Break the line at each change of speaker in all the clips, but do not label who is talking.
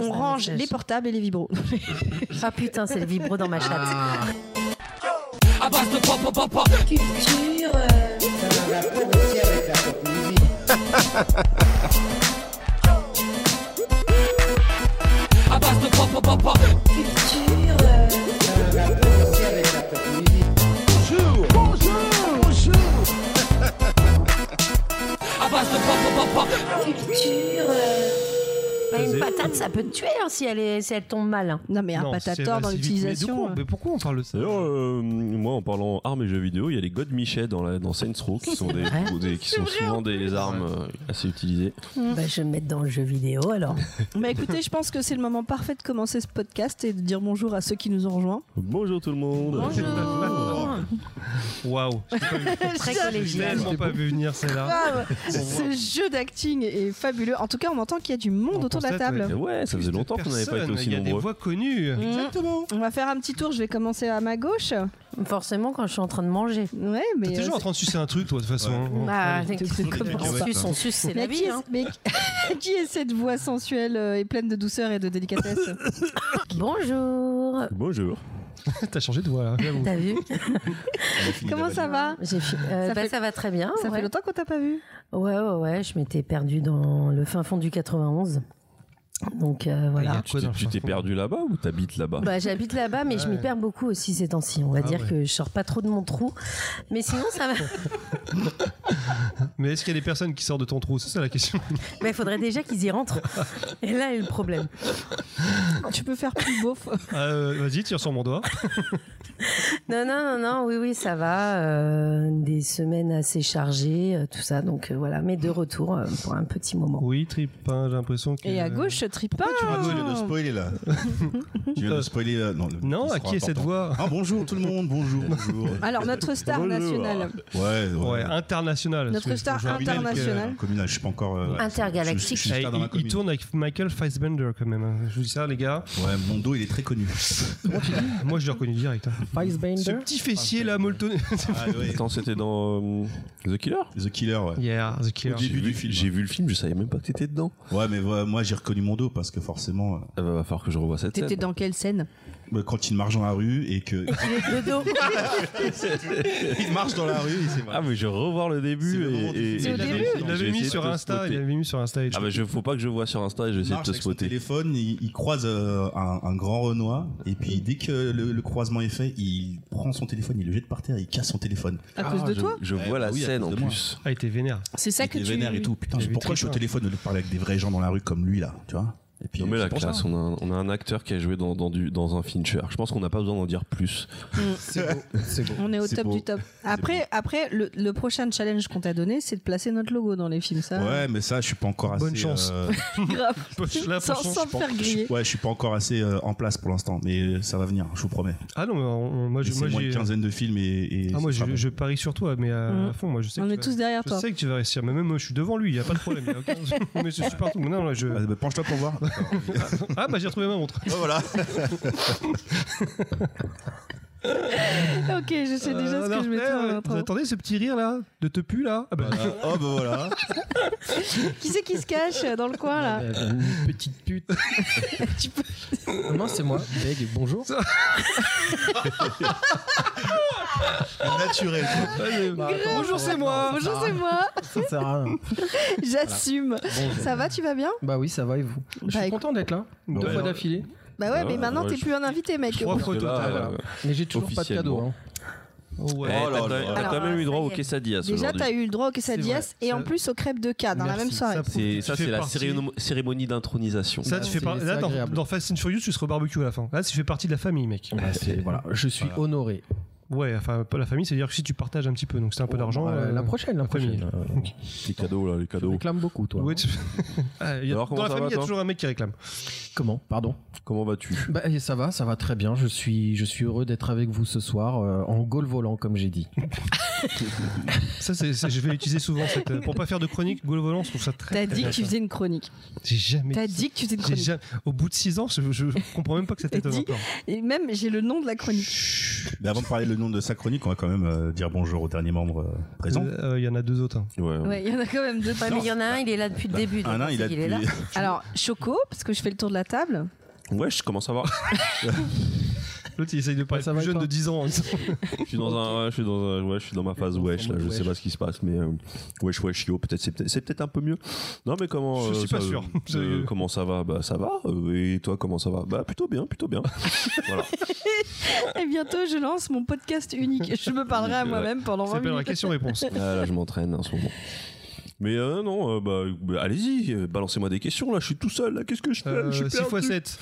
on range les portables et les vibros.
Ah putain, c'est le vibro
Ah,
dans ma chatte.
euh. euh.
Bah, une patate, ça peut te tuer hein, si, elle est, si elle tombe mal. hein.
Non, mais un
Non, c'est-
patator Ah, dans
vas-y, vite, mais de
l'utilisation. euh.
quoi- Mais pourquoi on parle de ça
D'ailleurs, euh, moi, en parlant armes et jeux vidéo, il y a les God Michet dans, la, dans Saints Row qui sont, des,
vrai
ou des- qui sont souvent des armes euh, assez utilisées.
Bah, je vais me mettre dans le jeu vidéo alors.
Mais écoutez, je pense que c'est le moment parfait de commencer ce podcast et de dire bonjour à ceux qui nous ont rejoints.
Bonjour tout le monde.
Bonjour
Waouh, je l'ai pas vu-
Très
Ça,
j'ai
collégial.
tellement pas vu venir celle-là.
grave. Ce jeu d'acting est fabuleux. En tout cas, on entend qu'il y a du monde
On
autour de la
constate,
table.
Eh Ouais, ça faisait longtemps qu'on n'avait pas été
Personne,
aussi
Il y a des
nombreux.
voix connues.
Exactement. On va faire un petit tour. Je vais commencer à ma gauche.
Forcément, quand je suis en train de manger.
Ouais, mais.
T'es
euh,
toujours en train de sucer un truc, toi, de toute façon. hein.
Bah,
c'est-
avec-
c'est-
comme
c'est-
on suce, on suce, c'est la
mais qui,
vie.
est,
hein.
mais qui est cette voix sensuelle euh, et pleine de douceur et de délicatesse
hein. Bonjour
Bonjour.
T'as changé de voix, là. j'avoue.
T'as vu
Comment ça va
J'ai fi- euh,
Ça
bah,
fait-
Ça va très bien.
Ça
ouais.
fait longtemps qu'on t'a pas vu.
Ouais, ouais, ouais, je m'étais perdue dans le fin fond du 91. Donc euh,
Il y a
voilà.
Tu
quoi dans
t'es-
le
tu t'es
fond
perdu là-bas ou t'habites là-bas
Bah, J'habite là-bas, mais je m'y
Ouais.
perds beaucoup aussi ces temps-ci. On va
Ah
dire
ouais.
que je sors pas trop de mon trou. Mais sinon, ça va.
Mais est-ce qu'il y a des personnes qui sortent de ton trou C'est ça la question.
Mais il faudrait déjà qu'ils y rentrent. Et là est le problème.
Tu peux faire plus beau.
Euh, Vas-y, tire sur mon doigt.
Non, non, non, non, oui, oui, ça va. euh, des semaines assez chargées, euh, tout ça. Donc euh, voilà, mais de retour euh, pour un petit moment.
Oui, tripin, j'ai l'impression que.
Et à gauche, Tripin.
Bravo, il vient de spoiler là. tu viens de spoiler là. Non, le-
Non,
ce
à
sera
qui est cette
important.
voix
Ah bonjour tout le monde, bonjour, bonjour.
Alors, notre star
Bonjour.
nationale.
Ouais, ouais.
Ouais, internationale.
Notre
parce que
star
je me rappelle que-
internationale.
Euh, communal, je suis pas encore. euh, ouais.
Intergalactique.
Je- je- je suis
Eh,
star dans ma
il, il
commune.
tourne avec Michael Fassbender quand même. hein. Je vous dis ça, les gars.
Ouais, mon dos il est très connu.
Moi, je l'ai reconnu direct. hein. Ce
Fassbender
petit fessier là, molletonné.
Ah, ouais.
Bah, Attends, c'était dans euh, The Killer
The Killer, ouais.
Yeah, The Killer.
Au
J'ai
début
vu,
du film.
j'ai vu le film, je savais même pas que t'étais dedans.
Ouais, mais ouais, moi j'ai reconnu mon dos parce que forcément, euh,
Ah bah, va falloir que je revoie cette
T'étais
scène.
dans quelle scène
bah, quand il marche dans la rue et que
Le dos.
il marche dans la rue, il s'est
Ah mais je vais revoir le
C'est
début
le moment
et,
du
et- et
film. C'est au
je vais
début.
essayer-
Il
je vais
l'avait mis
essayer
sur
de te
Insta.
spotter.
Il l'avait mis sur Insta. et je-
Ah bah je faut pas que je vois sur Insta et je vais essayer de
marche
te
avec son
spotter.
téléphone, il, il croise euh, un, un grand Renoir et puis dès que le, le croisement est fait, il prend son téléphone, il le jette par terre, il casse son téléphone.
À cause de
Ah, je,
toi
Je
Ouais,
vois
bah
la
oui, à
scène
cause
en
de moi.
plus.
Ah, il était vénère.
C'est ça
Il est vénère et tout. Putain,
Il est très
pourquoi je suis au
fort.
téléphone de parler avec des vrais gens dans la rue comme lui là, tu vois Et puis euh,
Non mais
c'est
la
pour ça. hein.
classe, on a, un, on a un acteur qui a joué dans, dans du, dans un Fincher. Je pense qu'on n'a pas besoin d'en dire plus.
hein.
On est au
C'est
top
beau.
du top. Après, après le, le prochain challenge qu'on t'a donné, c'est de placer notre logo dans les films. Ça,
Ouais, mais ça, je suis pas encore assez.
Bonne chance.
euh,
grave.
Là,
sans
franchement,
sans te
je suis pas-
faire
je suis-
griller.
ouais, je suis pas encore assez euh, en place pour l'instant, mais euh, ça va venir, je vous promets.
Ah non, mais on- on- moi, je-
C'est
moi
moins une
j'ai.
quinzaine de films et. et
Ah, moi,
c'est
je,
pas bon.
je parie sur toi, mais à,
Mhm.
à fond, moi, je sais
On
que
est
tu vas-
tous derrière
Je
toi.
sais que tu vas réussir, mais même moi, je suis devant lui, il n'y a pas de problème. il y a aucun- mais je suis partout. Non, là, je...
Ah, bah, Penche-toi pour voir.
Ah, bah j'ai retrouvé ma montre.
Oh, voilà.
Ok, je sais déjà
Euh,
ce que je vais
Martin,
te
Vous
entendre.
attendez ce petit rire là De te pu là ah bah,
Oh, bah voilà.
Qui c'est qui se cache dans le coin là
Ah, Une Bah, petite pute.
Tu peux-
Non, c'est moi. Beg, bonjour.
Naturel. quoi.
Bonjour, c'est moi.
Bonjour, c'est moi.
Ça sert à rien.
J'assume.
Bonjour.
Ça va, tu vas bien
Bah oui, ça va et vous Je
Bah,
suis content d'être là. Deux
Ouais.
fois d'affilée.
Bah ouais,
Ouais,
mais maintenant
ouais,
t'es
je-
plus un invité, mec.
Trois
Parce que
fois
là,
total.
euh,
voilà.
Mais j'ai toujours pas de cadeau.
Officiellement.
hein.
Oh,
Eh,
ouais.
T'as
Oh là là.
t'as quand
Alors,
même eu droit
ça y
au
est.
quesadillas
Déjà, t'as
aujourd'hui.
eu le droit au quesadillas
C'est
et en
vrai.
plus aux crêpes de Cannes Ah, dans la même
Merci.
soirée.
Ça, prouve que
C'est-
tu
Ça
fais
c'est la
partie-
cérémonie- cérémonie d'intronisation.
Ça, tu
Ah, C'est-
fais par-
c'est
Là, dans,
agréable.
dans Fast and Furious, tu seras au barbecue à la fin. Là, tu fais partie de la famille, mec.
Bah, c'est- voilà, je suis honoré.
Ouais, enfin, pas la famille, c'est-à-dire que si tu partages un petit peu, donc c'est un
Oh,
peu d'argent.
bah,
Voilà,
euh,
Bah, la prochaine, la
famille.
prochaine. Euh,
Les cadeaux là, les
Tu
cadeaux.
réclames beaucoup, toi.
ouais, tu- Ah, il y a-
Alors, comment
dans la
ça va,
famille, il y a
toi
toujours un mec qui réclame.
Comment Pardon.
Comment vas-tu
Bah, et ça va, ça va très bien. Je suis, je suis heureux d'être avec vous ce soir euh, en goal volant, comme j'ai dit.
Ça, c'est, c'est- je vais l'utiliser souvent. Cette, euh, pour pas faire de chronique, Gaulle volant, je trouve ça très.
T'as
très
dit
bien,
que tu
ça.
faisais une chronique.
J'ai jamais.
T'as dit que tu faisais une
j'ai
chronique.
jamais- Au bout de 6 ans, je, je comprends même pas que ça
T'as
t'étonne
dit-
encore.
Et même, j'ai le nom de la chronique.
Mais avant de parler de nom de sa chronique, on va quand même euh, dire bonjour au dernier membre euh, présent.
Euh, euh, Il y en a deux autres. hein.
Ouais, ouais.
Ouais, il y en a quand même deux.
Ouais, mais il y en a un, il est là depuis le début.
Ah
donc
non, il a
est là.
depuis-
Alors, Choco, parce que je fais le tour de la table.
Ouais, je commence à voir.
L'autre, il essaye de parler
Ça
plus
va
jeune
pas
de 10 ans.
Je suis dans un, ouais, je suis dans un, ouais, je suis dans ma phase
Dans son
wesh là.
mode
Je sais
wesh.
pas ce qui se passe, mais euh, wesh wesh yo, peut-être c'est peut-être c'est peut-être un peu mieux. Non mais comment
Je suis pas
ça-
sûr.
euh,
Je-
comment ça va Bah ça va. Euh, et toi comment ça va Bah plutôt bien, plutôt bien. voilà.
Et bientôt, je lance mon podcast unique. Je me parlerai à
Ouais.
moi-même pendant
Ça
20
s'appelle la
minutes.
question-réponse.
Ah, là je m'entraîne en ce moment. Mais euh, non, euh, bah, bah, allez-y, euh, balancez-moi des questions là. Je suis tout seul là. Qu'est-ce que je fais
Euh,
Je suis
6
perdu.
x 7.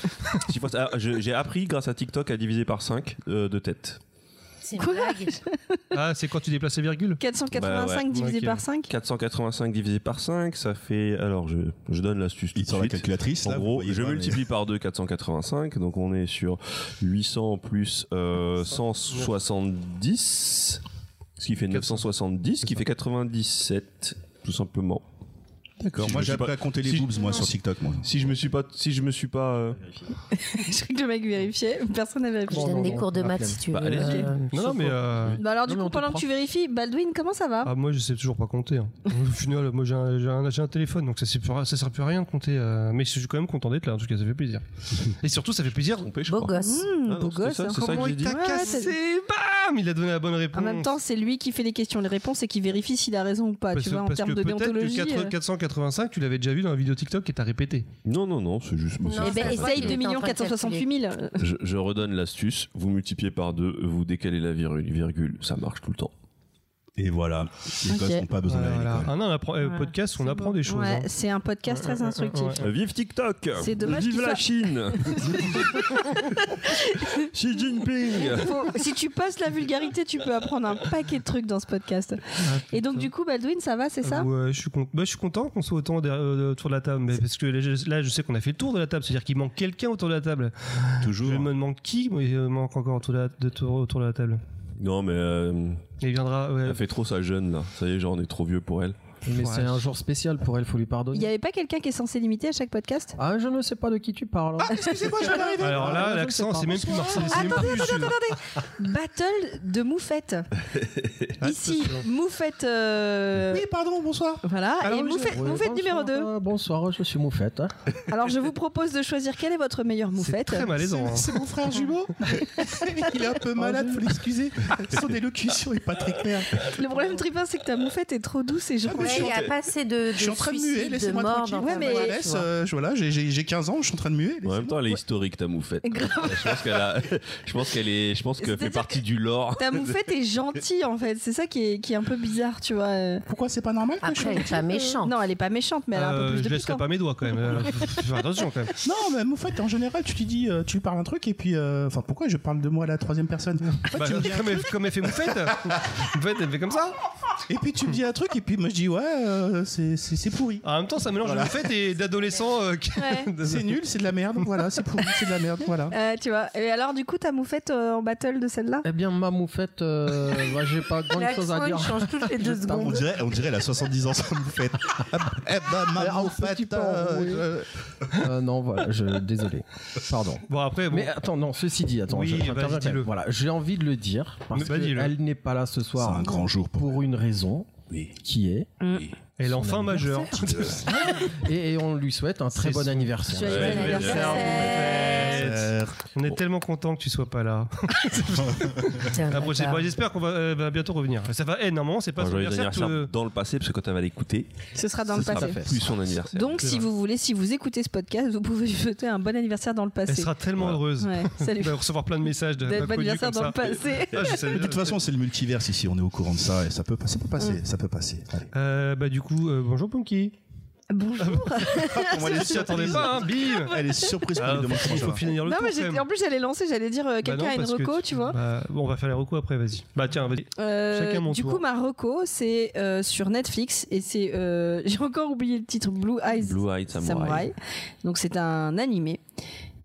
Six fois sept. Ah, je- J'ai appris grâce à TikTok à diviser par 5 de tête.
C'est une
Quoi
blague.
Ah, c'est quand tu déplaces les virgules
485
Bah ouais.
divisé
Ok.
par 5
485 divisé par 5, ça fait. Alors je, je donne l'astuce. tout
Il
de
sort la
suite.
calculatrice.
En
là, vous
gros,
voyez
je
pas, mais-
multiplie par 2 485, donc on est sur 800 plus euh, 170, ce qui fait 970, ce qui fait 97, tout simplement.
D'accord,
Si
moi
je
j'ai
me suis
appris
pas-
à compter les
si-
boobs moi sur TikTok moi.
Si je me suis pas, si je me suis pas, euh,
Je crois que le mec vérifiait. Personne n'a
Je
vérifié.
Bon,
donne
non,
des
non,
cours de
la
maths
flemme.
si tu veux.
Bah, allez-y.
euh,
Non, non, mais. euh,
Bah alors, du
Non, mais
coup,
on te
pendant que
prend.
tu vérifies, Baldwin, comment ça va
Ah, moi, je sais toujours pas compter. hein. Au final, moi, j'ai un, j'ai un- j'ai un téléphone, donc ça, sert plus à- ça sert plus à rien de compter. euh, Mais je suis quand même content d'être là, en tout cas, ça fait plaisir. Et surtout, ça fait plaisir.
trompé, je
Beau
crois.
gosse.
Mmh,
Ah,
Beau
non, c'était
gosse.
ça,
hein.
c'est ça que j'ai dit.
T'as
Ouais,
cassé, bam Il a donné la bonne réponse.
En même temps, c'est lui qui fait les questions, les réponses et qui vérifie s'il a raison ou pas.
parce,
tu vois, en
parce
termes
que
de
peut-être que
déontologie. euh.
quatre- 485, tu l'avais déjà vu dans la vidéo TikTok et t'as répété.
Non, non, non, c'est juste.
Non,
Eh
c'est-
ben,
c'est vrai
essaye
qu'il était
2
en train de
468 000.
Je, je redonne l'astuce. Vous multipliez par 2, vous décalez la virgule, virgule, ça marche tout le temps.
Et voilà, les
Ok.
gosses n'ont pas besoin
Voilà,
d'aller à
voilà.
l'école.
Ah non, on apprend- euh, podcast, on
C'est
apprend
beau.
des choses.
Ouais,
hein.
C'est un podcast très instructif.
ouais.
Euh, Vive TikTok
C'est dommage
Vive
qu'il
la
soit-
Chine Xi Jinping
Faut- si tu passes la vulgarité, tu peux apprendre un paquet de trucs dans ce podcast. Et donc, du coup, Baldwin, ça va, c'est ça
Ouais, je suis, con- bah, je suis content qu'on soit autant derrière- euh, autour de la table, mais parce que là je, là, je sais qu'on a fait le tour de la table, c'est-à-dire qu'il manque quelqu'un autour de la table.
Toujours.
Je me demande qui mais il manque encore autour de la, de tour- autour de la table.
Non, mais euh,
Et il viendra. ouais.
elle fait trop sa jeune là. Ça y est, genre, on est trop vieux pour elle.
Ouais.
Mais c'est un jour spécial pour elle, faut lui
Il
pardonner.
n'y avait pas quelqu'un qui est censé limiter à chaque podcast
Ah, je ne sais pas de qui tu parles.
Alors là,
Ah,
l'accent,
je sais
c'est
pas.
même plus marseillais. c'est même
Attendez,
plus
attendez,
sud.
attendez Battle de moufettes. Ici, moufette. euh,
Oui, pardon, bonsoir.
Voilà,
Alors,
et
oui,
moufette,
Oui,
moufette
bonsoir,
numéro 2.
euh, Bonsoir, je suis Moufette. hein.
Alors, je vous propose de choisir quelle est votre meilleure
C'est
moufette.
très malaisant. hein.
C'est mon frère jumeau. Il est un peu malade, faut l'excuser. Son élocution est pas très claire.
Le problème trippin, c'est que ta moufette est trop douce et je crois
mais
Ouais,
je
il
suis
y
en
a
train-
pas assez de, de
Je suis en train de muer,
suicides, de
laissez-moi
morts
tranquille.
dans
Ouais,
ta
mais-
Je
boîte,
la
tu
laisse,
vois.
euh, je- voilà, j'ai- j'ai j'ai 15 ans, je suis en train de muer.
En
laissez-moi.
même temps, elle est historique, ta moufette.
Grave.
je pense qu'elle a- je pense qu'elle est, je pense qu'elle fait
C'est-à-dire
partie du lore.
Ta moufette est gentille en fait, c'est ça qui est, qui est un peu bizarre, tu vois. euh.
Pourquoi c'est pas normal que je
Après,
sois-
elle est pas méchante.
Non, elle est pas méchante, mais elle a un
Euh,
peu plus
je
de
laisserai
piquant.
pas mes doigts quand même. euh, fais attention quand même.
Non, mais en fait, en général, tu lui dis, euh, tu lui parles un truc et puis, euh, enfin, pourquoi je parle de moi à la troisième personne En fait,
Bah,
tu me dis un
comme, elle, comme elle fait moufette. en fait, elle fait comme ça.
Et puis tu me dis un truc, et puis moi je dis ouais, euh, c'est- c'est c'est pourri.
En même temps, ça mélange
Voilà.
de moufette et d'adolescent. euh, qui-
Ouais.
C'est nul, c'est de la merde, voilà, c'est pourri, c'est de la merde, voilà.
Euh, tu vois. Et alors, du coup, ta moufette euh, en battle de celle-là
Eh bien, ma Moufette, euh, bah, j'ai pas grand chose à
L'accent, il
dire.
change toutes les deux
Pardon.
secondes.
dirait, on dirait elle a 70 ans sans moufette. Eh ben,
Elle a un petit peu enrouée. Euh, non, voilà, je, désolé. Pardon.
Bon, après, bon.
Mais euh, attends, non, ceci dit, attends,
Oui,
je-
vas-y,
j'interviens quand même.
dis-le.
Voilà, j'ai envie de le dire parce
Mais vas-y, le.
qu'elle n'est pas là ce soir
jour
pour une raison
Oui.
qui est
Elle est enfin majeure.
et, et on lui souhaite un très
C'est
bon
son-
anniversaire.
Joyeux
Ouais,
anniversaire.
Euh,
On est tellement content que tu sois pas là.
Tiens,
La prochaine
bâtard.
fois, j'espère qu'on va, euh, va bientôt revenir. Ça va, eh, normalement, c'est pas
Un
son
joyeux
anniversaire. euh,
anniversaire
que-
dans le passé, parce que quand elle va l'écouter,
Ce sera dans
ce
le
sera
passé.
fait.
plus son anniversaire.
Donc,
C'est
si
vrai.
vous voulez, si vous écoutez ce podcast, vous pouvez lui souhaiter un bon anniversaire dans le
Elle
passé.
sera tellement
Voilà.
heureuse.
Ouais, salut.
Elle va recevoir plein de messages de
Bon
d'inconnus
anniversaire dans
comme
le passé.
ça. Ah, je savais-
De toute façon, c'est le multiverse ici, on est au courant de ça, et ça peut, pas- ça peut passer, ça peut passer. Allez.
Euh, bah, du coup, euh, bonjour Punky.
Bonjour.
Comment elle
Je
est
t'y attendais
surprise
pas, hein, bim
Elle est surprise qu'on
Ah,
lui demande
Il faut
comment ça
finir le
non,
tour,
mais
quand
j'étais-
même.
en plus, j'allais lancer, j'allais dire euh,
Bah
quelqu'un
non,
a une
parce que
reco, tu vois.
Bah, bon, on va faire les recos après, vas-y. Bah, tiens, vas-y.
Euh,
Chacun mon
du
tour.
coup, ma reco, c'est euh, sur Netflix et c'est. euh, J'ai encore oublié le titre Blue Eyes
Blue Eyed Samurai.
Samurai. Donc, c'est un animé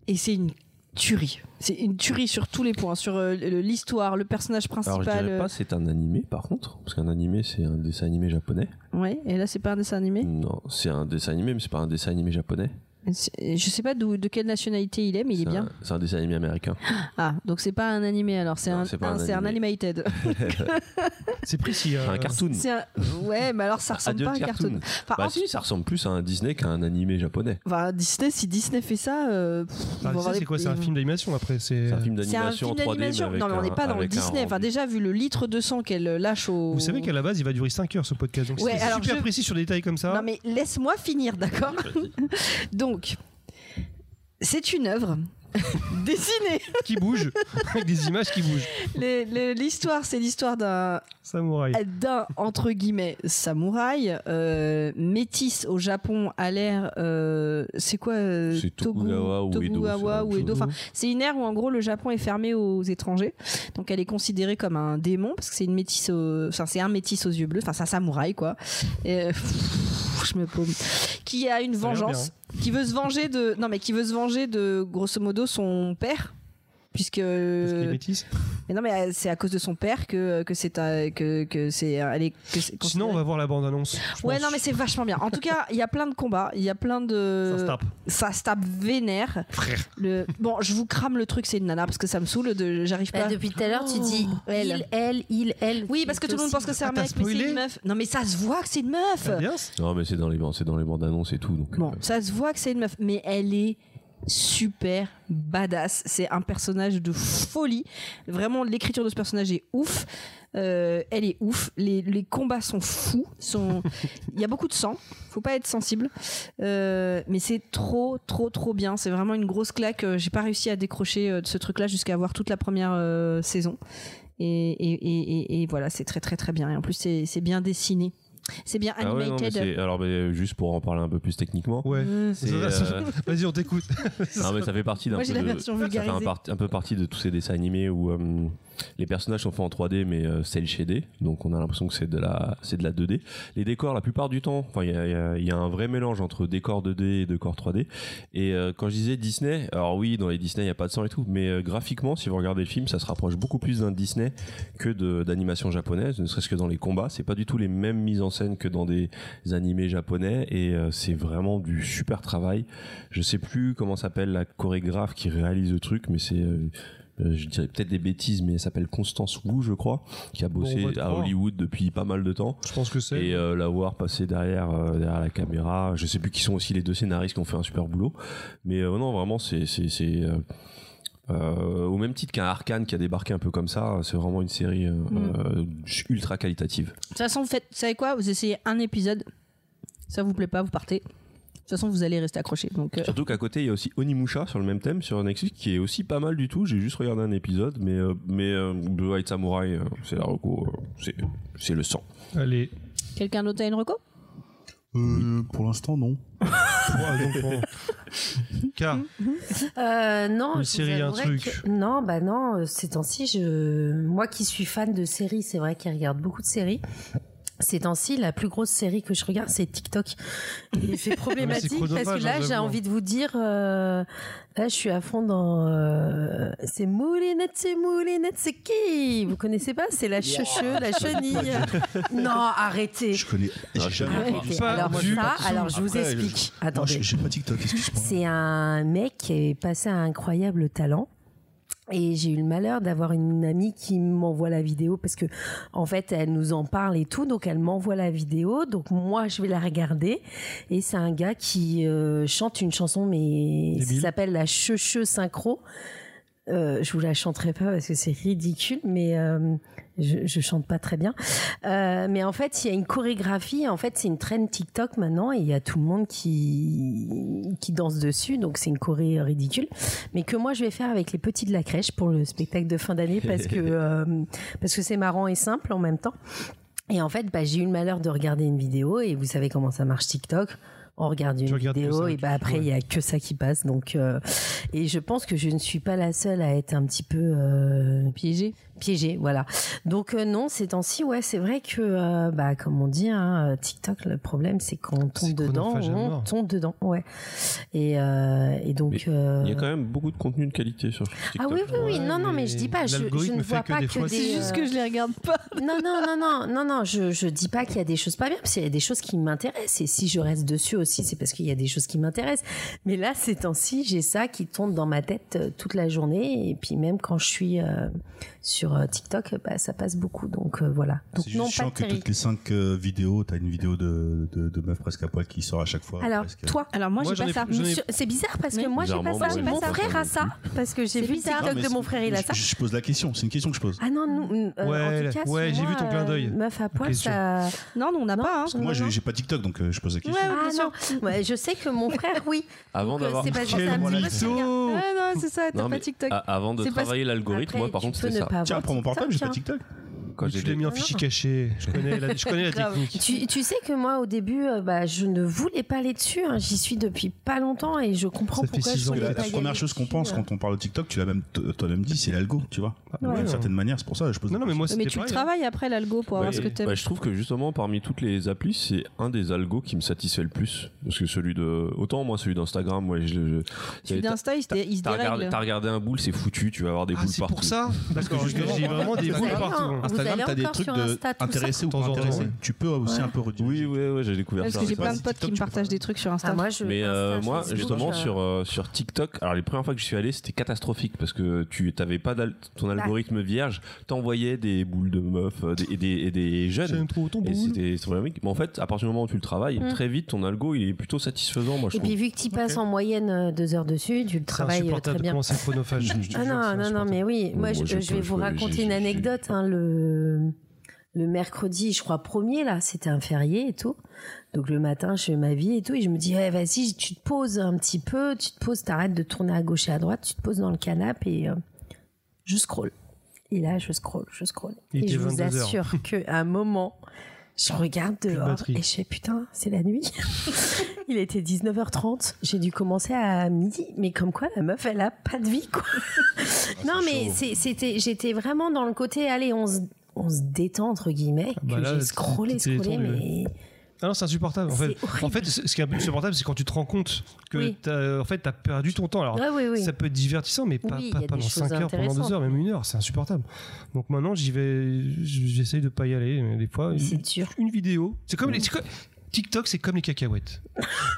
et c'est une tuerie. C'est une tuerie sur tous les points, sur euh, le- l'histoire, le personnage
Alors je
principal. euh,
dirais pas c'est un animé par contre, parce qu'un animé c'est un dessin animé japonais.
euh, Ouais, et là, c'est pas un dessin animé.
Non, c'est un dessin animé, mais c'est pas un dessin animé japonais.
C'est- Je sais pas d'où- de quelle nationalité il est, mais il est,
C'est
bien.
un- C'est un dessin animé américain.
Ah, donc c'est pas un animé alors, c'est
Non,
un,
c'est pas
un-
un
c'est un
animé.
animated.
C'est précis.
C'est
euh,
un cartoon.
C'est un- Ouais, mais alors ça ressemble
Adulte
pas à un cartoon. Enfin,
Bah
en-
si, ça ressemble plus à un Disney qu'à un animé japonais.
enfin, Disney, si Disney fait ça, euh, pff, ils
bah,
vont
tu sais,
avoir des-
c'est quoi C'est un
ils-
film d'animation après. C'est
C'est un film
C'est un film
d'animation en 3D.
d'animation.
avec
Non, mais on
un-
n'est pas dans le
avec un
Disney. Enfin,
rendu.
déjà, vu le litre de sang qu'elle euh, lâche au.
Vous savez qu'à la base, il va durer 5 heures ce podcast. Donc,
Ouais,
c'est
alors
super
je-
précis sur des détails comme ça.
Non, mais laisse-moi finir, d'accord Donc, c'est une œuvre dessinée.
Qui bouge. avec des images qui bougent.
Les- les- L'histoire, c'est l'histoire d'un
Samouraï.
d'un entre guillemets samouraï euh, métis au Japon à l'ère euh, c'est quoi euh,
C'est
Togu-
Tokugawa ou Edo, c'est
Tokugawa
la
ou
même
Edo. Enfin, c'est une ère où en gros le Japon est fermé aux étrangers donc elle est considérée comme un démon parce que c'est une métisse au- enfin c'est un métis aux yeux bleus enfin c'est un samouraï quoi Et, euh, pff, je me paume qui a une
Ça a l'air hein.
vengeance qui veut se venger de non mais qui veut se venger de grosso modo son père puisque
Parce
euh,
qu'il est métis.
mais non, mais euh, c'est à cause de son père que, que c'est un- que, que c'est euh, elle est- que c'est
Sinon,
considéré-
on va voir la bande-annonce. je
Ouais,
pense.
non, mais c'est euh, vachement bien. En tout cas, il y a plein de combats, il y a plein de.
Ça se tape.
Ça se tape vénère.
Frère.
Le... Bon, je vous crame le truc, c'est une nana, parce que ça me saoule, de... j'arrive pas.
depuis tout à l'heure, tu dis
elle.
il, elle, il, elle.
Oui, parce que tout le monde pense que c'est un
Ah, t'as
mec, mais c'est
spoilé
une meuf. Non, mais ça se voit que c'est une meuf.
C'est bien. ça.
Non, mais c'est dans les bandes, c'est dans les bandes annonces et tout. Donc,
Bon,
euh,
ça se voit que c'est une meuf, mais elle est super badass. C'est un personnage de folie. Vraiment, l'écriture de ce personnage est ouf. Euh, elle est ouf. Les, les combats sont fous. Sont... Il y a beaucoup de sang. Faut pas être sensible. Euh, mais c'est trop, trop, trop bien. C'est vraiment une grosse claque. Euh, J'ai pas réussi à décrocher euh, de ce truc-là jusqu'à avoir toute la première euh, saison. Et, et- et- et- et voilà, c'est très, très, très bien. Et en plus, c'est c'est bien dessiné. C'est bien
ah ouais, non, mais
animated.
c'est- alors, mais, euh, juste pour en parler un peu plus techniquement.
Ouais.
Euh,
c'est,
Ça-
euh,
Vas-y, on t'écoute.
non, mais ça fait partie d'un
Moi,
peu
j'ai la
de-
version
ça fait un,
vulgarisée.
part- un peu partie de tous ces dessins animés où euh, les personnages sont faits en 3D mais euh, cel shadé donc on a l'impression que c'est de la c'est de la 2D les décors la plupart du temps enfin il y a, il y a- il y a un vrai mélange entre décors 2D et décors 3D et euh, quand je disais Disney alors oui dans les Disney il y a pas de sang et tout mais euh, graphiquement si vous regardez le film ça se rapproche beaucoup plus d'un Disney que de- d'animation japonaise ne serait-ce que dans les combats c'est pas du tout les mêmes mises en scène que dans des animés japonais et euh, c'est vraiment du super travail je sais plus comment s'appelle la chorégraphe qui réalise le truc, mais c'est, euh, euh, je dirais peut-être des bêtises, mais elle s'appelle Constance Wu, je crois, qui a bossé
on va te
à
croire.
Hollywood depuis pas mal de temps.
Je pense que c'est.
Et euh, la voir passer derrière, euh, derrière la caméra, je sais plus qui sont aussi les deux scénaristes qui ont fait un super boulot, mais euh, non, vraiment, c'est. c'est, c'est, euh, euh, au même titre qu'un Arkane qui a débarqué un peu comme ça, c'est vraiment une série euh,
Mm.
euh, ultra qualitative.
De toute façon, vous faites, vous savez quoi Vous essayez un épisode, ça vous plaît pas, vous partez. De toute façon, vous allez rester accroché. Donc, euh,
Surtout qu'à côté, il y a aussi Onimusha sur le même thème sur Netflix qui est aussi pas mal du tout. J'ai juste regardé un épisode, mais, euh, mais euh, Blue Eyed Samurai, euh, c'est la reco, euh, c'est- c'est le sang.
Allez.
quelqu'un d'autre a une reco
Euh, pour l'instant, non.
Trois enfants. Car,
Euh, non,
Une
je vous
série, un
avouerai
truc.
que- Non, bah non, euh, ces temps-ci, je... moi qui suis fan de séries, c'est vrai qu'il regarde beaucoup de séries. Ces temps-ci, la plus grosse série que je regarde, c'est TikTok. Et c'est problématique
chronophage,
parce que
hein,
là, j'ai
j'avoue.
envie de vous dire, euh, là, je suis à fond dans. euh, C'est Moulinette, c'est Moulinette, c'est qui Vous connaissez pas C'est la cheucheu, la chenille. non, arrêtez.
Je connais.
Ah,
J'ai
je
jamais
connais
Arrêtez.
entendu ça.
pas
Alors,
du
ça,
tout.
alors je vous
Après,
explique.
Moi,
Attendez.
j'ai j'ai pas TikTok, excuse-moi.
C'est un mec qui passe un incroyable talent. Et j'ai eu le malheur d'avoir une amie qui m'envoie la vidéo parce que, en fait, elle nous en parle et tout. Donc, elle m'envoie la vidéo. Donc, moi, je vais la regarder. Et c'est un gars qui euh, chante une chanson, mais ça
Débile.
s'appelle la Cheucheu Synchro. Euh, je vous la chanterai pas parce que c'est ridicule, mais euh, je, je chante pas très bien. Euh, mais en fait, il y a une chorégraphie. En fait, c'est une traîne TikTok maintenant et il y a tout le monde qui, qui danse dessus. Donc, c'est une choré euh, ridicule. Mais que moi, je vais faire avec les petits de la crèche pour le spectacle de fin d'année parce que euh, parce que c'est marrant et simple en même temps. Et en fait, bah, j'ai eu le malheur de regarder une vidéo et vous savez comment ça marche TikTok. On regarde une
regardes que
vidéo
ça,
et
tu-
bah après il y a que ça qui passe donc euh, et je pense que je ne suis pas la seule à être un petit peu euh,
Piégé.
piégée, voilà. Donc euh, non, ces temps-ci, ouais, c'est vrai que, euh, bah, comme on dit, hein, euh, TikTok, le problème, c'est qu'on tombe
C'est
dedans,
chronophage à
on
mort.
tombe dedans, ouais. Et, euh, et donc. euh,
Il y a quand même beaucoup de contenu de qualité sur TikTok.
Ah oui, oui, oui,
Ouais,
non, non, mais
mais
je dis pas, je, je
l'algorithme
ne
fait
vois
que
pas
des
que
fois,
des. euh,
c'est
C'est euh, juste que je les regarde pas.
Non, non, non, non, non, non, je, je dis pas qu'il y a des choses pas bien, parce qu'il y a des choses qui m'intéressent. Et si je reste dessus aussi, c'est parce qu'il y a des choses qui m'intéressent. Mais là, ces temps-ci, j'ai ça qui tourne dans ma tête euh, toute la journée. Et puis même quand je suis euh, sur euh, TikTok, bah, ça passe beaucoup. Donc euh, voilà. Donc
C'est
non,
juste
pas
chiant
de
que
série.
toutes les 5 vidéos, t'as une vidéo de, de, de meuf presque à poil qui sort à chaque fois.
Alors
presque.
toi,
Alors moi,
Moi,
j'ai
j'en
pas
ai-
ça.
j'en ai-
je- c'est bizarre parce que
Oui.
moi, j'ai pas
Bizarrement,
ça.
moi,
Mon
j'ai pas
frère
ça
a
non
ça parce que j'ai
C'est
vu le
bizarre.
Non,
TikTok
mais
de mon
c'est-
frère, il a ça.
Je, je pose la question, c'est une question que je pose.
Ah non, nous, euh, en
Ouais,
tout cas,
ouais,
sur
j'ai
moi,
vu ton clin d'œil.
euh, Meuf à poil,
Question.
ça. Ah,
Non, non, on n'a
Non,
pas. hein.
parce
Moi,
Non,
j'ai
non.
j'ai pas TikTok, donc euh, je pose la
Ouais,
question.
ouais,
Ah
bien
non,
sûr.
ouais, je sais que mon frère, oui.
Avant
Donc, euh,
d'avoir.
c'est pas
Quel
ça. me
mytho.
souvient.
Ouais, non, c'est ça, t'as
Non,
pas
mais ah,
TikTok.
a- avant de
C'est parce-
travailler l'algorithme,
Après,
moi par
tu
contre
peux
c'est
ne
ça.
pas avoir
Tiens, prends mon
TikTok,
portable, j'ai pas
tiens.
TikTok.
Quand
tu
j'ai
l'as
des-
mis en fichier caché. Je connais la, je connais la
Grave.
technique.
Tu, tu sais que moi, au début, euh, bah, je ne voulais pas aller dessus. hein. J'y suis depuis pas longtemps et je comprends
Ça fait
pourquoi
six
je
ans que
voulais
Parce que la,
pas
la
y
première
aller
chose qu'on
dessus,
pense
euh.
quand on parle de TikTok, tu l'as même t- toi-même dit, c'est l'algo, tu vois.
Ah, Ouais.
D'une certaine manière, c'est pour ça que je pose
Non, non,
la
mais moi,
Mais
c'était
tu le
pareil, hein.
travailles après l'algo pour
Bah,
avoir ce que
et-
t'aimes.
bah, je trouve que justement parmi toutes les applis c'est un des algos qui me satisfait le plus parce que celui de autant moi celui d'Instagram moi je, le-
Celui d'Insta, il se dé- il se
t'as regardé,
dérègle.
t'as regardé un boule c'est foutu tu vas avoir des
Ah,
boules
c'est
partout
pour ça D'accord,
justement,
j'ai vraiment des
vous
boules
allez
partout.
en-
hein.
Instagram,
allez
t'as des
encore
trucs
sur
de
Insta, tout ça
intéressé ou
De temps
pas
en temps,
intéressé.
ouais.
Tu peux aussi
Ouais.
un peu rediriger.
oui oui oui j'ai découvert
Parce
ça
que j'ai
récemment.
plein de potes
TikTok,
qui me
tu peux
partagent
pas.
des trucs sur Insta.
Ah, moi, je,
Mais euh,
Insta,
moi,
Facebook,
justement,
euh,
sur, euh, sur TikTok, alors les premières fois que je suis allé, c'était catastrophique parce que tu t'avais pas d'al- ton algorithme vierge, t'envoyais des boules de meufs euh, des- et des, et des jeunes.
J'aime trop ton
Et
boule.
c'était c'est problématique. Mais en fait, à partir du moment où tu le travailles,
Mm.
très vite, ton algo, il est plutôt satisfaisant, moi, je
Et puis,
trouve.
vu que tu passes en moyenne euh, deux heures dessus, tu le
C'est
travailles euh,
insupportable
très
de
bien.
commencer chronophage. je te
Ah
jure,
non,
c'est
non, non, mais oui.
Bon,
Moi,
moi,
je,
je
je vais
peux,
vous
je- j'ai-
raconter une
j'ai-
anecdote. hein, le, le mercredi, je crois, premier, là, c'était un férié et tout. Donc le matin, je fais ma vie et tout. Et je me dis, ouais, vas-y, tu te poses un petit peu, tu te poses, t'arrêtes de tourner à gauche et à droite, tu te poses dans le canapé et euh, je scroll. Et là, je scroll, je scroll.
Il
et
était
je vous
22 heures.
assure qu'à un moment, je regarde
de
dehors
batterie.
et je fais putain, c'est la nuit. Il était 19h30, j'ai dû commencer à midi, mais comme quoi la meuf, elle a pas de vie quoi.
Ah,
non mais c'est- c'était, j'étais vraiment dans le côté, allez, on se, on se détend entre guillemets,
Ah bah
que
là,
j'ai
tu-
scrollé,
tu t'es
scrollé,
détendu,
mais
Ah non, c'est insupportable. En fait,
c'est horrible.
en fait ce ce qui est un peu insupportable, c'est quand tu te rends compte que
Oui.
t'as- euh, en fait, t'as perdu ton temps. Alors,
Ouais, oui, oui.
ça peut être divertissant, mais pas,
Oui,
pas
il y a
pendant
des choses
5 heures, pendant 2 heures, même une heure. C'est insupportable. Donc maintenant, j'y vais, j'essaye de pas y aller. mais Des fois,
Mais c'est dur.
une vidéo. C'est
Mm.
comme les. c'est comme- TikTok, c'est comme les cacahuètes.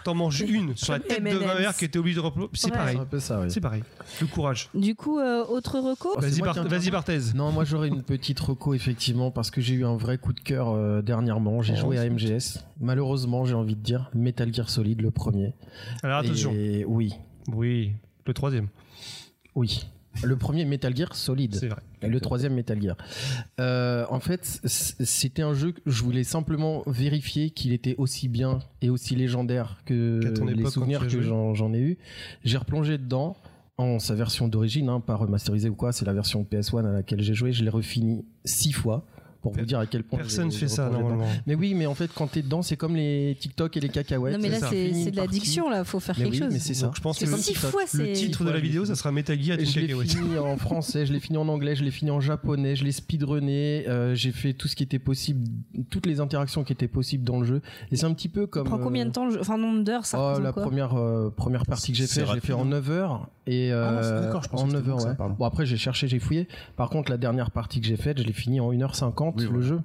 T'en manges une sur la tête de ma
M&M's.
mère qui était obligée de replonger. C'est
Ouais.
pareil.
C'est un peu ça, oui.
C'est pareil. Le courage.
Du coup, euh, autre reco
Oh, c'est
Vas-y,
moi qui
Bar-
interviens.
vas-y, Barthez.
Non, moi j'aurais une petite reco effectivement parce que j'ai eu un vrai coup de cœur euh, dernièrement. J'ai
Oh,
joué à MGS. Malheureusement, j'ai envie de dire Metal Gear Solid le premier.
Alors attention.
Et oui,
Oui, le troisième.
oui. Le premier Metal Gear Solid.
C'est vrai.
Et le troisième Metal Gear. Euh, en fait, c- c'était un jeu que je voulais simplement vérifier qu'il était aussi bien et aussi légendaire que
Qu'à ton
les
époque, quand tu
souvenirs
as
que
joué.
j'en j'en ai eu. J'ai replongé dedans en sa version d'origine, hein, pas remasterisée ou quoi. C'est la version PS1 à laquelle j'ai joué. Je l'ai refini six fois pour vous
Per-
dire à quel point.
Personne
j'ai-
fait
j'ai
ça
replongé
normalement.
dedans. Mais oui, mais en fait, quand t'es dedans, c'est comme les TikTok et les cacahuètes.
Non, mais là,
ça.
c'est
Fini
c'est
une
de l'addiction, là, faut faire
Mais
quelque
oui,
chose.
mais c'est ça.
Donc, je pense que
Parce que six
le,
fois,
le
c'est.
titre de la vidéo, ça sera Metal Gear à
Et
une
je l'ai
cacahuète.
fini en français, je l'ai fini en anglais, je l'ai fini en japonais, je l'ai speedrunné, euh, j'ai fait tout ce qui était possible, toutes les interactions qui étaient possibles dans le jeu. Et c'est un petit peu comme.
Prend combien de temps le- Enfin, nombre d'heures, ça
euh, oh,
représente
la
quoi
première, euh, première partie que j'ai
C'est
fait, je l'ai
rapide,
fait en
hein.
9 heures. Et,
Ah non, c'est-
euh,
d'accord, je pensais
en
que c'était
9 heures,
plus que ça,
ouais.
pardon.
Bon, après, j'ai cherché, j'ai fouillé. Par contre, la dernière partie que j'ai faite, je l'ai fini en 1h50,
Oui,
le
voilà.
jeu.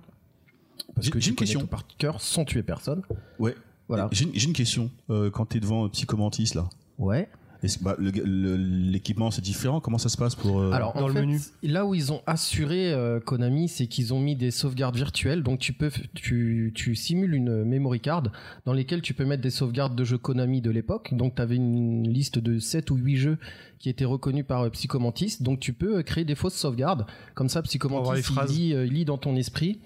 Parce
J'ai-
que
j'ai
tu
une
connais
question.
tout par cœur sans tuer personne.
Ouais.
Voilà.
J'ai une- j'ai une question. Euh, Quand t'es devant euh, Psychomantis, là,
Ouais.
est-ce que, bah, le- le- l'équipement c'est différent Comment ça se passe pour. euh,
Alors,
dans
en
le
fait,
menu.
Là où ils ont assuré euh, Konami, c'est qu'ils ont mis des sauvegardes virtuelles. Donc tu peux, f- tu, tu simules une memory card dans lesquelles tu peux mettre des sauvegardes de jeux Konami de l'époque. Donc tu avais une liste de 7 ou 8 jeux qui étaient reconnus par euh, Psychomantis. Donc tu peux euh, créer des fausses sauvegardes. Comme ça,
avoir les
Psychomantis il
phrases.
lit, euh, il lit dans ton esprit.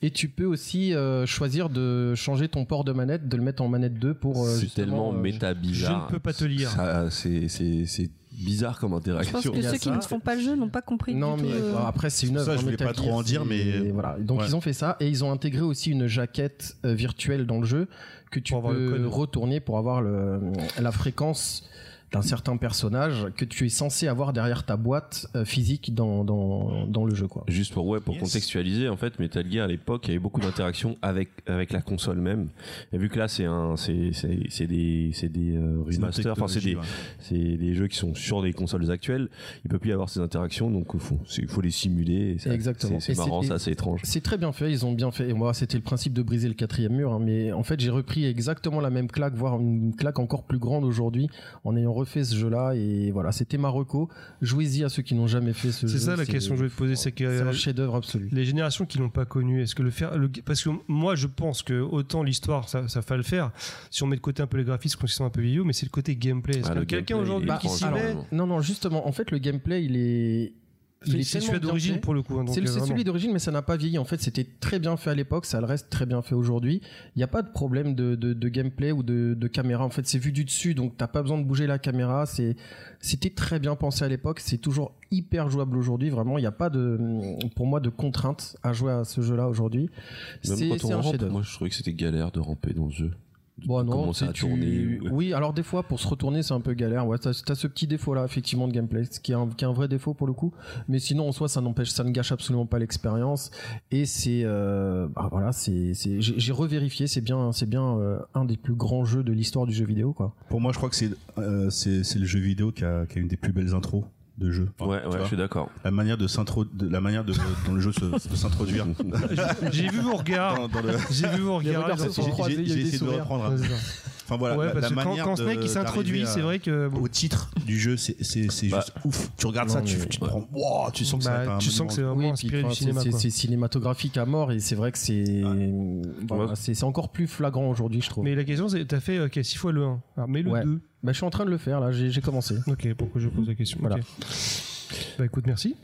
Et tu peux aussi euh, choisir de changer ton port de manette, de le mettre en manette 2 pour. euh,
C'est
justement,
tellement
euh,
méta bizarre.
je ne peux pas te lire.
Ça, C'est c'est- c'est bizarre comme
Je pense
interaction.
que
Il y a
ceux qui
ça.
ne font pas le jeu n'ont pas compris
Non,
du tout.
mais
euh,
bah, après, c'est une
pour
œuvre.
ça, je
hein,
voulais
Metal
pas trop
Gear,
en dire,
c'est-
mais-
Voilà. Donc,
Ouais.
ils ont fait ça et ils ont intégré aussi une jaquette euh, virtuelle dans le jeu que tu
Pour avoir le
peux
code.
retourner pour avoir le, la fréquence d'un certain personnage que tu es censé avoir derrière ta boîte euh, physique dans, dans, dans le jeu. Quoi.
Juste pour, ouais, pour
Yes.
contextualiser, en fait, Metal Gear à l'époque, il y avait beaucoup d'interactions avec, avec la console même. Et vu que là, c'est un, c'est, c'est, c'est des, c'est des euh,
C'est notre
remasters, enfin, c'est
technologie,
des,
ouais.
c'est des jeux qui sont sur des consoles actuelles, il peut plus y avoir ces interactions, donc il faut, c'est- il faut les simuler. et ça-
Exactement.
C'est, c'est
Et c'est-
marrant,
et-
ça, c'est étrange.
C'est très bien fait, ils ont bien fait. Et moi, c'était le principe de briser le quatrième mur, hein, mais en fait, j'ai repris exactement la même claque, voire une claque encore plus grande aujourd'hui, en ayant refait ce jeu-là. Et voilà, c'était Marocco. Jouez-y à ceux qui n'ont jamais fait ce jeu.
C'est ça la question que je vais te poser, c'est que
C'est
euh,
un chef-d'œuvre absolu.
les générations qui l'ont pas connu, est-ce que le faire, le- parce que moi je pense que autant l'histoire ça, ça fait le faire, si on met de côté un peu les graphismes, qu'on se sent un peu vieux, mais c'est le côté gameplay. Est-ce
Ah,
que
le
quelqu'un
gameplay,
aujourd'hui
il est
qui s'y
étrange,
met,
vraiment.
Non, non, justement, en fait, le gameplay, il est. Il
fait-
est
c'est
tellement
celui
bien
d'origine
fait.
pour le coup. hein, donc,
C'est
euh,
c'est
vraiment.
celui d'origine, mais ça n'a pas vieilli. En fait, c'était très bien fait à l'époque, ça le reste très bien fait aujourd'hui. Il n'y a pas de problème de, de- de gameplay ou de, de caméra. En fait, c'est vu du dessus, donc t'as pas besoin de bouger la caméra. C'est- C'était très bien pensé à l'époque. C'est toujours hyper jouable aujourd'hui. Vraiment, il n'y a pas de, pour moi, de contrainte à jouer à ce jeu-là aujourd'hui. C'est
Même quand
c'est
on
un
rampe,
chef-d'œuvre.
moi je trouvais que c'était galère de ramper dans ce jeu. De
Bon, Bah non,
commencer
tu-
à
tu-
tourner. ouais.
Oui, alors des fois, pour se retourner, c'est un peu galère. Ouais, t'as t'as ce petit défaut-là, effectivement, de gameplay, ce qui est, un, qui est un vrai défaut pour le coup. Mais sinon, en soi, ça n'empêche, ça ne gâche absolument pas l'expérience. Et c'est, euh, bah, voilà, c'est, c'est- j'ai j'ai revérifié, c'est bien, c'est bien euh, un des plus grands jeux de l'histoire du jeu vidéo, quoi.
Pour moi, je crois que c'est euh, c'est c'est le jeu vidéo qui a, qui a une des plus belles intros de jeu.
Ouais, ouais,
Tu vois,
je suis d'accord.
La manière de s'intro, de- la manière de, dont le jeu se- peut s'introduire.
J'ai vu vos regards.
Dans- dans le-
J'ai vu vos regards.
regards se
ils ont-
sont
J'ai-
croisés,
j'ai-
il y a eu
j'ai
des
essayé de le
sourires.
reprendre.
Ouais, c'est ça.
Enfin voilà,
Ouais,
la-
parce
la,
que quand,
manière
quand
de-
Snake il s'introduit,
d'arriver à-
c'est vrai que bon,
Au titre du jeu, c'est c'est- c'est
Bah.
juste ouf. Tu regardes ça,
Non,
tu,
mais-
tu te prends. Wouah, tu sens que ça va
bah,
être un
tu sens
monument.
que c'est vraiment
Oui, puis,
inspiré
enfin,
du
c'est-
cinéma.
c'est
quoi.
c'est cinématographique à mort, et c'est vrai que c'est, voilà,
Ah. Ouais.
c'est c'est encore plus flagrant aujourd'hui, je trouve.
Mais la question c'est, t'as fait ok 6 fois le 1, alors mets le
Ouais.
2.
Bah, je suis en train de le faire là, j'ai j'ai commencé.
Ok, pourquoi je pose la question
Voilà.
ok. Bah écoute, merci.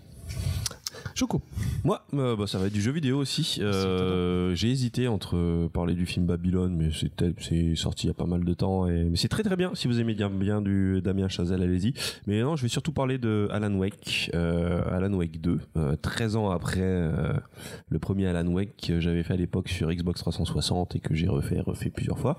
Choco.
Moi, euh, bah, ça va être du jeu vidéo
Ah,
aussi. Euh, J'ai hésité entre euh, parler du film Babylone, mais c'est tel- c'est sorti il y a pas mal de temps. Et, mais c'est très très bien. Si vous aimez bien, bien du Damien Chazelle, allez-y. Mais non, je vais surtout parler de Alan Wake, euh, Alan Wake 2, euh, 13 ans après euh, le premier Alan Wake que j'avais fait à l'époque sur Xbox 360 et que j'ai refait refait plusieurs fois.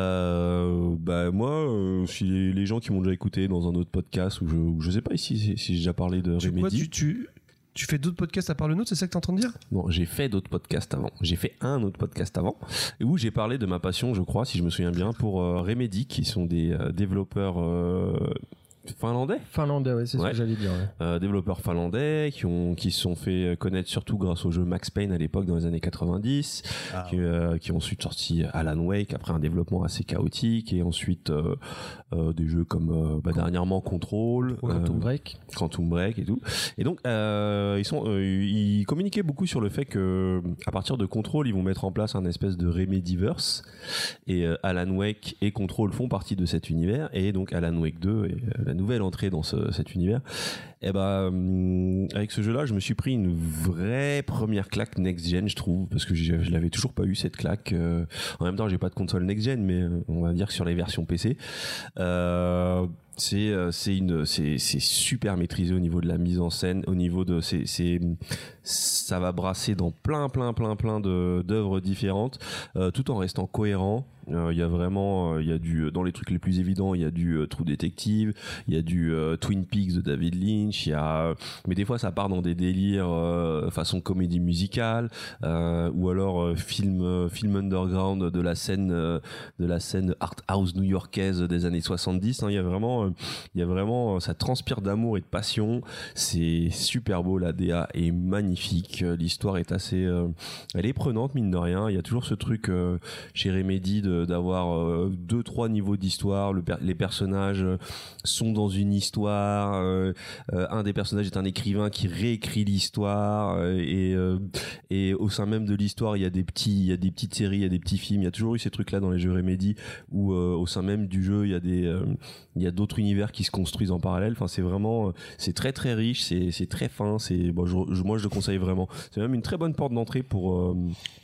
Euh, bah moi, euh, si les, les gens qui m'ont déjà écouté dans un autre podcast ou je, ou je sais pas ici si, si j'ai déjà parlé de
Tu,
Remedy.
quoi, tu, tu, tu fais d'autres podcasts à part le nôtre, c'est ça que t'es en train de dire
Non, j'ai fait d'autres podcasts avant. J'ai fait un autre podcast avant où j'ai parlé de ma passion, je crois, si je me souviens bien, pour euh, Remedy, qui sont des euh, développeurs euh, finlandais
Finlandais, ouais, c'est
Ouais.
ce que j'allais dire. ouais.
euh, développeurs finlandais qui ont qui se sont fait connaître surtout grâce au jeu Max Payne à l'époque dans les années 90
Ah.
qui, euh, qui ont ensuite sorti Alan Wake après un développement assez chaotique et ensuite euh, euh, des jeux comme euh, bah, dernièrement Control
Quantum
euh,
Break.
Quantum Break et tout. Et donc, euh, ils, sont, euh, ils communiquaient beaucoup sur le fait que, euh, à partir de Control, ils vont mettre en place un espèce de Remediverse. Et euh, Alan Wake et Control font partie de cet univers. Et donc, Alan Wake 2 est euh, la nouvelle entrée dans ce- cet univers. Et bah, hum, avec ce jeu-là, je me suis pris une vraie première claque next-gen, je trouve, parce que j'ai- je l'avais toujours pas eu cette claque. Euh, en même temps, j'ai pas de console next-gen, mais euh, on va dire que sur les versions PC. Euh, c'est euh, c'est une c'est c'est super maîtrisé au niveau de la mise en scène au niveau de c'est c'est ça va brasser dans plein plein plein plein de d'œuvres différentes euh, tout en restant cohérent Euh, il y a vraiment euh, il y a du dans les trucs les plus évidents il y a du euh, True Detective il y a du euh, Twin Peaks de David Lynch il y a mais des fois ça part dans des délires euh, façon comédie musicale euh, ou alors euh, film euh, film underground de la scène euh, de la scène art house new-yorkaise des années 70. hein. Il y a vraiment, euh, il y a vraiment, euh, ça transpire d'amour et de passion. C'est super beau, la DA est magnifique. Euh, L'histoire est assez, euh, elle est prenante mine de rien. Il y a toujours ce truc euh, chez Remedy de- d'avoir euh, deux trois niveaux d'histoire. Le per- les personnages euh, sont dans une histoire. euh, euh, un des personnages est un écrivain qui réécrit l'histoire euh, et euh, et au sein même de l'histoire, il y a des petits, il y a des petites séries, il y a des petits films. Il y a toujours eu ces trucs-là dans les jeux Remedy où euh, au sein même du jeu, il y a des, euh, il y a d'autres univers qui se construisent en parallèle. Enfin, c'est vraiment, euh, c'est très très riche, c'est c'est très fin. C'est, bon, je- je- moi je le conseille vraiment. C'est même une très bonne porte d'entrée pour euh,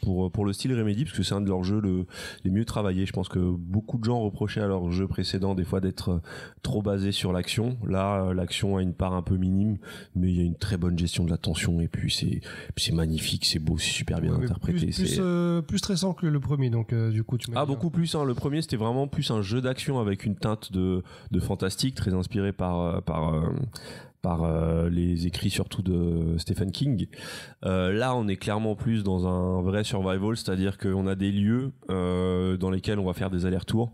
pour pour le style Remedy parce que c'est un de leurs jeux le, les mieux travaillé. Je pense que beaucoup de gens reprochaient à leurs jeux précédents des fois d'être euh, trop basés sur l'action. Là, euh, l'action a une part un peu minime, mais il y a une très bonne gestion de la tension et puis c'est c'est magnifique, c'est beau, c'est super Ah, bien
Ouais,
interprété.
Plus, plus,
c'est-
euh, plus stressant que le premier, donc euh, du coup, tu m'as
Ah
dit,
beaucoup plus hein. le premier c'était vraiment plus un jeu d'action avec une teinte de, de fantastique très inspiré par euh, par euh, par euh, les écrits surtout de Stephen King. Euh, là, on est clairement plus dans un vrai survival, c'est-à-dire qu'on a des lieux euh, dans lesquels on va faire des allers-retours,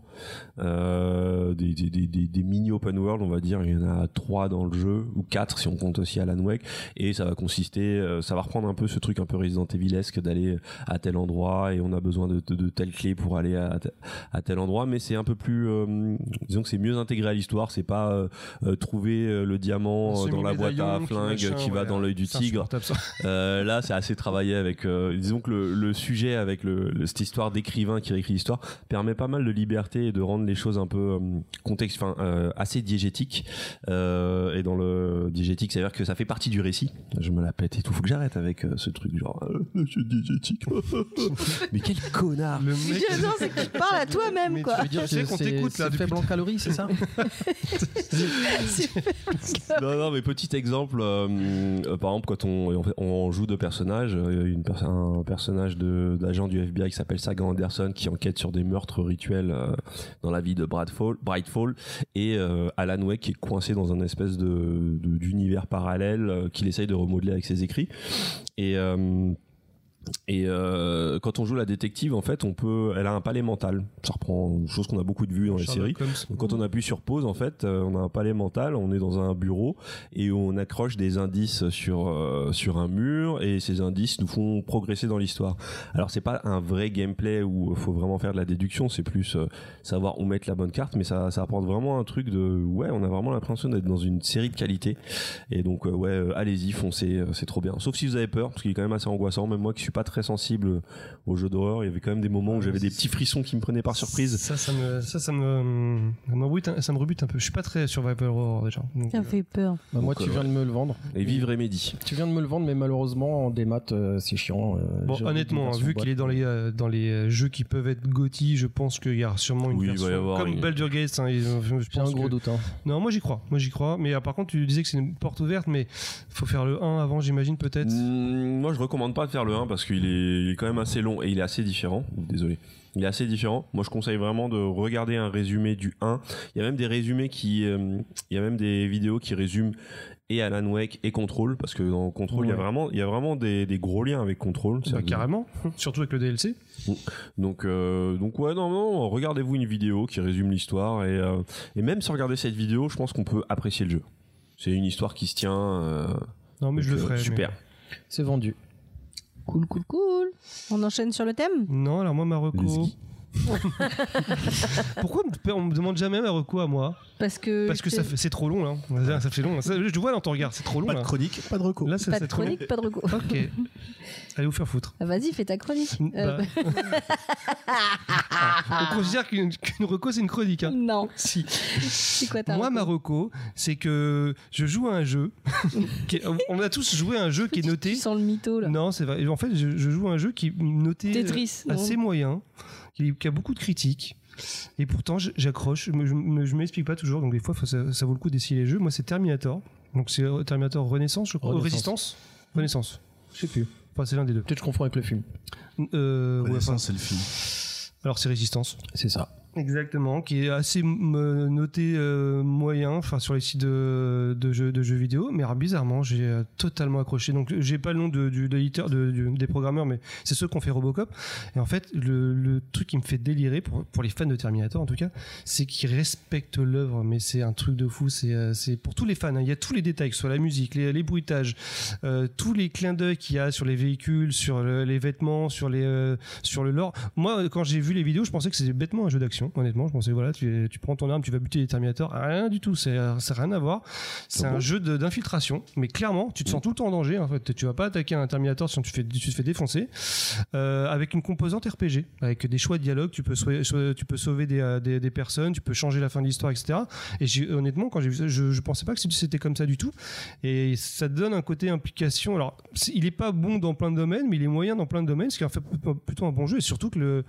euh, des, des- des- des- des mini open world, on va dire. Il y en a trois dans le jeu ou quatre si on compte aussi Alan Wake, et ça va consister, euh, ça va reprendre un peu ce truc un peu Resident Evilesque d'aller à tel endroit et on a besoin de, de, de telle clé pour aller à, te- à tel endroit mais c'est un peu plus euh, disons que c'est mieux intégré à l'histoire c'est pas euh, euh, trouver euh, le diamant euh, dans la boîte à
semi-médaillon qui
flingue
machin,
qui va
ouais,
dans l'œil du
c'est
tigre
insupportable, ça.
euh, là, c'est assez travaillé avec. euh, disons que le, le sujet avec le, le- cette histoire d'écrivain qui réécrit l'histoire permet pas mal de liberté et de rendre les choses un peu euh, contexte, enfin euh, assez diégétique. Euh, et dans le diégétique, c'est à dire que ça fait partie du récit. Je me la pète et tout. Faut que j'arrête avec euh, ce truc genre euh, je suis diégétique. Mais quel connard
Le
Ce que
mec-
euh,
j'adore, c'est que tu parles à toi-même,
Mais
quoi.
Tu veux dire
Tu sais
que
qu'on
c'est
t'écoute là.
c'est
faible en calories, c'est ça
non, non, mais petit exemple, euh, euh, par exemple, quand on, on fait- on joue deux personnages, euh, une perso- un personnage de- d'agent du FBI qui s'appelle Sagan Anderson qui enquête sur des meurtres rituels euh, dans la vie de Bradfall, Brightfall, et euh, Alan Wake qui est coincé dans un espèce de- de- d'univers parallèle euh, qu'il essaye de remodeler avec ses écrits. Et. euh, et euh, quand on joue la détective, en fait, on peut, elle a un palais mental. Ça reprend une chose qu'on a beaucoup de vues dans les séries.
Sherlock Holmes.
Donc, quand on appuie sur pause, en fait, euh, on a un palais mental, on est dans un bureau et on accroche des indices sur euh, sur un mur et ces indices nous font progresser dans l'histoire. Alors c'est pas un vrai gameplay où faut vraiment faire de la déduction, c'est plus euh, savoir où mettre la bonne carte, mais ça ça apporte vraiment un truc de ouais, on a vraiment l'impression d'être dans une série de qualité et donc euh, ouais, euh, allez-y, foncez, euh, c'est trop bien. Sauf si vous avez peur, parce qu'il est quand même assez angoissant. Même moi qui suis pas très sensible aux jeux d'horreur, il y avait quand même des moments où j'avais des petits frissons qui me prenaient par surprise.
Ça, ça me, ça, ça me, ça m'embrouille un- ça me rebute un peu. Je suis pas très survival horror déjà. Donc,
Ça me fait peur.
Bah, Moi,
Donc, euh,
tu viens de me le vendre.
Et vivre et médit.
Tu viens de me le vendre, mais malheureusement, en démat, euh, c'est chiant. euh,
Bon,
j'ai envie d'une
honnêtement,
version
vu
boîte.
qu'il est dans les, euh, dans les euh, jeux qui peuvent être gothi, je pense qu'il y a sûrement une
Oui, il va y
version
avoir
comme
une-
Baldur Gates. hein, ils ont- je
J'ai
pense
un gros
que-
doute. hein.
Non, moi j'y crois, moi j'y crois. Mais ah, par contre, tu disais que c'est une porte ouverte, mais faut faire le 1 avant, j'imagine peut-être. Bah,
Mm, Moi, je recommande pas de faire le 1 parce qu'il est, il est quand même assez long et il est assez différent. Désolé. Il est assez différent. Moi, je conseille vraiment de regarder un résumé du 1. Il y a même des résumés qui, euh, il y a même des vidéos qui résument et Alan Wake et Control parce que dans Control, il y a
Ouais.
vraiment, il y a vraiment des, des gros liens avec Control.
Bah, carrément, surtout avec le DLC.
Donc, euh, donc ouais, non, non, regardez-vous une vidéo qui résume l'histoire et, euh, et même sans regarder cette vidéo, je pense qu'on peut apprécier le jeu. C'est une histoire qui se tient. euh,
Non, mais
donc,
je le
euh,
ferai. mais-
Super.
C'est vendu.
Cool, cool, cool. On enchaîne sur le thème
Non, alors moi, ma reco.
Leslie.
Pourquoi on me- on me demande jamais ma reco à moi
Parce que.
Parce que ça fait- c'est trop long, hein. là. Ça- Ça fait long. Ça- je vois dans ton regard, c'est trop long,
Pas de
là.
chronique, pas de recours.
Là, ça-
Pas
c'est
de
trop long.
chronique, pas de recours.
Ok. Allez vous faire foutre.
Ah, Vas-y, fais ta chronique. Euh, bah.
Bah. Ah, on considère qu'une qu'une reco, c'est une chronique. Hein.
Non.
Si.
C'est quoi ta
Moi,
reco
ma reco, c'est que je joue à un jeu. qui est- on a tous joué à un jeu qui est
Tu
noté.
sens le mytho, là.
Non, c'est vrai. En fait, je, je joue à un jeu qui est noté euh,
Tetris. non.
assez moyen, qui, qui a beaucoup de critiques. Et pourtant, j- j'accroche. Je me- Je me- je m'explique pas toujours. Donc, des fois, faut- ça, ça vaut le coup d'essayer les jeux. Moi, c'est Terminator. Donc, c'est euh, Terminator Renaissance, je crois.
Renaissance.
Résistance Renaissance.
Je sais plus.
Enfin, c'est l'un des deux.
Peut-être que je confonds avec le film.
Euh, ouais, enfin,
Connaissance, c'est le film.
alors, c'est Résistance.
C'est ça.
Exactement, qui est assez m- euh, noté euh, moyen, enfin sur les sites de, de jeux, de jeux vidéo, mais alors, bizarrement j'ai euh, totalement accroché. Donc j'ai pas le nom de, du, de l'éditeur- de- du- des programmeurs, mais c'est ceux qui ont fait Robocop. Et en fait, le, le truc qui me fait délirer pour, pour les fans de Terminator en tout cas, c'est qu'ils respectent l'œuvre, mais c'est un truc de fou. C'est euh, c'est pour tous les fans. hein. Il y a tous les détails, que ce soit la musique, les, les bruitages, euh, tous les clins d'œil qu'il y a sur les véhicules, sur le- les vêtements, sur les euh, sur le lore. Moi, quand j'ai vu les vidéos, je pensais que c'était bêtement un jeu d'action. déception, honnêtement. Je pensais, voilà, tu, tu prends ton arme, tu vas buter les Terminators. Rien du tout, c'est euh, ça a rien à voir. C'est un jeu de- d'infiltration, mais clairement, tu te sens tout le temps en danger. En fait, tu vas pas attaquer un Terminator sinon tu, fais, tu te fais défoncer. Euh, avec une composante RPG, avec des choix de dialogue, tu peux, sauver- sauver- tu peux sauver des, euh, des- des personnes, tu peux changer la fin de l'histoire, etc. Et j'ai- honnêtement, quand j'ai vu ça, je, je pensais pas que c'était comme ça du tout. Et ça donne un côté implication. Alors, c'est- il est pas bon dans plein de domaines, mais il est moyen dans plein de domaines, ce qui en fait p- plutôt un bon jeu. Et surtout que le,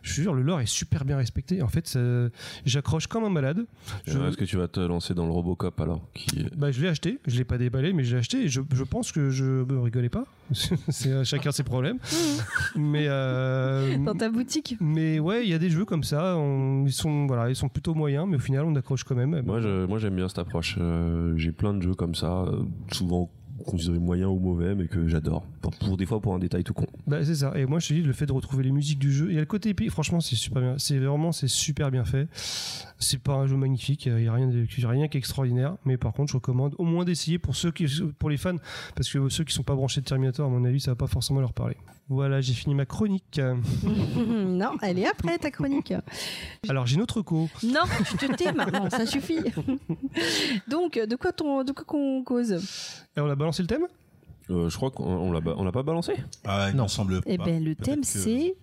je suis sûr, le lore est super bien respecté. En fait, ça- j'accroche comme un malade. Je-
Euh, Est-ce que tu vas te lancer dans le Robocop alors qui...
bah, je l'ai acheté, je l'ai pas déballé, mais je l'ai acheté et je, je pense que je bah, rigolez pas. c'est euh, chacun ses problèmes. mais euh,
Dans ta boutique
mais ouais, il y a des jeux comme ça, on- ils sont voilà, ils sont plutôt moyens, mais au final on accroche quand même.
Moi, je- moi, j'aime bien cette approche. Euh, J'ai plein de jeux comme ça, euh, souvent considérés moyens ou mauvais, mais que j'adore. Pour, pour- des fois, pour un détail tout con.
Bah, c'est ça. Et moi, je te dis, le fait de retrouver les musiques du jeu. Il y a le côté épique. Franchement, c'est super bien. C'est vraiment, c'est super bien fait. C'est pas un jeu magnifique. Il y a rien, de- il y a rien qu'extraordinaire. Mais par contre, je recommande au moins d'essayer pour ceux qui, pour les fans, parce que ceux qui sont pas branchés de Terminator, à mon avis, ça va pas forcément leur parler. Voilà, j'ai fini ma chronique.
Non, elle est après ta chronique.
Alors, j'ai notre co.
Non, tu te tais maintenant, ça suffit. Donc, de quoi ton, de quoi qu'on cause
Et on a balancé le thème
Euh, je crois qu'on on l'a ba- on l'a pas balancé.
Ah, il
Non.
me semble
Eh
Bah,
pas.
ben, le
Peut-être
thème
que-
c'est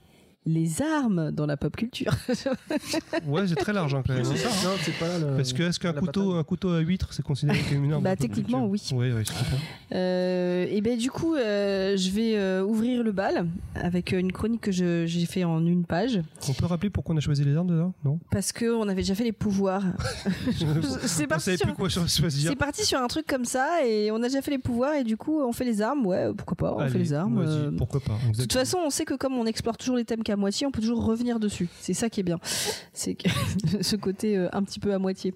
les armes dans la pop culture.
Ouais, c'est très large hein, quand même.
ça. Non, c'est pas là le-
Parce que est-ce qu'un
La
couteau,
bataille.
un couteau à huître, c'est considéré comme une arme
Bah,
de pop
techniquement,
culture Oui, oui, je comprends.
Euh, et ben du coup, euh, je vais euh, ouvrir le bal avec euh, une chronique que je- j'ai fait en une page
On peut rappeler pourquoi on a choisi les armes dedans Non
parce que on avait déjà fait les pouvoirs. C'est
On
parti
savait
sur
plus quoi choisir.
c'est parti sur un truc comme ça et on a déjà fait les pouvoirs et du coup on fait les armes. Ouais, pourquoi pas On fait
Allez,
les armes.
vas-y,
euh,
pourquoi pas.
De toute
exactement.
façon, on sait que comme on explore toujours les thèmes qu'à moitié, on peut toujours revenir dessus. C'est ça qui est bien. C'est que- ce côté euh, un petit peu à moitié.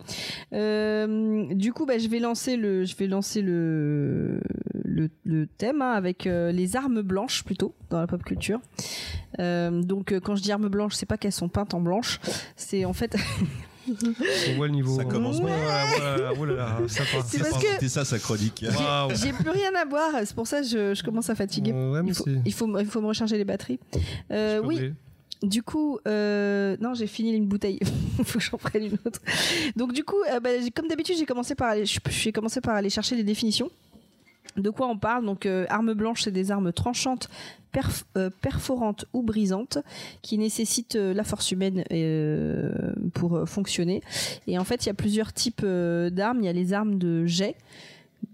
Euh, du coup, bah, je vais lancer le, je vais lancer le, le, le thème hein, avec euh, les armes blanches plutôt dans la pop culture. Euh, donc, euh, quand je dis armes blanches, c'est pas qu'elles sont peintes en blanche. C'est en fait,
On voit le niveau.
Ça commence
Ouais,
bien.
ouais, oh là là, ça part.
C'est
ça
parce
part.
que-
C'était ça sa chronique.
Waouh.
j'ai plus rien à boire. C'est pour ça que je, je commence à fatiguer.
Euh, ouais, mais
Il faut,
c'est-
il, faut, me- il faut me recharger les batteries. Euh,
j'ai pas
oui,
oublié.
Du coup, euh, non, j'ai fini une bouteille. Faut que j'en prenne une autre. Donc du coup, euh, bah, j'ai- comme d'habitude, j'ai commencé par aller, je- j'ai commencé par aller chercher les définitions. De quoi on parle Donc, euh, armes blanches, c'est des armes tranchantes, perf- euh, perforantes ou brisantes, qui nécessitent euh, la force humaine euh, pour euh, fonctionner. Et en fait, il y a plusieurs types euh, d'armes. Il y a les armes de jet,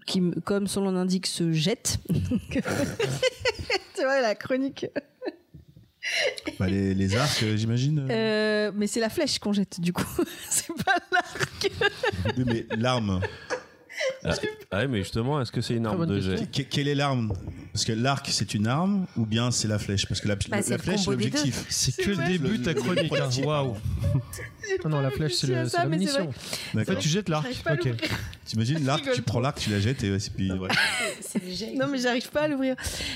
qui, m- comme son nom l'indique, se jettent. tu vois la chronique.
Bah, les, les arcs, euh,
Mm.
j'imagine. euh,
Euh, mais c'est la flèche qu'on jette du coup. c'est pas l'arc.
oui, mais l'arme.
Ah ouais, mais justement, est-ce que c'est une
Très
arme
bonne
de
question.
jet
Que- quelle est l'arme Parce que l'arc, c'est une arme ou bien c'est la flèche Parce que la,
Bah,
la-
c'est
la
le
flèche, c'est
combo des
l'objectif.
C'est
C'est
que le
vrai.
début de ta
Le- le-
chronique. hein.
le-
Waouh.
Ah Non, non, la flèche, c'est
réfléchi à
le-
ça,
c'est la
mais c'est vrai
munition.
En fait,
D'accord.
tu jettes l'arc.
J'arrive pas à
ok.
l'ouvrir.
T'imagines l'arc, tu prends l'arc, tu la jettes et ouais, c'est- puis ouais.
Non mais j'arrive pas à l'ouvrir.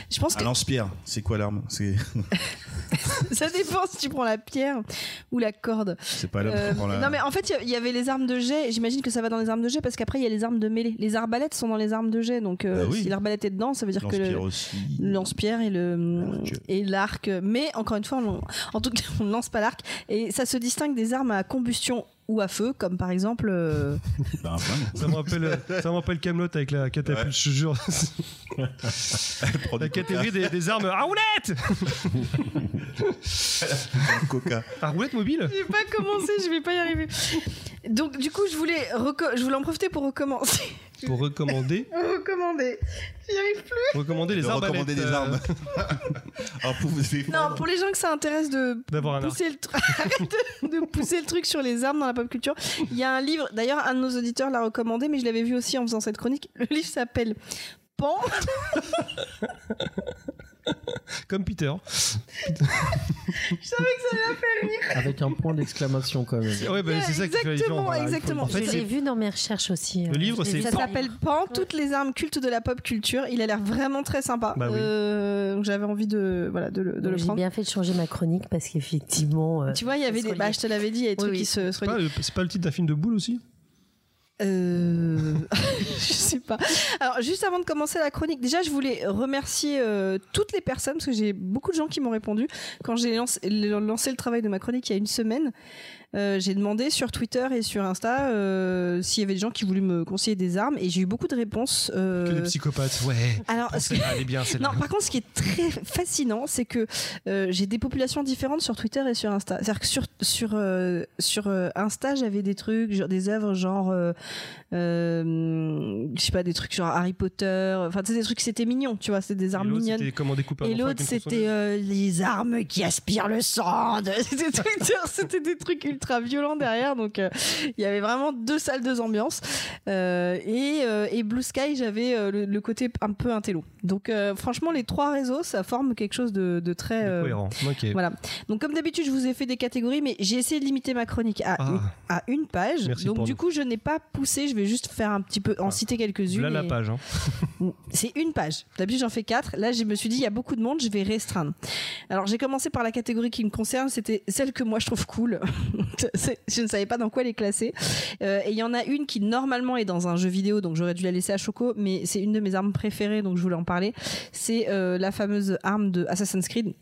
Je pense
Un
que
lance-pierre, c'est quoi l'arme C'est
ça dépend si tu prends la pierre ou la corde.
c'est pas l'homme
Euh,
qui prend la.
Non mais en fait il y a- il y avait les armes de jet. J'imagine que ça va dans les armes de jet parce qu'après il y a les armes de mêlée. Les arbalètes sont dans les armes de jet donc euh,
Bah oui.
si l'arbalète est dedans ça veut dire que le
lance-pierre aussi.
le lance-pierre et le
L'arc.
et l'arc mais encore une fois on, en tout cas on ne lance pas l'arc et ça se distingue des armes à combustion ou à feu comme par exemple euh,
Bah, un flingue.
Ça me rappelle, ça me rappelle Camelot avec la catapulte.
Ouais.
Je jure.
Elle prend
la
du coca.
catégorie des, des armes à roulette.
coca.
À roulette mobile.
J'ai pas commencé, je vais pas y arriver. Donc du coup, je voulais, reco- je voulais en profiter pour recommencer.
Pour recommander,
recommander. J'y arrive plus.
recommander les
De
armes. euh,
recommander des armes. Alors pour vous
Non, pour les gens que ça intéresse de
D'avoir un arc.
pousser le, tr- Arrête de, de pousser le truc sur les armes dans la pop culture, il y a un livre, d'ailleurs un de nos auditeurs l'a recommandé, mais je l'avais vu aussi en faisant cette chronique. Le livre s'appelle Pan.
Comme Peter.
Avec un point d'exclamation quand même.
Ouais, bah, c'est ça qu'il fallait faire.
Exactement,
voilà, il faut-
exactement.
En fait,
je l'ai
c'est
vu dans mes recherches aussi.
hein.
Le livre, c'est
Ça s'appelle Pan, toutes les armes cultes de la pop culture. Il a l'air vraiment très sympa.
Bah oui.
Euh, donc J'avais envie de, voilà, de le, de le
J'ai
prendre.
bien fait de changer ma chronique parce qu'effectivement. euh,
Tu vois, il y avait
se
des.
reliait.
Bah, je te l'avais dit, il y a des trucs
oui.
qui se, se relient.
pas le- c'est pas le titre d'un film de boule aussi
Euh... je sais pas. Alors, juste avant de commencer la chronique, déjà, je voulais remercier euh, toutes les personnes, parce que j'ai beaucoup de gens qui m'ont répondu. Quand j'ai lancé, lancé le travail de ma chronique il y a une semaine, euh, j'ai demandé sur Twitter et sur Insta euh, s'il y avait des gens qui voulaient me conseiller des armes, et j'ai eu beaucoup de réponses. euh,
Que des psychopathes, ouais.
alors, ce
Celle-là, elle est bien, celle-là.
non, par contre, ce qui est très fascinant, c'est que euh, j'ai des populations différentes sur Twitter et sur Insta. C'est-à-dire que sur, sur, euh, sur euh, Insta, j'avais des trucs, genre des œuvres genre, euh, euh, je sais pas, des trucs genre Harry Potter, enfin, tu sais, des trucs, c'était mignon, tu vois, c'était des
Et
armes
l'autre,
mignonnes.
C'était comment découper un
Et
enfant avec
l'autre,
une
c'était
tronçonneuse.
euh, les armes qui aspirent le sang. de- C'était des trucs, c'était des trucs ultra violents derrière. Donc, euh, il y avait vraiment deux salles, deux ambiances. Euh, et, euh, et Blue Sky, j'avais euh, le, le côté un peu intello. Donc, euh, franchement, les trois réseaux, ça forme quelque chose de, de très. euh,
Cohérent. Ok.
voilà. Donc, comme d'habitude, je vous ai fait des catégories, mais j'ai essayé de limiter ma chronique à,
Ah,
une, à une page.
Merci
Donc,
pour
du
nous.
coup, je n'ai pas poussé. Je vais juste faire un petit peu, en
Ah.
citer quelques-unes.
là la
et-
page. Hein.
c'est une page. D'habitude, j'en fais quatre. Là, je me suis dit, il y a beaucoup de monde, je vais restreindre. Alors, j'ai commencé par la catégorie qui me concerne. C'était celle que moi, je trouve cool. C'est- je ne savais pas dans quoi les classer. Euh, et il y en a une qui, normalement, est dans un jeu vidéo, donc j'aurais dû la laisser à Choco, mais c'est une de mes armes préférées, donc je voulais en parler. C'est euh, la fameuse arme de Assassin's Creed,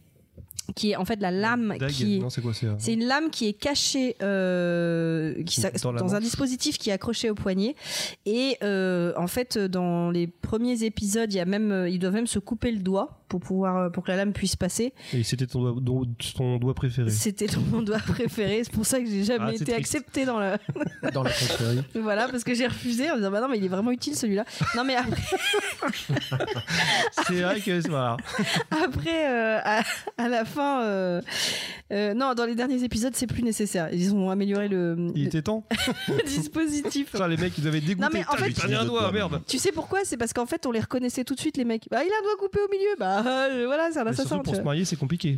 qui est en fait la lame
Dague.
qui est...
Non, c'est quoi c'est, euh,
C'est une lame qui est cachée euh, qui s'a-
Dans
dans,
la
un
manche.
dispositif qui est accroché au poignet. Et euh, en fait, dans les premiers épisodes, il y a même, euh, ils doivent même se couper le doigt pour pouvoir euh, pour que la lame puisse passer.
Et c'était ton doigt, don- ton doigt préféré.
C'était mon doigt préféré. C'est pour ça que j'ai jamais
Ah, c'est
été
triste.
acceptée dans le
dans la confrérie.
voilà parce que j'ai refusé en me disant bah non mais il est vraiment utile celui-là. Non mais après
C'est vrai que c'est voilà.
après, euh, à, à la fin euh, euh, non dans les derniers épisodes c'est plus nécessaire. Ils ont amélioré le,
Il était temps.
le dispositif.
Putain, les mecs, ils avaient dégoûté.
Non, mais en
Putain,
fait- bah,
j'ai perdu un
Bah,
doigt, merde.
Tu sais pourquoi C'est parce qu'en fait, on les reconnaissait tout de suite, les mecs. Bah, il a un doigt coupé au milieu. Bah, euh, voilà, c'est un
Mais
assassin.
surtout pour
tu
se
vois.
marier, c'est compliqué.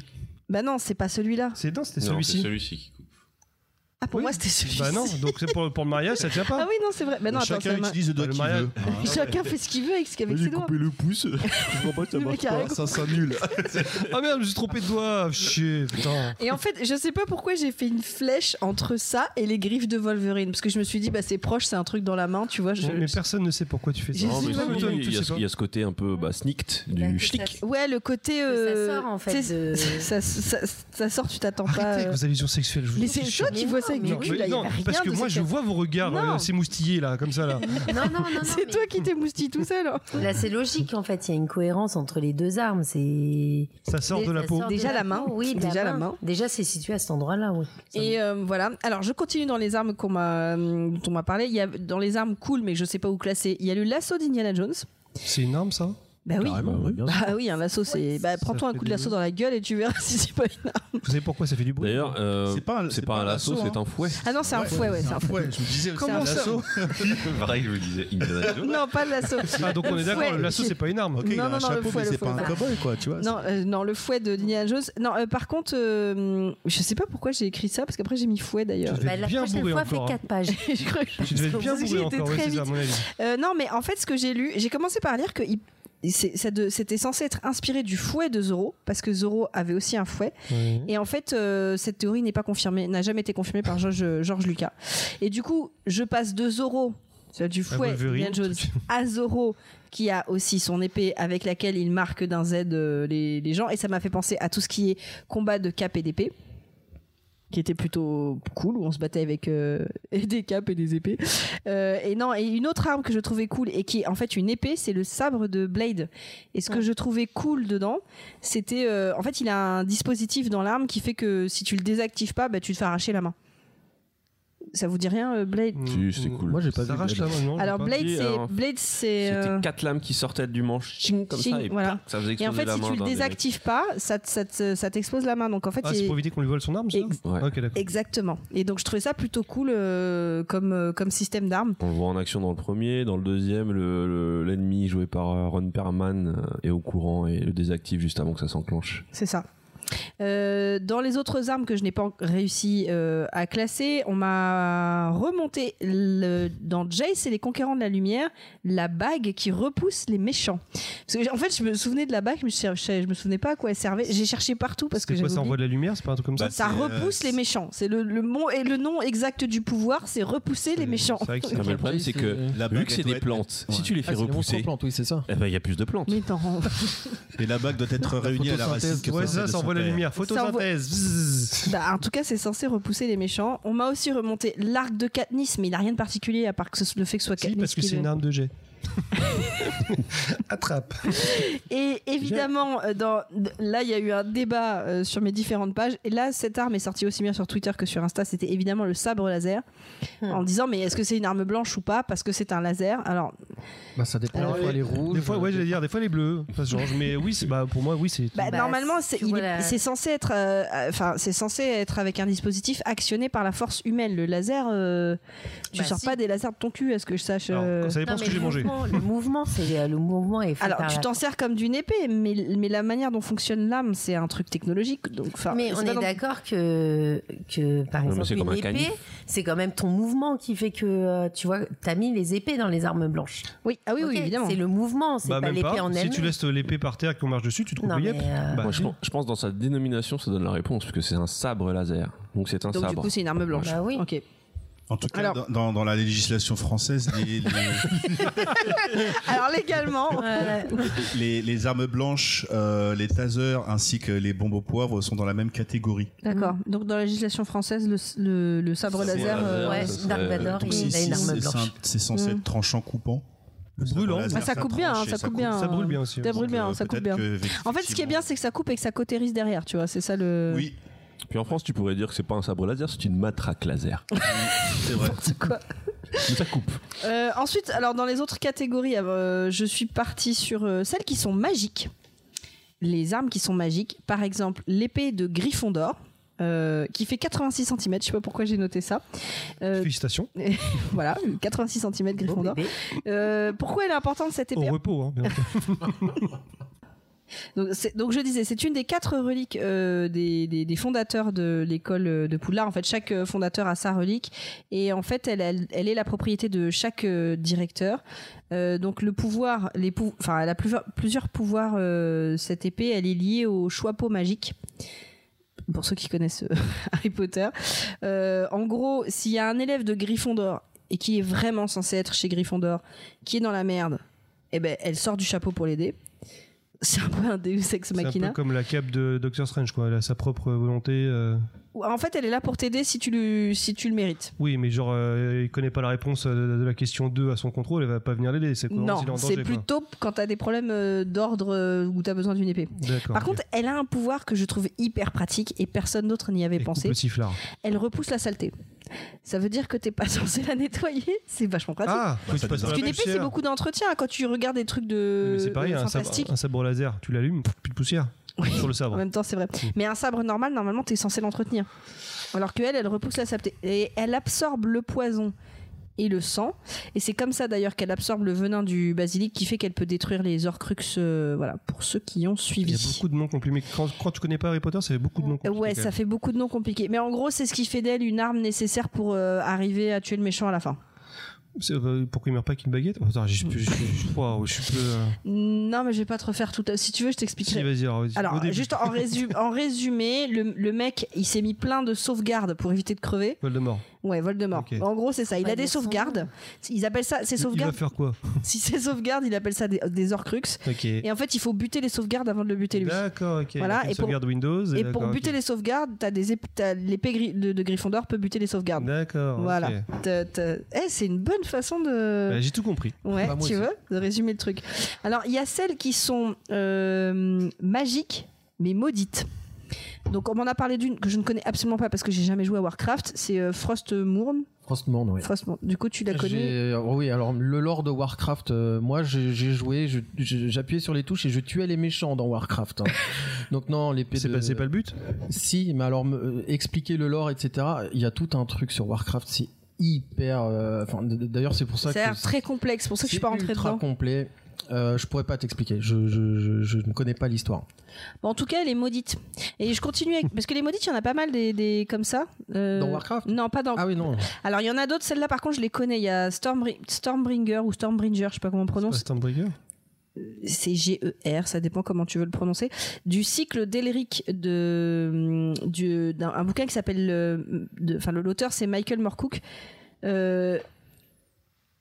Bah non, c'est pas celui-là.
C'est non, c'était
Non,
celui-ci.
c'est celui-ci qui coupe.
Ah, pour
Oui.
moi, c'était celui-ci.
Bah non, donc c'est pour, pour le mariage, ça tient
Ah
pas.
oui, non, c'est vrai. Bah non, attends,
Chacun
c'est ma- Ah.
utilise le doigt
Le
qu'il
mariage.
veut.
Chacun fait ce qu'il veut avec, ce- avec ses doigts.
le pouce. Je vois pas que
Le mec a raison.
Ça s'annule.
Ah merde, je me suis trompé de doigt. Chier, putain.
Et en fait, je sais pas pourquoi j'ai fait une flèche entre ça et les griffes de Wolverine. Parce que je me suis dit, bah c'est proche, c'est un truc dans la main, tu vois. je-
mais personne ne sait pourquoi tu fais ça.
Je Non, sais mais pas, si, mais toi,
il y, a ce- il y a ce côté un peu bah, sneaked
Bah,
du
que ça-
schlick.
Ouais, le côté. euh,
sort, en fait,
tu sais,
de-
ça, ça- ça sort, tu t'attends pas.
Arrêtez avec
euh.
vos allusions sexuelles. Je vous
Mais
en
c'est
prie,
toi
Mais
qui vois
non,
ça avec
mais
ton
Non,
cul, là.
mais
il y
non,
avait
parce
rien
que
de
moi je
sexuel.
vois vos regards
Non.
euh, s'émoustiller là, comme ça là.
Non, non, non.
C'est
non,
toi qui t'émoustilles tout seul. hein.
mais Là, c'est logique, en fait. Il y a une cohérence entre les deux armes. C'est.
Ça sort
Dé-
de la
ça
peau.
sort
Déjà
de
la main.
Oui, de
Déjà la main.
Déjà, c'est situé à cet endroit-là, oui.
Et euh, voilà. Alors, je continue dans les armes qu'on m'a, euh, dont on m'a parlé. Il y a dans les armes cool, mais je sais pas où classer. Il y a le lasso d'Indiana Jones.
C'est une arme ça
Bah oui.
Ah,
Ah,
Bah oui, un lasso, c'est. Bah, prends-toi un
fait
coup de
des-
lasso dans la gueule et tu verras si c'est pas une arme.
Vous savez pourquoi ça fait du bruit
D'ailleurs, euh,
C'est pas un-
c'est pas un lasso,
hein.
c'est un fouet.
Ah non, c'est un fouet, ouais, c'est un fouet.
Ouais, je me disais, c'est
Comment
un
ça
lasso.
Pareil, je le disais. Indiana Jones.
Non, pas le lasso.
Ah, donc on est d'accord,
fouet.
le lasso c'est pas une arme.
Ok, il
Non,
a
non,
un
non, le
chapeau,
fouet,
mais
le
c'est pas un
fouet.
cowboy, quoi, tu vois.
Non, euh, non, le fouet de Indiana Jones. Non, euh, par contre, euh, je sais pas pourquoi j'ai écrit ça, parce qu'après j'ai mis fouet d'ailleurs.
Tu devais
Bah, la
bien
prochaine
bourré
fois,
encore.
fait 4 pages.
Je crois que-
Tu devais être bien
Parce que j'ai
bourré
été
encore, ouais,
très
c'est ça, à mon avis.
Euh, non, mais en fait, ce que j'ai lu, j'ai commencé par lire que il- c'est- ça de- c'était censé être inspiré du fouet de Zoro, parce que Zoro avait aussi un fouet.
Ouais.
Et en fait, euh, cette théorie n'est pas confirmée, n'a jamais été confirmée par George, euh, George Lucas. Et du coup, je passe de Zorro, c'est-à-dire du
Ah,
fouet
Wolverine,
d'Indiana Jones,
truc.
à Zorro, qui a aussi son épée avec laquelle il marque d'un Z euh, les, les gens. Et ça m'a fait penser à tout ce qui est combat de cap et d'épée qui était plutôt cool où on se battait avec euh, et des capes et des épées Euh, et non et une autre arme que je trouvais cool et qui est en fait une épée c'est le sabre de Blade et ce que je trouvais cool dedans c'était euh, en fait il a un dispositif dans l'arme qui fait que si tu le désactives pas bah, tu te fais arracher la main ça vous dit rien euh, Blade
Si, c'est cool.
Moi, j'ai pas
Mm, Ça
vu.
arrache
Blade.
la main, non, j'ai
alors
pas.
Blade
dit,
c'est
alors,
Blade c'est euh,
C'était quatre lames qui sortaient du manche, ching, comme
ching,
ça, et
voilà.
ça faisait
et en
exploser
fait
la
si
main
tu le
d'un des mecs.
désactives pas ça te- ça te- ça t'expose la main donc en fait
Ah,
il-
c'est pour éviter qu'on lui vole son arme ça
Ex-
Ouais.
Ok, d'accord.
exactement et donc je trouvais ça plutôt cool euh, comme euh, comme système d'arme
On le voit en action dans le premier, dans le deuxième, l'ennemi le, l'ennemi joué par euh, Ron Perlman euh, est au courant et le désactive juste avant que ça s'enclenche.
C'est ça. Euh, dans les autres armes que je n'ai pas réussi euh, à classer, on m'a remonté le- dans Jace et les Conquérants de la Lumière la bague qui repousse les méchants. Parce que, j'ai- en fait, je me souvenais de la bague, mais je, cherchais- je me souvenais pas à quoi elle servait. J'ai cherché partout parce que
C'était
j'avais
quoi, ça
oublié.
envoie de la lumière C'est pas un truc comme ça
Bah,
Ça
C'est, euh,
repousse les
c'est-
méchants. C'est le, le mot et le nom exact du pouvoir, c'est repousser les méchants.
C'est vrai que c'est-
Non, Ah, mais le problème, c'est que
La
vu
bague,
que c'est
elle
des
doit être-
plantes,
Ouais.
si tu les fais
Ah, c'est les monstres en
repousser,
plante, oui, c'est ça.
eh ben, il y a plus de plantes.
Mais non.
Et la bague doit être réunie à la racine.
photosynthèse,
que
Ouais, ça,
de
ça
son
envoie la
père.
lumière.
envoie-
Photosynthèse. bzzz.
Bah, en tout cas, c'est censé repousser les méchants. On m'a aussi remonté l'arc de Katniss, mais il n'a rien de particulier à part que ce- le fait que ce soit
Si,
Katniss.
parce que
qui
c'est
le-
une arme de jet. Attrape.
Et évidemment, euh, dans, d- là, il y a eu un débat euh, sur mes différentes pages. Et là, cette arme est sortie aussi bien sur Twitter que sur Insta. C'était évidemment le sabre laser.
Hmm.
En disant, mais est-ce que c'est une arme blanche ou pas Parce que c'est un laser. Alors,
Bah, ça dépend.
Alors,
des fois,
les-
les rouges. euh,
Des fois, ouais, j'allais dire, des fois les bleus, ça se change. Mais oui, c'est- bah, pour moi, oui, c'est.
bah,
Bah,
normalement, c'est
si,
il est-
voilà.
c'est censé être, euh, euh, enfin, c'est censé être avec un dispositif actionné par la force humaine. Le laser, euh, tu
Bah,
sors
si.
pas des lasers de ton cul, à ce que je sache. euh.
Alors, ça dépend
Non,
ce
mais
que j'ai
le
mangé.
mouvement- Le mouvement, c'est euh, le mouvement est fait
Alors,
par
tu
la-
t'en sers comme d'une épée, mais, mais la manière dont fonctionne l'âme, c'est un truc technologique. Donc, enfin,
Mais
c'est
on
pas
est
non-
d'accord que, que, par
Non, mais c'est
exemple,
comme
une
un
épée,
canif.
c'est quand même ton mouvement qui fait que, euh, tu vois, t'as mis les épées dans les armes blanches.
Oui, ah oui, oui,
Ok,
évidemment.
C'est le mouvement, c'est
Bah,
pas
même
l'épée en
pas. Si
elle-même.
tu laisses l'épée par terre et qu'on marche dessus, tu trouves
Non,
le
mais,
yep.
euh,
Bah,
Moi, je, pense, je pense dans sa dénomination, ça donne la réponse, parce que c'est un sabre laser. Donc c'est un
Donc, du
sabre.
coup, c'est une arme blanche.
Bah oui.
Ok.
En tout cas,
Alors-
dans, dans- dans la législation française, les, les-
Alors, légalement,
Ouais, ouais.
les- les armes blanches, euh, les tasers ainsi que les bombes au poivre sont dans la même catégorie.
D'accord. Donc dans la législation française, le, le- le sabre
Sabre
laser, euh,
laser,
ouais,
ça serait-
Dark Vador, il
Donc, si-
a
si-
une arme
c'est- c'est
blanche.
un- c'est censé
Mm.
être tranchant, coupant. Le sabre
Brûlant.
laser,
bah, ça coupe bien, hein,
tranche et
ça coupe bien.
Ça brûle bien aussi. hein.
Ça
Donc,
brûle bien,
euh,
ça coupe
peut-être
bien.
que,
En fait, ce qui est bien, c'est que ça coupe et que ça cautérise derrière, tu vois. C'est ça le.
Oui,
Puis en France, tu pourrais dire que c'est pas un sabre laser, c'est une matraque laser.
c'est vrai.
Mais ça coupe.
Euh, ensuite, alors dans les autres catégories, euh, je suis partie sur euh, celles qui sont magiques. Les armes qui sont magiques. Par exemple, l'épée de Gryffondor. euh, qui fait 86 cm, je sais pas pourquoi j'ai noté ça. Euh,
Félicitations.
voilà, 86 cm Gryffondor.
bébé.
Euh, pourquoi elle est importante cette
Au
épée
repos, hein, bien entendu.
Donc, c'est- donc je disais, c'est une des quatre reliques euh, des, des- des fondateurs de l'école euh, de Poudlard. En fait, chaque euh, fondateur a sa relique et en fait, elle, elle, elle est la propriété de chaque euh, directeur. Euh, donc le pouvoir, les pou- enfin, elle a plusieurs, plusieurs pouvoirs. euh, cette épée, elle est liée au choix-peau magique. Pour ceux qui connaissent euh, Harry Potter, Euh, en gros, s'il y a un élève de Gryffondor et qui est vraiment censé être chez Gryffondor, qui est dans la merde, eh ben, elle sort du chapeau pour l'aider. C'est un peu un Deus ex
C'est un
machina.
peu comme la cape de Doctor Strange, quoi. Elle a sa propre volonté. euh.
Ou- En fait, elle est là pour t'aider si tu le, si tu le mérites.
Oui, mais genre, euh, il connaît pas la réponse euh, de, de la question 2 à son contrôle, elle va pas venir l'aider. C'est quoi
non,
s'il est en
c'est
danger, quoi.
plutôt quand t'as des problèmes euh, d'ordre euh, où t'as besoin d'une épée.
D'accord.
Par
ok.
contre, elle a un pouvoir que je trouve hyper pratique et personne d'autre n'y avait
Et coupe
pensé.
le sifflard.
Elle repousse la saleté. Ça veut dire que t'es pas censé la nettoyer. C'est vachement pratique.
Ah, faut que tu
ça
passes
dépend.
par
Parce
la
qu'une épée, c'est
poussière.
beaucoup d'entretien. Quand tu regardes des trucs de. euh,
Mais c'est pareil, hein,
de-
un
enfin,
sabre,
plastique.
un sabre laser, tu l'allumes, plus de poussière
Oui.
sur le
En
sabre.
même temps, c'est vrai. Mais un sabre normal, normalement, t'es censé l'entretenir. Alors que elle, elle repousse la saleté. Et elle absorbe le poison et le sang. Et c'est comme ça d'ailleurs qu'elle absorbe le venin du basilic qui fait qu'elle peut détruire les orcrux. euh, voilà, pour ceux qui ont
Il y
suivi.
a beaucoup de noms compliqués. Quand, quand tu connais pas Harry Potter, ça fait beaucoup de noms compliqués.
Ouais,
quand
ça fait beaucoup de noms compliqués. Mais en gros, c'est ce qui fait d'elle une arme nécessaire pour euh, arriver à tuer le méchant à la fin.
même. C'est- euh, Pourquoi il meurt pas qu'une baguette oh, Attends, j'ai plus. Waouh, je suis plus. euh,
Non, mais je vais pas te refaire tout. à- Si tu veux, je
Si,
t'expliquerai.
vas-y, alors, vas-y. Au
Alors,
début.
juste en, résu- en résumé, le, le mec, il s'est mis plein de sauvegardes pour éviter de crever.
Voldemort.
Ouais, Voldemort.
Ok.
En gros, c'est ça. Il
Bah,
Ouais,
a des
mais sans-
sauvegardes. Ils appellent ça ses
Il- Il va
sauvegardes.
faire quoi
Si ses sauvegardes, il appelle ça des, des Horcruxes.
Ok.
Et en fait, il faut buter les sauvegardes avant de le buter lui.
D'accord, ok.
Voilà,
Donc,
et pour-
sauvegarde Windows.
Et pour
d'accord,
buter
ok.
les sauvegardes, t'as des ép- t'as l'épée gri- de, de Gryffondor peut buter les sauvegardes.
D'accord.
Voilà.
ok.
T'as- t'as- Eh, c'est une bonne façon de.
Bah, j'ai tout compris.
Ouais,
Bah, moi
tu
aussi.
veux de résumer le truc. Alors, il y a celles qui sont euh, magiques, mais maudites. Donc, on m'en a parlé d'une que je ne connais absolument pas parce que j'ai jamais joué à Warcraft. C'est euh, Frostmourne.
Franchement, non. oui.
Frostmourne. Du coup, tu la connais
J'ai- oh Oui, alors le lore de Warcraft, euh, moi j'ai j'ai joué, je- je- j'appuyais sur les touches et je tuais les méchants dans Warcraft. hein. Donc non, l'épée
C'est
de-
pas, c'est pas le but
Si, mais alors me- euh, expliquer le lore, etc. Il y a tout un truc sur Warcraft, c'est hyper. euh, Enfin, d- d- d'ailleurs, c'est pour ça
Ça a
que
l'air très complexe, pour ça que je suis pas rentrée
ultra
dedans.
complet. Euh, je pourrais pas t'expliquer. Je, je- je- je ne connais pas l'histoire.
Bon, en tout cas, elle est maudite. Et je continue avec... Parce que les maudites, il y en a pas mal des, des- comme ça. Euh,
Dans Warcraft
Non, pas dans.
Ah oui, non.
Alors, il y en a d'autres. Celle-là, par contre, je les connais. Il y a Stormbri- Stormbringer ou Stormbringer, je sais pas comment on prononce.
Stormbreaker
C'est G-E-R, ça dépend comment tu veux le prononcer. Du cycle d'Elric, de, du- d'un un bouquin qui s'appelle. euh, de- Enfin, le- l'auteur, c'est Michael Morcook. Euh,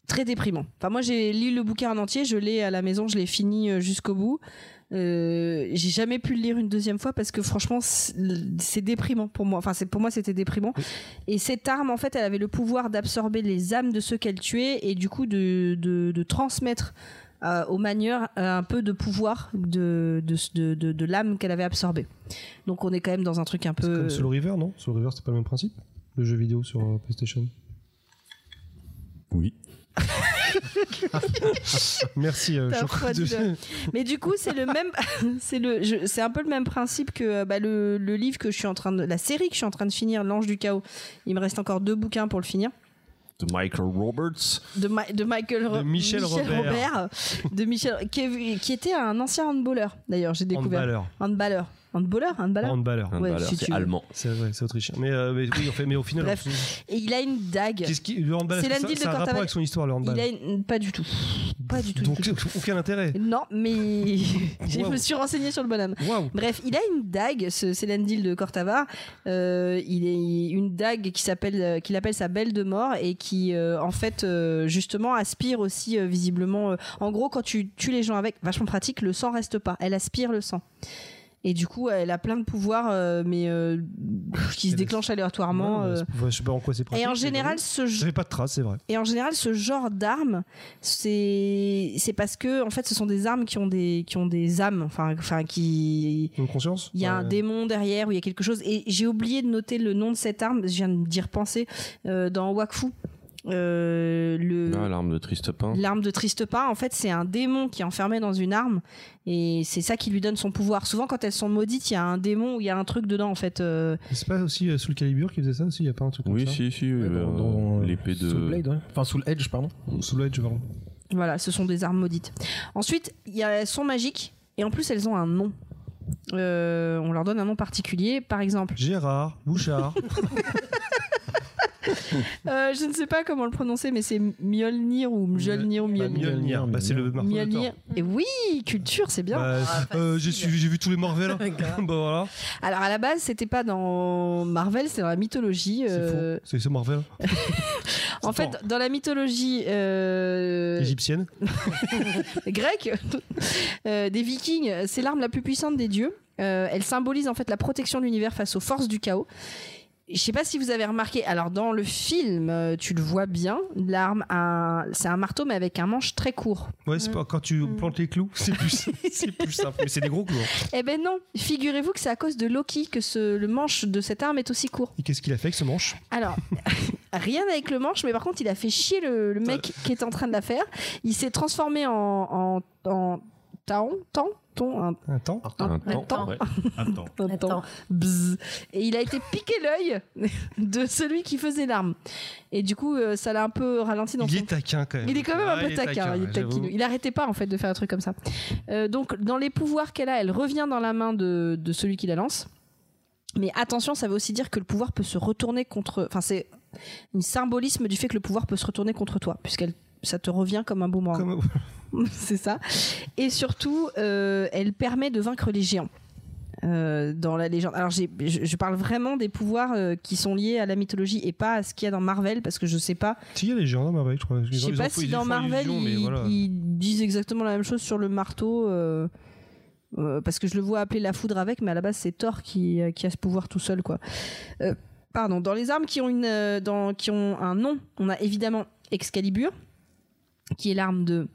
très déprimant. Enfin, moi, j'ai lu le bouquin en entier. Je l'ai à la maison, je l'ai fini euh, jusqu'au bout. Euh, j'ai jamais pu le lire une deuxième fois parce que franchement c'est c'est déprimant pour moi enfin c'est pour moi c'était déprimant et cette arme en fait elle avait le pouvoir d'absorber les âmes de ceux qu'elle tuait et du coup de, de, de transmettre euh, aux manieurs euh, un peu de pouvoir de, de, de, de- de l'âme qu'elle avait absorbée donc on est quand même dans un truc un
C'est
peu
comme Soul River, non Soul River, c'est pas le même principe Le jeu vidéo sur euh, PlayStation.
Oui.
Merci, euh,
T'as
Choco,
froid,
de-
dis-le. Mais du coup, c'est le même, c'est le, je- c'est un peu le même principe que euh, bah, le, le livre que je suis en train de, la série que je suis en train de finir, L'Ange du Chaos. Il me reste encore deux bouquins pour le finir,
De Michael Roberts.
de, Ma- de Michael, Ro-
De Michel Robert.
de Michel, qui, qui était un ancien handballeur d'ailleurs. J'ai découvert
Handballeur.
handballeur, handballeur, handballeur.
Handballeur.
Ouais,
Handballeur,
si tu
c'est
veux.
allemand.
C'est vrai, c'est autrichien. Mais, euh, mais oui, en fait, mais au final,
Bref. Et il a une dague.
qu'est-ce qui, le handball,
C'est
est-ce que
l'anvil
ça,
de
ça a un rapport
Cantaval.
avec son histoire, le handball.
Il a une- pas du tout, pas du tout. du
Donc,
tout.
aucun intérêt.
Non, mais je
Wow.
me suis renseignée sur le bonhomme.
Waouh
Bref, il a une dague, ce Célendil de Cortava. Euh, il est une dague qui s'appelle, euh, qu'il appelle sa belle de mort et qui, euh, en fait, euh, justement, aspire aussi euh, visiblement. euh, en gros, quand tu tues les gens avec, vachement pratique, le sang reste pas. Elle aspire le sang. Et du coup, elle a plein de pouvoirs, euh, mais euh, qui se
Elle
déclenchent aléatoirement.
Ouais,
euh.
bah, Je sais pas en quoi c'est pratique.
Et en
mais
général,
bon.
ce jeu.
j'avais pas de trace, c'est vrai.
Et en général, ce genre d'armes, c'est c'est parce que en fait, ce sont des armes qui ont des qui ont des âmes, enfin, enfin qui
Une conscience
il y a un
Ouais.
démon derrière ou il y a quelque chose. Et j'ai oublié de noter le nom de cette arme. Je viens d'y repenser euh, dans Wakfu. Euh, le
Ah, l'arme de Tristepin.
L'arme de Tristepin, en fait, c'est un démon qui est enfermé dans une arme et c'est ça qui lui donne son pouvoir. Souvent, quand elles sont maudites, il y a un démon ou il y a un truc dedans, en fait. euh,
C'est pas aussi euh, Soul Calibur qui faisait ça aussi Il y a pas un truc comme
Oui,
ça
si, si. oui, euh, L'épée de.
Soul Blade, ouais. Enfin, Soul Edge, pardon.
Soul Edge, pardon.
Voilà, ce sont des armes maudites. Ensuite, il y a, elles sont magiques et en plus, elles ont un nom. Euh, on leur donne un nom particulier, par exemple.
Gérard, Bouchard.
Euh, je ne sais pas comment le prononcer, mais c'est Mjolnir ou Mjolnir ou
Bah,
Mjolnir.
Mjolnir, bah, c'est le marteau de Thor.
Mjolnir. Et oui, culture, c'est bien.
Bah,
Ah,
euh, j'ai
facile.
suivi- j'ai vu tous les Marvel. hein. bah voilà,
Alors à la base, c'était pas dans Marvel, c'est dans la mythologie.
c'est
euh,
faux. C'est- C'est Marvel
En fait, dans la mythologie euh,
égyptienne.
grecque, euh, des Vikings, c'est l'arme la plus puissante des dieux. Euh, elle symbolise en fait la protection de l'univers face aux forces du chaos. Je sais pas si vous avez remarqué. Alors dans le film, euh, tu le vois bien, l'arme, a un- c'est un marteau mais avec un manche très court.
Ouais, c'est pas quand
euh.
tu plantes les clous, c'est plus, c'est plus simple. Mais c'est des gros clous. hein.
Eh ben non, figurez-vous que c'est à cause de Loki que ce- le manche de cette arme est aussi court.
Et qu'est-ce qu'il a fait avec ce manche
Alors, rien avec le manche, mais par contre, il a fait chier le, le mec qui était en train de la faire. Il s'est transformé en, en, en taon, taon, ton, un,
Attends.
Un
Un
temps.
temps.
ouais.
Attends.
un taon.
Attends,
Bzz. Et il a été piqué l'œil de celui qui faisait l'arme. Et du coup, euh, ça l'a un peu ralenti dans
Il
son
est taquin quand même.
il est quand même
Ah,
un peu taquin. il, est
j'avoue.
taquinou. Il arrêtait pas en fait de faire un truc comme ça. Euh, donc dans les pouvoirs qu'elle a, elle revient dans la main de, de celui qui la lance. Mais attention, ça veut aussi dire que le pouvoir peut se retourner contre. Enfin, c'est un symbolisme du fait que le pouvoir peut se retourner contre toi, puisqu'elle ça te revient comme un boomerang.
Comme-
c'est ça. Et surtout, euh, elle permet de vaincre les géants. euh, dans la légende. Alors j'ai- je, je parle vraiment des pouvoirs euh, qui sont liés à la mythologie et pas à ce qu'il y a dans Marvel parce que je sais pas
Si, il y a les gens dans Marvel, je crois.
je sais pas si dans Marvel ils, ils disent exactement la même chose sur le marteau. euh, euh, parce que je le vois appeler la foudre avec, mais à la base c'est Thor qui, euh, qui a ce pouvoir tout seul, quoi. Euh, pardon. Dans les armes qui ont une, euh, dans, qui ont un nom, on a évidemment Excalibur, qui est l'arme de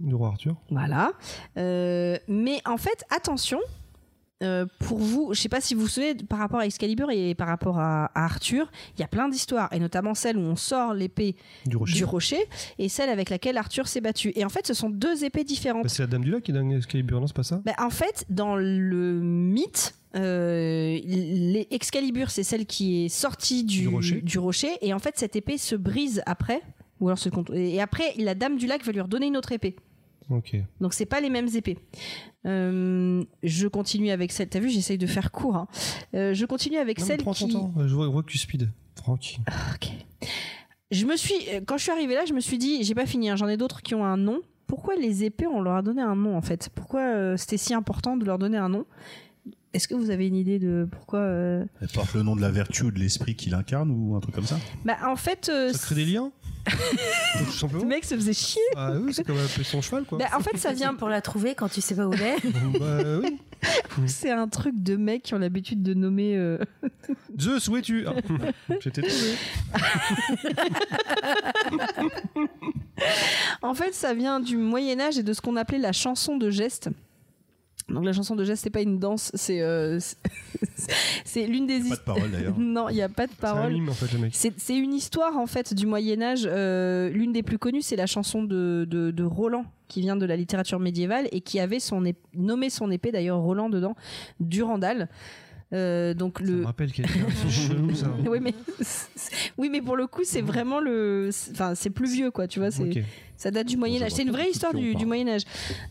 Du roi Arthur.
voilà. Euh, mais en fait, attention, euh, pour vous, je sais pas si vous vous souvenez, par rapport à Excalibur et par rapport à, à Arthur, il y a plein d'histoires, et notamment celle où on sort l'épée
Du rocher.
du rocher et celle avec laquelle Arthur s'est battu. Et en fait, ce sont deux épées différentes.
Bah, c'est la Dame du Lac qui donne Excalibur, non, c'est pas ça
Bah, en fait, dans le mythe, euh, les- Excalibur, c'est celle qui est sortie du,
Du rocher.
rocher, Et en fait, cette épée se brise après. Ou alors se compte. Et après, la dame du lac va lui redonner une autre épée.
Ok.
Donc c'est pas les mêmes épées. Euh, je continue avec celle. T'as vu, j'essaye de faire court. hein. Euh, je continue avec
Non, mais
celle
prends
qui.
ton temps. Je vois, je vois que tu speed. Tranquille.
Ok. Je me suis, euh, quand je suis arrivée là, je me suis dit, j'ai pas fini, hein, j'en ai d'autres qui ont un nom. Pourquoi les épées, on leur a donné un nom en fait Pourquoi euh, c'était si important de leur donner un nom Est-ce que vous avez une idée de pourquoi euh,
Elle porte le nom de la vertu ou de l'esprit qu'il incarne ou un truc comme ça
Bah en fait, euh,
Ça crée des liens Tout
le
simplement.
mec se faisait chier.
Ah oui, c'est comme appeler son cheval, quoi.
Bah, en fait, ça vient
pour la trouver quand tu sais pas où elle est.
bah oui.
C'est un truc de mecs qui ont l'habitude de nommer. euh,
Zeus, où es-tu Ah, J'étais tombé.
En fait, ça vient du Moyen Âge et de ce qu'on appelait la chanson de geste. Donc la chanson de geste, c'est pas une danse, c'est euh, c'est- c'est l'une des
Pas
histoires.
de parole d'ailleurs.
Non, il n'y a pas de
C'est un
parole.
mime, en fait, le mec.
C'est c'est une histoire en fait du Moyen Âge. Euh, L'une des plus connues, c'est la chanson de, de- de Roland, qui vient de la littérature médiévale et qui avait son ép- nommé son épée d'ailleurs Roland dedans, Durandal. Euh, donc
Ça
le.
me rappelle quelqu'un. C'est chelou, ça.
Oui mais, oui mais pour le coup c'est vraiment le c'est- enfin c'est plus vieux quoi tu vois bah, c'est
Ok.
ça date du Moyen
je
Âge.
vois
C'est une
pas
vraie
du tout
histoire
de qui
du,
on
du
parle.
Moyen Âge.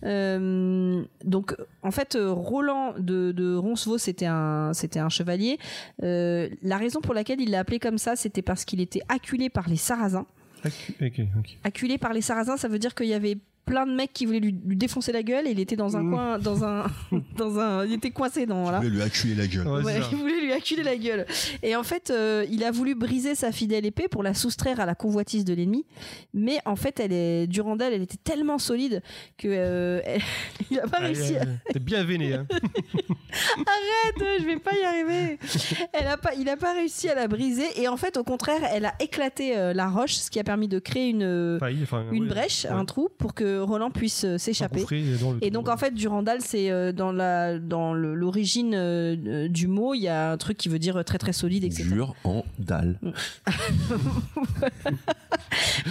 Euh, donc, en fait, euh, Roland de, de Roncevaux, c'était un, c'était un chevalier. Euh, la raison pour laquelle il l'a appelé comme ça, c'était parce qu'il était acculé par les Sarrasins.
Ok, ok.
Acculé par les Sarrasins, ça veut dire qu'il y avait plein de mecs qui voulaient lui, lui défoncer la gueule et il était dans un
Mmh.
coin, dans un, dans un, il était coincé dans
Je
là.
vais lui acculer la gueule.
Ouais,
Ouais,
c'est ça.
il voulait lui acculer la gueule. Et en fait, euh, il a voulu briser sa fidèle épée pour la soustraire à la convoitise de l'ennemi. Mais en fait, elle est Durandal, elle était tellement solide que euh, elle- il a pas
Allez,
réussi. à-
allez, T'es bien véné, hein.
Arrête, je vais pas y arriver. Elle a pas, il a pas réussi à la briser. Et en fait, au contraire, elle a éclaté euh, la roche, ce qui a permis de créer une
Failli, enfin,
Euh, une
ouais.
brèche,
Ouais.
un trou, pour que Roland puisse euh, s'échapper.
Engouffré dans le
Et
trou,
donc
ouais.
en fait, Durandal, c'est euh, dans la dans le- l'origine euh, euh, du mot, il y a un truc qui veut dire euh, très très solide, etc.
Dur en dalle.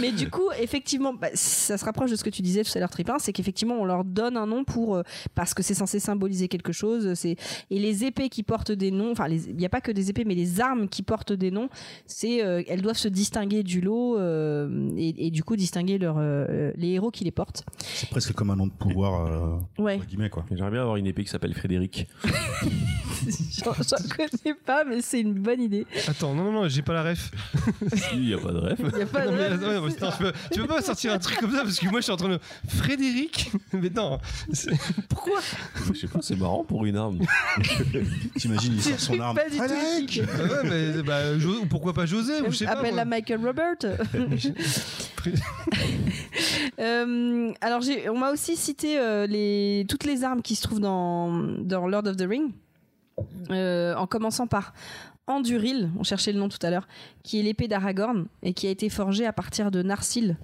Mais du coup, effectivement, bah, ça se rapproche de ce que tu disais tout à l'heure, Tripin, c'est qu'effectivement, on leur donne un nom pour euh, parce que c'est censé symboliser quelque chose. C'est et les épées qui portent des noms, enfin, les- il n'y a pas que des épées, mais les armes qui portent des noms, c'est euh, elles doivent se distinguer du lot euh, et, et du coup distinguer leur, euh, les héros qui les portent.
C'est presque comme un nom de pouvoir, euh,
Ouais,
entre guillemets quoi.
J'aimerais bien avoir une épée qui s'appelle Frédéric.
j'en j'en connais pas, mais c'est une bonne idée.
Attends, non, non, non, j'ai pas la ref.
Il n'y a pas de rêve.
Il y a pas
Non,
de-
mais, attends, mais attends, tu, peux, tu peux pas sortir un truc comme ça parce que moi je suis en train de. Frédéric Mais non c'est-
Pourquoi
Je sais pas, c'est marrant pour une arme.
Mm.
T'imagines, il sort son
C'est
arme.
pas du tout
Alec
éthique.
Bah ouais, mais bah, Jo- ou pourquoi pas José ou je sais pas.
Appelle la
moi.
Michael Robert. Euh, alors, j'ai, on m'a aussi cité euh, les, toutes les armes qui se trouvent dans, dans Lord of the Ring, Euh, en commençant par Anduril, on cherchait le nom tout à l'heure, qui est l'épée d'Aragorn et qui a été forgée à partir de Narsil.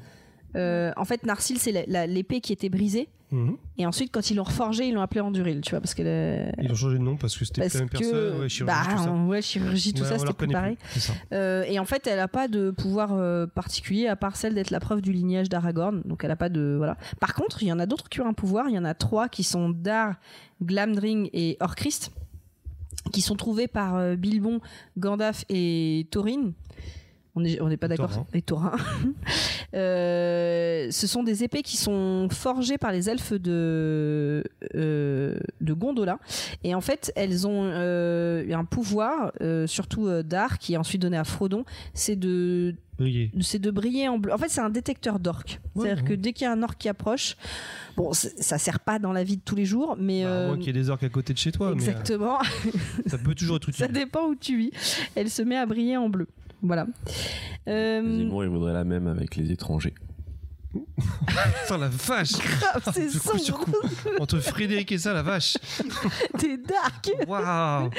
Euh, en fait, Narsil, c'est la- la- l'épée qui était brisée.
Mhm.
Et ensuite, quand ils l'ont reforgée, ils l'ont appelée Anduril, tu vois, parce que. le-
Ils ont changé de nom parce que c'était
parce
plus la même personne. Ouais, chirurgie,
bah,
tout ça.
ouais, chirurgie, tout
Ouais,
ça,
on la
c'était plus
reconnaît
pareil.
plus, c'est ça.
Euh, et en fait, elle n'a pas de pouvoir euh, particulier à part celle d'être la preuve du lignage d'Aragorn. Donc, elle n'a pas de. Voilà. Par contre, il y en a d'autres qui ont un pouvoir. Il y en a trois qui sont Dar, Glamdring et Orcrist, qui sont trouvés par euh, Bilbon, Gandalf et Thorin. On n'est on n'est pas
Et
d'accord.
Thorin.
Et Thorin. Euh, ce sont des épées qui sont forgées par les elfes de, euh, de Gondola. Et en fait, elles ont euh, un pouvoir, euh, surtout euh, d'art, qui est ensuite donné à Frodon, c'est de,
Briller.
c'est de briller en bleu. En fait, c'est un détecteur d'orques.
Ouais,
C'est-à-dire
ouais.
que dès qu'il y a un orque qui approche, bon, c'est- ça sert pas dans la vie de tous les jours, mais.
Bah, à
euh,
moins qu'il y ait des orques à côté de chez toi, mais euh,
Exactement,
ça peut toujours être
ça
utile.
dépend où tu vis. Elle se met à briller en bleu. Voilà. Euh,
Zemmour, il voudrait la même avec les étrangers.
Putain, la vache
grave, c'est
Je coupe sur
sombre,
Entre Frédéric et ça, la vache
t'es dark.
Waouh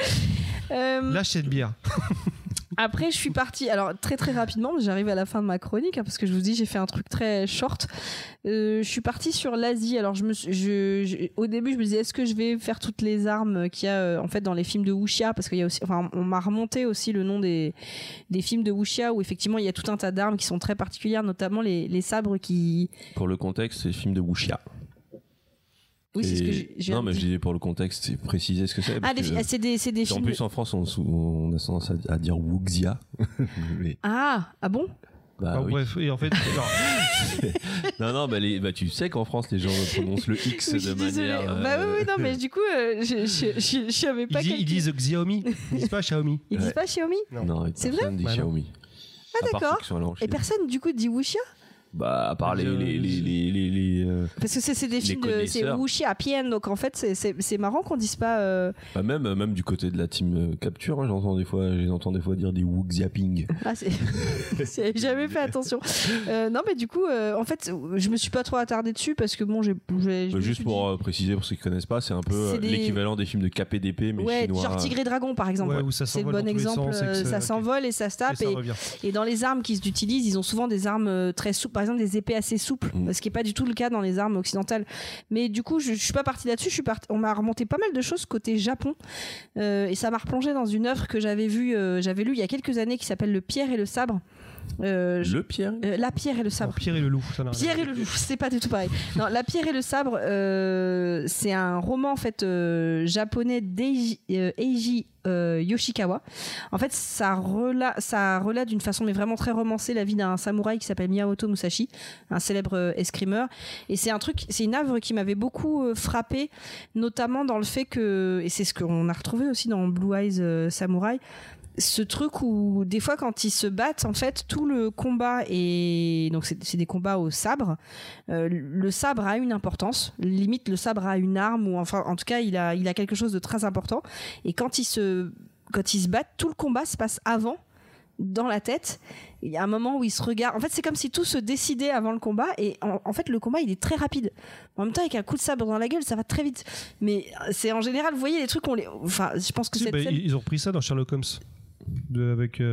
Euh,
Lâche cette bière.
Après, je suis partie. Alors, très très rapidement, parce que j'arrive à la fin de ma chronique, hein, parce que je vous dis, j'ai fait un truc très short. Euh, je suis partie sur l'Asie. Alors, je me suis- je- je- au début, je me disais, est-ce que je vais faire toutes les armes qu'il y a euh, en fait dans les films de Wuxia Parce qu'il y a aussi. Enfin, on m'a remonté aussi le nom des, des films de Wuxia, où effectivement, il y a tout un tas d'armes qui sont très particulières, notamment les, les sabres qui.
Pour le contexte, c'est le film de Wuxia.
Oui, c'est ce
Et-
que j'ai. j'ai
Non, mais je
dit.
disais pour le contexte, c'est préciser ce que c'est.
Ah,
parce
des fi-
que-
ah, c'est des, c'est des
en
films.
plus, en France, on, sou- on a tendance à, à dire Wuxia. Mais-
Ah, ah bon
bah Ah
Enfin,
oui.
Ah, Bref, et en fait, alors,
non, non, bah, les- bah, tu sais qu'en France, les gens prononcent le X
Oui, je
de
suis désolée.
manière. euh,
Bah oui, oui, non, mais du coup, euh, je- je je- je savais
Ils,
pas.
dis- ils
calculer.
disent Xiaomi. Ils disent pas Xiaomi.
Ils disent
Ouais.
pas Xiaomi
euh, Non,
C'est
personne dit
Bah non.
Xiaomi.
Ah,
À part ceux
d'accord.
qui sont allés en
Et
Chine.
personne, du coup, dit Wuxia
Bah, à part les. les, les, les, les- les, euh,
Parce que c'est c'est des
Les
films de. C'est
connaisseurs.
Wuxia, Pien, donc en fait, c'est- c'est c'est marrant qu'on dise pas. euh,
bah, même, même du côté de la team euh, Capture, hein, j'entends des fois, j'entends des fois dire des Wuxiaping.
Ah, c'est- c'est- j'avais fait attention. Euh, non, mais du coup, euh, en fait, je me suis pas trop attardée dessus parce que bon, j'ai. j'ai- je me
Juste
suis
pour euh, préciser pour ceux qui connaissent pas, c'est un peu
C'est
euh,
des-
l'équivalent des films de KPDP,
dit-
mais
Ouais,
euh, chinois.
genre Tigre et Dragon, par exemple.
Ouais, où ça
C'est le
s'envole
bon
dans tous les
exemple,
sens et que
euh,
ça-
ça
ok.
s'envole Ah, et ça se
Et
tape.
ça
Et,
revient.
et dans les armes qu'ils utilisent, ils ont souvent des armes euh, très souples, par exemple des épées assez souples,
Mm.
ce qui n'est pas du tout le cas dans les armes occidentales. Mais du coup, je ne suis pas partie là-dessus, je suis partie- on m'a remonté pas mal de choses côté Japon, Euh, et ça m'a replongé dans une œuvre que j'avais vue, euh, j'avais lue il y a quelques années qui s'appelle Le Pierre et le Sabre. Euh, je-
Le Pierre
euh, la Pierre et le
Alors,
Sabre.
Pierre et le loup. ça n'a rien à
Pierre et le loup, c'est pas du tout pareil. Non, La pierre et le sabre, euh, c'est un roman en fait euh, japonais d'Eiji euh, Eiji, euh, Yoshikawa. En fait, ça relate, ça relate d'une façon mais vraiment très romancée la vie d'un samouraï qui s'appelle Miyamoto Musashi, un célèbre euh, escrimeur. Et c'est un truc, c'est une œuvre qui m'avait beaucoup frappé, notamment dans le fait que, et c'est ce qu'on a retrouvé aussi dans Blue Eyes euh, Samurai, ce truc où des fois quand ils se battent en fait tout le combat est donc c'est c'est des combats au sabre Euh, le sabre a une importance limite le sabre a une arme ou enfin en tout cas il a il a quelque chose de très important et quand ils se quand ils se battent tout le combat se passe avant dans la tête il y a un moment où ils se regardent en fait c'est comme si tout se décidait avant le combat et en, en fait le combat il est très rapide en même temps avec un coup de sabre dans la gueule ça va très vite mais euh, c'est en général vous voyez les trucs on les enfin je pense que
Si,
cette
bah,
scène-
ils ils ont repris ça dans Sherlock Holmes de- avec euh,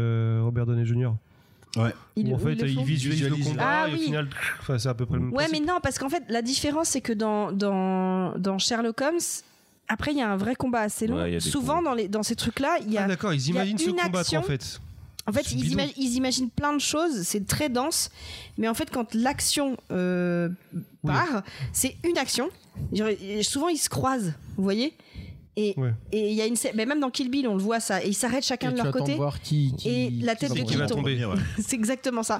Robert Downey Jr.
ils-
Où, en
ils
fait,
le
ils
font.
visualisent le
Visualisent.
combat
Ah
et
oui.
au final, enfin, c'est à peu près le même
Ouais, mais
principe.
non, parce qu'en fait, la différence, c'est que dans, dans, dans Sherlock Holmes, après, il y a un vrai combat assez long.
Ouais, il y a des
Souvent,
combats.
dans, les, dans ces trucs-là, il y a.
Ah, d'accord, ils
y a
imaginent se
une
combattre
action.
en fait.
en fait,
c'est
ils,
bidon.
ima- ils imaginent plein de choses, c'est très dense. Mais en fait, quand l'action euh, part, c'est une action. Genre, et souvent, ils se croisent, vous voyez Et
Ouais.
et il y a une. scè- Mais même dans Kill Bill, on le voit ça. Et ils s'arrêtent chacun
Et
de
tu
leur
attends
côté.
de voir qui, qui-
Et la tête
va
de
Qui va
Python.
tomber.
Ouais, ouais.
c'est exactement ça.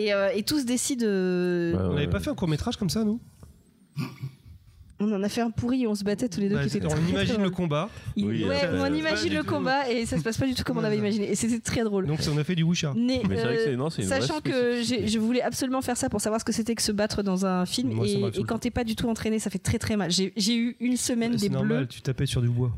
Et, euh, et tous décident. euh,
Ouais, ouais,
On n'avait
ouais.
pas fait un court métrage comme ça, nous
On en a fait un pourri, on se battait tous les deux.
Bah,
qui était très,
On
très
imagine
drôle.
le combat,
Il-
Oui,
ouais, on
après, euh,
pas
imagine
du
le
tout.
combat et ça se passe pas du tout comme on avait imaginé. Et c'était très drôle.
donc on a fait du Wucha.
Mais,
Mais c'est vrai que
euh,
c'est- non, c'est une vraie
sachant que j'ai- je voulais absolument faire ça pour savoir ce que c'était que se battre dans un film.
Moi, ça
et,
m'a
et
saoulé.
quand t'es pas du tout entraîné, ça fait très très mal. J'ai j'ai eu une semaine des
C'est normal,
bleus.
tu tapais sur du bois.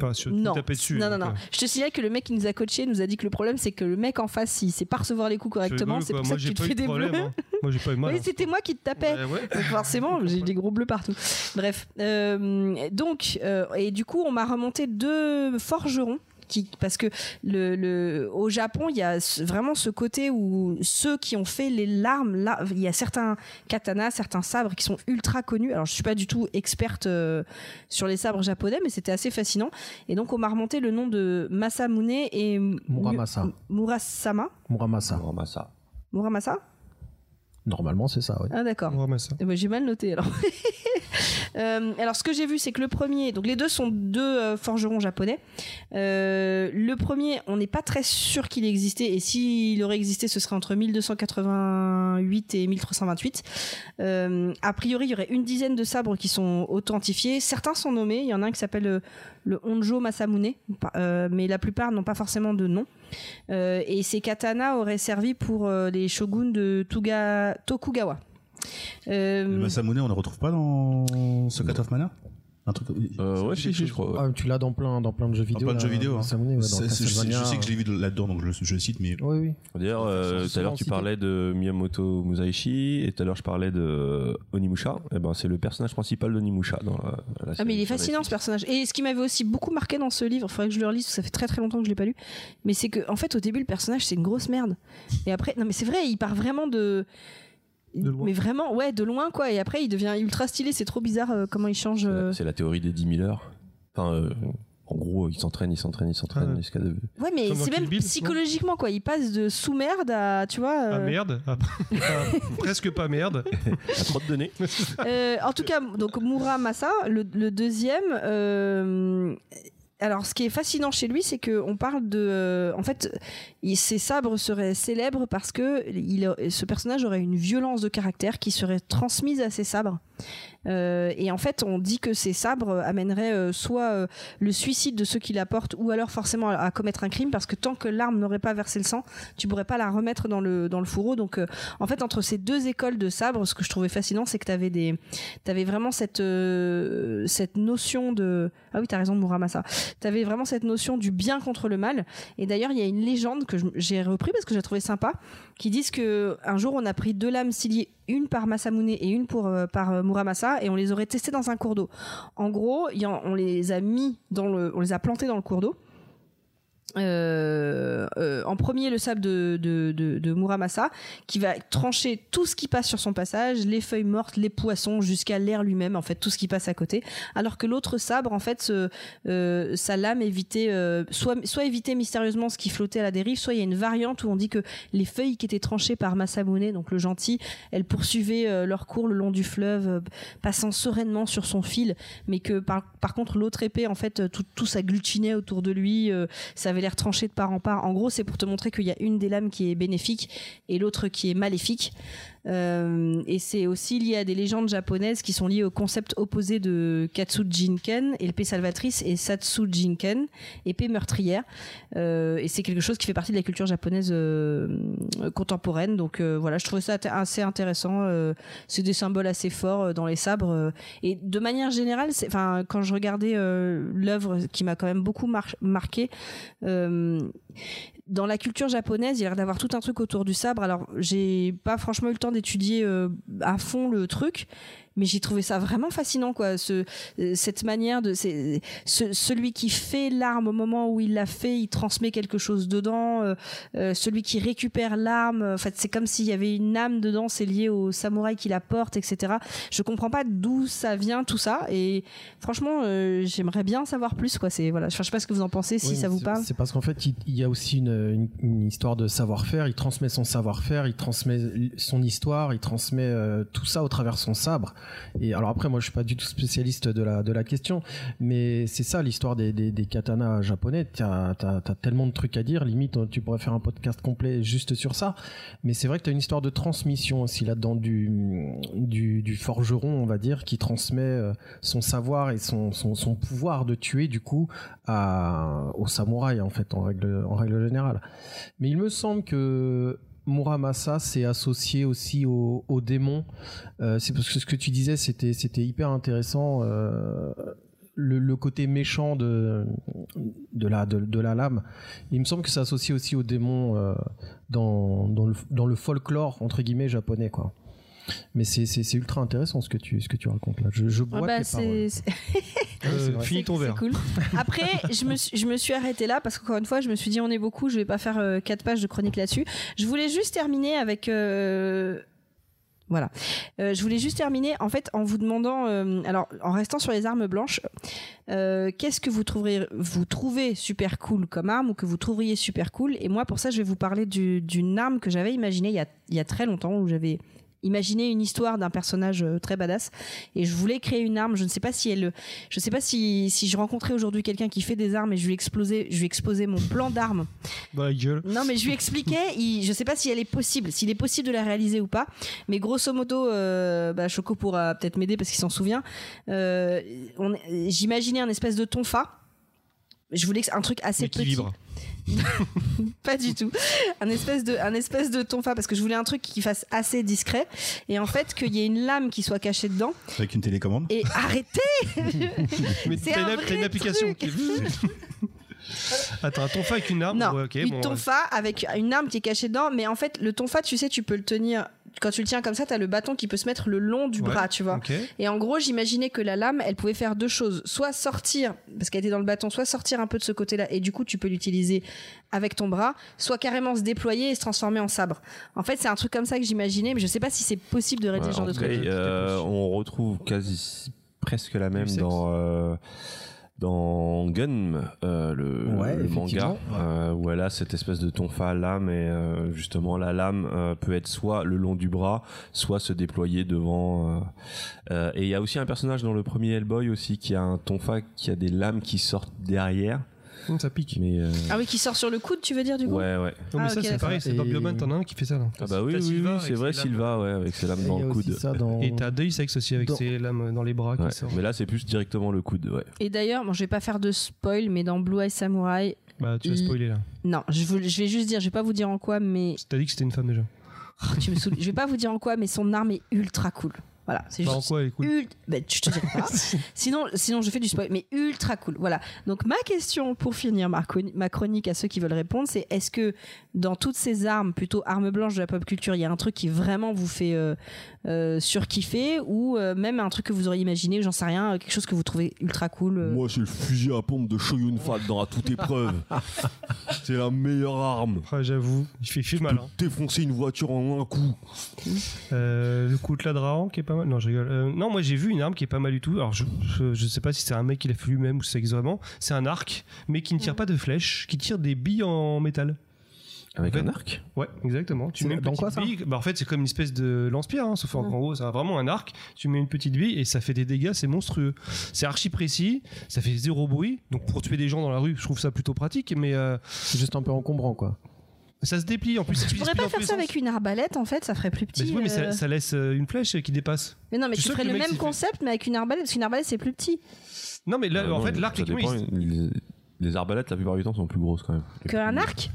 Enfin, sur- tu
Non.
tapais dessus.
non, non,
donc,
non.
euh,
Je te signale que le mec qui nous a coachés nous a dit que le problème c'est que le mec en face il sait pas recevoir les coups
je
correctement,
rigole,
c'est
quoi.
pour ça
Moi,
que
j'ai
tu te
pas eu
fais
de
des
problème,
bleus.
hein. Moi, j'ai pas eu mal.
Oui, c'était moi qui te tapais.
Ouais, ouais.
Donc forcément, j'ai des gros bleus partout. Bref, euh, donc euh, et du coup, on m'a remonté deux forgerons. Qui, parce que le, le- au Japon, il y a ce- vraiment ce côté où ceux qui ont fait les larmes, là, il y a certains katanas, certains sabres qui sont ultra connus. Alors, je suis pas du tout experte euh, sur les sabres japonais, mais c'était assez fascinant. Et donc, on m'a remonté le nom de Masamune et Mu-
Muramasa.
Murasama.
Muramasa.
On ramasse ça.
Muramasa
Normalement, c'est ça, ouais.
Ah, d'accord.
On ramasse ça.
Eh ben, j'ai mal noté alors. Euh, alors ce que j'ai vu c'est que le premier, donc les deux sont deux euh, forgerons japonais. Euh, le premier, on n'est pas très sûr qu'il existait et s'il aurait existé ce serait entre 1288 et 1328. Euh, a priori il y aurait une dizaine de sabres qui sont authentifiés. Certains sont nommés, il y en a un qui s'appelle euh, le Honjo Masamune, pa- euh, mais la plupart n'ont pas forcément de nom. Euh, et ces katanas auraient servi pour euh, les shoguns de Tuga- Tokugawa. Euh,
Le Masamune, on le retrouve pas dans Secret of Mana Un truc.
Euh,
ça me
ouais,
dit
si,
quelque
si,
chose.
je crois. ouais.
Ah, tu l'as dans plein, dans plein de jeux
Dans
vidéo.
plein de
là,
jeux vidéo. hein.
Masamune, ouais, dans
Ça, c'est- Je
Castlevania.
je sais que je l'ai vu là-dedans, donc je le- je le cite, mais
Oui, oui.
D'ailleurs, euh, tout à l'heure tu parlais de Miyamoto Muzaishi et tout à l'heure je parlais de euh, Onimusha. Et ben c'est le personnage principal d'Onimusha dans la, la
Ah mais il est
série sur
fascinant ce
Netflix.
personnage. Et ce qui m'avait aussi beaucoup marqué dans ce livre, il faudrait que je le relise, parce que ça fait très très longtemps que je l'ai pas lu, mais c'est que en fait au début le personnage c'est une grosse merde. Et après, non mais c'est vrai, il part vraiment de...
De loin.
Mais vraiment, ouais, de loin quoi. Et après il devient ultra stylé, c'est trop bizarre euh, comment il change. euh.
C'est la théorie des 10 000 heures. Enfin, euh, en gros, il s'entraîne, il s'entraîne, il s'entraîne
Ah ouais.
jusqu'à devenir-
Ouais mais
Comme dans
c'est
Kill
même
Bill, non
psychologiquement quoi, il passe de sous-merde à, tu vois...
Ah
euh,
merde, Ah, presque pas merde.
à trop de données.
Euh, en tout cas, donc Muramasa, le, le deuxième, euh, alors, ce qui est fascinant chez lui, c'est qu'on parle de. euh, en fait, il- ses sabres seraient célèbres parce que il, a- ce personnage aurait une violence de caractère qui serait transmise à ses sabres. Euh, et en fait, on dit que ces sabres amèneraient euh, soit euh, le suicide de ceux qui la portent, ou alors forcément à, à commettre un crime, parce que tant que l'arme n'aurait pas versé le sang, tu pourrais pas la remettre dans le, dans le fourreau. Donc, euh, en fait, entre ces deux écoles de sabres, ce que je trouvais fascinant, c'est que tu avais, des, avais vraiment cette, euh, cette notion de. Ah oui, t'as raison, Muramasa t'avais vraiment cette notion du bien contre le mal. Et d'ailleurs, il y a une légende que je- j'ai repris parce que j'ai trouvé sympa, qui disent que un jour on a pris deux lames sciées, une par Masamune et une pour euh, par euh, Muramasa, et on les aurait testées dans un cours d'eau. En gros, il y en- on les a mis dans le, on les a plantées dans le cours d'eau. Euh, euh, en premier le sable de, de, de- de Muramasa qui va trancher tout ce qui passe sur son passage les feuilles mortes les poissons jusqu'à l'air lui-même en fait tout ce qui passe à côté alors que l'autre sabre en fait se, euh, sa lame évitait euh, soit, soit évitait mystérieusement ce qui flottait à la dérive, soit il y a une variante où on dit que les feuilles qui étaient tranchées par Masamune, donc le gentil, elles poursuivaient euh, leur cours le long du fleuve, euh, passant sereinement sur son fil, mais que par, par contre l'autre épée, en fait, euh, tout, tout s'agglutinait autour de lui, euh, ça avait l'air tranché de part en part. En gros, c'est pour te montrer qu'il y a une des lames qui est bénéfique et l'autre qui est maléfique. Euh, et c'est aussi lié à des légendes japonaises qui sont liées au concept opposé de Katsu Jinken, épée salvatrice, et Satsu Jinken, épée meurtrière. Euh, et c'est quelque chose qui fait partie de la culture japonaise euh, euh, contemporaine. Donc euh, voilà, je trouvais ça atte- assez intéressant. Euh, c'est des symboles assez forts euh, dans les sabres. euh. et de manière générale, c'est- enfin, quand je regardais euh, l'œuvre qui m'a quand même beaucoup mar- marqué, euh, dans la culture japonaise, il y a l'air d'avoir tout un truc autour du sabre. Alors, j'ai pas franchement eu le temps d'étudier euh, à fond le truc, mais j'ai trouvé ça vraiment fascinant, quoi. Ce, euh, cette manière de. c'est- ce- celui qui fait l'arme au moment où il l'a fait, il transmet quelque chose dedans. euh, euh, celui qui récupère l'arme, euh, en fait, c'est comme s'il y avait une âme dedans, c'est lié au samouraï qui la porte, etc. Je comprends pas d'où ça vient, tout ça. Et franchement, euh, j'aimerais bien savoir plus, quoi. C'est, voilà. Enfin, je sais pas ce que vous en pensez, si
Oui,
ça vous
c'est-
parle.
C'est parce qu'en fait, il, il y a aussi une, une- une histoire de savoir-faire. Il transmet son savoir-faire, il transmet l- son histoire, il transmet euh, tout ça au travers de son sabre. Et alors après, moi, je suis pas du tout spécialiste de la, de la question, mais c'est ça l'histoire des, des- des katanas japonais. T'as as, tellement de trucs à dire, limite, tu pourrais faire un podcast complet juste sur ça. Mais c'est vrai que t'as une histoire de transmission aussi là-dedans du, du, du forgeron, on va dire, qui transmet euh, son savoir et son, son, son pouvoir de tuer, du coup, à, aux samouraïs en fait en règle, en règle générale. Mais il me semble que Muramasa s'est associé aussi au, au démon. Euh, c'est parce que ce que tu disais c'était c'était hyper intéressant. euh, le, le côté méchant de, de, la, de, de la lame, il me semble que c'est associé aussi au démon euh, dans, dans, le, dans le folklore, entre guillemets, japonais. Quoi. Mais c'est- c'est c'est ultra intéressant ce que tu, ce que tu racontes là. Je, je bois
Ah bah,
tes paroles.
c'est- c'est-
c'est
Euh,
vrai.
finis
C'est-
ton
c'est
verre.
cool. Après, je me, suis- je me suis arrêtée là parce qu'encore une fois, je me suis dit on est beaucoup, je vais pas faire euh, quatre pages de chronique là-dessus. Je voulais juste terminer avec. euh, Voilà. Euh, je voulais juste terminer en fait en vous demandant, euh, alors en restant sur les armes blanches, euh, qu'est-ce que vous trouverez, vous trouvez super cool comme arme ou que vous trouveriez super cool Et moi pour ça, je vais vous parler du- d'une arme que j'avais imaginée il y a, il y a très longtemps où j'avais imaginé une histoire d'un personnage euh, très badass et je voulais créer une arme. Je ne sais pas si elle je sais pas si, si je rencontrais aujourd'hui quelqu'un qui fait des armes et je lui explosais, je lui exposais mon plan d'armes.
Dans la gueule.
Non, mais je lui expliquais, il, je sais pas si elle est possible, s'il est possible de la réaliser ou pas. Mais grosso modo, euh, bah, Choco pourra peut-être m'aider parce qu'il s'en souvient. Euh, on- J'imaginais un espèce de tonfa. Je voulais que- un truc assez
Mais qui
petit.
vibre.
Pas du tout. Un espèce de, un espèce de tonfa parce que je voulais un truc qui fasse assez discret et en fait qu'il y ait une lame qui soit cachée dedans.
Avec une télécommande.
Et arrêtez
Mais
C'est
t'as une,
un
app-
vrai
t'as une application qui. Attends, ton fa avec une arme
Non,
ouais, ok,
une
bon, ouais.
tonfa avec une arme qui est cachée dedans. Mais en fait, le tonfa, tu sais, tu peux le tenir. Quand tu le tiens comme ça, t'as le bâton qui peut se mettre le long du
Ouais.
bras, tu vois.
Ok.
Et en gros, j'imaginais que la lame, elle pouvait faire deux choses. Soit sortir, parce qu'elle était dans le bâton, soit sortir un peu de ce côté-là, et du coup, tu peux l'utiliser avec ton bras, soit carrément se déployer et se transformer en sabre. En fait, c'est un truc comme ça que j'imaginais, mais je sais pas si c'est possible de réaliser
Ouais,
ce genre
en
de
tout
truc.
cas,
truc.
euh, on retrouve quasi presque la même
Unisex.
dans euh, dans Gun, euh, le,
Ouais,
le manga,
effectivement, ouais.
euh, où elle a cette espèce de tonfa à lame, et euh, justement la lame euh, peut être soit le long du bras, soit se déployer devant. euh, euh, et il y a aussi un personnage dans le premier Hellboy aussi qui a un tonfa qui a des lames qui sortent derrière.
Hum, Ça pique.
Mais euh,
Ah oui, qui sort sur le coude, tu veux dire, du coup
ouais, ouais.
Non,
Ah,
mais
ok,
ça, c'est
d'accord.
pareil, c'est dans
Et-
Bioman, t'en as un qui fait ça là.
Ah bah oui,
T'as
oui, oui,
Sylvain avec
c'est
ses
vrai,
lames.
Sylvain, ouais, avec ses lames
Il y
dans
a
le
aussi
coude.
ça dans-
Et t'as Deus Ex aussi avec
Dans-
ses lames dans les bras
Ouais,
qui sort.
Mais là, c'est plus directement le coude, ouais.
Et d'ailleurs, bon, je vais pas faire de spoil, mais dans Blue Eye Samurai,
Bah,
Mm.
tu vas spoiler là.
non, je, vous- je vais juste dire, je vais pas vous dire en quoi, mais
T'as dit que c'était une femme déjà.
je, Oh, me saoule. je vais pas vous dire en quoi, mais son arme est ultra cool. Voilà, c'est
Bah,
juste.
en quoi elle est cool
ult- Ben, je te dirai pas. sinon, sinon, je fais du spoil, mais ultra cool. Voilà. Donc, ma question pour finir ma chroni- ma chronique à ceux qui veulent répondre, c'est est-ce que dans toutes ces armes, plutôt armes blanches de la pop culture, il y a un truc qui vraiment vous fait euh, euh, surkiffer ou euh, même un truc que vous auriez imaginé, j'en sais rien, euh, quelque chose que vous trouvez ultra cool euh,
Moi, c'est le fusil à pompe de Shoyun Fat dans à toute épreuve. c'est la meilleure arme.
Ah, J'avoue, il fait, il fait mal. hein.
Défoncer une voiture en un coup.
Euh, le coup de la Drahan qui est pas mal. Non, je rigole. Euh, non, moi j'ai vu une arme qui est pas mal du tout. Alors je, je, je sais pas si c'est un mec qui l'a fait lui-même ou si ça existe vraiment. C'est un arc, mais qui ne
Mm.
tire pas de flèches, qui tire des billes en métal.
Avec
Ouais.
un arc
Ouais, exactement. Tu
C'est
mets une
dans
petite
quoi, ça
bille. Bah, en fait, c'est comme une espèce de lance-pierre, hein, sauf en gros, ça a vraiment un arc. Tu mets une petite bille et ça fait des dégâts, c'est monstrueux. C'est archi précis, ça fait zéro bruit. Donc pour tuer des gens dans la rue, je trouve ça plutôt pratique, mais euh,
C'est juste un peu encombrant, quoi.
ça se déplie en plus.
Tu pourrais pas faire ça avec une arbalète en fait, ça ferait plus
mais,
petit.
ouais, Bah, mais ça,
euh.
ça laisse euh, une flèche qui dépasse.
Mais non, mais
Je
tu
sais que
ferais
le
le,
mec
même
s'y fait.
concept, mais avec une arbalète, parce qu'une arbalète c'est plus petit
Non, mais là,
Euh,
en
non,
fait,
ça
l'arc,
dépend.
effectivement, il-
Les, les arbalètes, la plupart du temps, sont plus grosses quand même. Et
qu'un
puis-
arc.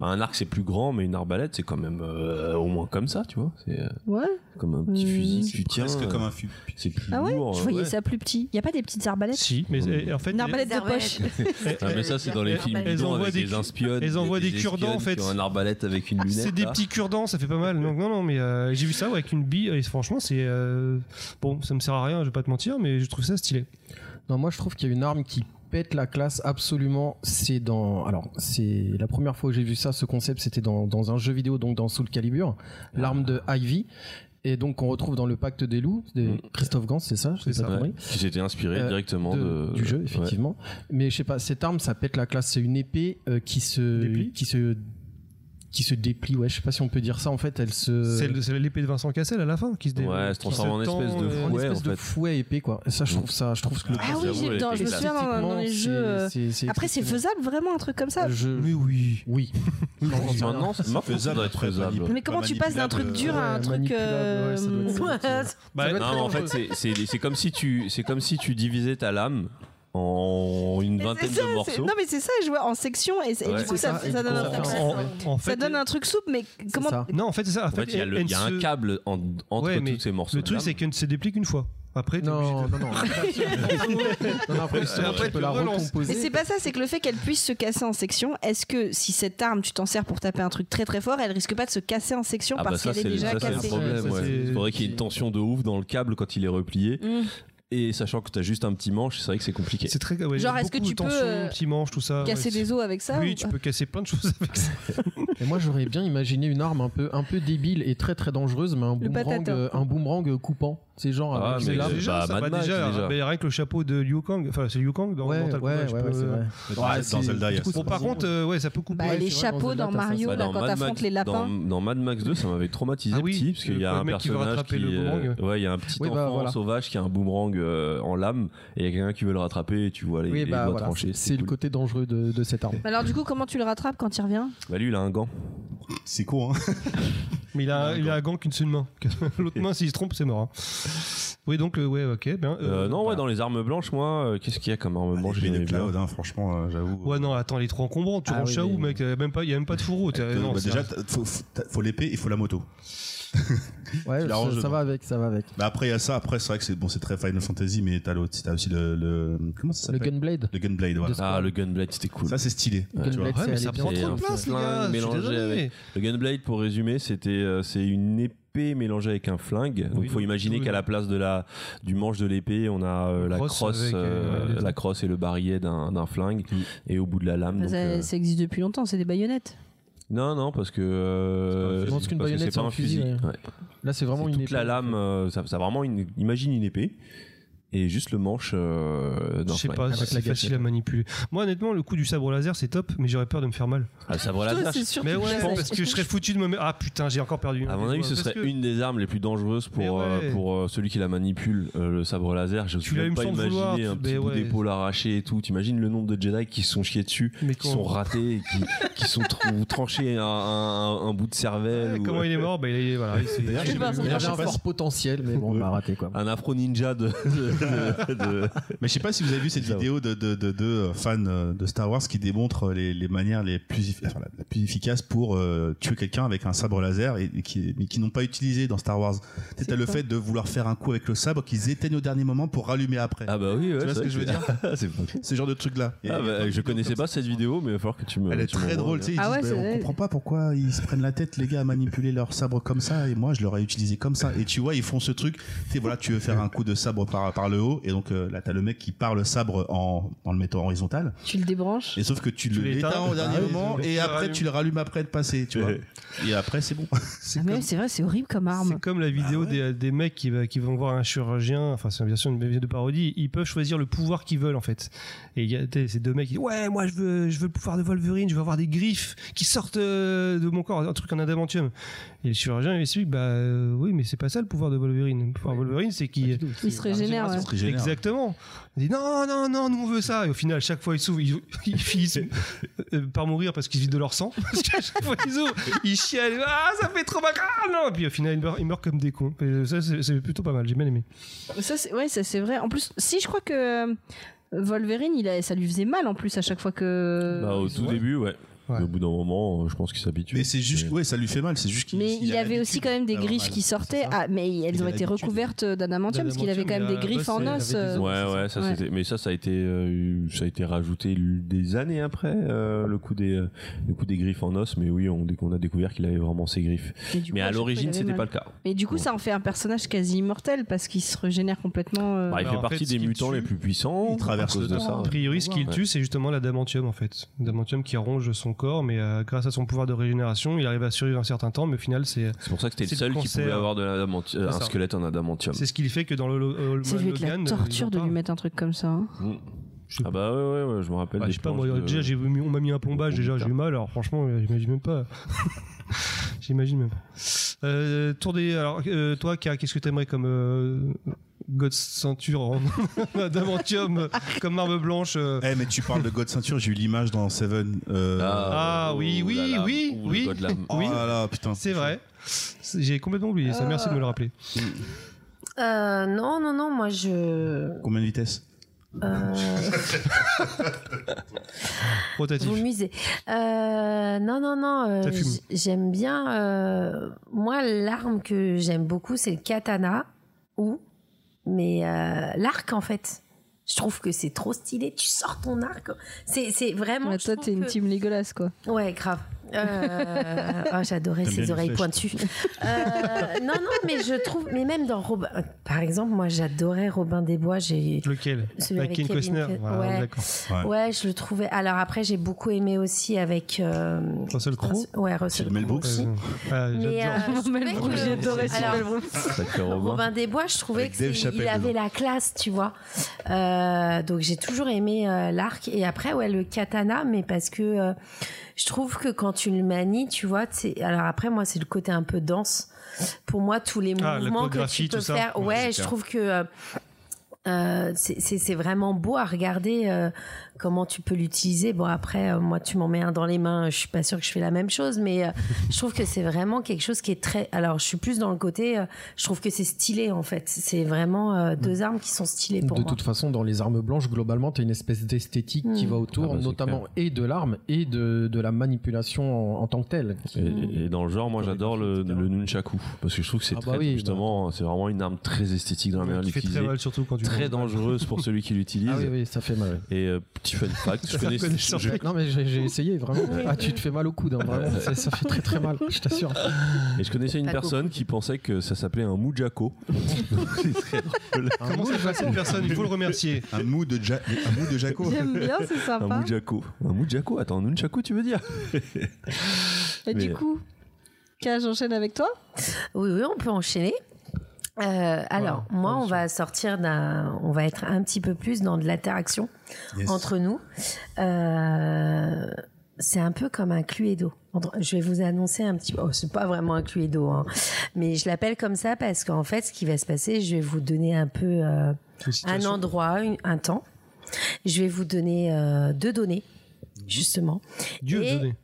Bah, un arc, c'est plus grand, mais une arbalète, c'est quand même euh, au moins comme ça, tu vois. C'est euh,
Ouais.
comme un petit
Hmm.
fusil que
C'est
tu tiens.
presque
euh,
comme un fusil.
C'est plus
Ah ouais,
lourd.
je
euh,
voyais
ouais.
ça plus petit. Y a pas des petites arbalètes
Si, mais euh, en fait,
Une arbalète de
Arbalète.
poche.
Ah, mais ça, c'est dans les
Elles
films
envoient
bidons avec
des
des
cu-
espionnes.
elles envoient des cure-dents, en fait. Ah,
Qui ont un arbalète avec une hein. lunette.
C'est des
là.
petits cure-dents, ça fait pas mal. Donc, non, non, mais euh, j'ai vu ça ouais, avec une bille. Et franchement, c'est. euh, bon, ça me sert à rien, je vais pas te mentir, mais je trouve ça stylé.
Non, moi je trouve qu'il y a une arme qui pète la classe absolument. C'est dans. Alors, c'est la première fois que j'ai vu ça, ce concept, c'était dans, dans un jeu vidéo, donc dans Soul Calibur, l'arme de Ivy. Et donc, on retrouve dans le Pacte des Loups, de
Mm.
Christophe Gans, c'est ça
C'est
J'ai pas
ça.
Ouais,
compris.
Qui s'étaient inspirés
Euh,
directement
De-
de,
du jeu,
ouais.
effectivement. Mais je sais pas, cette arme, ça pète la classe. C'est une épée euh, qui se.
Déplie
Qui se. Qui se déplie, ouais, je sais pas si on peut dire ça. En fait, elle se.
C'est le- c'est l'épée de Vincent Cassel à la fin qui se dé-
Ouais, elle se
qui
transforme en
tend,
espèce de
euh,
en
fouet,
espèce
en
de
fait. Mm.
fouet épée, quoi. Et ça, je trouve ça. Je trouve que le
Ah oui,
J'avoue,
j'ai-
elle
dans- je
était
me souviens dans, dans les
esthétiquement,
jeux. euh,
c'est- c'est-
Après, c'est faisable vraiment un truc comme ça.
Je-
Mais oui.
Oui.
Maintenant, c'est- maintenant, ça
faisable,
doit être
après,
faisable.
manip-
Mais comment tu passes d'un truc dur à un
Ouais,
truc euh,
manipulable, ouais, ça doit être ça.
Bah,
Ça doit être
Non, mais en fait, c'est- c'est c'est comme si tu c'est comme si tu divisais ta lame en une
Mais
vingtaine
c'est ça,
de
c'est-
morceaux.
Non mais c'est ça, je vois en section et, c'est- et
Ouais.
du coup
C'est
ça,
ça, et
ça
du
donne
coup,
un
ça
truc,
fait
ça,
un-
en, en fait,
donne un truc souple, mais comment
ça.
Non, en fait, c'est ça. En,
En fait, il y a le-
elle
il y a
se-
un câble en- entre
E. Ouais, mais
tous ces morceaux.
Le
de
truc,
lame.
c'est qu'elle ne se déplique une fois. Après, t'es obligé
Non,
de-
non, non. Non, non, après, justement,
Après,
tu peux
tu
la
relances.
Mais c'est
recomposer.
pas ça, c'est que le fait qu'elle puisse se casser en section, est-ce que si cette arme tu t'en sers pour taper un truc très très fort, elle risque pas de se casser en section
Ah bah
parce qu'elle
ça c'est
est
le-
déjà
ça, c'est le
cassée
problème.
Ouais, ça,
ouais.
c'est-
Il faudrait qu'il y ait une tension de ouf dans le câble quand il est replié.
Mm.
Et sachant que t'as juste un petit manche, c'est vrai que c'est compliqué.
C'est très. ouais,
Genre,
il y a
est-ce que
beaucoup
tu
de tension,
peux, euh,
petit manche, tout ça.
Casser
ouais, c'est-
des os avec ça
Oui,
ou
tu
pas
peux casser plein de choses avec ça.
Et moi, j'aurais bien imaginé une arme un peu, un peu débile et très très dangereuse, mais un boomerang,
patatin.
euh, un boomerang coupant. C'est genre.
Ah,
avec
mais
ses lames.
c'est-
déjà,
bah,
ça
Mad
va
Max,
déjà,
déjà.
bah, rien que le chapeau de Liu Kang, enfin c'est Liu Kang dans
Ouais,
Mortal
ouais, ouais,
Kombat. je
ouais,
peux-
c'est vrai.
Dans
Ouais, c'est-
Zelda, il y a ça.
Bon, par contre, euh, ouais, ça peut couper.
Bah,
Ouais,
les
c'est vrai, dans
chapeaux
Zelda,
dans
t'as ça.
Mario,
Bah,
là, quand
Mad
t'affrontes
Max-
les lapins.
Dans, dans Mad Max 2, ça m'avait traumatisé
Ah oui,
petit, parce qu'il y a
le
un
mec qui veut
personnage
rattraper
qui,
le
euh,
boomerang.
ouais, il y a un petit
Oui, bah,
enfant
voilà.
sauvage qui a un boomerang euh, en lame, et il y a quelqu'un qui veut le rattraper, et tu vois les,
Oui,
les
bah
doigts
voilà.
tranchés.
C'est le
cool.
côté dangereux de, de cette arme.
Mais Alors du coup, comment tu le rattrapes quand il revient
Bah lui, il a un gant.
C'est con, hein.
Mais il a, il a un gant qu'une seule main. L'autre main, s'il se trompe, c'est mort. hein. Oui, donc, euh, ouais, ok. bien,
Euh,
euh, Ah,
non, ouais,
voilà.
dans les armes blanches, moi, euh, qu'est-ce qu'il y a comme arme blanche
L'épée de
j'aimais bien.
Cloud, hein, franchement, euh, j'avoue.
Ouais, non, attends, les trois encombrants. Tu
Ah
ranges
oui,
ça où,
oui.
mec Il n'y a même pas de fourreau. t'as-
Euh,
non,
bah,
c'est-
déjà, t'as- faut, faut- t'as- faut l'épée et faut la moto.
Ouais,
l'arranges
ça, ça
dedans.
va avec, ça va avec.
Bah après, il y a ça. Après, c'est vrai que c'est bon, c'est très Final Fantasy, mais t'as l'autre. T'as aussi le, le- Comment ça
Le
s'appelle
gunblade.
Le Gunblade, voilà.
Ah, le Gunblade, c'était cool.
Ça, c'est stylé.
Le
tu vois.
gunblade,
Ouais,
c'est
mais
elle
ça
est bien
prend trop de
faite.
place, les
Flingue
gars. je suis
mélangé
désolé.
avec- Le Gunblade, pour résumer, c'était euh, c'est une épée mélangée avec un flingue. Donc,
Oui,
il faut
donc,
imaginer
oui.
qu'à la place de la du manche de l'épée, on a euh, la
Crosse
crosse,
avec, euh,
euh,
les-
la crosse et le barillet d'un d'un flingue, et au bout de la lame.
Bah,
donc,
ça,
euh,
ça existe depuis longtemps, c'est des baïonnettes.
Non, non, parce que
C'est pas un
euh,
fusil. Je pense qu'une
parce que
baïonnette,
c'est pas un fusil.
ouais.
Ouais.
Là, c'est
C'est
vraiment une
toute
épée.
la lame, euh, ça, ça a vraiment une. Imagine une épée. et juste le manche. euh,
Je sais
Northman.
pas,
avec la
c'est facile
gâchette.
à manipuler. Moi, honnêtement, le coup du sabre laser, c'est top, mais j'aurais peur de me faire mal.
Ah, le sabre laser.
c'est sûr
Mais
que
ouais,
je
je
l'ai.
parce que je serais foutu de me mettre. Ah putain, j'ai encore perdu.
À mon avis, ce
Parce
serait
que
une des armes les plus dangereuses
Mais
pour, euh,
ouais.
pour euh, celui qui la manipule, euh, le sabre laser. Je
Tu
ne même
l'allumes
pas
sans le
imaginer
vouloir,
un
tu-
petit
mais
bout
ouais.
d'épaule arraché et tout. T'imagines le nombre de Jedi qui se sont chiés dessus,
Mais
qui sont
quand-
ratés, et qui, qui sont tr- tranchés un, un- un bout de cervelle. ou, euh,
Comment il est mort Bah, il est. Voilà, il s'est-
D'ailleurs,
Je sais pas,
Il
Je
avait
sais
un
pas
fort
si-
potentiel, mais bon, on l'a raté quoi.
Un afro ninja de. de- de- de-
Mais je sais pas si vous avez vu cette
J'avoue.
vidéo de, de, de, de, euh, fans euh, de Star Wars qui démontrent euh, les, les manières les plus, effi- enfin, la, la plus efficace pour euh, tuer quelqu'un avec un sabre laser et, et qui, mais qui n'ont pas utilisé dans Star Wars. C'était le fait de vouloir faire un coup avec le sabre qu'ils éteignent au dernier moment pour rallumer après.
Ah bah oui, ouais,
Tu vois
c'est
ce que je veux
vrai
dire
c'est pas-
Ce genre de truc là.
Ah bah, je connaissais pas cette vidéo, mais il va falloir que tu me. hein.
Elle est
tu m'envoies,
très drôle,
ouais.
tu sais, ils
Ah ouais,
disent,
c'est
bah, on
vrai.
comprend pas pourquoi ils se prennent la tête, les gars, à manipuler leur sabre comme ça, et moi je l'aurais utilisé comme ça. Et tu vois, ils font ce truc, tu sais, voilà, tu veux faire un coup de sabre par, par le haut, et donc euh, là, t'as le mec qui part le sabre en, en le mettant horizontal,
Tu le débranches.
et sauf que tu,
Tu
le
l'éteins.
l'éteins au dernier
Ah oui,
moment,
tu le
et après
rallumes.
tu le rallumes après de passer, tu vois. Et après, c'est bon.
c'est
Ah, mais
comme-
c'est vrai, c'est horrible comme arme.
C'est comme la vidéo des, des mecs qui, va- qui vont voir un chirurgien, enfin c'est bien sûr une vidéo de parodie, ils peuvent choisir le pouvoir qu'ils veulent en fait. Et il y a t'es- ces deux mecs qui disent ouais moi je veux, je veux le pouvoir de Wolverine, je veux avoir des griffes qui sortent euh, de mon corps, un truc en adamantium. Et le chirurgien il explique bah euh, oui mais c'est pas ça le pouvoir de Wolverine. Le pouvoir de Wolverine c'est
Bah,
qu'il...
Il se régénère. ouais.
Exactement. Il dit non, non, non, nous on veut ça. Et au final, chaque fois ils s'ouvrent, ils, ils finissent euh, par mourir parce qu'ils se vident de leur sang. Parce qu'à chaque fois ils ouvrent, ils chialent. Ah, ça fait trop mal. Ah, non. Et puis au final, ils meurent, ils meurent comme des cons. Et euh, ça, c'est c'est plutôt pas mal. J'ai bien aimé.
Ça, c'est ouais, ça, c'est vrai. En plus, si je crois que euh, Wolverine, il a, ça lui faisait mal en plus à chaque fois que.
Bah, au tout
Ouais.
début, ouais.
Ouais.
Mais Au bout d'un moment, euh, je pense qu'il s'habitue.
Mais c'est juste, ouais, ça lui fait mal, c'est juste qu'il.
mais il,
a
avait aussi
l'habitude
quand même des
d'avoir
griffes
mal.
qui sortaient.
C'est ça.
Ah, mais elles
Il
ont
a
été
l'habitude.
recouvertes d'adamantium parce qu'il avait quand même des
D'adamantium, il
griffes
a-
en
ouais,
os.
il avait des
euh,
os.
Ouais, ouais, ça,
Ouais.
c'était- mais ça, ça a été, euh, ça a été rajouté l- des années après euh, le coup des, euh, le coup des griffes en os. Mais oui, on, dé- on a découvert qu'il avait vraiment ses griffes.
et du coup,
mais à
chaque fois, il
l'origine,
avait
c'était pas
mal. Euh,
le cas.
Mais du coup, ça en fait un personnage quasi immortel parce qu'il se régénère complètement. euh,
Bah, il
Bah,
fait
en
partie
fait, ce
des
qu'il
mutants
tue,
les plus puissants.
il traverse
à cause
le
de
temps.
ça.
A priori, ce qu'il
Ouais.
tue, c'est justement l'adamantium en fait. L'adamantium qui ronge son corps, mais euh, grâce à son pouvoir de régénération, il arrive à survivre un certain temps. Mais au final, c'est
C'est pour ça que c'était le
C'est le
seul qui
cancer.
pouvait avoir de l'adamanti- euh,
C'est
un
ça.
squelette en adamantium.
c'est ce qu'il fait que dans le. le- le-
C'est lui avec la
Logan, ils en
torture de lui
parlent.
mettre un truc comme ça. hein.
Mm.
Je sais
Ah bah ouais, ouais, ouais, je me rappelle.
Bah,
des
je sais pas,
planches
moi,
de-
déjà, j'ai mis- on m'a mis un plombage,
au
déjà, j'ai
bouquin.
eu mal, alors franchement, euh, j'imagine même pas. j'imagine même. Euh, tour des. Alors, euh, toi, Kara, qu'est-ce que t'aimerais comme. Euh, God ceinture en adamantium, euh, comme marbre blanche euh,
Eh, mais tu parles de God Ceinture, j'ai eu l'image dans Seven. euh,
Ah,
Ah,
oh
oui,
là
oui,
là,
oui,
oh, le
oui.
god de l'âme.
Oh
oui.
là là, putain.
C'est vrai. C'est- J'ai complètement oublié ça, merci de me le rappeler.
Euh, non, non, non, moi je.
Combien de vitesse
euh,
Rotatif.
Vous musez. Euh, non, non, non. euh,
Ça fume.
j- j'aime bien. euh, moi, l'arme que j'aime beaucoup, c'est le katana ou. Mais euh, l'arc, en fait. Je trouve que c'est trop stylé. Tu sors ton arc. C'est c'est vraiment.
Mais
je
toi,
trouve
t'es une
que-
team Legolas, quoi.
Ouais, grave. Euh, ah, j'adorais
T'aimes bien
ses
les
oreilles
flèches.
pointues. Euh, non, non, mais je trouve. Mais même dans Robin. euh, Par exemple, moi, j'adorais Robin des Bois. J'ai
Lequel
Celui avec
Ken
Kevin
Costner.
Costner.
Voilà,
Ouais.
d'accord.
Ouais, je le trouvais. Alors après, j'ai beaucoup aimé aussi avec. euh,
Russell Crowe
Russell- Ouais, Russell
C'est Mel
Crowe.
Brooks.
aussi.
Euh, ah,
Mais
j'adore.
euh, je trouvais
Mel
que-
Brooks, j'adorais ça.
Alors,
Sacré Robin.
Robin des Bois, je trouvais
Avec Dave Chappelle
qu'il avait la classe, tu vois. Euh, donc j'ai toujours aimé euh, l'arc et après ouais le katana, mais parce que euh, je trouve que quand tu le manies, tu vois, c'est alors après moi c'est le côté un peu danse. Pour moi tous les
Ah, la
mouvements que
chorégraphie,
tu peux
tout ça.
faire,
Ouais,
ouais,
c'est
je
clair.
trouve que euh, euh, c'est- c'est c'est vraiment beau à regarder euh, comment tu peux l'utiliser. Bon après euh, moi tu m'en mets un dans les mains, je suis pas sûre que je fais la même chose, mais euh, je trouve que c'est vraiment quelque chose qui est très. Alors je suis plus dans le côté, euh, je trouve que c'est stylé en fait. C'est vraiment euh, deux armes qui sont stylées pour
Mm. de
moi.
toute façon, dans les armes blanches, globalement, tu as une espèce d'esthétique qui
Mm.
va autour,
Ah bah, c'est
notamment et de l'arme et de, de la manipulation en, en tant que telle.
Et, et dans le genre, moi j'adore le, le nunchaku parce que je trouve que c'est
Ah bah
très,
oui, bah.
justement, c'est vraiment une arme très esthétique dans
euh,
la manière de
Qui fait très
l'utiliser,
mal, surtout quand tu.
très dangereuse pour celui qui l'utilise.
Ah oui, oui, ça fait mal.
Et euh, petit fun fact, je
Ça
connais,
connaît
je-
sur-
Non, mais j'ai j'ai essayé vraiment. Ah, tu te fais mal au coude, hein, vraiment. Ça, ça fait très très mal, je t'assure.
et je connaissais une
Pas beaucoup.
personne qui pensait que ça s'appelait un mujako. C'est très drôle.
Comment ça passe une personne Il faut le remercier.
Un mou de, Ja- un mou de Jaco.
J'aime bien, c'est
un
sympa.
mujako. Un mujako, attends, un nunchaku tu veux dire
Et
Mais-
du coup, K, j'enchaîne avec toi.
Oui, oui, on peut enchaîner. Euh, alors, moi, on va sortir d'un, on va être un petit peu plus dans de l'interaction
Yes.
entre nous. Euh, c'est un peu comme un Cluedo. Entre- Je vais vous annoncer un petit peu. Oh, c'est pas vraiment un Cluedo, hein. mais je l'appelle comme ça parce qu'en fait, ce qui va se passer, je vais vous donner un peu euh, un endroit, une- un temps. Je vais vous donner euh, deux données,
Mhm.
justement.
Dieu
Et-
donné.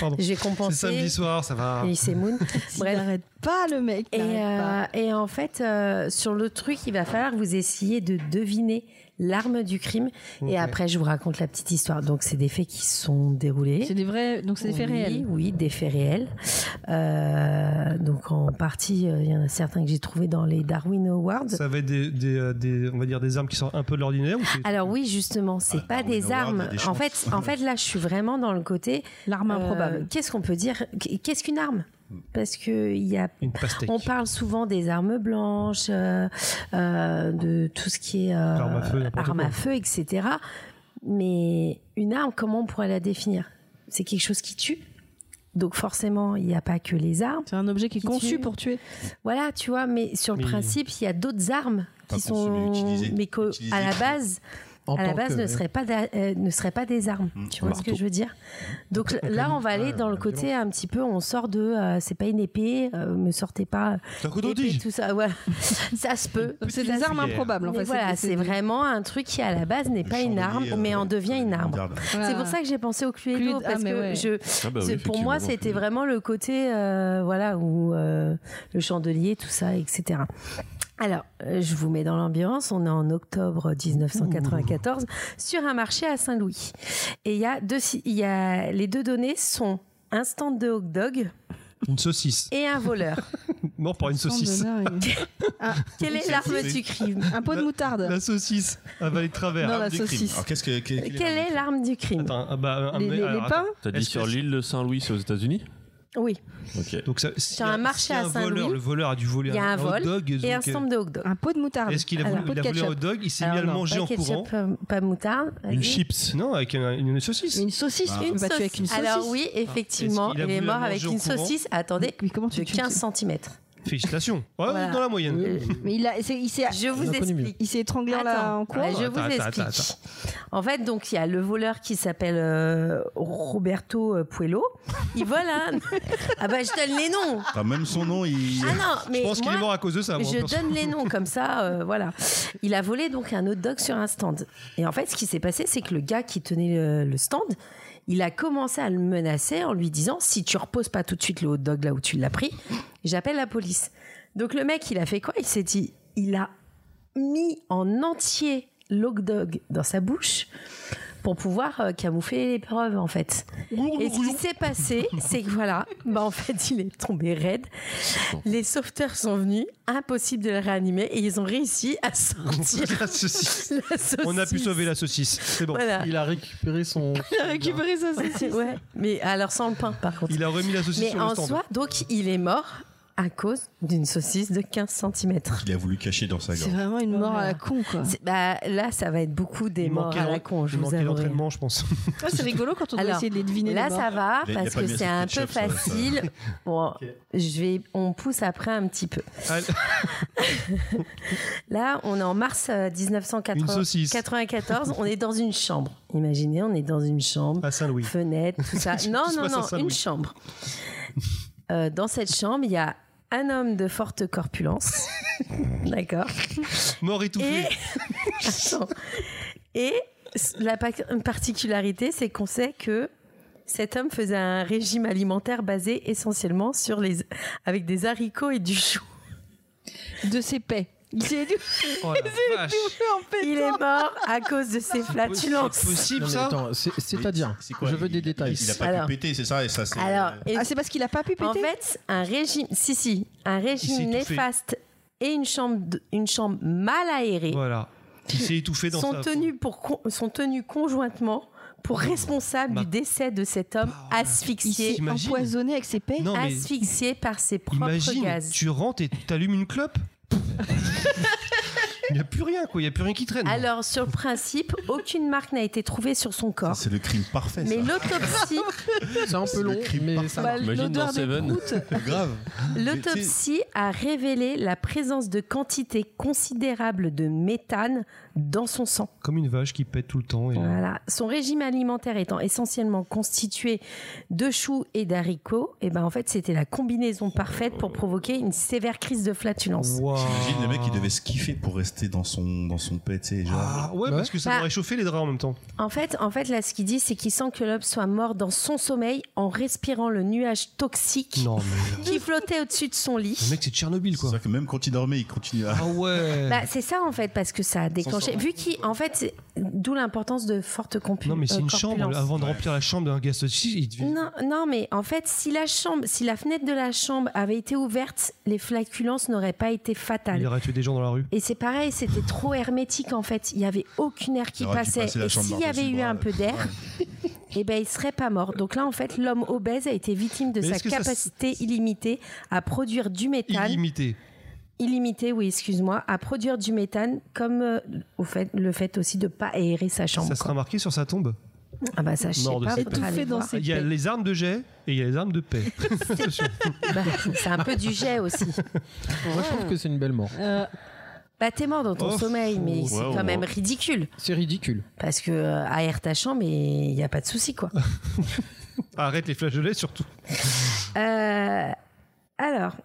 Pardon.
Je vais
C'est
compenser.
samedi soir, ça va.
Et c'est Moon.
Bref.
Bref.
N'arrête pas le mec.
Et,
n'arrête pas.
euh, et en fait, euh, sur le truc, il va falloir que vous essayiez de deviner l'arme du crime.
Ok.
Et après, je vous raconte la petite histoire. Donc, c'est des faits qui se sont
C'est
déroulés.
des vrais. Donc c'est des faits
Oui,
réels.
Oui, des faits réels. Euh, donc, en partie, euh, il y en a certains que j'ai trouvés dans les Darwin Awards.
Ça va être des, des, euh, des- on va dire des armes qui sortent un peu de l'ordinaire ou c'est-
Alors oui, justement, c'est
Ah,
pas
Darwin
des
Award,
armes.
il y a des
en
chances.
fait, en fait, là, je suis vraiment dans le côté.
L'arme
euh,
improbable.
Qu'est-ce qu'on peut dire Qu'est-ce qu'une arme Parce que il y a
une pastèque
On parle souvent des armes blanches, euh, euh, de tout ce qui est euh,
Arme à feu, n'importe
arme à
quoi.
feu, etc. Mais une arme, comment on pourrait la définir C'est quelque chose qui tue. Donc forcément, il n'y a pas que les armes.
C'est un objet qui est
Qui
conçu
tue.
pour tuer.
Voilà, tu vois, mais sur le
Mais-
principe, il y a d'autres armes
Pas
qui sont
consommées, utilisées.
mais qu'au-
Utilisées.
à la base,
En
à la
tant
base
que-
ne seraient pas d'a- euh, ne seraient pas des armes.
Mm.
Tu vois ce que je veux dire Donc l- là, on va aller dans le côté un petit peu, on sort de, euh, c'est pas une épée, euh, me sortez pas
C'est un couteau
épée, tout ça. Voilà, ça se peut.
Donc c'est des armes
cuillère.
improbables en
Mais
fait.
voilà, c'est vraiment un truc qui à la base n'est pas une arme,
euh,
mais en devient une arme.
Voilà.
C'est pour ça que j'ai pensé au Cluedo,
Cluedo, ah,
parce
mais
que
ouais.
je,
Ah bah oui,
c'est- pour moi,
effectivement,
c'était
donc,
vraiment le côté, euh, voilà, où euh, le chandelier, tout ça, etc. Alors, euh, je vous mets dans l'ambiance. On est en octobre 1994 sur un marché à Saint-Louis. Et il y a deux, si- il y a les deux données sont un stand de hot dog
une saucisse
et un voleur.
mort par une saucisse
Quelle est l'arme du crime
Un pot de moutarde.
la hein, saucisse avalée de travers Ah,
Non, la saucisse.
Alors qu'est-ce que quel-
Quelle Euh, est l'arme du crime
Attends, ah bah, un-
Les, les- les
alors,
pains
T'as dit
Est-ce
sur
que-
l'île de Saint-Louis, c'est aux États-Unis
Oui.
Ok.
attends. donc ça, si
Sur un marché
si
à
voleur,
Saint-Louis,
le voleur a dû voler
il y a un
hot
vol
dog
Et
donc, euh,
un stand de hot dog.
Un pot de moutarde.
est-ce qu'il a
Alors,
voulu
un pot
il
de
a volé un hot
ketchup.
dog il s'est
Alors
mis à Ah, le
non,
manger
pas
en
ketchup,
courant
Pas, pas moutarde. vas-y.
Une chips.
non avec un- une saucisse
Mais une saucisse.
Ah.
tu me bats tu avec une saucisse.
Alors oui, effectivement,
Ah. Est-ce qu'il a
il est
voulu
mort
la
avec
manger
une
au courant
saucisse, attendez,
Mais comment
de
tu tues une
15 cm.
félicitations Ouais,
Voilà.
dans la moyenne
Oui.
Mais il a, c'est- il s'est,
Je vous
On a connu
explique.
il s'est étranglé en la
Attends,
en courant.
je
Attends,
vous
attends,
explique.
attends, attends.
En fait, donc il y a le voleur qui s'appelle euh, Roberto euh, Puello. Il vole un. ah bah je donne les noms.
Enfin, même son nom, il.
Ah non, mais
je pense qu'il
moi,
est mort à cause de ça moi,
Je
perso.
donne les noms comme ça, euh, voilà. Il a volé donc un hot dog sur un stand. Et en fait, ce qui s'est passé, c'est que le gars qui tenait le, le stand, il a commencé à le menacer en lui disant si tu reposes pas tout de suite le hot dog là où tu l'as pris, j'appelle la police. Donc le mec, il a fait quoi Il s'est dit il a mis en entier le hot dog dans sa bouche pour pouvoir euh, camoufler les preuves en fait. Et ce qui s'est passé, c'est que voilà, bah en fait, il est tombé raide. Les sauveteurs sont venus, impossible de le réanimer, et ils ont réussi à sortir
La saucisse.
la saucisse.
on a pu sauver la saucisse c'est bon
Voilà.
Il a récupéré son.
Il a récupéré sa saucisse.
Ouais, mais alors sans le pain, par contre.
il a remis la saucisse
Mais
sur le
en
stand hein.
soi, donc, il est mort à cause d'une saucisse de 15 cm.
Il a voulu cacher dans sa
C'est
gorge.
vraiment une mort à la con, quoi.
Bah, là, ça va être beaucoup des
Ah. Il
morts
manquait
à
l'en-
la con, je
il
vous
manquait
avoue.
l'entraînement je pense
Ah, c'est rigolo quand on doit
Alors,
essayer de les deviner.
Là,
les morts.
ça va
Il a- il a
parce
pas
que
mis
c'est
assez de
un peu
ketchup, ça va, ça va.
facile. Bon, je vais, on pousse après un petit peu.
Allez.
Là, on est en mars euh, 1994.
Une saucisse. Ah
94, on est dans une chambre. Imaginez, on est dans une chambre,
à Saint-Louis
fenêtre, tout ça. Non,
Tout se
non,
passe à
non,
Saint-Louis.
une chambre. Euh, dans cette chambre, il y a un homme de forte corpulence. D'accord.
mort étouffé
Et... Attends. Et la pa- particularité, c'est qu'on sait que cet homme faisait un régime alimentaire basé essentiellement sur les... avec des haricots et du chou.
De ses paix. Il s'est dit
Oh la vache.
en paix.
Il est mort à cause de ses
C'est
flatulences.
possible
Non, mais
ça
attends, c'est- c'est-à-dire,
C'est quoi,
je veux
il-
des détails.
Il a pas
Alors-
pu péter, c'est ça, et ça, c'est.
Alors, et-
Ah, c'est parce qu'il a pas pu péter.
en fait, un régime, si si, un
s'est
régime
étouffé.
néfaste et une chambre, de- une chambre mal aérée
Voilà. Il s'est étouffé dans
sont
sa Mmh.
tenus pour con- sont tenus conjointement pour responsables
Ma-
du décès de cet homme
Ah ouais.
il
asphyxié,
s'est
t'imagines
empoisonné avec ses paix.
Non mais
asphyxié par ses propres
imagine,
gaz.
tu rentres et t'allumes une clope. Il n'y a plus rien, quoi. Il n'y a plus rien qui traîne.
Alors, sur le principe, aucune marque n'a été trouvée sur son
Ça,
corps.
C'est le crime parfait.
Mais
ça.
l'autopsie,
C'est un peu long, mais ça
Bah,
marche.
T'imagines
l'odeur
dans
des
Seven
proutes.
grave.
l'autopsie a révélé la présence de quantités considérables de méthane dans son sang.
Comme une vache qui pète tout le temps. Et...
Voilà. Son régime alimentaire étant essentiellement constitué de choux et d'haricots, et ben en fait c'était la combinaison parfaite pour provoquer une sévère crise de flatulence.
Waouh.
J'imagine le mec qui devait se kiffer pour rester dans son, dans son pet, tu sais, genre.
Ah, ouais, parce que ça
Bah.
doit réchauffer les draps en même temps.
En fait, en fait là ce qu'il dit c'est qu'il sent que l'homme soit mort dans son sommeil en respirant le nuage toxique
Non, mais.
qui flottait au-dessus de son lit.
Le mec, c'est Tchernobyl,
C'est
quoi.
vrai que même quand il dormait, il continue à.
Ah ouais.
Bah, c'est ça en fait parce que ça a déclenché. Vu qu'en fait, c'est- d'où l'importance de fortes compu-
non, mais c'est
euh, Mmh.
une chambre.
corpulences.
Avant de remplir la chambre d'un gaz toxique, il devait.
Non, non, mais en fait, si la chambre, si la fenêtre de la chambre avait été ouverte, les flatulences n'auraient pas été
Il
fatales.
aurait tué des gens dans la rue.
Et c'est pareil, c'était trop hermétique en fait. Il y avait aucune air qui
Il aurait dû
passait.
passer la
Et
chambre
s'il y
par-dessus
avait
le
eu
bras,
un
là.
peu d'air, eh ben il serait pas mort. Donc là, en fait, l'homme obèse a été victime de
Mais
sa
est-ce que ça s-
capacité illimitée à produire du méthane
Illimité.
illimité, oui, excuse-moi, à produire du méthane, comme euh, au fait, le fait aussi de pas aérer sa chambre.
Ça sera
quoi.
marqué sur sa tombe.
Ah bah ça, je sais
Mort de
pas,
ses
faudra
pères.
aller
Tout fait dans
voir.
ses-
Il y a
paix.
les armes de jet et il y a les armes de paix.
Bah, c'est un peu du jet aussi.
Moi, je trouve que c'est une belle mort.
Euh,
Bah t'es mort dans ton
Oh,
sommeil, mais
ouais,
c'est
ouais.
quand même ridicule,
C'est ridicule.
parce que euh, aère ta chambre et il n'y a pas de souci, quoi.
Ah, Arrête les flageolets, surtout.
Euh, alors,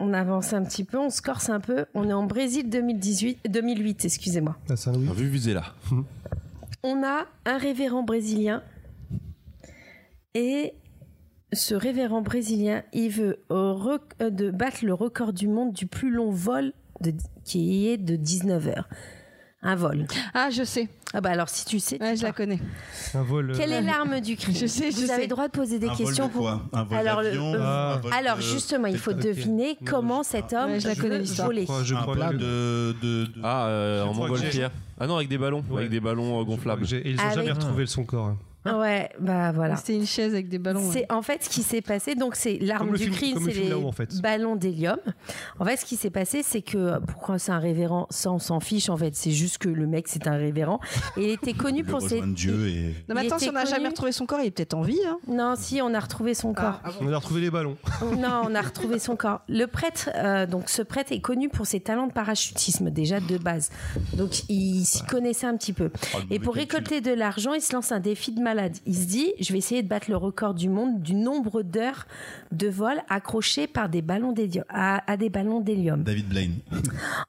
on avance un petit peu, on se corse un peu. On est en Brésil 2018, 2008, excusez-moi.
Ah, Saint-Louis.
Ah, Vu visé là.
on a un révérend brésilien et ce révérend brésilien, il veut euh, rec- euh, de battre le record du monde du plus long vol de- qui est de 19 heures. Un vol.
Ah, je sais.
Ah bah alors si tu sais. tu
Ouais, je
pars.
la connais.
Un vol. euh,
Quelle est l'arme du crime
Je sais, je
Vous
sais.
avez le droit de poser des
un
questions
vol de
pour.
quoi Un vol
Alors, le-
d'avion,
euh,
un vol
Alors
de-
justement, il faut
Ok.
deviner
Non,
comment
je-
cet
ah,
homme
ouais, je la connais, l'histoire.
volait.
Je crois, je
un
crois
plat
que-
de, de, de-
Ah, euh,
Je
en
crois que
montgolfière. Ah non, avec des ballons,
Ouais.
avec des ballons euh, gonflables.
Et ils ont
Avec-
jamais retrouvé le son corps. hein.
Ouais, bah voilà.
C'était une chaise avec des ballons. ouais.
C'est en fait ce qui s'est passé. Donc c'est
Ah Comme
l'arme
le
du
film-
crime,
comme le
c'est
film
les
là-haut, en fait.
ballons d'hélium. En fait, ce qui s'est passé, c'est que pourquoi c'est un révérend, ça on s'en fiche. En fait, c'est juste que le mec c'est un révérend. Et il était connu
de
pour ses.
rejoindre Dieu et. oh,
Non, mais
Il
attends,
était
si on n'a
connu.
jamais retrouvé son corps, il est peut-être en vie. Hein.
Non, si on a retrouvé son
Ah.
corps.
On a retrouvé les ballons.
Non, on a retrouvé son corps. Le prêtre, euh, donc ce prêtre est connu pour ses talents de parachutisme déjà de base. Donc il s'y connaissait un petit peu.
Oh, le mauvais
Et pour
calcul.
récolter de l'argent, il se lance un défi de malade. Il se dit, je vais essayer de battre le record du monde du nombre d'heures de vol accrochées par des ballons d'hélium, à, à des ballons d'hélium.
David Blaine.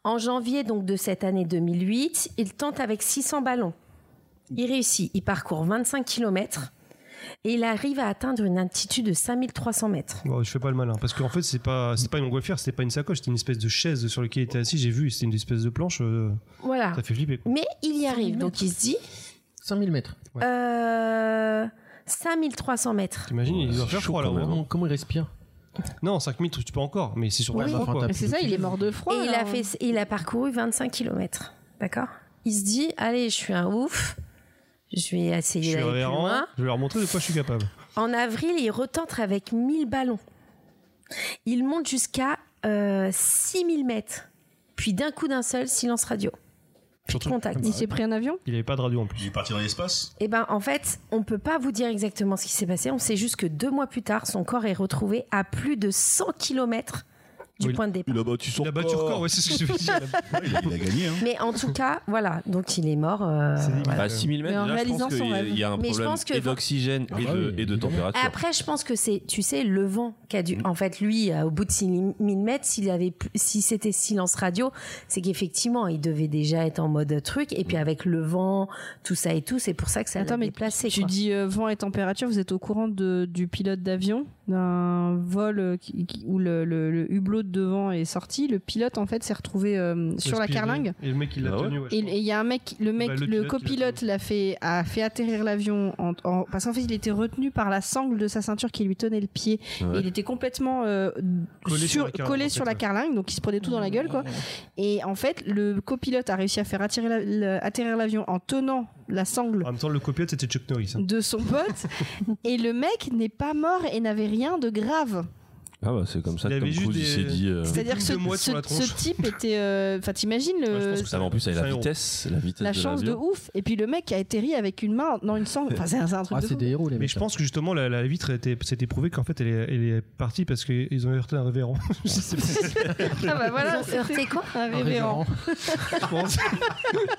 En janvier donc de cette année 2008, il tente avec 600 ballons. Il réussit, il parcourt 25 km et il arrive à atteindre une altitude de 5300 mètres.
Bon, je fais pas le malin. Parce qu'en fait, c'est pas, c'est pas une montgolfière, c'était pas une sacoche, c'était une espèce de chaise sur laquelle il était assis. J'ai vu, c'était une espèce de planche. euh,
Voilà.
Ça fait flipper. quoi.
Mais il y arrive, donc il se dit,
5000 mètres.
euh, 5300 mètres.
T'imagines, il doit faire
chaud
froid
quand
là-haut.
même.
Comment, comment il respire
Non, 5000, tu peux encore, mais c'est surtout
Ouais,
froid,
enfin,
quoi.
t'as-
Mais c'est ça, il est mort de froid.
et il
là,
a,
hein.
fait, il a parcouru 25 km. D'accord Il se dit allez, je suis un ouf. Je vais
Je suis
essayer d'aller plus
révérend,
loin.
je vais leur montrer de quoi je suis capable.
En avril, il retente avec 1000 ballons. Il monte jusqu'à euh, 6000 mètres. Puis d'un coup d'un seul, silence radio. Plus de
Surtout-
contact.
Il s'est pris un avion
Il avait pas de radio en plus.
Il est parti dans l'espace.
Eh ben, en fait, on peut pas vous dire exactement ce qui s'est passé. On sait juste que deux mois plus tard, son corps est retrouvé à plus de 100 km du
Oui.
point de départ.
Il a battu son
Il a battu
corps.
le corps, ouais, c'est ce que je veux dire.
Ouais, il, a, il a gagné. Hein.
Mais en tout cas, voilà. Donc il est mort. euh,
C'est débile.
voilà.
À 6000 Bah, mètres,
Mais en
déjà, je
réalisant
pense
son
qu'il y a-
rêve.
il y a un
Mais je
problème
pense que-
et d'oxygène
Ah
et
bah
de,
oui,
et de
évidemment.
température.
Après, je pense que c'est, tu sais, le vent qui a dû. En fait, lui, euh, au bout de 6000 mètres, s'il avait, plus- si c'était silence radio, c'est qu'effectivement, il devait déjà être en mode truc. Et puis avec le vent, tout ça et tout, c'est pour ça que ça l'a
Attends, mais
déplacé.
Tu
quoi.
dis euh, vent et température, vous êtes au courant de- du pilote d'avion, d'un vol euh, qui- qui- où le, le- le hublot de devant est sorti. Le pilote, en fait, s'est retrouvé euh, sur la
Speedway.
carlingue.
Et le mec, il l'a
Ah ouais.
tenu. Bah ouais, je
Et
crois.
et il y a un mec, le mec,
Bah,
le,
le pilote qui l'a
copilote l'a fait, a fait atterrir l'avion en, en- parce qu'en fait il était retenu par la sangle de sa ceinture qui lui tenait le pied.
Ah
Ouais.
Et il était complètement euh,
Collé sur
sur-
la carlingue, en
collé
fait,
sur la
ouais.
carlingue, donc il se prenait tout dans la gueule quoi. Et en fait le copilote a réussi à faire attirer la- le- atterrir l'avion en tenant la sangle
En même temps, le copilote, c'était Chuck Norris. hein.
de son pote et le mec n'est pas mort et n'avait rien de grave.
Ah bah c'est comme ça
Il
que
avait
Tom
juste
Cruise il
des-
s'est dit. euh,
C'était
C'est-à-dire que
plus
ce,
de moite
ce-
sur la tronche.
ce type était. euh, Enfin, t'imagines
Ouais, je
le.
pense que
Ah, mais en plus, avec
Enfin,
la
on-
vitesse, la vitesse
la
de
chance de
l'avion.
ouf. Et puis le mec a atterri avec une main dans une sangle. Enfin, c'est c'est un truc
Ah,
de
c'est
fou.
des héros, les
Mais
mecs.
je pense que justement la, la vitre était- s'était prouvé qu'en fait elle est, elle est partie parce qu'ils ont heurté un révérend. Je sais pas ce que
Ah bah voilà,
Ils ont heurté
c'était
quoi
Un
Un
révérend.
je pense.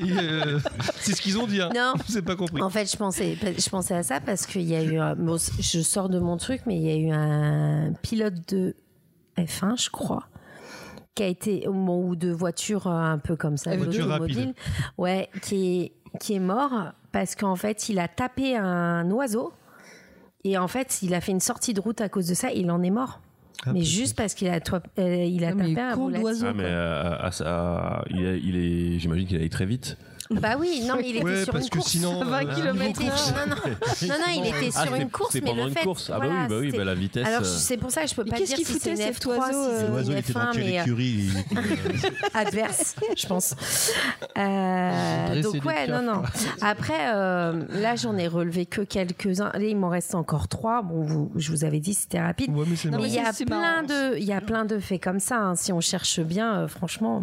Et, euh, c'est ce qu'ils ont dit. Hein.
Non,
J'ai pas compris.
En fait, je pensais, je pensais à ça parce qu'il y a eu. un- bon, je sors de mon truc, mais il y a eu un pilote de F1, je crois, qui a été au moment ou de voiture euh, un peu comme ça,
Une voiture
d'automobile.
rapide.
ouais, qui est qui est mort parce qu'en fait, il a tapé un oiseau et en fait, il a fait une sortie de route à cause de ça. Il en est mort.
Ah,
mais
peut-être.
juste parce qu'il a, toi- euh, il a
Ah, mais
tapé un
con
volant.
d'oiseau.
Ah mais euh, à ça, il, est- il est, j'imagine qu'il allait très vite.
Bah oui, non, mais il était
Ouais,
sur
parce
une
que
course.
sinon,
20
Ah,
euh,
kilomètres
Non, non, non, non, non, il était sur
c'était-
une course,
c'était
mais
Ah, pendant
le
une
fait,
course. Ah bah
voilà,
oui, bah oui,
c'était-
bah la vitesse.
Alors
euh,
c'est pour ça que je peux
Mais
pas
qu'est-ce
dire
qu'il
si c'est
foutait,
une F3,
cet
si
oiseau,
c'est
euh,
une
L'oiseau, il était dans
F1, mais
Thierry
euh,
Curie.
adverse, je pense.
Ils
Euh,
ont dressé
donc
des
ouais, non,
piafs,
non. Après, euh, là, j'en ai relevé que quelques-uns. Là, il m'en reste encore trois. Bon, vous- je vous avais dit, c'était rapide.
euh, Ouais, mais c'est
Non,
Mais
marrant.
il y a
Ah c'est
plein
marrant.
de, il y a plein de faits comme ça. hein, si on cherche bien, euh, franchement.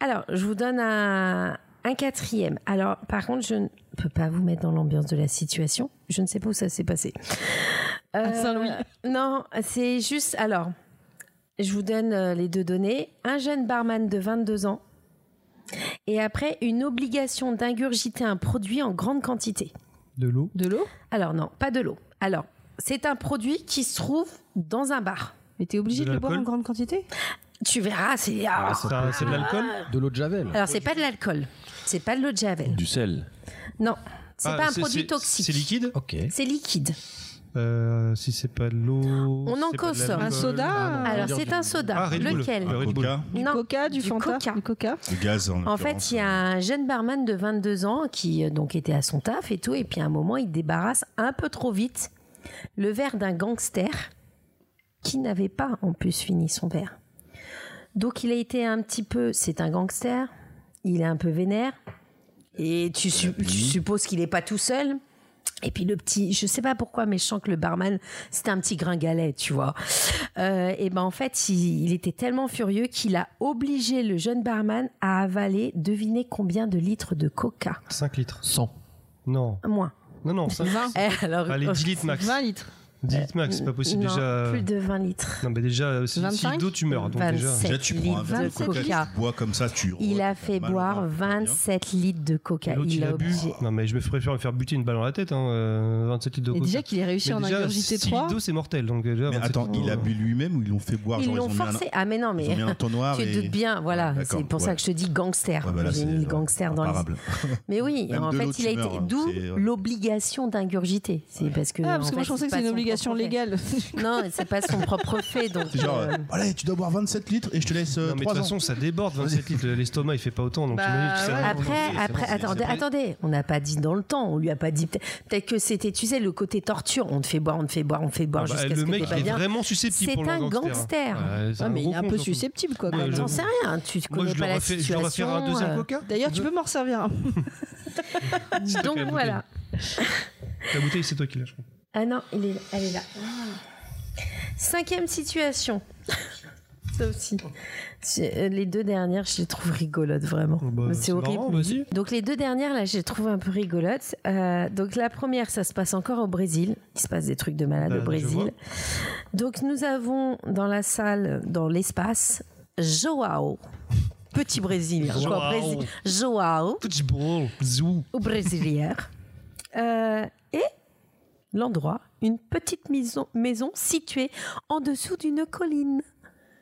Alors, je vous donne un, un quatrième. Alors, par contre, je ne peux pas vous mettre dans l'ambiance de la situation. Je ne sais pas où ça s'est passé. Euh,
Saint-Louis.
Non, c'est juste. Alors, je vous donne euh, les deux données. Un jeune barman de 22 ans. Et après, une obligation d'ingurgiter un produit en grande quantité.
De l'eau.
De l'eau
Alors non, pas de l'eau. Alors, c'est un produit qui se trouve dans un bar.
Mais t'es obligé
De
de, le boire en
l'alcool
grande quantité
Tu verras, c'est. ah.
Ah, ça, c'est de l'alcool
De l'eau de Javel.
Alors, c'est pas de l'alcool. C'est pas de l'eau de Javel.
Du sel.
Non. C'est
Ah,
pas un produit
c'est-
toxique.
C'est liquide
Ok.
C'est liquide.
Euh, Si c'est pas de l'eau.
On en
c'est pas de
consomme.
l'alcool.
Un soda
Ah,
Alors,
dire
c'est
du-
un soda.
Ah, Red Bull.
Lequel
Le Red Bull.
Coca,
Du
Non.
coca, du,
Du
Fanta,
coca.
du coca.
du gaz.
En fait, il y a un jeune barman de 22 ans qui euh, donc était à son taf et tout, et puis à un moment, il débarrasse un peu trop vite le verre d'un gangster qui n'avait pas en plus fini son verre. Donc il a été un petit peu, c'est un gangster, il est un peu vénère, et tu, su- tu supposes qu'il n'est pas tout seul. Et puis le petit, je sais pas pourquoi, mais je sens que le barman, c'était un petit gringalet, tu vois. Euh, et ben en fait, il, il était tellement furieux qu'il a obligé le jeune barman à avaler, devinez combien de litres de coca
5 litres.
100.
Non.
Moins.
Non, non, 5
Eh, alors,
Allez, 10 litres max.
20 litres.
10 litres max, c'est pas possible
Non,
déjà.
Plus de 20 litres.
Non, mais déjà, euh, si, si
25,
d'eau, tu meurs. Donc déjà.
27
Déjà, tu prends un verre de
litres de
coca,
coca.
tu bois comme ça, tu.
Il a fait
hein,
boire 27 litres de coca.
L'autre,
Il
il
a
a bu. Ah,
obligé.
Non, mais je préfère me faire buter une balle dans la tête. Hein. euh, 27 litres de
Et
coca.
déjà qu'il ait réussi à
Mais
en
déjà,
ingurgiter
6
3.
litres d'eau, c'est mortel. Donc, euh, déjà,
Mais
27
attends,
litres
il a
d'eau.
bu lui-même ou ils l'ont fait boire
Ils
genre,
l'ont
ont mis un-
forcé. Ah mais non,
Ils ont
mais
mis un entonnoir.
tu te
et-
doutes bien, voilà.
D'accord,
C'est pour
ouais.
ça que je te dis gangster.
Ouais, bah là,
J'ai
c'est,
mis
ouais,
gangster dans les...
imparable.
Mais oui,
Même
en
de l'eau,
fait,
tu
il a été
meurs, hein,
d'où
c'est- ouais.
l'obligation d'ingurgiter. C'est parce que
Ah,
en
parce que moi
fait,
je pensais que
pas
c'était une
son
obligation
propre fait.
légale.
Non, c'est pas son propre fait. Donc
C'est genre,
euh,
euh, allez, tu dois boire 27 litres et je te laisse euh,
Non, mais de toute
3 ans.
façon, ça déborde 27 litres. L'estomac, il fait pas autant. Donc,
Bah,
t'imagines que ça-
ouais.
Après,
c'est
après,
bon, c'est-
attendez,
c'est bon.
attendez, on n'a pas dit dans le temps, on lui a pas dit. peut- Peut-être que c'était, tu sais, le côté torture. On te fait boire, on te fait boire, on te fait boire
Ah bah,
jusqu'à ce
le
que
mec
t'aies pas
il est
bien.
vraiment susceptible
C'est
pour le hein.
un gangster.
Ouais, c'est
Ah, mais
gros
il est un
con,
peu
surtout.
susceptible quoi.
Ouais,
quand
je-
J'en
même.
sais rien, tu ne
Moi,
connais
je
pas
leur
la
refais- je leur
situation.
refaire un deuxième
euh,
coca.
D'ailleurs, tu peux m'en servir un.
toi qui l'as
Donc voilà.
La bouteille, c'est toi qui l'as, je crois.
Ah non, il est, elle est là. Cinquième situation. Ça aussi. C'est- euh, Les deux dernières, je les trouve rigolotes, vraiment.
Bah,
c'est horrible.
marrant, vas-y.
Donc les deux dernières, là, je les trouve un peu rigolotes. Euh, donc la première, ça se passe encore au Brésil. Il se passe des trucs de malade
Bah,
au
je vois.
Brésil. Donc nous avons dans la salle, dans l'espace, Joao. Petit Brésilien.
Joao.
quoi, Brésil- Joao,
Petit bourreau, zou.
ou Brésilière. Euh, et l'endroit, une petite maison, maison située en dessous d'une colline.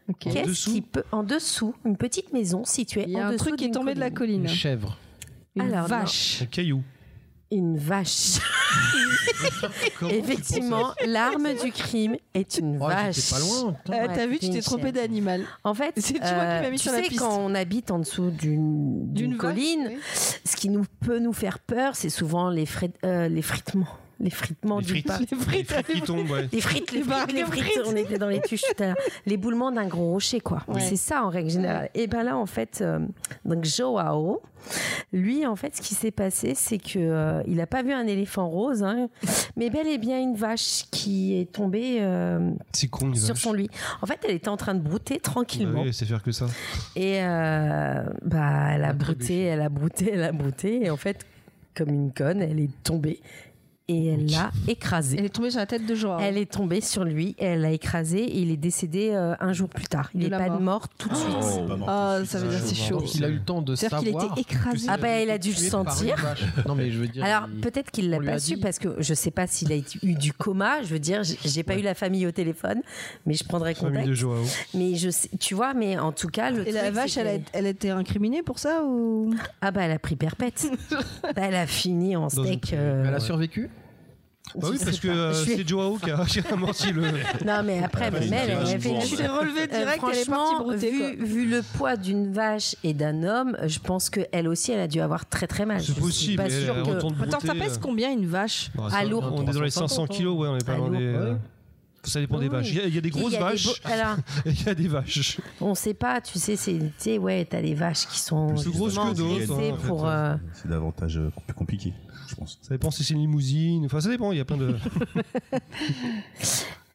Il
Qu'est-ce
dessous
qui peut... En dessous, une petite maison située
y a
en
un
dessous
truc qui est
d'une
tombé de la
colline.
Une
colline.
chèvre.
Une
Alors, non.
vache.
Un caillou.
Une vache.
Comment
Effectivement, l'arme du crime est une
Oh,
vache.
j'étais pas loin. putain.
Euh,
Ouais,
T'as vu, tu
une
t'es trompé
chèvre.
d'animal.
En fait, euh,
C'est toi qui m'as mis
tu
sur la
sais,
piste.
quand on habite en dessous d'une d'une
D'une vache,
colline,
oui.
ce qui nous peut nous faire peur, c'est souvent les, frais- euh, les fritements. les fritements
Les
du
frites.
pain.
Les
Les
frites.
frites qui tombent, ouais.
Les frites, les
Les
frites,
barres
les
de
frites.
frites.
On était dans les tuches tout à l'heure. L'éboulement d'un gros rocher, quoi.
Ouais.
C'est ça en règle générale. Et ben là, en fait, euh, donc Joao, lui, en fait, ce qui s'est passé, c'est que euh, il n'a pas vu un éléphant rose, hein, mais bel et bien une vache qui est tombée euh,
C'est con, les
sur
vaches.
son lit. En fait, elle était en train de brouter
Bah
tranquillement.
oui, elle sait faire que ça.
Et euh, bah, elle a
Elle
brouté,
trébuche.
elle a brouté, elle a brouté. Et en fait, comme une conne, elle est tombée et elle l'a écrasée.
Elle est tombée sur la tête de Joao.
Elle est tombée sur lui, elle l'a écrasé et il est décédé euh, un jour plus tard. Il
De
n'est
la
pas
mort.
mort tout de
Oh.
suite.
oh.
C'est pas mort
Ah,
tout de
ça
suite,
veut dire c'est chaud.
Donc il a eu le temps de
C'est-à-dire qu'il
savoir.
était écrasé.
Ah bah, il a dû le
tué par une
sentir.
vache. Non mais je veux dire.
Alors
il-
peut-être qu'il l'a
on lui a
pas su
dit-
parce que je sais pas s'il a eu du coma. Je veux dire, j- j'ai pas eu la famille au téléphone, mais je prendrai
Famille
contact.
de Joao. Bah
Mais je, sais- tu vois, mais en tout cas, le
Et la
truc,
vache,
Ah, c'est
elle a,
que-
elle a été incriminée pour ça ou
ah bah elle a pris perpète. Bah, elle a fini en
Dans
steak.
une-
euh,
Mais Elle a
Ouais.
survécu.
Bah
je
oui,
sais
parce que
pas.
euh,
Je suis-
c'est Ah, bah, Joao qui a, qui a amorti le.
Non mais après,
Elle
même
a fait une
elle, elle
tirage
a fait
au
une
sort.
Je l'ai relevé
Euh,
direct, elle est partie
franchement,
brouter, quoi.
vu, vu le poids d'une vache et d'un homme, je pense que elle aussi, elle a dû avoir très très mal.
C'est
Je suis
possible.
pas
elle-
sûre
elle
que-
retourne
Attends, ça
brouter,
pèse
euh.
combien une vache
Bah,
Ah,
ça-
lourd.
On est dans les 500 kilos, ouais, on est pas
Ah,
dans
lourd,
les. euh,
ouais.
Ça dépend des
Oui,
vaches.
oui.
Il y a- il y, a des
Il y a
grosses
des
vaches.
beaux- Alors,
et Il y a des vaches.
on sait pas, tu sais, c'est, tu sais, ouais, t'as des vaches qui sont
Plus grosses
justement
que d'autres,
dressées
hein, en fait,
pour.
ouais.
euh,
C'est davantage euh, plus compliqué, je pense.
Ça dépend si c'est une limousine. Enfin, ça dépend. Il y a plein de.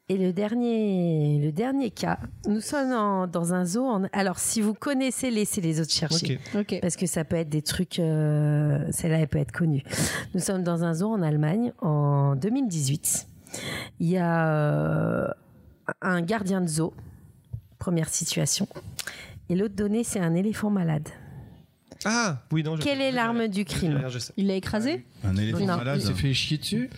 Et le dernier, le dernier cas, nous sommes en- dans un zoo. en- Alors, si vous connaissez, laissez les autres chercher.
Ok.
Ok.
Parce que ça peut être des trucs, euh, celle-là, elle peut être connue. Nous sommes dans un zoo en Allemagne en 2018. Il y a euh, un gardien de zoo, première situation. Et l'autre donnée, c'est un éléphant malade.
Ah oui, non. je-
Quelle est
je-
l'arme du crime
je- je sais.
Il l'a écrasé
Un éléphant
Non.
Ah,
malade.
Il s'est fait chier dessus.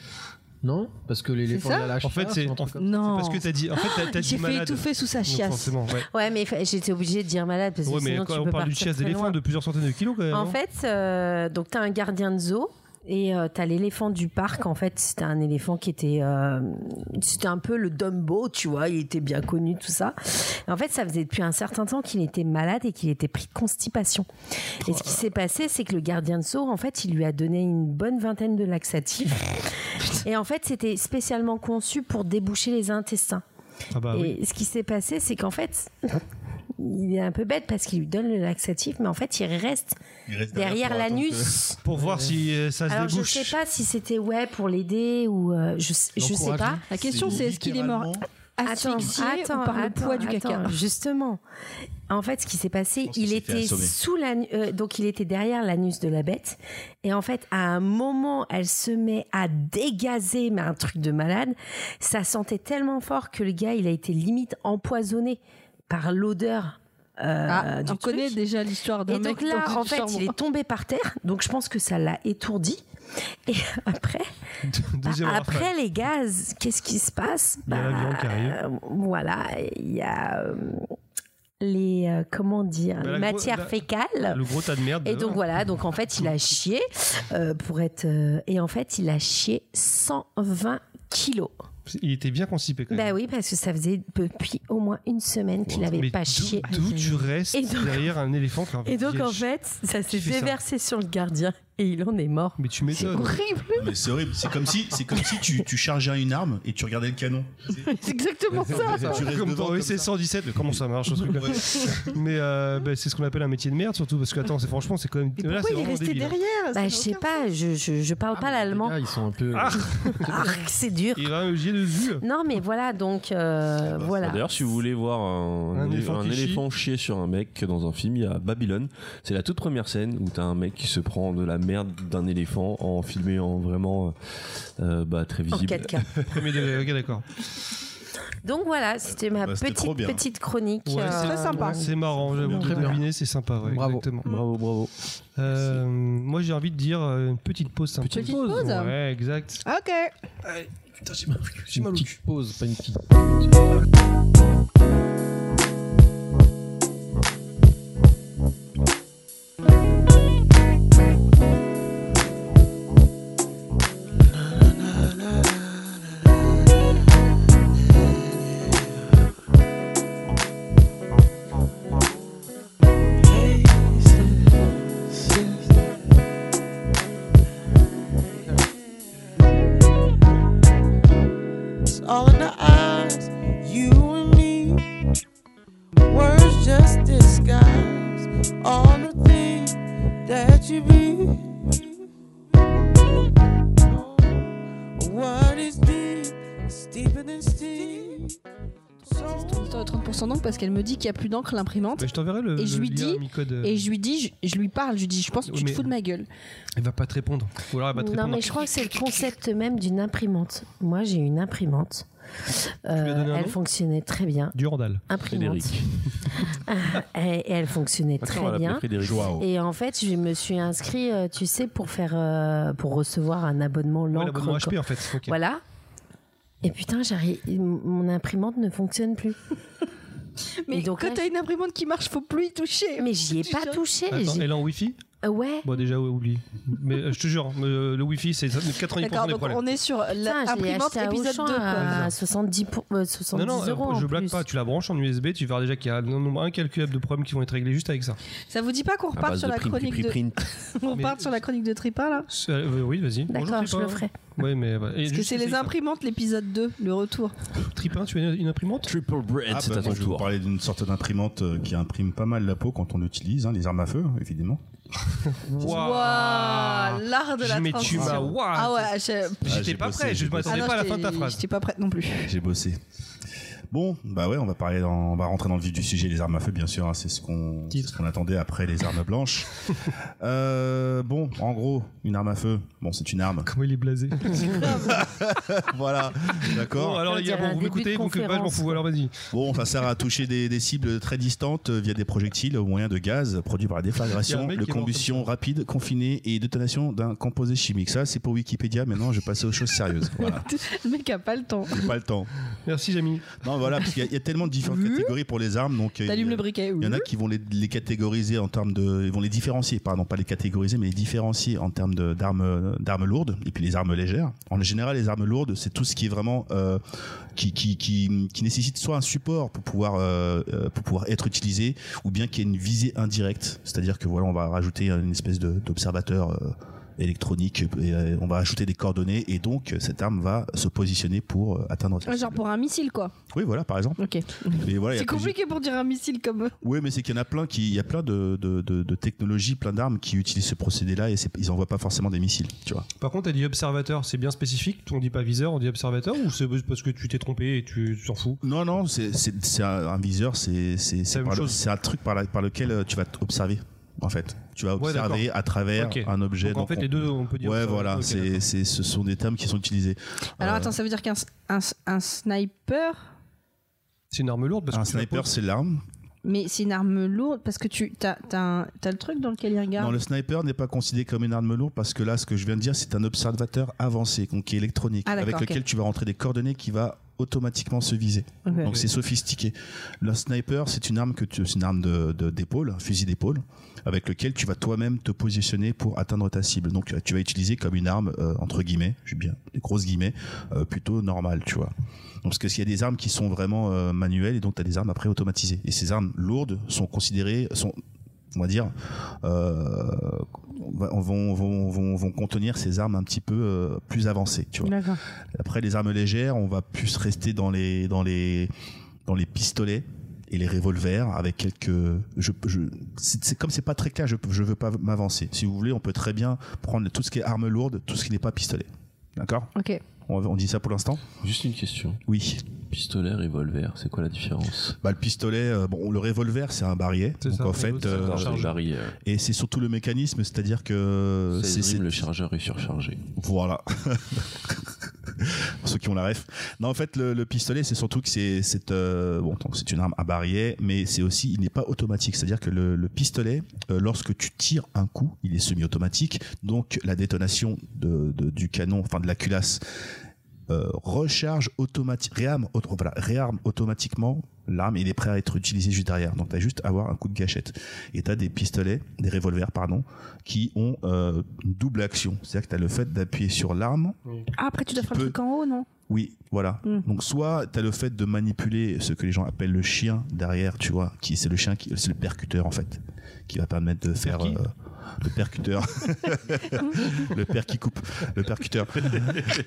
Non Parce que l'éléphant
ça
l'a lâché.
En fait, c'est-
Non.
Parce que t'as dit. En fait, t'as- t'as
Il
dit
s'est fait
malade.
étouffer sous sa
Donc,
chiasse.
forcément, ouais.
Ouais, mais fa- j'étais obligée de dire malade parce que
Ouais, mais
sinon
quand
tu
on
peux
parle d'une
partir
chiasse
très
d'éléphant
loin.
de plusieurs centaines de kilos quand même.
En
hein.
fait, euh, donc tu as un gardien de zoo et euh, tu as l'éléphant du parc. En fait, c'était un éléphant qui était. euh, c'était un peu le Dumbo, tu vois, il était bien connu, tout ça. Et en fait, ça faisait depuis un certain temps qu'il était malade et qu'il était pris de constipation. Et ce qui s'est passé, c'est que le gardien de zoo, en fait, il lui a donné une bonne vingtaine de laxatifs. et en fait, c'était spécialement conçu pour déboucher les intestins.
Ah bah oui.
Et ce qui s'est passé, c'est qu'en fait. Il est un peu bête parce qu'il lui donne le laxatif, mais en fait, il reste
Il reste
derrière
pour attendre que-
l'anus.
Pour voir si euh, ça se
Alors
débouche.
je sais pas si c'était ouais pour l'aider ou euh, je sais- je sais pas.
La question c'est est-ce qu'il est mort
littéralement-
asphyxié ou par le poids du caca
attends, justement. En fait, ce qui s'est passé,
pense qu'il
il
s'est fait
était
assommer.
sous la, euh, donc il était derrière l'anus de la bête, et en fait, à un moment, elle se met à dégazer, mais un truc de malade. Ça sentait tellement fort que le gars, il a été limite empoisonné par l'odeur. euh,
Ah,
du
on
truc.
connaît déjà l'histoire d'un
Et
mec
donc là,
dans
en
une
fait,
chambre.
il est tombé par terre, donc je pense que ça l'a étourdi. Et après,
Deuxième
bah,
rafale.
après les gaz, qu'est-ce qui se passe
Il y a
Bah,
l'avion qui arrive.
euh, Voilà, il y a euh, les euh, comment dire,
Bah,
les
la gro-
matières
la-
fécales.
Le gros tas de merde.
Et donc
dehors.
voilà, donc en fait, il a chié euh, pour être euh, et en fait, il a chié 120 kilos.
Il était bien constipé quand même.
Bah oui, parce que ça faisait depuis au moins une semaine qu'il
Oh, Mais
n'avait pas
d'où-
chié.
D'où tu restes
Et donc-
derrière un éléphant qui a envie
Et
de
donc
dire,
en fait, ça s'est
Qui fait ça
déversé sur le gardien et il en est mort.
Mais tu m'étonnes.
Horrible,
Non, mais c'est horrible. C'est comme si, c'est comme si tu, tu chargeais une arme et tu regardais le canon.
c'est exactement ça.
Tu restes
Comme
devant
dans
comme
EC
ça.
117, mais comment ça marche ce truc-là Mais euh, bah, c'est ce qu'on appelle un métier de merde surtout parce que attends, c'est franchement c'est quand même.
Et
là,
pourquoi
c'est
il est
vraiment
resté
débile, hein.
derrière
Bah je sais pas, je je, je parle pas l'allemand.
Ils sont un peu.
Ah,
Ah, c'est dur.
Il va me gier dessus.
Non, mais voilà, donc euh, voilà.
D'ailleurs, si vous voulez voir un,
Un
un
éléphant
éléphant,
qui chie.
chier sur un mec dans un film, il y a Babylone. C'est la toute première scène où t'as un mec qui se prend de la merde d'un éléphant en filmé en vraiment euh, bah, très
En
visible.
4K.
Premier degré, ok d'accord.
Donc voilà, c'était ma
Bah, c'était trop
petite,
bien.
petite chronique.
Ouais,
euh,
c'est
très sympa.
C'est marrant, j'avoue,
Très
de
bien.
deviner, c'est sympa, ouais,
Bravo.
exactement.
Bravo, bravo.
Euh, moi j'ai envie de dire euh, une petite pause sympa.
Petite
pause. pause.
Ouais, exact.
Ok.
Une petite pause, pas une petite.
all the things that you be. What is deep is deeper than steep. So
Histoire de 30% d'encre parce qu'elle me dit qu'il n'y a plus d'encre l'imprimante.
Bah, je t'enverrai le,
Et je
le
lui
lien
dis-
à mi-code, euh,
Et je lui dis, je, je lui parle, je lui dis, je pense que
Oui,
tu te
mais-
fous de ma gueule.
Elle va pas te répondre. Ou alors elle va te
Non,
répondre.
mais je crois que c'est le concept même d'une imprimante. Moi, j'ai une imprimante.
lui as donné un
Euh, elle
nom
fonctionnait très bien.
Durandal.
Imprimante.
Frédéric.
Et et elle fonctionnait
Maintenant, on
très
l'appelait
bien.
Frédéric.
Joao.
Et en fait, je me suis inscrit, euh, tu sais, pour faire, euh, pour recevoir un abonnement
Ouais,
l'encre.
l'abonnement HP en fait. Ok.
Voilà. Et putain, j'arrive, mon imprimante ne fonctionne plus.
Mais
Et donc
quand
là,
t'as une imprimante qui marche, faut plus y toucher.
Mais j'y ai pas touché.
Attends,
j'y-
elle est en Wi-Fi
Euh, Ouais.
Bon, déjà, ouais, oublie. Mais euh, je te jure, euh, le Wi-Fi, c'est 80%
D'accord,
des
donc
problèmes.
on est sur
Putain, je l'ai
l'imprimante
acheté à
épisode 2.
Auchan hein.
quoi.
Ah,
à 70, pour- euh, 70
Non, non, euh,
euros.
je
en
blague
plus.
pas. Tu la branches en USB, tu verras déjà qu'il y a un nombre incalculable de problèmes qui vont être réglés juste avec ça.
Ça vous dit pas qu'on
À
repart
base
sur
Ah, bah, de
la
print,
chronique
print,
de
print.
on
Mais-
repart sur la chronique de Tripa là
C'est- euh, oui, vas-y.
D'accord,
Bonjour,
je le
hein.
Tripin.
ferai.
Ouais, mais. bah, et
Parce que
juste
c'est les
essayer ça.
imprimantes l'épisode 2, le retour.
Tripin, tu as une imprimante
Triple bread,
Ah,
c'est
bah,
à
moi,
ton
je vais vous
tour.
parler d'une sorte d'imprimante euh, qui imprime pas mal la peau quand on l'utilise, hein, les armes à feu, évidemment.
Ouah, l'art de la
Mais tu
transition.
m'as. Ouah,
Ah ouais, je-
J'étais
j'ai
pas
bossé,
prêt, je
j'ai bossé.
m'attendais
Ah non,
pas à la fin de ta
j'étais-
phrase.
J'étais pas prête non plus.
J'ai bossé. Bon, bah ouais, on va parler, dans- on va rentrer dans le vif du sujet, les armes à feu, bien sûr. hein, c'est ce qu'on, c'est ce qu'on attendait après les armes blanches. Euh, bon, en gros, une arme à feu. Bon, c'est une arme.
Comment il est blasé
voilà,
Bon,
d'accord.
alors les
Tiens,
gars,
t'as un
bon, vous
début de
m'écoutez, vous m'écoutez pas, je m'en fous.
conférence.
Alors vas-y.
Bon, ça sert à toucher des, des cibles très distantes euh, via des projectiles au moyen de gaz produits par la
Il y a
déflagration,
un mec
de
qui est mort
combustion rapide, confinée et détonation d'un composé chimique. Ça, c'est pour Wikipédia. Maintenant, je vais passer aux choses sérieuses. Voilà,
Le mec a pas le temps.
j'ai pas le temps.
Merci, Jamy.
Non, voilà, parce qu'il y, a- il y a tellement de différentes catégories pour les armes. Donc, euh, il y
Mmh. T'allumes
a-
le Mmh. briquet.
Il y en a qui vont les, les catégoriser en termes de. Ils vont les différencier, pardon, pas les catégoriser, mais les différencier en termes de- d'armes d'armes lourdes et puis les armes légères. En général, les armes lourdes, c'est tout ce qui est vraiment. euh, qui, qui, qui, qui nécessite soit un support pour pouvoir, euh, euh, pour pouvoir être utilisé, ou bien qui a une visée indirecte. C'est-à-dire que voilà, on va rajouter une espèce de- d'observateur. euh, électronique, et, euh, on va ajouter des coordonnées et donc euh, cette arme va se positionner pour euh, atteindre. sa
Genre
cible.
pour un missile quoi.
Oui, voilà, par exemple.
Ok.
Et voilà, il y a
C'est
plusieurs-
compliqué pour dire un missile comme.
oui, mais c'est qu'il y en a plein qui, il y a plein de, de, de- de technologies, plein d'armes qui utilisent ce procédé-là et c'est- ils envoient pas forcément des missiles, tu vois.
Par contre, t'as dit observateur, c'est bien spécifique. On dit pas viseur, on dit observateur ou c'est parce que tu t'es trompé et tu t'en fous
Non, non, c'est c'est- c'est un, un viseur, c'est c'est-
C'est
c'est
la
par
même
le-
chose.
c'est un truc par, la- par lequel euh, tu vas observer, en fait. Tu vas
Ouais,
observer à travers
Ok.
un objet.
Donc en
donc
fait,
on-
les deux, on peut dire.
Ouais,
ça.
voilà,
Ok,
c'est
d'accord.
c'est- ce sont des termes qui sont utilisés.
Alors
Euh,
attends, ça veut dire qu'un s- un s- un sniper,
C'est une arme lourde parce
Un
que tu la
sniper,
poses-
c'est l'arme.
mais c'est une arme lourde parce que tu t'as t'as un- t'as le truc dans lequel il
Non,
regarde.
le sniper n'est pas considéré comme une arme lourde parce que là, ce que je viens de dire, c'est un observateur avancé, donc qui est électronique,
Ah,
avec
d'accord,
lequel
ok.
tu vas rentrer des coordonnées qui va automatiquement se viser.
Ok.
Donc c'est sophistiqué. Le sniper, c'est une arme que tu, c'est une arme de, de- d'épaule, un fusil d'épaule, avec lequel tu vas toi-même te positionner pour atteindre ta cible. Donc tu vas utiliser comme une arme euh, entre guillemets, je dis bien des grosses guillemets, euh, plutôt normale, tu vois. Donc, parce qu'il y a des armes qui sont vraiment euh, manuelles et donc tu as des armes après automatisées. Et ces armes lourdes sont considérées, sont on va dire, euh, vont, vont, vont, vont contenir ces armes un petit peu euh, plus avancées, tu vois.
D'accord.
Après les armes légères, on va plus rester dans les dans les dans les pistolets et les revolvers avec quelques je, je c'est c'est- comme c'est pas très clair, je je veux pas m'avancer. Si vous voulez, on peut très bien prendre tout ce qui est armes lourdes, tout ce qui n'est pas pistolet. D'accord
Ok.
on, on dit ça pour l'instant
Juste une question.
Oui.
Pistolet, revolver, c'est quoi la différence
Bah le pistolet euh, bon le revolver c'est un barillet.
C'est
Donc
ça,
en
mais
fait
l'autre, c'est un
euh,
chargeur.
Charge
charge.
de baril, euh,
et c'est surtout le mécanisme, c'est-à-dire que
c'est
Euh, c'est-
horrible, le chargeur est surchargé.
Voilà. Pour ceux qui ont la ref. Non, en fait, le, le pistolet, c'est surtout que c'est c'est, euh, bon, donc c'est une arme à barillet, mais c'est aussi, il n'est pas automatique. C'est-à-dire que le, le pistolet, euh, lorsque tu tires un coup, il est semi-automatique. Donc, la détonation de- de- du canon, enfin de la culasse, euh, recharge automatiquement, réarme, auto- voilà, réarme automatiquement l'arme. Il est prêt à être utilisé juste derrière. Donc, tu as juste à avoir un coup de gâchette. Et tu as des pistolets, des revolvers, pardon, qui ont euh, une double action. C'est-à-dire que tu as le fait d'appuyer sur l'arme.
Ah, après tu dois faire le
peux-
truc en haut, non
Oui, voilà.
Mm.
Donc soit tu as le fait de manipuler ce que les gens appellent le chien derrière, tu vois, qui c'est le chien qui c'est le percuteur en fait, qui va permettre de faire
qui
euh, le percuteur. le père qui coupe, le percuteur.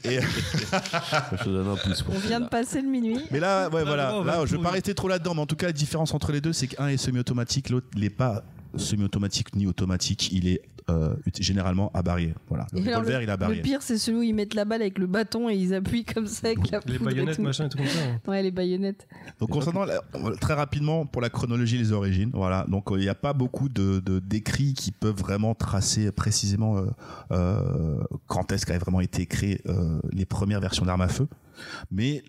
Et-
Je te donne un pouce pour
On vient de passer le minuit.
mais là ouais
Là,
voilà,
on va
là je vais
trouver.
pas rester trop là-dedans mais en tout cas la différence entre les deux c'est qu'un est semi-automatique, l'autre n'est pas semi-automatique ni automatique, il est euh, ut- généralement à barrier. Voilà. Le
Et alors,
revolver, il est à
Le
barrier.
pire, c'est celui où ils mettent la balle avec le bâton et ils appuient comme ça avec la
Les
poudre et
baïonnettes,
tout.
machin et tout comme ça. hein.
Ouais, les baïonnettes.
Donc concernant la- voilà, très rapidement pour la chronologie et les origines, voilà. Donc euh, il n'y a pas beaucoup de de- d'écrits qui peuvent vraiment tracer précisément euh, euh, quand est-ce qu'a vraiment été créé euh, les premières versions d'armes à feu, mais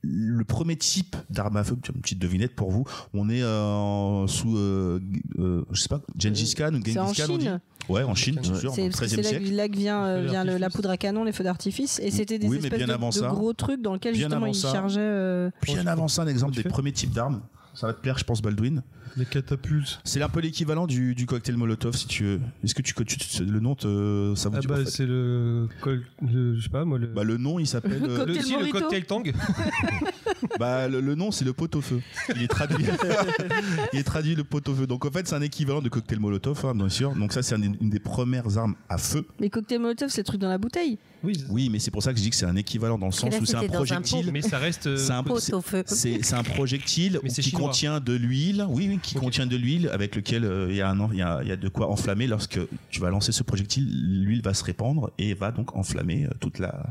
le premier type d'arme à feu, une petite devinette pour vous, on est euh, en- sous, euh, g- euh, je sais pas, Gengis Khan ou
C'est en
Genghis Khan, on dit
Chine.
Ouais, en Chine, bien sûr, dans
C'est
le
parce que
13e
c'est là,
siècle.
que- là que vient, euh,
Les feux
vient le- la
d'artifice.
poudre à canon, les feux d'artifice. Et c'était des
Oui, mais
espèces
bien
de,
avant
de
ça.
gros trucs dans lesquels
Bien
justement
avant
ils
ça.
chargeaient. euh,
Bien avant ça, un exemple
tu
des
fais
premiers types d'armes. Ça va te plaire, je pense, Baldwin.
Les catapultes.
C'est un peu l'équivalent du, du cocktail Molotov, si tu veux. Est-ce que tu, tu- tu- le nom te, ça vous
Ah
dit
bah,
en fait
c'est le, col- le- Je sais pas, moi, le.
Bah, le nom, il s'appelle. euh,
le,
Cocktail
si, le
Morito.
cocktail Tang.
bah, le, le nom, c'est le pot au feu. Il est traduit. il est traduit le pot au feu. Donc en fait, c'est un équivalent de cocktail Molotov, hein, bien sûr. Donc ça, c'est un des- une des premières armes à feu.
Les cocktails Molotov, c'est le truc dans la bouteille.
Oui, c'est-
Oui, mais c'est pour ça que je dis que c'est un équivalent dans le sens
là,
où c'est un
c'était dans un
projectile.
mais ça reste. euh,
C'est un-
Pot au feu.
C'est c'est un projectile
Mais c'est
qui
chinois.
contient de l'huile, oui, oui, qui contient de l'huile avec lequel euh, il y a un en- il y, a- il y a de quoi enflammer. Lorsque tu vas lancer ce projectile, l'huile va se répandre et va donc enflammer euh, toute la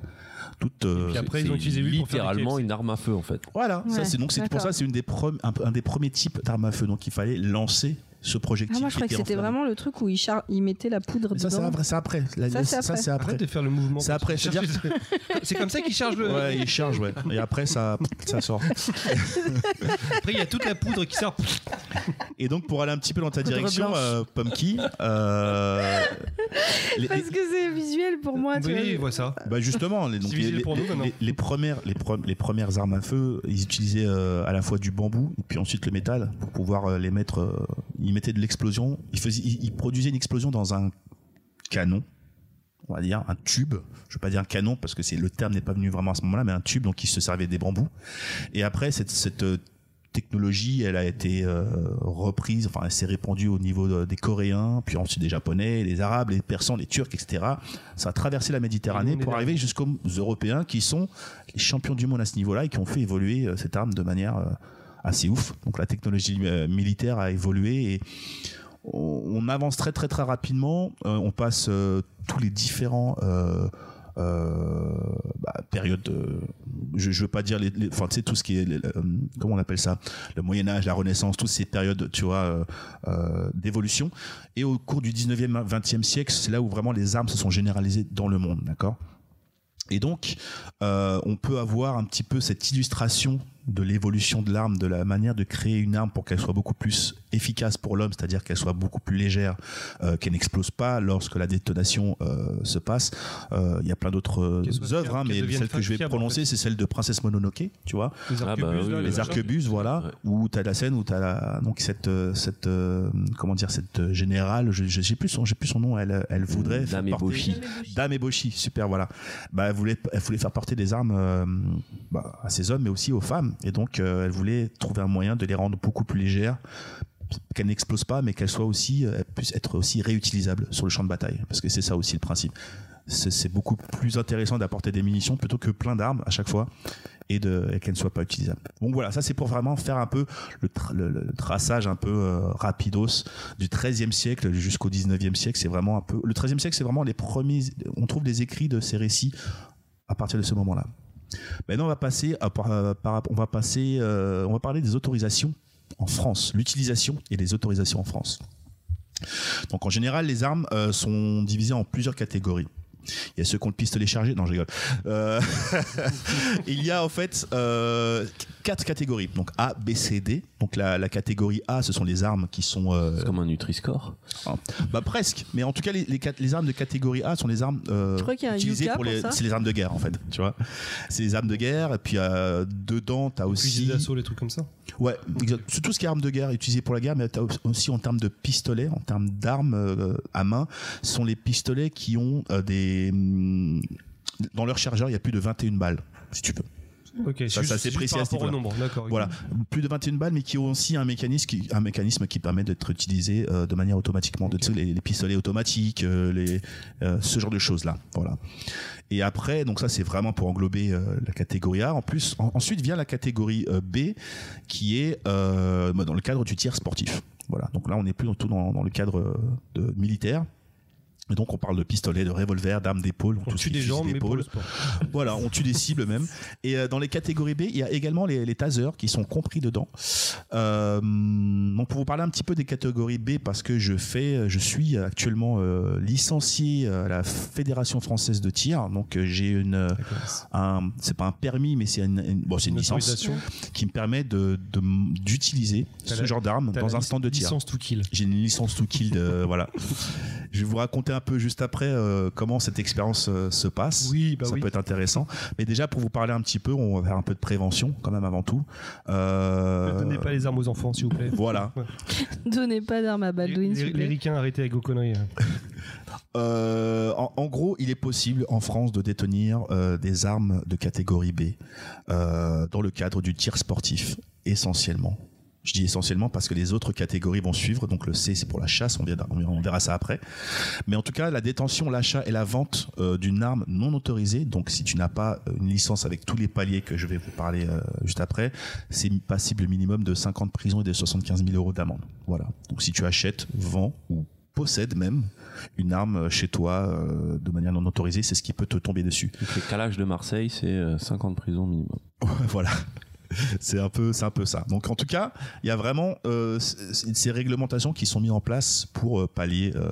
toute. euh,
puis après,
C'est
ils ont utilisé lui pour faire des
littéralement
KFC.
une arme à feu en fait.
voilà, ça
Ouais,
c'est donc c'est pour
d'accord.
ça c'est une des premi- un, un des premiers types d'armes à feu donc il fallait lancer ce projectile.
Ah, moi, je
qui
croyais que
était
c'était
enflammé.
vraiment le truc où ils, char- ils mettaient la poudre
Mais ça c'est
dedans.
après, c'est après. La-
Ça, c'est
ça, c'est après.
Arrête de faire le mouvement.
C'est après,
Cherche- C'est comme ça qu'ils chargent le.
Ouais, il charge, ouais. Et après, ça, ça sort.
Après, il y a toute la poudre qui sort.
Et donc, pour aller un petit peu dans ta
Poudre
direction,
blanche.
euh, Pumpkin, euh, les-
Parce que c'est visuel pour moi. tu vois.
Oui, voit ça.
Bah justement, les, donc
C'est
les,
visible pour
les-
nous, maintenant.
les- les premières, les, pre- les premières armes à feu, ils utilisaient euh, à la fois du bambou et puis ensuite le métal pour pouvoir euh, les mettre. euh, ils mettaient de l'explosion. Ils, faisaient, ils, ils produisaient une explosion dans un canon, on va dire un tube. Je ne veux pas dire un canon parce que c'est le terme n'est pas venu vraiment à ce moment-là, mais un tube donc ils se servaient des bambous. Et après cette, cette euh, technologie, elle a été euh, reprise, enfin elle s'est répandue au niveau de- des Coréens, puis ensuite des Japonais, les Arabes, les Persans, les Turcs, etc. Ça a traversé la
Et
Méditerranée
nous, on est
pour
là.
arriver jusqu'aux Européens qui sont les champions du monde à ce niveau-là et qui ont fait évoluer euh, cette arme de manière euh, assez ouf. Donc la technologie euh, militaire a évolué et on, on avance très très très rapidement. Euh, on passe euh, tous les différents euh, euh, bah, périodes. de- je, je veux pas dire les, les- enfin tu sais tout ce qui est les- les- euh, comment on appelle ça, le Moyen Âge, la Renaissance, toutes ces périodes tu vois euh, euh, d'évolution. Et au cours du 19e, 20e siècle, c'est là où vraiment les armes se sont généralisées dans le monde, d'accord et donc, euh, on peut avoir un petit peu cette illustration de l'évolution de l'arme, de la manière de créer une arme pour qu'elle soit beaucoup plus efficace pour l'homme, c'est-à-dire qu'elle soit beaucoup plus légère, euh, qu'elle n'explose pas lorsque la détonation euh, se passe. Euh, Il y a plein d'autres
Qu'elle soit
euh, œuvres,
fiable,
hein,
qu'elle
mais
devienne
celle que je vais
fiable,
prononcer,
en fait.
c'est celle de Princesse Mononoke, tu vois,
Les
Ah, bah
arquebuses,
oui,
là,
oui,
les
machin.
arquebuses, voilà,
Ouais.
où tu as la scène où tu as la, donc cette, euh, cette euh, comment dire, cette générale, je je sais plus son, j'ai plus son nom, elle, elle voudrait faire
Dame
porter-
Eboshi.
Dame Eboshi, super, voilà. Bah, elle, voulait, elle voulait faire porter des armes euh, bah, à ses hommes, mais aussi aux femmes. Et donc, euh, elle voulait trouver un moyen de les rendre beaucoup plus légères, qu'elles n'explosent pas, mais qu'elles soient aussi, euh, elles puissent être aussi réutilisables sur le champ de bataille. Parce que c'est ça aussi le principe. C'est c'est beaucoup plus intéressant d'apporter des munitions plutôt que plein d'armes à chaque fois et, de- et qu'elles ne soient pas utilisables. Donc voilà, ça c'est pour vraiment faire un peu le, tra- le- le traçage un peu euh, rapidos du 13e siècle jusqu'au 19e siècle. C'est vraiment un peu. Le 13e siècle, c'est vraiment les premiers. On trouve les écrits de ces récits à partir de ce moment-là. Maintenant, on va passer, à par- euh, par- on va passer, euh, on va parler des autorisations en France, l'utilisation et les autorisations en France. Donc, en général, les armes euh, sont divisées en plusieurs catégories. Il y a ceux qui ont le pistolet chargé. Non, je rigole. Euh, il y a en fait euh, quatre catégories. Donc A, B, C, D. Donc la, la catégorie A, ce sont les armes qui sont euh,
C'est comme un Nutri-Score.
bah presque, mais en tout cas les, les, cat- les armes de catégorie A sont les armes euh,
Je crois qu'il y a un
utilisées
Yuka
pour les,
pour ça.
c'est les armes de guerre en fait, tu vois. C'est les armes de guerre et puis euh, dedans t'as
Fusils
aussi,
d'assaut, les trucs comme ça.
ouais, exact. c'est tout ce qui est armes de guerre utilisées pour la guerre, mais t'as au- aussi en termes de pistolets, en termes d'armes euh, à main, ce sont les pistolets mm, qui ont euh, des hum, dans leur chargeur il y a plus de 21 balles si tu peux.
Ok,
Ça,
juste-
ça, c'est
juste
précis
par
à ce
rapport au
niveau-là.
nombre, d'accord. ok.
Voilà. plus de 21 balles, mais qui ont aussi un mécanisme qui, un mécanisme qui permet d'être utilisé euh, de manière automatiquement, de, tu sais, les, les pistolets automatiques, euh, les, euh, ce genre de choses là. Voilà. Et après, donc ça c'est vraiment pour englober euh, la catégorie A. En plus, en- ensuite vient la catégorie euh, B, qui est euh, bah, dans le cadre du tiers sportif. Voilà. Donc là, on n'est plus dans, tout dans, dans le cadre euh, de, militaire. Et donc on parle de pistolets, de revolvers, d'armes d'épaule,
On
tout ce
tue
qui
des
est fusil
gens, mais pour
d'épaule.
le sport.
Voilà, on tue des cibles même. Et euh, dans les catégories B, il y a également les, les tasers qui sont compris dedans. Euh, donc pour vous parler un petit peu des catégories B, parce que je fais, euh, je suis actuellement euh, licencié à la Fédération française de tir. Donc euh, j'ai une, un, c'est pas un permis, mais c'est une, une- bon, c'est une
Une
licence
autorisation.
qui me permet de de- d'utiliser
T'as
ce
la-
genre d'arme
T'as
dans
la
un stand de tir.
Licence to kill.
J'ai une licence to kill, de- voilà. Je vais vous raconter un peu juste après euh, comment cette expérience euh, se passe
Oui, bah
ça
oui.
peut être intéressant. Mais déjà, pour vous parler un petit peu, on va faire un peu de prévention quand même avant tout. Euh,
Ne donnez pas les armes aux enfants, s'il vous plaît.
Voilà.
Donnez pas d'armes à Baldwin,
les,
s'il
les,
vous plaît.
les ricains arrêtez avec vos conneries. hein.
Euh, en, en gros, il est possible en France de détenir euh, des armes de catégorie B euh, dans le cadre du tir sportif, essentiellement. Je dis essentiellement parce que les autres catégories vont suivre. Donc le C, c'est pour la chasse, on, vient d'ar- on verra ça après. Mais en tout cas, la détention, l'achat et la vente euh, d'une arme non autorisée, donc si tu n'as pas euh, une licence avec tous les paliers que je vais vous parler euh, juste après, c'est passible minimum de 50 prisons et de 75 000 euros d'amende. Voilà. Donc si tu achètes, vends ou possèdes même une arme euh, chez toi euh, de manière non autorisée, c'est ce qui peut te tomber dessus.
Donc, les calages de Marseille, c'est euh, 50 prisons minimum.
voilà. C'est un peu, c'est un peu ça. Donc en tout cas, il y a vraiment euh, c- c- ces réglementations qui sont mises en place pour euh, pallier euh,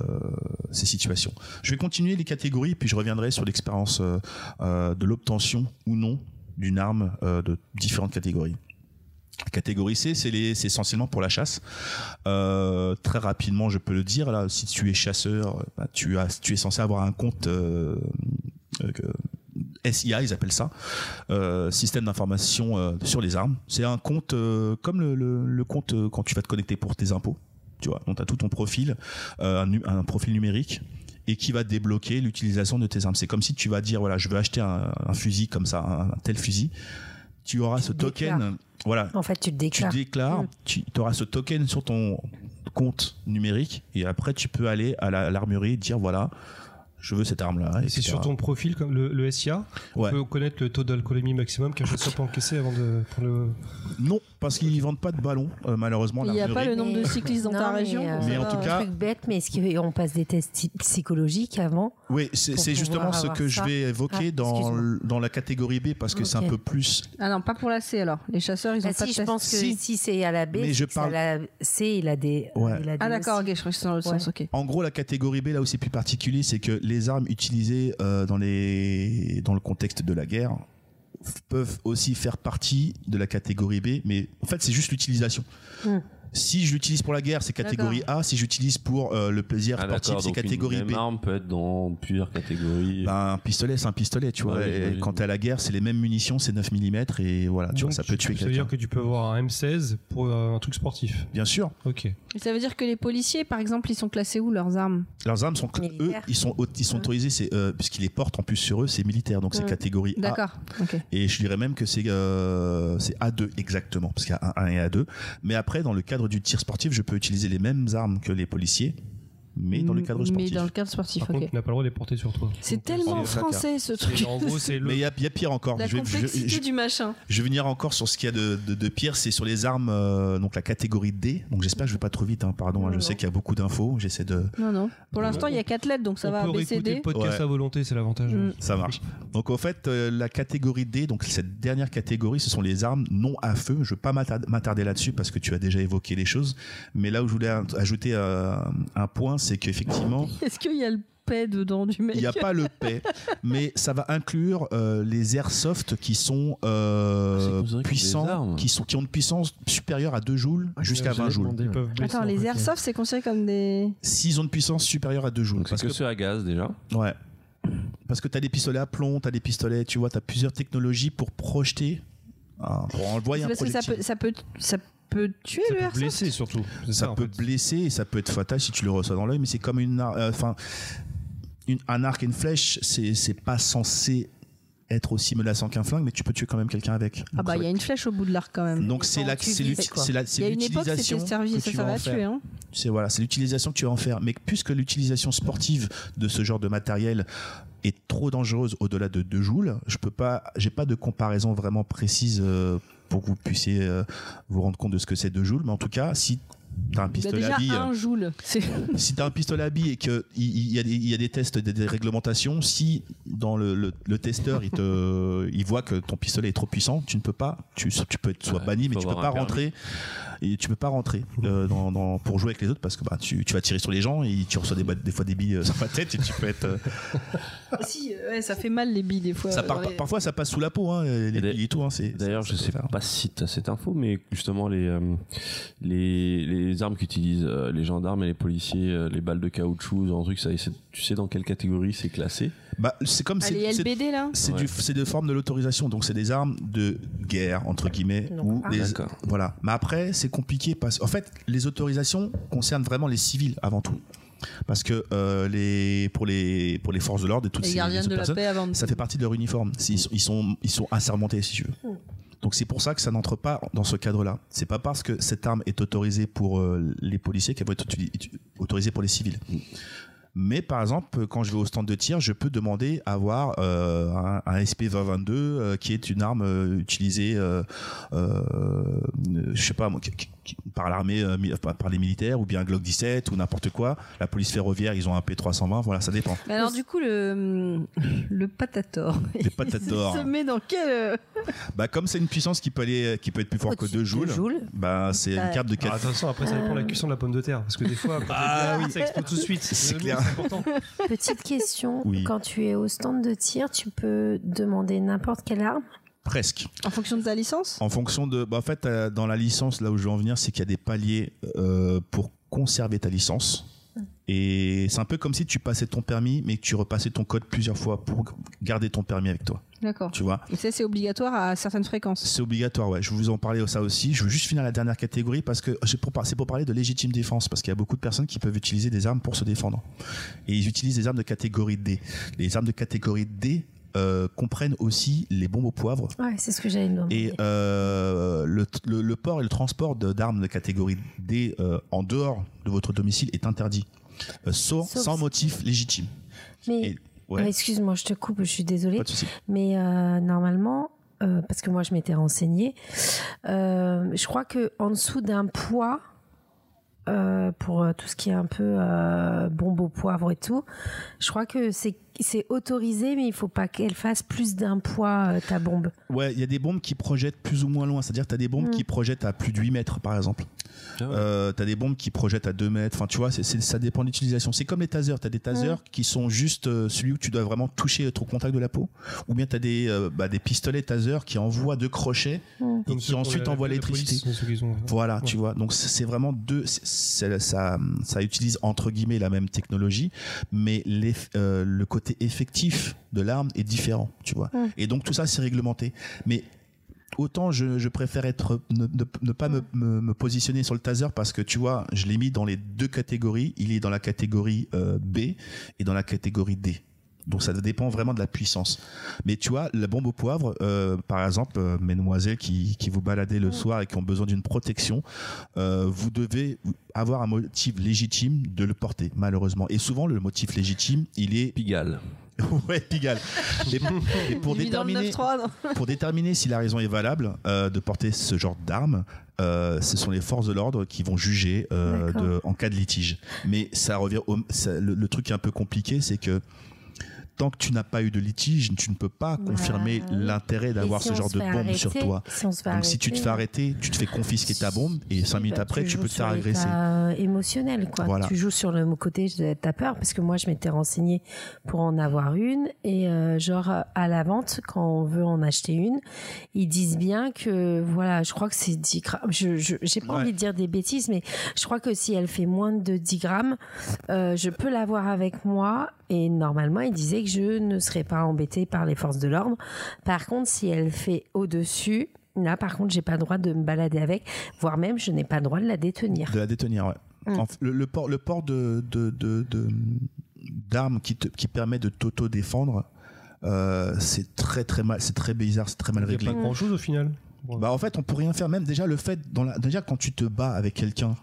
ces situations. Je vais continuer les catégories, puis je reviendrai sur l'expérience euh, euh, de l'obtention ou non d'une arme euh, de différentes catégories. La Catégorie C, c'est les- c'est essentiellement pour la chasse. Euh, très rapidement, je peux le dire, là, si tu es chasseur, euh, bah, tu, as, tu es censé avoir un compte euh, euh, que- SIA, ils appellent ça, euh, système d'information euh, sur les armes. C'est un compte euh, comme le, le- le compte euh, quand tu vas te connecter pour tes impôts. Tu vois, donc tu as tout ton profil, euh, un, nu- un profil numérique et qui va débloquer l'utilisation de tes armes. C'est comme si tu vas dire voilà, je veux acheter un, un fusil comme ça, un, un tel fusil. Tu auras ce token,
déclares.
voilà,
En fait, tu le
tu
déclares.
déclares,
Mm.
tu auras ce token sur ton compte numérique et après tu peux aller à la- l'armurerie et dire voilà, je veux cette arme là.
Et c'est sur ton profil, comme le, le SIA, on
Ouais.
peut connaître le taux d'alcoolémie maximum qu'un chasseur peut encaisser avant de prendre le.
Non, parce qu'ils vendent pas de ballon euh, malheureusement.
Il n'y a
l'armurerie.
pas le nombre de cyclistes dans
Non,
ta
mais,
région.
euh,
pour
Mais en
savoir,
tout
euh,
cas-
Un truc bête, mais est-ce qu'on passe des tests psy- psychologiques avant
Oui, c'est
pour
c'est justement
pouvoir
ce
avoir
que je
ça.
vais évoquer
Ah,
dans,
excuse-moi.
l- dans la catégorie B parce que c'est un
Ok.
peu plus.
Ah non, pas pour la C alors. Les chasseurs, ils ont
Ah
pas
Si,
de
je
test.
pense que
Si.
si, c'est à la B,
Mais je
c'est à
parle-
la C, il a des.
Ouais.
il a
Ah
des
d'accord,
aussi.
ok, je crois que c'est dans l'autre
Ouais.
sens, ok.
En gros, la catégorie B, là où c'est plus particulier, c'est que les armes utilisées euh, dans, les, dans le contexte de la guerre f- peuvent aussi faire partie de la catégorie B, mais en fait, c'est juste l'utilisation.
Hmm.
Si je l'utilise pour la guerre, c'est catégorie A. Si j'utilise pour euh, le plaisir
Ah,
sportif,
d'accord,
c'est
donc
catégorie
une
B.
même arme peut être dans plusieurs catégories.
Ben, un pistolet, c'est un pistolet, tu vois.
Ouais,
et
j'imagine.
quand t'es à la guerre, c'est les mêmes munitions, c'est 9 mm, et voilà, tu vois,
Donc,
ça peut tuer
Ça veut dire
quelqu'un.
que tu peux avoir un M16 pour euh, un truc sportif.
Bien sûr.
Ok.
Et Ça veut dire que les policiers, par exemple, ils sont classés où leurs armes
Leurs armes sont eux,
Militaire.
ils sont au- ils sont
Ouais.
autorisés, c'est euh, puisqu'ils les portent en plus sur eux, c'est militaire, donc c'est
Mm.
catégorie A.
D'accord, ok.
Et je dirais même que c'est euh, c'est A2 exactement, parce qu'il y a un 1 et A2. Mais après, dans le cadre du tir sportif, je peux utiliser les mêmes armes que les policiers, mais dans le cadre sportif.
Mais dans le cadre sportif,
Par
ok.
contre, tu n'as pas le droit de les porter sur toi.
C'est
Donc,
tellement
c'est-
français ce truc.
c'est- En gros, c'est le.
Mais il y, a- il y a pire encore.
La
je, vais, je-
complexité
je-
du machin.
je vais venir encore sur ce qu'il y a de, de- de pire, c'est sur les armes, euh, donc la catégorie D. Donc j'espère que je vais pas trop vite, hein, pardon. hein, je
Non,
sais
non.
qu'il y a beaucoup d'infos, j'essaie de.
Non, non. Pour l'instant, il y a 4 lettres, donc ça
on
va
peut réécouter
ABCD.
le podcast
Ouais.
à volonté, c'est l'avantage.
Mm.
Ça marche. Donc en fait, euh, la catégorie D, donc cette dernière catégorie, ce sont les armes non à feu. Je ne veux pas m'attard- m'attarder là-dessus parce que tu as déjà évoqué les choses. Mais là où je voulais a- ajouter euh, un point, c'est qu'effectivement,
Est-ce qu'il y a le P dedans du mec
il n'y a pas le paix, mais ça va inclure euh, les airsoft qui sont euh,
Ah, c'est vrai qu'ils ont des
puissants,
armes. Ah,
qui, sont, qui ont une puissance supérieure à 2 joules jusqu'à 20 joules.
Ils peuvent blesser,
Attends,
en
les
fait.
airsoft, c'est considéré comme des.
S'ils ont une puissance supérieure à 2 joules.
Donc c'est que, ceux à gaz déjà.
Ouais. Parce que t'as des pistolets à plomb, t'as des pistolets, tu vois, t'as plusieurs technologies pour projeter, hein, pour envoyer
C'est
un
parce que ça
projectile.
peut, ça peut, ça peut tuer
Ça
le
peut
airsoft.
blesser surtout. C'est
Ça
en
peut
fait.
blesser et ça peut être fatal si tu le reçois dans l'œil, mais c'est comme une, ar- euh, enfin, une- un arc et une flèche, c'est c'est pas censé être aussi menaçant qu'un flingue, mais tu peux tuer quand même quelqu'un avec.
Ah bah, il y a une flèche au bout de l'arc quand même.
Donc c'est
Quand
la,
tu
c'est
vis,
l'uti-
c'est quoi
c'est la-
Il y
c'est
a une époque,
l'utilisation
c'était servi,
que
ça,
tu
ça
vas en
va
faire.
tuer. Hein.
C'est voilà, c'est l'utilisation que tu vas en faire. Mais puisque l'utilisation sportive de ce genre de matériel est trop dangereuse au-delà de 2 joules, je peux pas, j'ai pas de comparaison vraiment précise euh, pour que vous puissiez euh, vous rendre compte de ce que c'est 2 joules. Mais en tout cas, si t'as
Il
un
a
pistolet
Bah, déjà
à billes, euh,
un joule. C'est-
si t'as un pistolet à billes et que il il y, a des- il y a des tests, des, des réglementations, si dans le, le- le testeur il te, il voit que ton pistolet est trop puissant, tu ne peux pas, tu, tu peux être soit
Ouais,
banni, mais
faut
tu peux pas
avoir un
rentrer. Et tu peux pas rentrer euh, dans, dans- pour jouer avec les autres parce que bah, tu, tu vas tirer sur les gens et tu reçois des, ba- des fois des billes euh, sur la tête et tu peux être. euh,
si, euh, ouais, ça fait mal les billes des fois.
ça part
dans
par-
les-
Parfois ça passe sous la peau, hein, les
Et d'ailleurs-
billes et tout. hein, c'est-
D'ailleurs,
ça-
je
ça
sais
peut faire.
pas si tu as cette info, mais justement, les, euh, les, les armes qu'utilisent euh, les gendarmes et les policiers, euh, les balles de caoutchouc, un truc, ça, et c'est- tu sais dans quelle catégorie c'est classé
Bah, c'est comme
Ah,
c'est-
les
c'est-
LBD là
c'est
Ouais.
du- c'est de forme de l'autorisation, donc c'est des armes de guerre entre guillemets
Donc,
ou
ah.
des,
D'accord.
Voilà. Mais après, c'est compliqué parce en fait, les autorisations concernent vraiment les civils avant tout. Parce que euh, les, pour, les, pour les forces de l'ordre et toutes
Les
ces,
gardiens
ces
de la
personnes,
paix avant de-
ça fait partie de leur uniforme. C'est- Ils sont, ils, sont, ils sont assermentés, si tu veux. Donc c'est pour ça que ça n'entre pas dans ce cadre-là. C'est pas parce que cette arme est autorisée pour euh, les policiers qu'elle va être uti- uti- autorisée pour les civils. Mais par exemple, quand je vais au stand de tir, je peux demander à avoir euh, un, un SP-2022 euh, qui est une arme euh, utilisée, euh, euh, euh, je sais pas moi, qui- qui- qui- par l'armée, euh, mi- par par les militaires, ou bien un Glock 17 ou n'importe quoi. La police ferroviaire, ils ont un P320. Voilà, ça dépend.
Mais alors du coup le hum, le patator.
Les patates d'or.
Il se met dans quel euh,
Bah comme c'est une puissance qui peut aller, qui peut être plus fort que
Au-dessus
2 joules.
de Joule.
Bah c'est une
Ouais.
carte de
Ah,
4
attention, après ça dépend de la cuisson de la pomme de terre, parce que des fois, ah, oui. ça explose tout de suite.
C'est
Euh,
clair.
C'est important.
Petite question.
Oui.
Quand tu es au stand de tir, tu peux demander n'importe quelle arme.
presque.
En fonction de ta licence
En fonction de, bah, en fait euh, dans la licence là où je veux en venir, c'est qu'il y a des paliers euh, pour conserver ta licence. Et c'est un peu comme si tu passais ton permis, mais que tu repassais ton code plusieurs fois pour garder ton permis avec toi.
D'accord.
Tu vois,
Et ça c'est obligatoire à certaines fréquences.
c'est obligatoire. Ouais, je vais vous en parler ça aussi. Je veux juste finir la dernière catégorie parce que c'est pour, par- c'est pour parler de légitime défense parce qu'il y a beaucoup de personnes qui peuvent utiliser des armes pour se défendre. et ils utilisent des armes de catégorie D. Les armes de catégorie D euh, comprennent aussi les bombes au poivre
Ouais, c'est ce que j'allais demander.
et euh, le, le- le port et le transport de- d'armes de catégorie D euh, en dehors de votre domicile est interdit, euh, sans,
Sauf
sans
si-
motif légitime.
Mais
Et- ouais.
Ah, excuse-moi, je te coupe, je suis désolée.
Pas de souci.
Mais euh, normalement, euh, parce que moi je m'étais renseignée, euh, je crois que en dessous d'un poids, euh, pour euh, tout ce qui est un peu euh, bombe au poivre et tout, je crois que c'est c'est autorisé, mais il faut pas qu'elle fasse plus d'un poids euh, ta bombe.
Ouais, il y a des bombes qui projettent plus ou moins loin. C'est-à-dire, tu as des bombes
Mm.
qui projettent à plus de 8 mètres, par exemple.
Ah ouais.
Euh, t'as des bombes qui projettent à 2 mètres. Enfin, tu vois, c'est- c'est- ça dépend de l'utilisation. C'est comme les tasers. T'as des tasers qui sont juste euh, celui où tu dois vraiment toucher ton contact de la peau. Ou bien t'as des, euh, bah, des pistolets tasers qui envoient deux crochets et
Comme
qui
ceux pour
ensuite
la-
envoient
la
l'électricité.
police, ceux qu'ils ont.
Voilà,
Ouais.
tu vois. Donc c'est c'est vraiment deux. c'est- c'est- Ça, ça utilise entre guillemets la même technologie, mais l'eff- euh, le côté effectif de l'arme est différent, tu vois.
Mm.
Et donc tout ça c'est réglementé. Mais autant je, je préfère être ne, ne- ne pas me, me- me positionner sur le taser parce que tu vois, je l'ai mis dans les deux catégories. Il est dans la catégorie euh, B et dans la catégorie D. Donc ça dépend vraiment de la puissance. Mais tu vois, la bombe au poivre, euh, par exemple, euh, mesdemoiselles qui, qui vous baladez
Mm.
le soir et qui ont besoin d'une protection, euh, vous devez avoir un motif légitime de le porter, malheureusement. Et souvent, le motif légitime, il est...
Pigalle.
ouais, Pigalle. Et, et pour,
Il vit dans le
déterminer,
9-3, non
pour déterminer si la raison est valable euh, de porter ce genre d'arme, euh, ce sont les forces de l'ordre qui vont juger euh,
D'accord.
de- en cas de litige. Mais ça revient au- ça- le, le truc qui est un peu compliqué, c'est que tant que tu n'as pas eu de litige, tu ne peux pas confirmer
Bah oui.
l'intérêt d'avoir
Et si
ce
on
genre
se
de
fait
bombe sur
arrêter-
toi.
Si on se fait
Donc si tu te
arrêter,
fais arrêter, tu te fais confisquer ta bombe et cinq minutes
bah,
après, tu
joues
peux te
sur
faire agresser.
l'état, euh, émotionnel, quoi.
Voilà.
Tu joues sur le côté de ta peur, parce que moi, je m'étais renseignée pour en avoir une, et euh, genre à la vente, quand on veut en acheter une, ils disent bien que, voilà, je crois que c'est 10 grammes. Je je- j'ai pas
Ouais.
envie de dire des bêtises, mais je crois que si elle fait moins de 10 grammes, euh, je peux l'avoir avec moi. Et normalement, ils disaient que je ne serais pas embêtée par les forces de l'ordre. Par contre, si elle fait au-dessus, là, par contre, j'ai pas le droit de me balader avec, voire même, je n'ai pas le droit de la détenir.
De la détenir, ouais.
Mm.
En f- le, le port, le port de, de, de- de- d'armes qui, te- qui permet de t'auto-défendre, Euh, c'est très très mal, c'est très bizarre, c'est très mal
Il n'y
réglé.
a pas grand chose au final. Bon.
Bah en fait, on peut rien faire. Même déjà le fait, dans la- déjà quand tu te bats avec quelqu'un,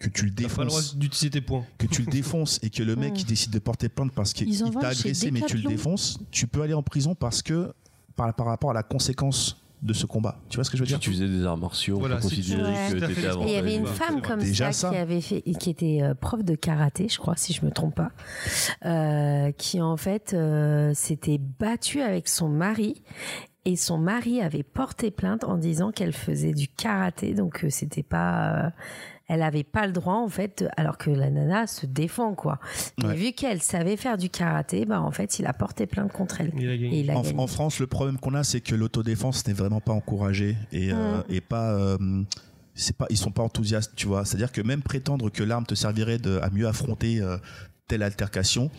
que tu le
T'as pas le droit
défonces,
d'utiliser tes points.
que tu le défonces et que le mec qui décide de porter plainte parce qu'il
Mm. Ils en
il
vendent
t'a
chez
agressé mais tu le
Decathlon.
défonces, tu peux aller en prison parce que par, par rapport à la conséquence de ce combat. Tu vois ce que je veux
Si
dire
tu faisais des arts martiaux,
Voilà,
on peut
si tu-
considérer
Ouais.
que t'étais
Et il y
avantageux.
avait une
Ouais,
femme
c'est
comme
Déjà
ça,
ça.
qui avait fait, qui était euh, prof de karaté, je crois, si je me trompe pas, euh, qui en fait euh, s'était battue avec son mari. Et son mari avait porté plainte en disant qu'elle faisait du karaté, donc euh, c'était pas, euh, elle avait pas le droit en fait, de- alors que la nana se défend quoi. Mais
Ouais.
vu qu'elle savait faire du karaté, bah en fait il a porté plainte contre elle.
Il a gagné.
Et il a
en,
gagné.
en France, le problème qu'on a, c'est que l'autodéfense n'est vraiment pas encouragée et,
Hum.
euh, et pas. euh, c'est pas, ils sont pas enthousiastes, tu vois. C'est-à-dire que même prétendre que l'arme te servirait de, à mieux affronter euh, telle altercation,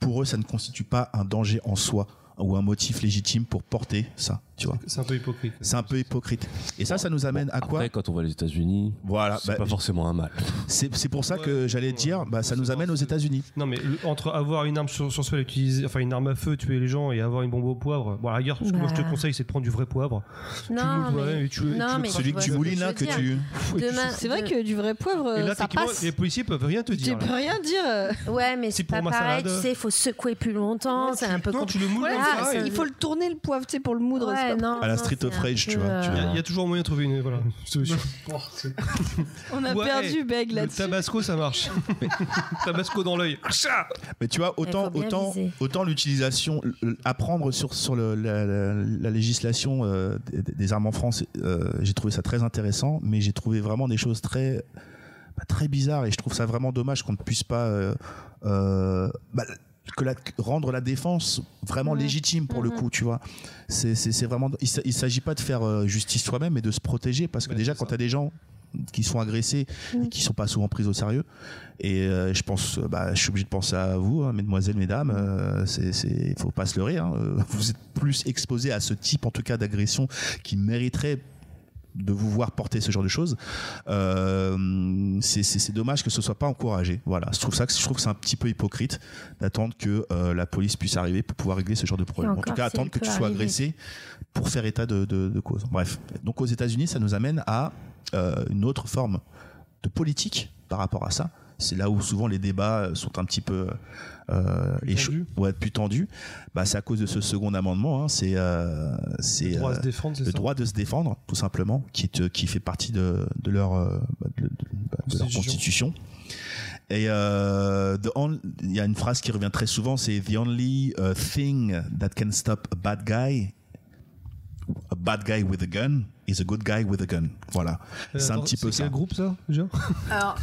pour eux, ça ne constitue pas un danger en soi ou un motif légitime pour porter ça, tu vois.
C'est un peu hypocrite.
C'est un peu hypocrite. Et ça, ça nous amène à quoi
Après, quand on va aux États-Unis,
Voilà,
c'est
bah,
pas forcément un mal.
c'est c'est pour ça
Ouais,
que j'allais
ouais,
dire, bah, ça
faut
nous
savoir
amène aux
ce-
États-Unis.
Non, mais le- entre avoir une arme sur, sur soi, l'utiliser, enfin une arme à feu, tuer les gens et avoir une bombe au poivre, bon, à la rigueur, ce que moi je te
Bah.
conseille, c'est de prendre du vrai poivre.
Non,
tu moules,
mais-
ouais, et tu-
non,
tu-
mais
Celui que
vois
tu
ce que
moulines
je
là,
veux
que
dire.
tu.
Demain-
C'est vrai que du vrai poivre,
Et là,
ça
techniquement,
passe.
les policiers peuvent rien te
Tu
dire.
peux rien dire. euh.
Ouais, mais
C'est
c'est
pour
pas
ma
pareil,
salade.
tu sais, il faut secouer plus longtemps, c'est un peu
Non,
compliqué.
tu le moules
Voilà,
comme
c'est-
ça, et-
Ah, Il faut le tourner le poivre, tu sais, pour le moudre. c'est pas-
hein.
À la Street of Rage, tu vois,
euh,
tu
Il y a- il y, a toujours moyen de trouver une, voilà, une solution.
On a
Ouais,
perdu Beg
Le
là-dessus.
tabasco, ça marche. tabasco dans l'œil. Acha
Mais tu vois,
faut
autant,
bien
autant,
viser.
autant l'utilisation, l- l- apprendre sur, sur le- la, la- la législation euh, des, des armes en France, euh, j'ai trouvé ça très intéressant, mais j'ai trouvé vraiment des choses très, bah, très bizarres et je trouve ça vraiment dommage qu'on ne puisse pas euh, euh, bah, que la- rendre la défense vraiment légitime pour le coup, tu vois. C'est- C'est c'est vraiment, il s- il s'agit pas de faire euh, justice soi-même, mais de se protéger parce que
Bah,
déjà
c'est
quand
ça.
tu as des gens qui sont agressés et qui sont pas souvent pris au sérieux. Et euh, je pense, euh, bah, je suis obligé de penser à vous, hein, mesdemoiselles, mesdames. euh, c'est, c'est, faut pas se leurrer. hein, euh, vous êtes plus exposés à ce type, en tout cas, d'agression qui mériterait de vous voir porter ce genre de choses. Euh, c'est, c'est- c'est dommage que ce soit pas encouragé. Voilà, je trouve ça, que- je trouve que c'est un petit peu hypocrite d'attendre que euh, la police puisse arriver pour pouvoir régler ce genre de problème. en tout
encore,
cas,
si
attendre que
elle
tu
peut
sois
arriver.
agressé pour faire état de, de- de cause. Bref, donc aux États-Unis, ça nous amène à euh, une autre forme de politique par rapport à ça. C'est là où souvent les débats sont un petit peu euh, les
Tendus.
cho- ouais, plus tendus. Bah, c'est à cause de ce second amendement. hein. C'est euh, c'est,
Le droit à se
euh,
défendre, c'est
le
ça
droit de se défendre, tout simplement, qui, te- qui fait partie de, de leur, euh, bah, de- de- bah, de leur
Constitution.
constitution. Et euh, the on- il y a une phrase qui revient très souvent, c'est The only uh, thing that can stop a bad guy, a bad guy with a gun, is a good guy with a gun. Voilà.
Euh,
c'est un
attends,
petit peu
c'est
ça.
quel groupe ça déjà
Alors,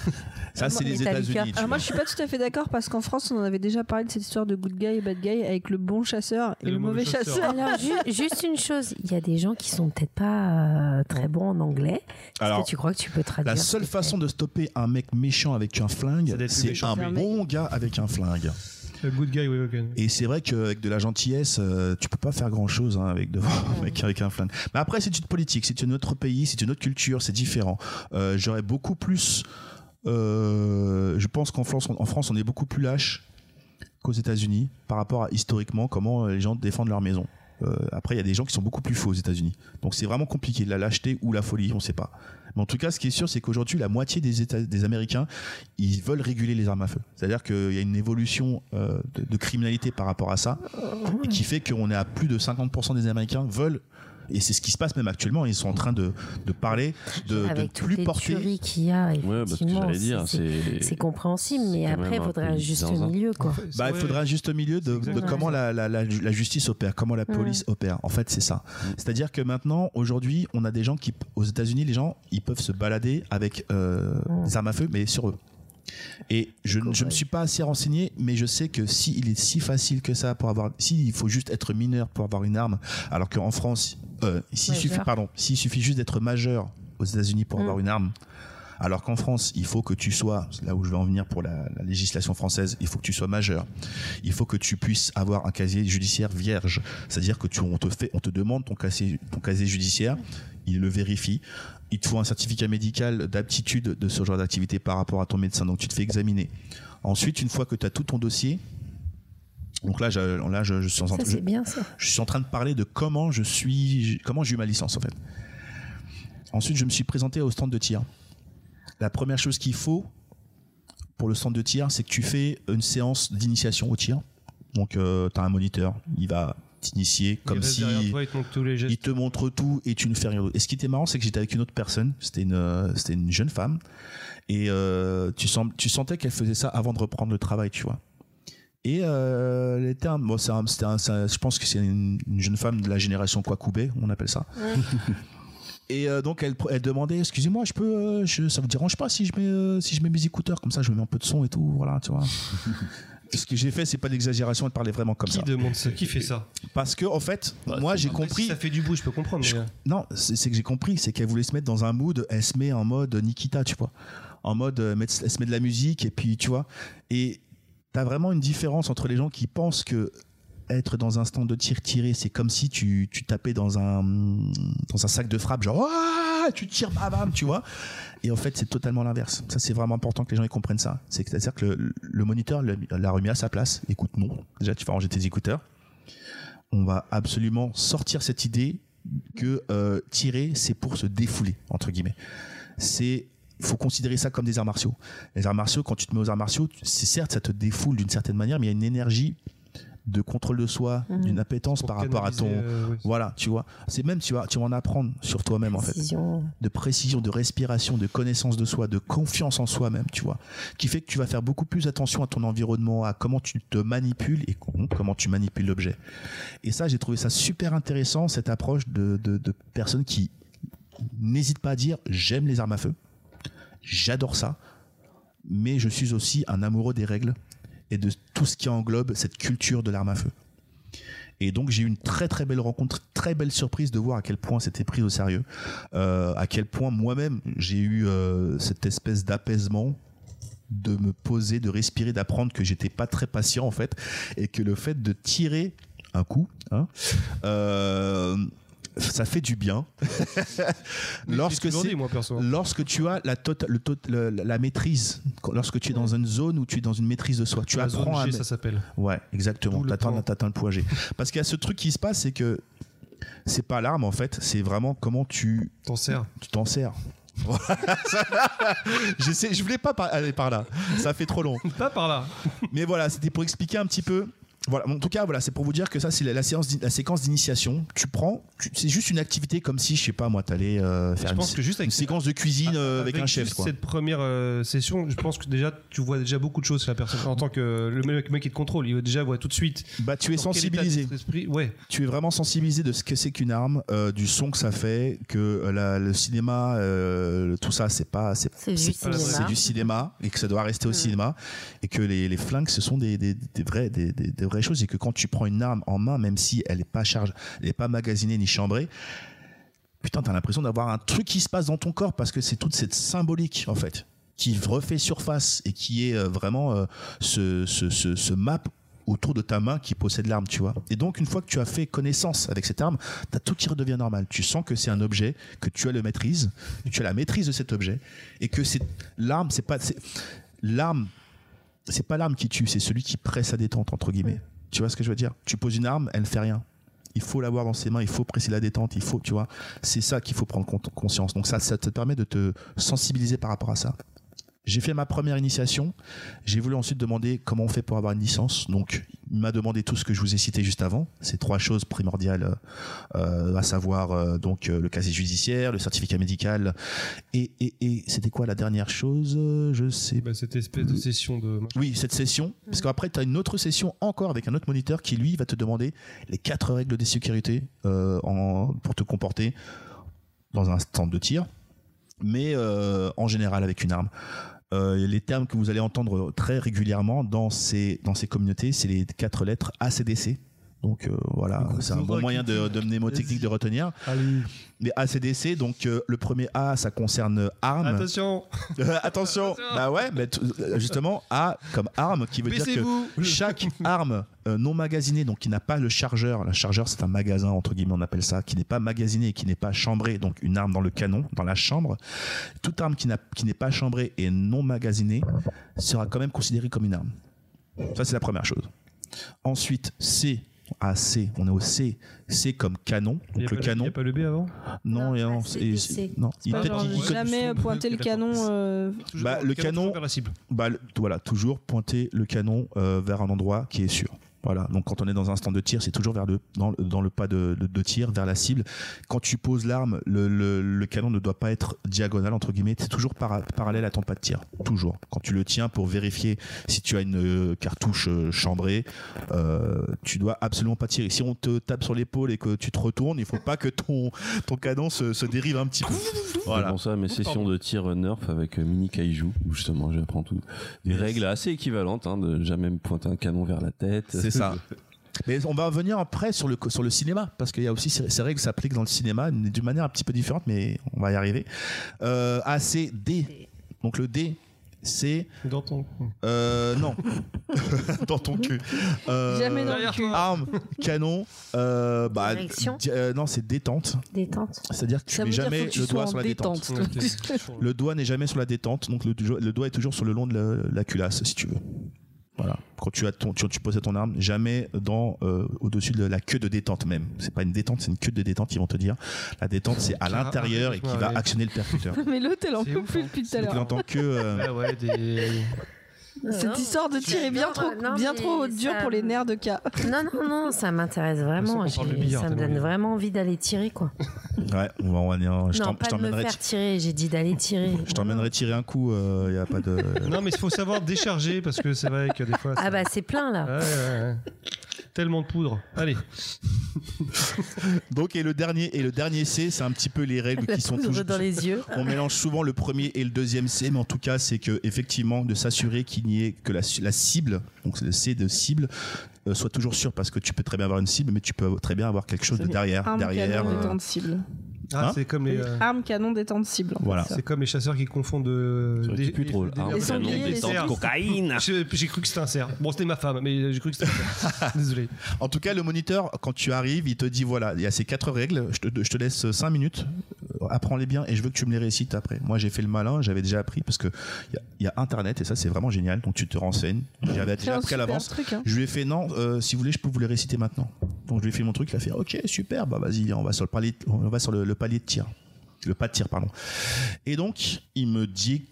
Ça, Ah, c'est les
Metallica.
États-Unis.
alors
tu
Ah, moi,
vois.
je suis pas tout à fait d'accord parce qu'en France, on en avait déjà parlé de cette histoire de good guy et bad guy avec le bon chasseur et, le, mauvais chasseur.
Alors, ju- juste une chose, il y a des gens qui sont peut-être pas euh, très bons en anglais. Est-ce
Alors,
que tu crois que tu peux traduire
la seule façon de stopper un mec méchant avec un
C'est
flingue,
d'être
c'est
méchant.
un
C'est un mec.
bon gars avec un flingue.
Le good guy, oui, ok.
Et c'est vrai qu'avec de la gentillesse, euh, tu peux pas faire grand chose avec devant un mec avec un flingue. Mais après, c'est une politique, c'est un autre pays, c'est une autre culture, c'est différent. Euh, J'aurais beaucoup plus. euh, je pense qu'en France, on, en France, on est beaucoup plus lâche qu'aux États-Unis par rapport à historiquement comment euh, les gens défendent leur maison. Euh, après, il y a des gens qui sont beaucoup plus faux aux États-Unis. Donc c'est vraiment compliqué, la lâcheté ou la folie, on sait pas. Mais en tout cas, ce qui est sûr, c'est qu'aujourd'hui, la moitié des, États, des Américains, ils veulent réguler les armes à feu. C'est-à-dire qu'il y a une évolution euh, de, de criminalité par rapport à ça, et qui fait qu'on est à plus de 50% des Américains veulent, et c'est ce qui se passe même actuellement, ils sont en train de, de parler de, de ne
Avec toutes
plus
les
porter.
tueries qu'il y a,
Ouais, parce que
effectivement,
j'allais dire,
c'est-
c'est.
c'est compréhensible,
c'est
mais
quand même
après, il
un
faudrait
peu hein.
un juste
zinzin.
milieu, quoi.
Bah, il faudra un juste milieu de, de
exactement
comment la, la- la- la justice opère, comment la police opère. En fait, c'est ça. C'est-à-dire que maintenant, aujourd'hui, on a des gens qui, aux États-Unis, les gens, ils peuvent se balader avec euh, des armes à feu, mais sur eux. Et je ne je me suis pas assez renseigné, mais je sais que si il est si facile que ça pour avoir, si il faut juste être mineur pour avoir une arme, alors qu'en France, euh, s'il suffit,
Majeur.
pardon, s'il suffit juste d'être majeur aux États-Unis pour avoir une arme, alors qu'en France, il faut que tu sois, c'est là où je vais en venir pour la, la législation française, il faut que tu sois majeur. Il faut que tu puisses avoir un casier judiciaire vierge. C'est-à-dire que tu, on te fait, on te demande ton casier, ton casier judiciaire, il le vérifie. Il te faut un certificat médical d'aptitude de ce genre d'activité par rapport à ton médecin. Donc tu te fais examiner. Ensuite, une fois que tu as tout ton dossier, Donc là, je, là, je, je suis en,
Ça,
je-
c'est bien ça.
je suis en train de parler de comment je suis, comment j'ai eu ma licence en fait. Ensuite, je me suis présenté au stand de tir. La première chose qu'il faut pour le stand de tir, c'est que tu fais une séance d'initiation au tir. Donc, tu as un moniteur, il va t'initier comme
Il reste
si
derrière toi, il te manque tous les
il
gestes.
te montre tout et tu ne fais rien. Et ce qui était marrant, c'est que j'étais avec une autre personne. C'était une, euh, c'était une jeune femme. Et euh, tu, sembles- tu sentais qu'elle faisait ça avant de reprendre le travail, tu vois. Et euh, les termes, bon, c'est un- c'était un- c'est un- je pense que c'est une, une jeune femme de la génération Kwakubé, on appelle ça. Et euh, donc elle, elle demandait, excusez-moi, je peux, euh, je, ça vous dérange pas si je mets, euh, si je mets mes écouteurs comme ça, je mets un peu de son et tout, voilà, tu vois. ce que j'ai fait, c'est pas d'exagération, elle parlait vraiment comme
Qui
ça.
demande ça Qui fait ça
Parce que en fait, moi j'ai
Après,
compris.
si ça fait du bruit, je peux comprendre.
Je-
mais, euh,
Non, c'est c'est que j'ai compris, c'est qu'elle voulait se mettre dans un mood, elle se met en mode Nikita, tu vois. En mode, euh, mettre- elle se met de la musique, et puis, tu vois. Et t'as vraiment une différence entre les gens qui pensent que être dans un stand de tir tiré, c'est comme si tu, tu tapais dans un, dans un sac de frappe, genre, Ouah tu tires, bam, bam, tu vois. Et en fait, c'est totalement l'inverse. Ça, c'est vraiment important que les gens ils comprennent ça. C'est- C'est-à-dire que le, le moniteur l'a l'a remis à sa place. Écoute, non. Déjà, tu vas ranger tes écouteurs. On va absolument sortir cette idée que euh, tirer, c'est pour se défouler, entre guillemets. C'est faut considérer ça comme des arts martiaux. Les arts martiaux, quand tu te mets aux arts martiaux, tu- c'est certes, ça te défoule d'une certaine manière, mais il y a une énergie de contrôle de soi, d'une appétence
pour
par rapport à ton...
canaliser, euh, ouais.
Voilà, tu vois. C'est même, tu vas, tu vas en apprendre sur toi-même, en fait
Décision.
de précision, de respiration, de connaissance de soi, de confiance en soi-même, tu vois, qui fait que tu vas faire beaucoup plus attention à ton environnement, à comment tu te manipules et com- comment tu manipules l'objet. Et ça, j'ai trouvé ça super intéressant, cette approche de, de- de personnes qui n'hésitent pas à dire j'aime les armes à feu, j'adore ça, mais je suis aussi un amoureux des règles et de tout ce qui englobe cette culture de l'arme à feu. Et donc j'ai eu une très très belle rencontre, très belle surprise de voir à quel point c'était pris au sérieux euh, à quel point moi-même j'ai eu euh, cette espèce d'apaisement de me poser, de respirer, d'apprendre que j'étais pas très patient en fait, et que le fait de tirer un coup, hein, euh, ça fait du bien.
Mais j'ai
lorsque
toujours dit,
c'est
moi perso.
lorsque tu as la, tota- le tot- le- la maîtrise, quand- lorsque tu es dans une zone où tu es dans une maîtrise de soi, tu
La zone
apprends à
G,
ma-
ça s'appelle.
Ouais, exactement.
D'où le
T'atteins,
plan.
t'atteins le point G. Parce qu'il y a ce truc qui se passe, c'est que c'est pas l'arme en fait, c'est vraiment comment tu
T'en sers.
tu t'en sers. Voilà, ça- J'essaie, je voulais pas par- aller par là. Ça fait trop long.
Pas par là.
Mais voilà, c'était pour expliquer un petit peu. Voilà, en tout cas, voilà, c'est pour vous dire que ça, c'est la, la séance, d'in- la séquence d'initiation. Tu prends, tu- c'est juste une activité comme si, je sais pas, moi, t'allais euh, faire
Je
une,
pense que juste
une
avec
séquence de cuisine euh, avec, un chef.
juste
Quoi.
Cette première euh, session, je pense que déjà tu vois déjà beaucoup de choses chez la personne. En tant que le mec, le mec qui te contrôle, il déjà voit tout de suite.
Bah, tu es
dans quel
sensibilisé.
état d'esprit- Ouais.
tu es vraiment sensibilisé de ce que c'est qu'une arme, euh, du son que ça fait, que euh, la- le cinéma, euh, le- tout ça, c'est pas, c'est
C'est du
pas- c'est
cinéma.
du cinéma et que ça doit rester au
Mm.
cinéma et que les, les flingues, ce sont des, des, des vraies, des, des- des vraies choses et que quand tu prends une arme en main, même si elle n'est pas charge, elle n'est pas magasinée ni chambrée. Putain, t'as l'impression d'avoir un truc qui se passe dans ton corps parce que c'est toute cette symbolique en fait qui refait surface et qui est euh, vraiment euh, ce, ce, ce, ce map autour de ta main qui possède l'arme, tu vois. Et donc, une fois que tu as fait connaissance avec cette arme, t'as tout qui redevient normal. Tu sens que c'est un objet, que tu as le maîtrise, que tu as la maîtrise de cet objet, et que c'est l'arme, c'est pas c'est- l'arme, c'est pas l'arme qui tue, c'est celui qui presse sa détente entre guillemets. Tu vois ce que je veux dire Tu poses une arme, elle fait rien. Il faut l'avoir dans ses mains, il faut presser la détente, il faut, tu vois. C'est ça qu'il faut prendre con- conscience. Donc ça, ça te permet de te sensibiliser par rapport à ça. J'ai fait ma première initiation. J'ai voulu ensuite demander comment on fait pour avoir une licence. Donc, il m'a demandé tout ce que je vous ai cité juste avant. Ces trois choses primordiales, euh, à savoir euh, donc euh, le casier judiciaire, le certificat médical, et, et, et c'était quoi la dernière chose euh, Je sais.
Bah, cette espèce de session de.
Oui, cette session. Parce qu'après, tu as une autre session encore avec un autre moniteur qui, lui, va te demander les quatre règles de sécurité euh, en- pour te comporter dans un stand de tir, mais euh, en général avec une arme. Euh, les termes que vous allez entendre très régulièrement dans ces, dans ces communautés, c'est les quatre lettres ACDC. Donc euh, voilà,
Donc,
c'est un bon
Dora
moyen de, de mnémotechnique de retenir.
Allez.
Les ACDC, donc euh, le premier A, ça concerne arme.
Attention.
Euh, attention. Bah ouais, mais t- euh, justement, A comme arme, qui veut dire
Baissez-vous.
que chaque arme euh, non magasinée, donc qui n'a pas le chargeur, le chargeur c'est un magasin entre guillemets, on appelle ça, qui n'est pas magasiné et qui n'est pas chambré, donc une arme dans le canon, dans la chambre, toute arme qui n'a- qui n'est pas chambrée et non magasinée sera quand même considérée comme une arme. Ça c'est la première chose. Ensuite, C. A, C. On est au C. C comme canon.
Il y a
Donc
pas
le
le-
canon.
Il n'y a pas le B avant
Non,
Non,
et
A,
non,
C,
et-
D, C.
non.
C'est pas
Il-
genre,
il-
j'ai jamais pointé le canon. euh,
Toujours
Bah, le canon-
toujours vers la cible.
bah, le- voilà, toujours pointer le canon euh, vers un endroit qui est sûr. Voilà, donc quand on est dans un stand de tir, c'est toujours vers le, dans, le- dans le pas de, de- de tir, vers la cible. Quand tu poses l'arme, le, le- le canon ne doit pas être diagonal, entre guillemets, c'est toujours para- parallèle à ton pas de tir. Toujours. Quand tu le tiens pour vérifier si tu as une euh, cartouche euh, chambrée, euh, tu dois absolument pas tirer. Si on te tape sur l'épaule et que tu te retournes, il faut pas que ton, ton canon se, se dérive un petit peu.
Voilà.
Voilà.
ça à mes sessions de tir euh, nerf avec euh, mini kaiju où justement j'apprends tout. Des règles assez équivalentes, hein, de jamais me pointer un canon vers la tête.
C'est ça. Mais on va revenir après sur le, sur le cinéma, parce qu'il y a aussi ces ces règles qui s'appliquent dans le cinéma mais d'une manière un petit peu différente, mais on va y arriver. Euh, A, C, D. Donc le D, c'est.
Dans ton.
euh, non. dans ton cul. Euh,
Jamais dans le cul.
Arme, canon, euh, bah,
Direction.
di- euh, non, c'est détente.
Détente.
C'est-à-dire que tu
Ça veut
mets
dire
jamais
faut que tu
le
sois
doigt
en
sur la détente.
détente. toi.
Le doigt n'est jamais sur la détente, donc le, le doigt est toujours sur le long de la, la culasse, si tu veux. Voilà. Quand tu, as ton, tu, tu poses ton arme, jamais dans euh, au-dessus de la queue de détente même. C'est pas une détente, c'est une queue de détente, ils vont te dire. La détente, c'est à
Qui va-
l'intérieur et qui va
ouais.
actionner le percuteur.
Mais l'autre, elle en
C'est
peut
ouf,
plus
hein.
depuis tout à
Donc il
l'heure.
entend que. euh,
Ah ouais, des.
Non.
Cette histoire de tir est bien
Non,
trop,
non,
bien
mais
trop
ça-
dure pour les nerfs de K.
Ah,
Non, non, non, ça m'intéresse vraiment.
On sait qu'on parle de
J'ai-
billard,
ça me
tellement
donne
bien.
vraiment envie d'aller tirer, quoi.
Ouais, on va, on va- je
non,
t'em-
pas de
je
me
t'emmènerai
faire tirer, j'ai dit d'aller tirer.
je t'emmènerai tirer un coup, il n'y a pas de.
Non, mais il faut savoir décharger parce que c'est vrai que des fois. ça-
Ah bah c'est plein là.
Euh,
Ouais, ouais, ouais. Tellement de poudre. Allez.
Donc, et le dernier, et le dernier C, c'est un petit peu les règles qui sont toujours.
dans les yeux.
On mélange souvent le premier et le deuxième C, mais en tout cas, c'est que effectivement de s'assurer qu'il n'y ait que la, la cible, donc le C de cible, euh, soit toujours sûr parce que tu peux très bien avoir une cible, mais tu peux très bien avoir quelque chose de derrière,
Arme,
derrière.
canon,
euh,
détente, cible.
Ah,
Hein
c'est comme les. euh,
Arme, canon, détente, cible. en fait,
Voilà.
ça.
C'est comme les chasseurs qui confondent euh, de.
Ça aurait été plus drôle. Ah
hein.
Arme,
Les sangliers,
canon,
les
détente,
cerfs.
cocaïne.
Je- J'ai cru que c'était un cerf. Bon, c'était ma femme, mais j'ai cru que c'était un cerf. Désolé.
En tout cas, le moniteur, quand tu arrives, il te dit voilà, il y a ces quatre règles. Je te, je te laisse cinq minutes. euh, Apprends-les bien et je veux que tu me les récites après. Moi, j'ai fait le malin. J'avais déjà appris parce que il y a- il y, a Internet et ça, c'est vraiment génial. Donc, tu te renseignes. J'avais
C'est
déjà
un
appris à
super
l'avance.
truc. hein.
Je lui ai fait non, euh, si vous voulez, je peux vous les réciter maintenant. Donc je lui ai fait mon truc, il a fait ok, super, bah vas-y, on va sur le palier, on va sur le, le palier de tir, le pas de tir, pardon. Et donc il me dit,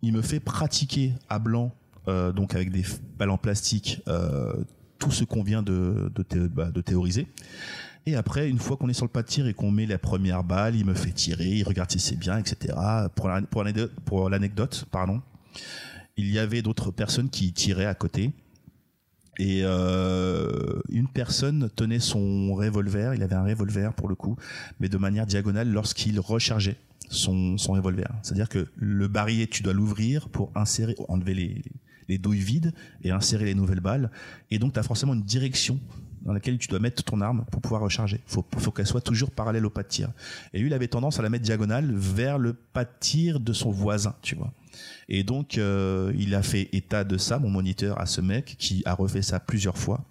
il me fait pratiquer à blanc, euh, donc avec des f- balles en plastique, euh, tout ce qu'on vient de, de, thé- bah, de théoriser. Et après, une fois qu'on est sur le pas de tir et qu'on met la première balle, il me fait tirer, il regarde si c'est bien, etc. Pour la- pour l'anecdote- pour l'anecdote, pardon, il y avait d'autres personnes qui tiraient à côté. Et euh, une personne tenait son revolver, il avait un revolver pour le coup, mais de manière diagonale lorsqu'il rechargeait son, son revolver. C'est-à-dire que le barillet, tu dois l'ouvrir pour insérer, enlever les, les douilles vides et insérer les nouvelles balles. Et donc, tu as forcément une direction dans laquelle tu dois mettre ton arme pour pouvoir recharger. Il faut, faut qu'elle soit toujours parallèle au pas de tir. Et lui, il avait tendance à la mettre diagonale vers le pas de tir de son voisin, tu vois. Et donc, euh, il a fait état de ça, mon moniteur, à ce mec qui a refait ça plusieurs fois.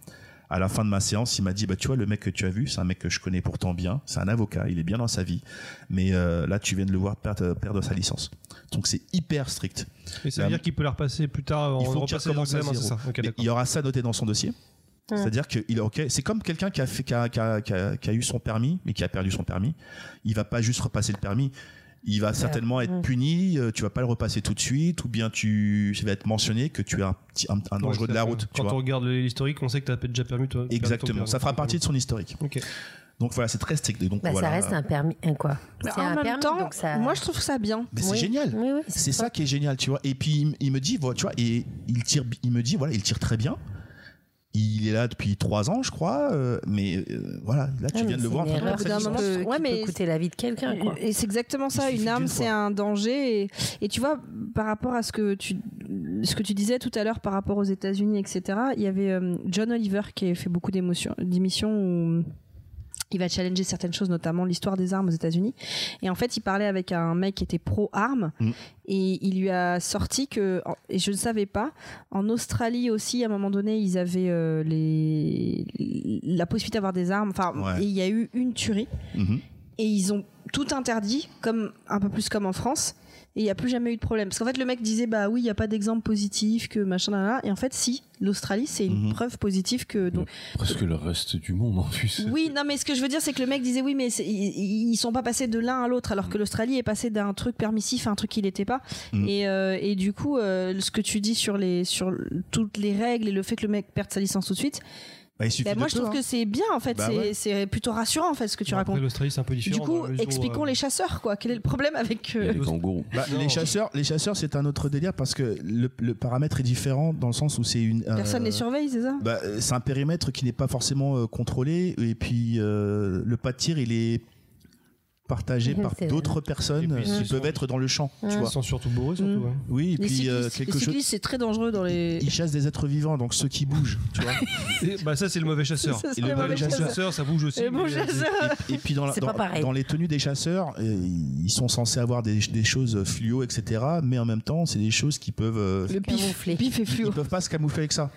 À la fin de ma séance, il m'a dit, bah, tu vois, le mec que tu as vu, c'est un mec que je connais pourtant bien, c'est un avocat, il est bien dans sa vie, mais euh, là, tu viens de le voir perdre, perdre sa licence. Donc, c'est hyper strict.
Mais ça veut
Bah,
dire qu'il peut la repasser plus tard en
il faut qu'il
repassant
recommence à
l'examen, c'est ça
zéro.
Ok,
Mais
d'accord.
il y aura ça noté dans son dossier. C'est-à-dire que il- ok, c'est comme quelqu'un qui a, fait, qui, a, qui a- qui a- qui a eu son permis, mais qui a perdu son permis. Il va pas juste repasser le permis. Il va certainement
Mm.
être puni. euh, Tu vas pas le repasser tout de suite, ou bien tu ça va être mentionné que tu as un, petit- un- un
Ouais,
dangereux de la
c'est-à-dire
route.
que
Tu
Quand on
vois.
regarde l'historique, on sait que t'as déjà permis toi. perdu ton
Exactement.
permis.
Ça fera partie de son historique.
Ok.
Donc voilà, c'est très strict. Et Donc
Bah,
voilà.
ça reste un permis, un quoi.
Mais
C'est
en
un
même
permis,
temps,
donc ça.
moi je trouve ça bien.
Mais c'est
Oui.
génial.
Oui, oui,
C'est ça qui est génial, tu vois. Et puis il, m- il me dit, voilà, tu vois, et il tire, il me dit, voilà, il tire très bien. Il est là depuis trois ans, je crois, euh, mais euh, voilà, là tu
Ah, mais
viens de
c'est
le voir. en
une
train de
erreur
faire sa
d'un
qui
licence.
moment.
peut- qui
Euh, Ouais,
peut
mais- Mmh.
coûter la vie de quelqu'un, quoi.
Et c'est exactement
Il
ça.
suffit
Une arme,
d'une
c'est
fois.
un danger. Et, et tu vois, par rapport à ce que tu, ce que tu disais tout à l'heure par rapport aux États-Unis, etc., il y avait euh, John Oliver qui a fait beaucoup d'émotions- d'émissions où il va challenger certaines choses, notamment l'histoire des armes aux États-Unis. Et en fait, il parlait avec un mec qui était pro-armes
Mm.
et il lui a sorti que, et je ne savais pas, en Australie aussi, à un moment donné, ils avaient euh, les, la possibilité d'avoir des armes. Enfin,
Ouais.
et il y a eu une tuerie
Mhm.
et ils ont tout interdit, comme un peu plus comme en France, et il n'y a plus jamais eu de problème. Parce qu'en fait, le mec disait, bah oui, il n'y a pas d'exemple positif, que machin, là, là. Et en fait, si, l'Australie, c'est une
Mhm.
preuve positive que. Donc,
Presque le reste du monde en plus.
oui, non, mais ce que je veux dire, c'est que le mec disait, oui, mais c'est- ils ils sont pas passés de l'un à l'autre, alors que l'Australie est passée d'un truc permissif à un truc qui n'était pas.
Mhm.
Et, euh, et du coup, euh, ce que tu dis sur, les, sur toutes les règles et le fait que le mec perde sa licence tout de suite,
Bah, il suffit
bah,
de
moi, je
peu,
trouve
hein.
que c'est bien, en fait.
Bah
c'est
ouais.
c'est plutôt rassurant, en fait, ce que tu
Bon,
racontes.
Après, l'Australie, c'est un peu
Du
différent.
coup,
dans la mesure où,
expliquons
euh,
les chasseurs, quoi. Quel est le problème avec.
Il y
euh,
a les kangourous.
Bah,
Non.
les chasseurs, les chasseurs, c'est un autre délire parce que le, le paramètre est différent dans le sens où c'est une euh,
Personne les surveille, c'est ça
bah, euh, c'est un périmètre qui n'est pas forcément euh, contrôlé et puis euh, le pas de tir il est partagé
Mhm,
par
c'est
d'autres personnes
Et puis,
euh,
ils
qui peuvent
sont-
être dans le champ tu
Mhm.
vois
Ils sont surtout bourrés, surtout.
Mm.
ouais.
oui et
Les
puis euh,
cyclistes, les
quelque chose
cyclistes, c'est très dangereux dans les.
ils chassent des êtres vivants donc ceux qui bougent tu vois
Et, bah, ça, c'est le mauvais chasseur.
Ça, c'est
Et le
le
mauvais
mauvais
chasseur.
chasseur.
ça bouge aussi.
Les bons
mais, euh,
chasseurs.
et, et puis dans, la-
C'est pas
dans,
pareil.
dans les tenues des chasseurs euh, ils sont censés avoir des, des choses fluo etc mais en même temps c'est des choses qui peuvent euh,
Le pif,
Camouflé.
pif et
ils
fluo.
peuvent pas se camoufler avec ça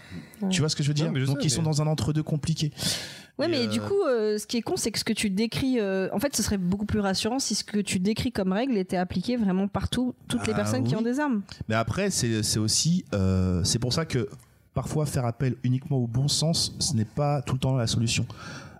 tu vois ce que je veux dire
Non, mais je
donc
sais,
ils
mais-
sont dans un entre-deux compliqué
Ouais,
Et,
mais
euh,
du coup, euh, ce qui est con, c'est que ce que tu décris. euh, en fait, ce serait beaucoup plus rassurant si ce que tu décris comme règle était appliqué vraiment partout, toutes les
Ah
personnes qui
oui.
ont des armes.
Mais après, c'est c'est aussi. euh, c'est pour ça que parfois faire appel uniquement au bon sens, ce n'est pas tout le temps la solution.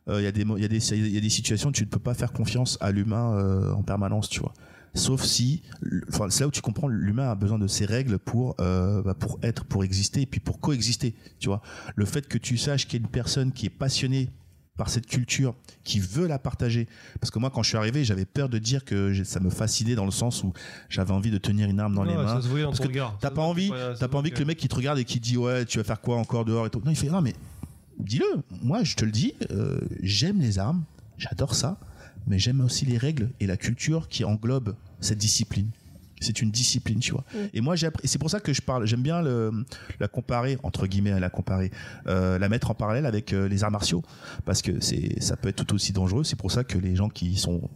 Euh, Il y, a des mo- il y, a des- il y a des situations où tu ne peux pas faire confiance à l'humain euh, en permanence, tu vois. Sauf si, l- enfin, c'est là où tu comprends, l'humain a besoin de ses règles pour, euh, bah, pour être, pour exister et puis pour coexister, tu vois. Le fait que tu saches qu'il y a une personne qui est passionnée par cette culture, qui veut la partager. Parce que moi, quand je suis arrivé, j'avais peur de dire que j'ai- ça me fascinait dans le sens où j'avais envie de tenir une arme dans les
non,
mains.
Ça se voyait dans
Parce
ton
que
regard.
T'as
Ça
pas
se
envie,
voit, ça se
t'as pas
voit
envie que
que-
le mec qui te regarde et qui dit ouais tu vas faire quoi encore dehors et tout. Non il fait non mais dis-le. Moi je te le dis, euh, j'aime les armes, j'adore ça, mais j'aime aussi les règles et la culture qui englobe cette discipline. C'est une discipline, tu vois. Et moi, j'ai appris- et c'est pour ça que je parle. J'aime bien le, la comparer entre guillemets, hein, la comparer, euh, la mettre en parallèle avec euh, les arts martiaux, parce que c'est, ça peut être tout aussi dangereux. C'est pour ça que les gens qui sont,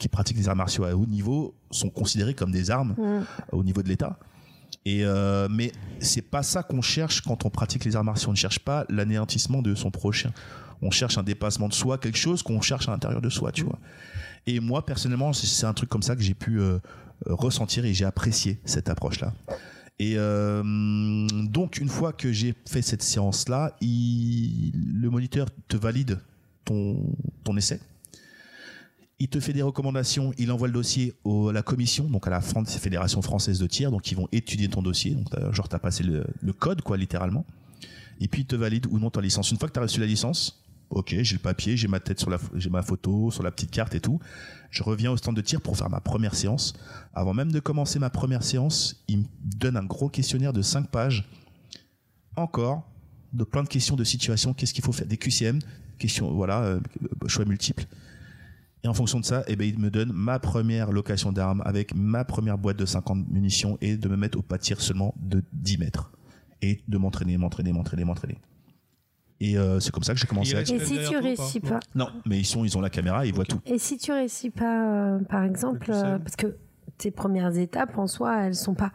qui pratiquent les arts martiaux à haut niveau sont considérés comme des armes
Mm.
au niveau de l'État. Et euh, mais c'est pas ça qu'on cherche quand on pratique les arts martiaux. On ne cherche pas l'anéantissement de son prochain. On cherche un dépassement de soi, quelque chose qu'on cherche à l'intérieur de soi, tu vois. Et moi personnellement, c'est- c'est un truc comme ça que j'ai pu euh, euh, ressentir et j'ai apprécié cette approche-là. Et euh, donc une fois que j'ai fait cette séance-là, il- le moniteur te valide ton, ton essai. Il te fait des recommandations, il envoie le dossier au- à la commission, donc à la Fran- Fédération française de tir, donc ils vont étudier ton dossier, donc t'as- genre t'as passé le, le code quoi littéralement, et puis ils te valident ou non ta licence. Une fois que t'as reçu la licence, ok j'ai le papier, j'ai ma tête sur la, pho- j'ai ma photo sur la petite carte et tout, je reviens au stand de tir pour faire ma première séance. Avant même de commencer ma première séance, il me donne un gros questionnaire de 5 pages, encore de plein de questions de situation, qu'est-ce qu'il faut faire, des QCM, questions voilà euh, choix multiples. Et en fonction de ça, eh ben, il me donne ma première location d'armes avec ma première boîte de 50 munitions et de me mettre au pas de tir seulement de 10 mètres. Et de m'entraîner, m'entraîner, m'entraîner, m'entraîner. Et euh, c'est comme ça que j'ai commencé
Il
à...
reste-
Et si tu réussis
Mmh.
pas
Non, mais ils, sont, ils ont la caméra, ils voient tout.
Et si tu réussis pas, euh, par exemple,
Le plus
euh,
simple.
parce que tes premières étapes en soi, elles sont pas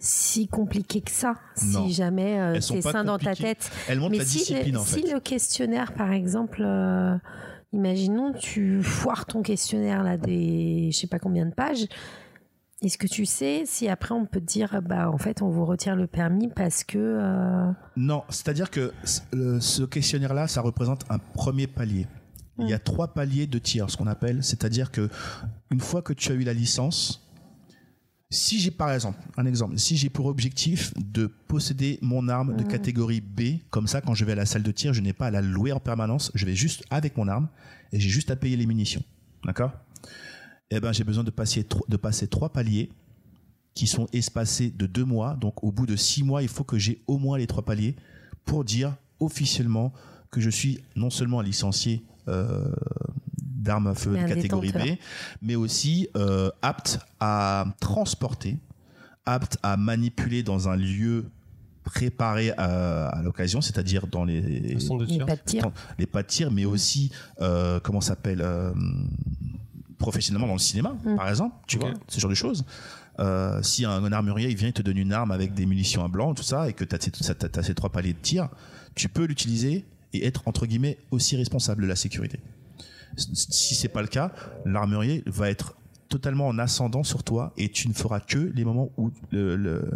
si compliquées que ça.
Non.
Si jamais euh,
Elles sont
t'es
pas
sain dans ta
compliquées.
tête.
Elles montrent
Mais
la
si,
discipline
le,
en
si
fait.
le questionnaire, par exemple, euh, imaginons tu foires ton questionnaire là des, je sais pas combien de pages. Est-ce que tu sais si après on peut te dire bah en fait on vous retire le permis parce que euh,
Non, c'est-à-dire que c- le- ce questionnaire-là, ça représente un premier palier. Il
Hmm.
y a trois paliers de tir, ce qu'on appelle. C'est-à-dire que une fois que tu as eu la licence, si j'ai par exemple un exemple, si j'ai pour objectif de posséder mon arme
Hmm.
de catégorie B, comme ça quand je vais à la salle de tir, je n'ai pas à la louer en permanence, je vais juste avec mon arme et j'ai juste à payer les munitions. D'accord Eh ben j'ai besoin de passer tro- de passer trois paliers qui sont espacés de deux mois. Donc au bout de six mois, il faut que j'ai au moins les trois paliers pour dire officiellement que je suis non seulement licencié euh, d'armes à feu
Mais
de
un
catégorie B,
détenteur.
mais aussi euh, apte à transporter, apte à manipuler dans un lieu préparé à, à l'occasion, c'est-à-dire dans les,
Le centre de
il n'y a pas
tir.
de tir
les pas de tir, mais aussi, euh, comment ça s'appelle, euh, professionnellement dans le cinéma,
Mm.
par exemple, tu
Ok.
vois, ce genre de choses. Euh, si un, un armurier il vient, il te donne une arme avec des munitions à blanc, tout ça, et que tu as, ces trois paliers de tir, tu peux l'utiliser et être, entre guillemets, aussi responsable de la sécurité. Si c'est pas le cas, l'armurier va être totalement en ascendant sur toi et tu ne feras que les moments où le, le-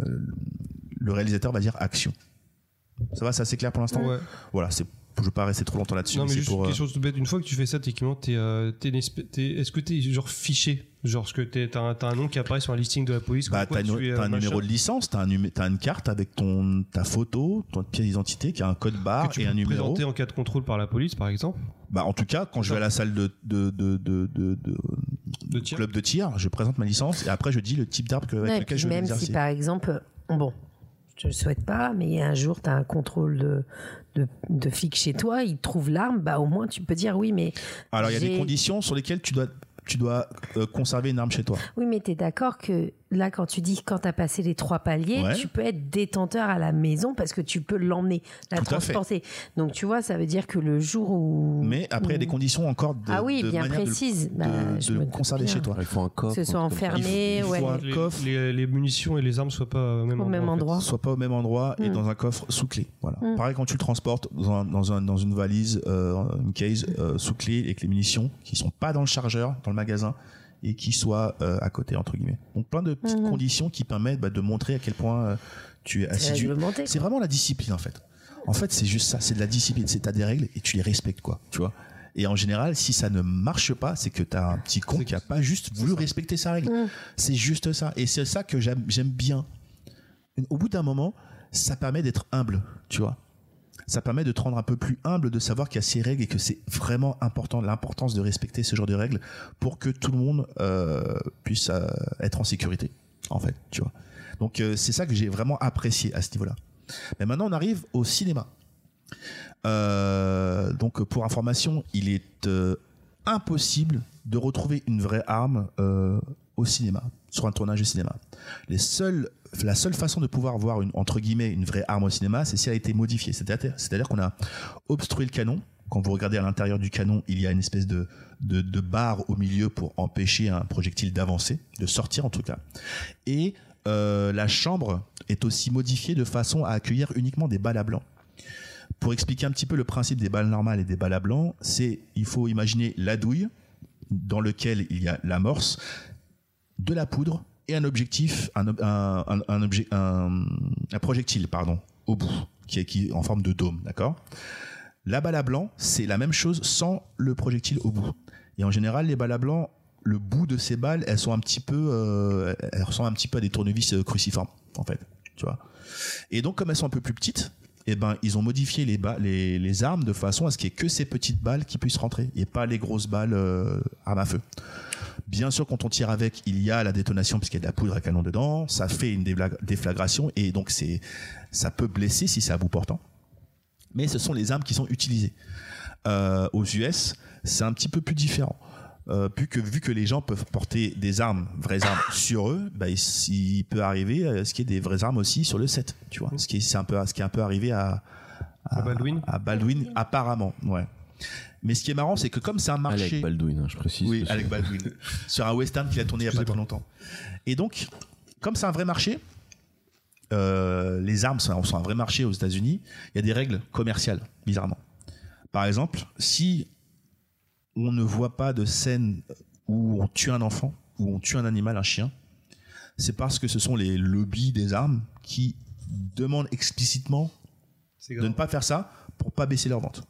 le réalisateur va dire action. Ça va, c'est assez clair pour l'instant
Ouais.
Voilà, c'est, je ne veux pas rester trop longtemps là-dessus.
Non,
mais
mais
c'est
juste
pour, euh,
quelque chose de bête. Une fois que tu fais ça, techniquement, t'es, euh, t'es une espèce- t'es- est-ce que t'es genre fiché Genre, ce que t'es- t'as un, t'as un nom qui apparaît sur un listing de la police
Bah,
comme
t'as,
quoi
une-
tu es,
t'as
euh,
un
machin.
numéro de licence, t'as, un numé- t'as une carte avec ton, ta photo, ton pièce d'identité qui a un code barre
que tu
et
peux
un numéro.
présenter en cas de contrôle par la police, par exemple.
Bah, en tout cas, quand je vais à la salle de, de, de, de, de- de-
De tir.
club de tir, je présente ma licence et après je dis le type d'arbre que, avec
Ouais, et
lequel
puis
je vais
même
exercer.
si par exemple, euh, bon, je le souhaite pas, mais un jour tu as un contrôle de, de, de flic chez toi, il trouve l'arme, bah au moins tu peux dire oui, mais
Alors il y a des
j'ai-
conditions sur lesquelles tu dois, tu dois euh, conserver une arme chez toi.
oui, mais t'es d'accord que là quand tu dis quand t'as passé les trois paliers,
Ouais.
tu peux être détenteur à la maison parce que tu peux l'emmener, la
Tout à fait.
transporter. Donc tu vois, ça veut dire que le jour où
Mais après, il y a des conditions encore de,
ah oui,
de
bien
manière de-
précise,
de,
bah, je
de
me
le
doute
conserver
bien.
chez toi.
Il faut un
Que
coffre.
ce soit
un truc comme ça.
enfermé,
il faut
ouais.
un
Les,
Bah, coffre.
les- les munitions et les armes soient pas euh, au même
Au
endroit.
même
en fait.
endroit.
soit pas au même endroit et
Mm.
dans un coffre sous clé. Voilà.
Mm.
Pareil quand tu le transportes dans, un- dans, un- dans une valise, euh, une case euh, sous clé avec les munitions qui sont pas dans le chargeur, dans le magasin et qui soient euh, à côté entre guillemets. Donc plein de petites
Mhm.
conditions qui permettent bah, de montrer à quel point euh, tu es
C'est
assidu.
réglementé.
C'est vraiment la discipline en fait. En fait, c'est juste ça, c'est de la discipline, c'est t'as des règles et tu les respectes quoi, tu vois. Et en général, si ça ne marche pas, c'est que t'as un petit con qui a pas juste voulu respecter sa règle.
Mm.
C'est juste ça. Et c'est ça que j'aime j'aime bien. Au bout d'un moment, ça permet d'être humble, tu vois. Ça permet de te rendre un peu plus humble, de savoir qu'il y a ces règles et que c'est vraiment important, l'importance de respecter ce genre de règles pour que tout le monde euh, puisse euh, être en sécurité, en fait, tu vois. Donc euh, c'est ça que j'ai vraiment apprécié à ce niveau-là. Mais maintenant, on arrive au cinéma. Euh, donc pour information, il est euh, impossible de retrouver une vraie arme euh, au cinéma, sur un tournage de cinéma. Les seuls, la seule façon de pouvoir voir une, entre guillemets une vraie arme au cinéma, c'est si elle a été modifiée. C'est-à-dire c'est-à-dire qu'on a obstrué le canon. Quand vous regardez à l'intérieur du canon, il y a une espèce de, de, de barre au milieu pour empêcher un projectile d'avancer, de sortir en tout cas. Et euh, la chambre est aussi modifiée de façon à accueillir uniquement des balles à blanc. Pour expliquer un petit peu le principe des balles normales et des balles à blanc, c'est il faut imaginer la douille dans lequel il y a l'amorce, de la poudre et un objectif, un, ob- un- un- un objet, un, un projectile pardon, au bout, qui est, qui est en forme de dôme, d'accord. La balle à blanc, c'est la même chose sans le projectile au bout. Et en général, les balles à blanc, le bout de ces balles, elles sont un petit peu, euh, elles ressemblent un petit peu à des tournevis euh, cruciformes, en fait, tu vois. Et donc, comme elles sont un peu plus petites, eh ben, ils ont modifié les, ba- les, les armes de façon à ce qu'il n'y ait que ces petites balles qui puissent rentrer et pas les grosses balles euh, armes à feu. Bien sûr, quand on tire avec, il y a la détonation puisqu'il y a de la poudre à canon dedans, ça fait une débla- déflagration et donc c'est, ça peut blesser si c'est à bout portant. Mais ce sont les armes qui sont utilisées. Euh, aux US, c'est un petit peu plus différent. Euh, vu, que, vu que les gens peuvent porter des armes, vraies armes, sur eux, bah, il, il peut arriver euh, ce qui est des vraies armes aussi sur le set, tu vois. Ce qui est, c'est un peu, ce qui est un peu arrivé à, Ah.
À Baldwin
à Baldwin, apparemment, ouais. Mais ce qui est marrant, c'est que comme c'est un marché.
Alec Baldwin, hein, je précise.
Oui,
parce que-
Alec Baldwin. sur un western qu'il a tourné il n'y a pas trop longtemps. Et donc, comme c'est un vrai marché, euh, les armes sont, sont un vrai marché aux États-Unis, il y a des règles commerciales, bizarrement. Par exemple, si on ne voit pas de scène où on tue un enfant, où on tue un animal, un chien, c'est parce que ce sont les lobbies des armes qui demandent explicitement
C'est
de ne
grave.
pas faire ça pour pas baisser leur vente.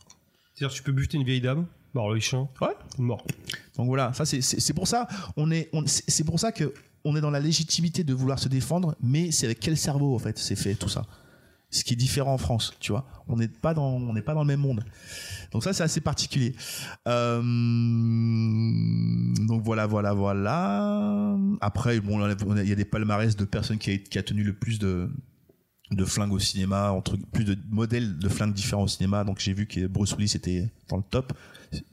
C'est-à-dire, tu peux buter une vieille dame, bah, mort le chien,
Ouais.
mort.
Donc voilà, ça c'est- c'est c'est pour ça on est on- c'est c'est pour ça que on est dans la légitimité de vouloir se défendre, mais c'est avec quel cerveau en fait c'est fait tout ça. Ce qui est différent en France, tu vois, on n'est pas dans on n'est pas dans le même monde. Donc ça c'est assez particulier. Euh, donc voilà voilà voilà. Après bon on a- on a- il y a des palmarès de personnes qui a, qui a tenu le plus de de flingues au cinéma, entre plus de modèles de flingues différents au cinéma. Donc j'ai vu que Bruce Willis était dans le top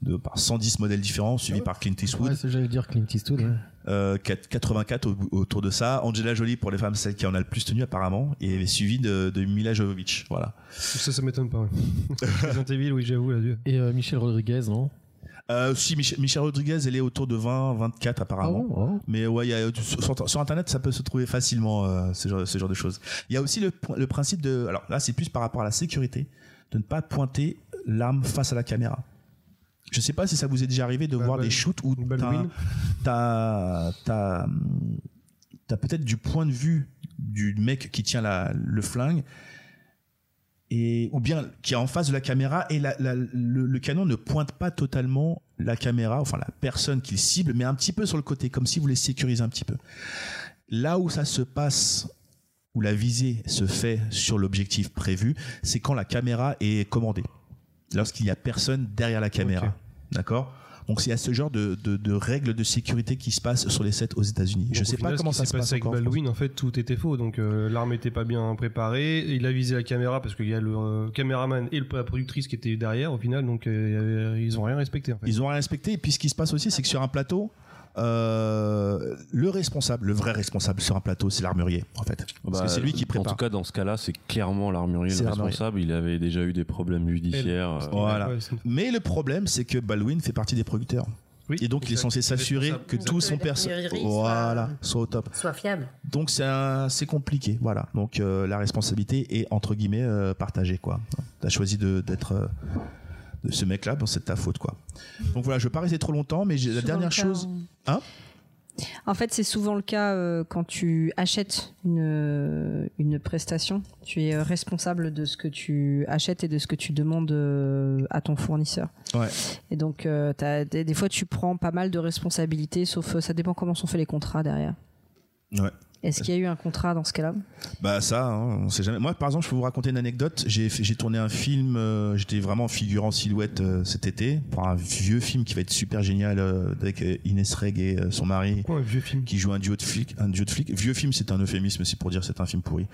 de par 110 modèles différents, suivi par Clint Eastwood.
Ouais, c'est- j'allais dire Clint Eastwood. ouais.
Euh, 4- 84 au- autour de ça. Angela Jolie pour les femmes, celle qui en a le plus tenu apparemment, et suivie de, de Mila Jovovich. Voilà.
Tout ça, ça m'étonne pas. Ouais. Resident Evil, oui, j'avoue, là, Dieu.
Et euh, Michel Rodriguez, non
Euh, si Mich- Michelle Rodriguez, elle est autour de 20, 24
Ah
apparemment.
ouais, ouais.
Mais ouais, il y a- sur, sur- sur Internet, ça peut se trouver facilement, euh, ce, genre, ce genre de choses. Il y a aussi le, le principe de... Alors là, c'est plus par rapport à la sécurité, de ne pas pointer l'arme face à la caméra. Je sais pas si ça vous est déjà arrivé de
Bah,
voir
bah,
des shoots où
bah,
t'as-
Halloween.
t'as t'as t'as peut-être du point de vue du mec qui tient la, le flingue et ou bien qui est en face de la caméra et la- la- le, le canon ne pointe pas totalement la caméra, enfin la personne qu'il cible, mais un petit peu sur le côté, comme si vous voulez sécuriser un petit peu. Là où ça se passe, où la visée se fait sur l'objectif prévu, c'est quand la caméra est commandée, lorsqu'il n'y a personne derrière la caméra.
Ok.
D'accord donc c'est à ce genre de, de, de règles de sécurité qui se passent sur les sets aux États-Unis. Je
Donc,
sais
au final,
pas
ce
comment
qui
ça
s'est
se passe
passé avec
encore. en
Baldwin. En fait, tout était faux. Donc euh, l'arme était pas bien préparée. Il a visé la caméra parce qu'il y a le euh, caméraman et le- la productrice qui étaient derrière. Au final, donc euh, il y avait- ils ont rien respecté. En fait.
Ils ont rien respecté. Et puis ce qui se passe aussi, c'est que sur un plateau, euh, le responsable, le vrai responsable sur un plateau, c'est l'armurier, en fait. Parce
Bah,
que c'est lui qui
En
prépare.
tout cas, dans ce cas-là, c'est clairement l'armurier
C'est
le
l'armurier.
responsable. Il avait déjà eu des problèmes judiciaires. euh,
Voilà.
Ouais, c'est-
Mais le problème, c'est que Baldwin fait partie des producteurs.
oui,
Et donc, il est
exact.
censé s'assurer que
responsable.
tout son
Que
perso
l'armurier soit-
voilà, soit au top.
Sois fiable.
Donc, c'est un- c'est compliqué. Voilà. Donc, euh, la responsabilité est entre guillemets euh, partagée. quoi. T'as choisi de- d'être euh, de ce mec-là, bon, c'est de ta faute. quoi. Donc voilà, je vais pas rester trop longtemps, mais j'ai- la
Souvent le
dernière
cas,
chose.
hein.
Hein
En fait, c'est souvent le cas euh, quand tu achètes une, euh, une prestation. Tu es euh, responsable de ce que tu achètes et de ce que tu demandes euh, à ton fournisseur.
Ouais.
Et donc, euh, t'as- des, des fois, tu prends pas mal de responsabilités, sauf euh, ça dépend comment sont faits les contrats derrière.
Ouais.
Est-ce qu'il y a eu un contrat dans ce cas-là
Bah ça, hein, on sait jamais. Moi, par exemple, je peux vous raconter une anecdote. J'ai fait- j'ai tourné un film. euh, J'étais vraiment figurant silhouette euh, cet été pour un vieux film qui va être super génial euh, avec euh, Inès Reg et euh, son mari
Pourquoi un vieux film
qui joue un duo de flics. Un duo de flics. Vieux film, c'est un euphémisme. C'est pour dire c'est un film pourri.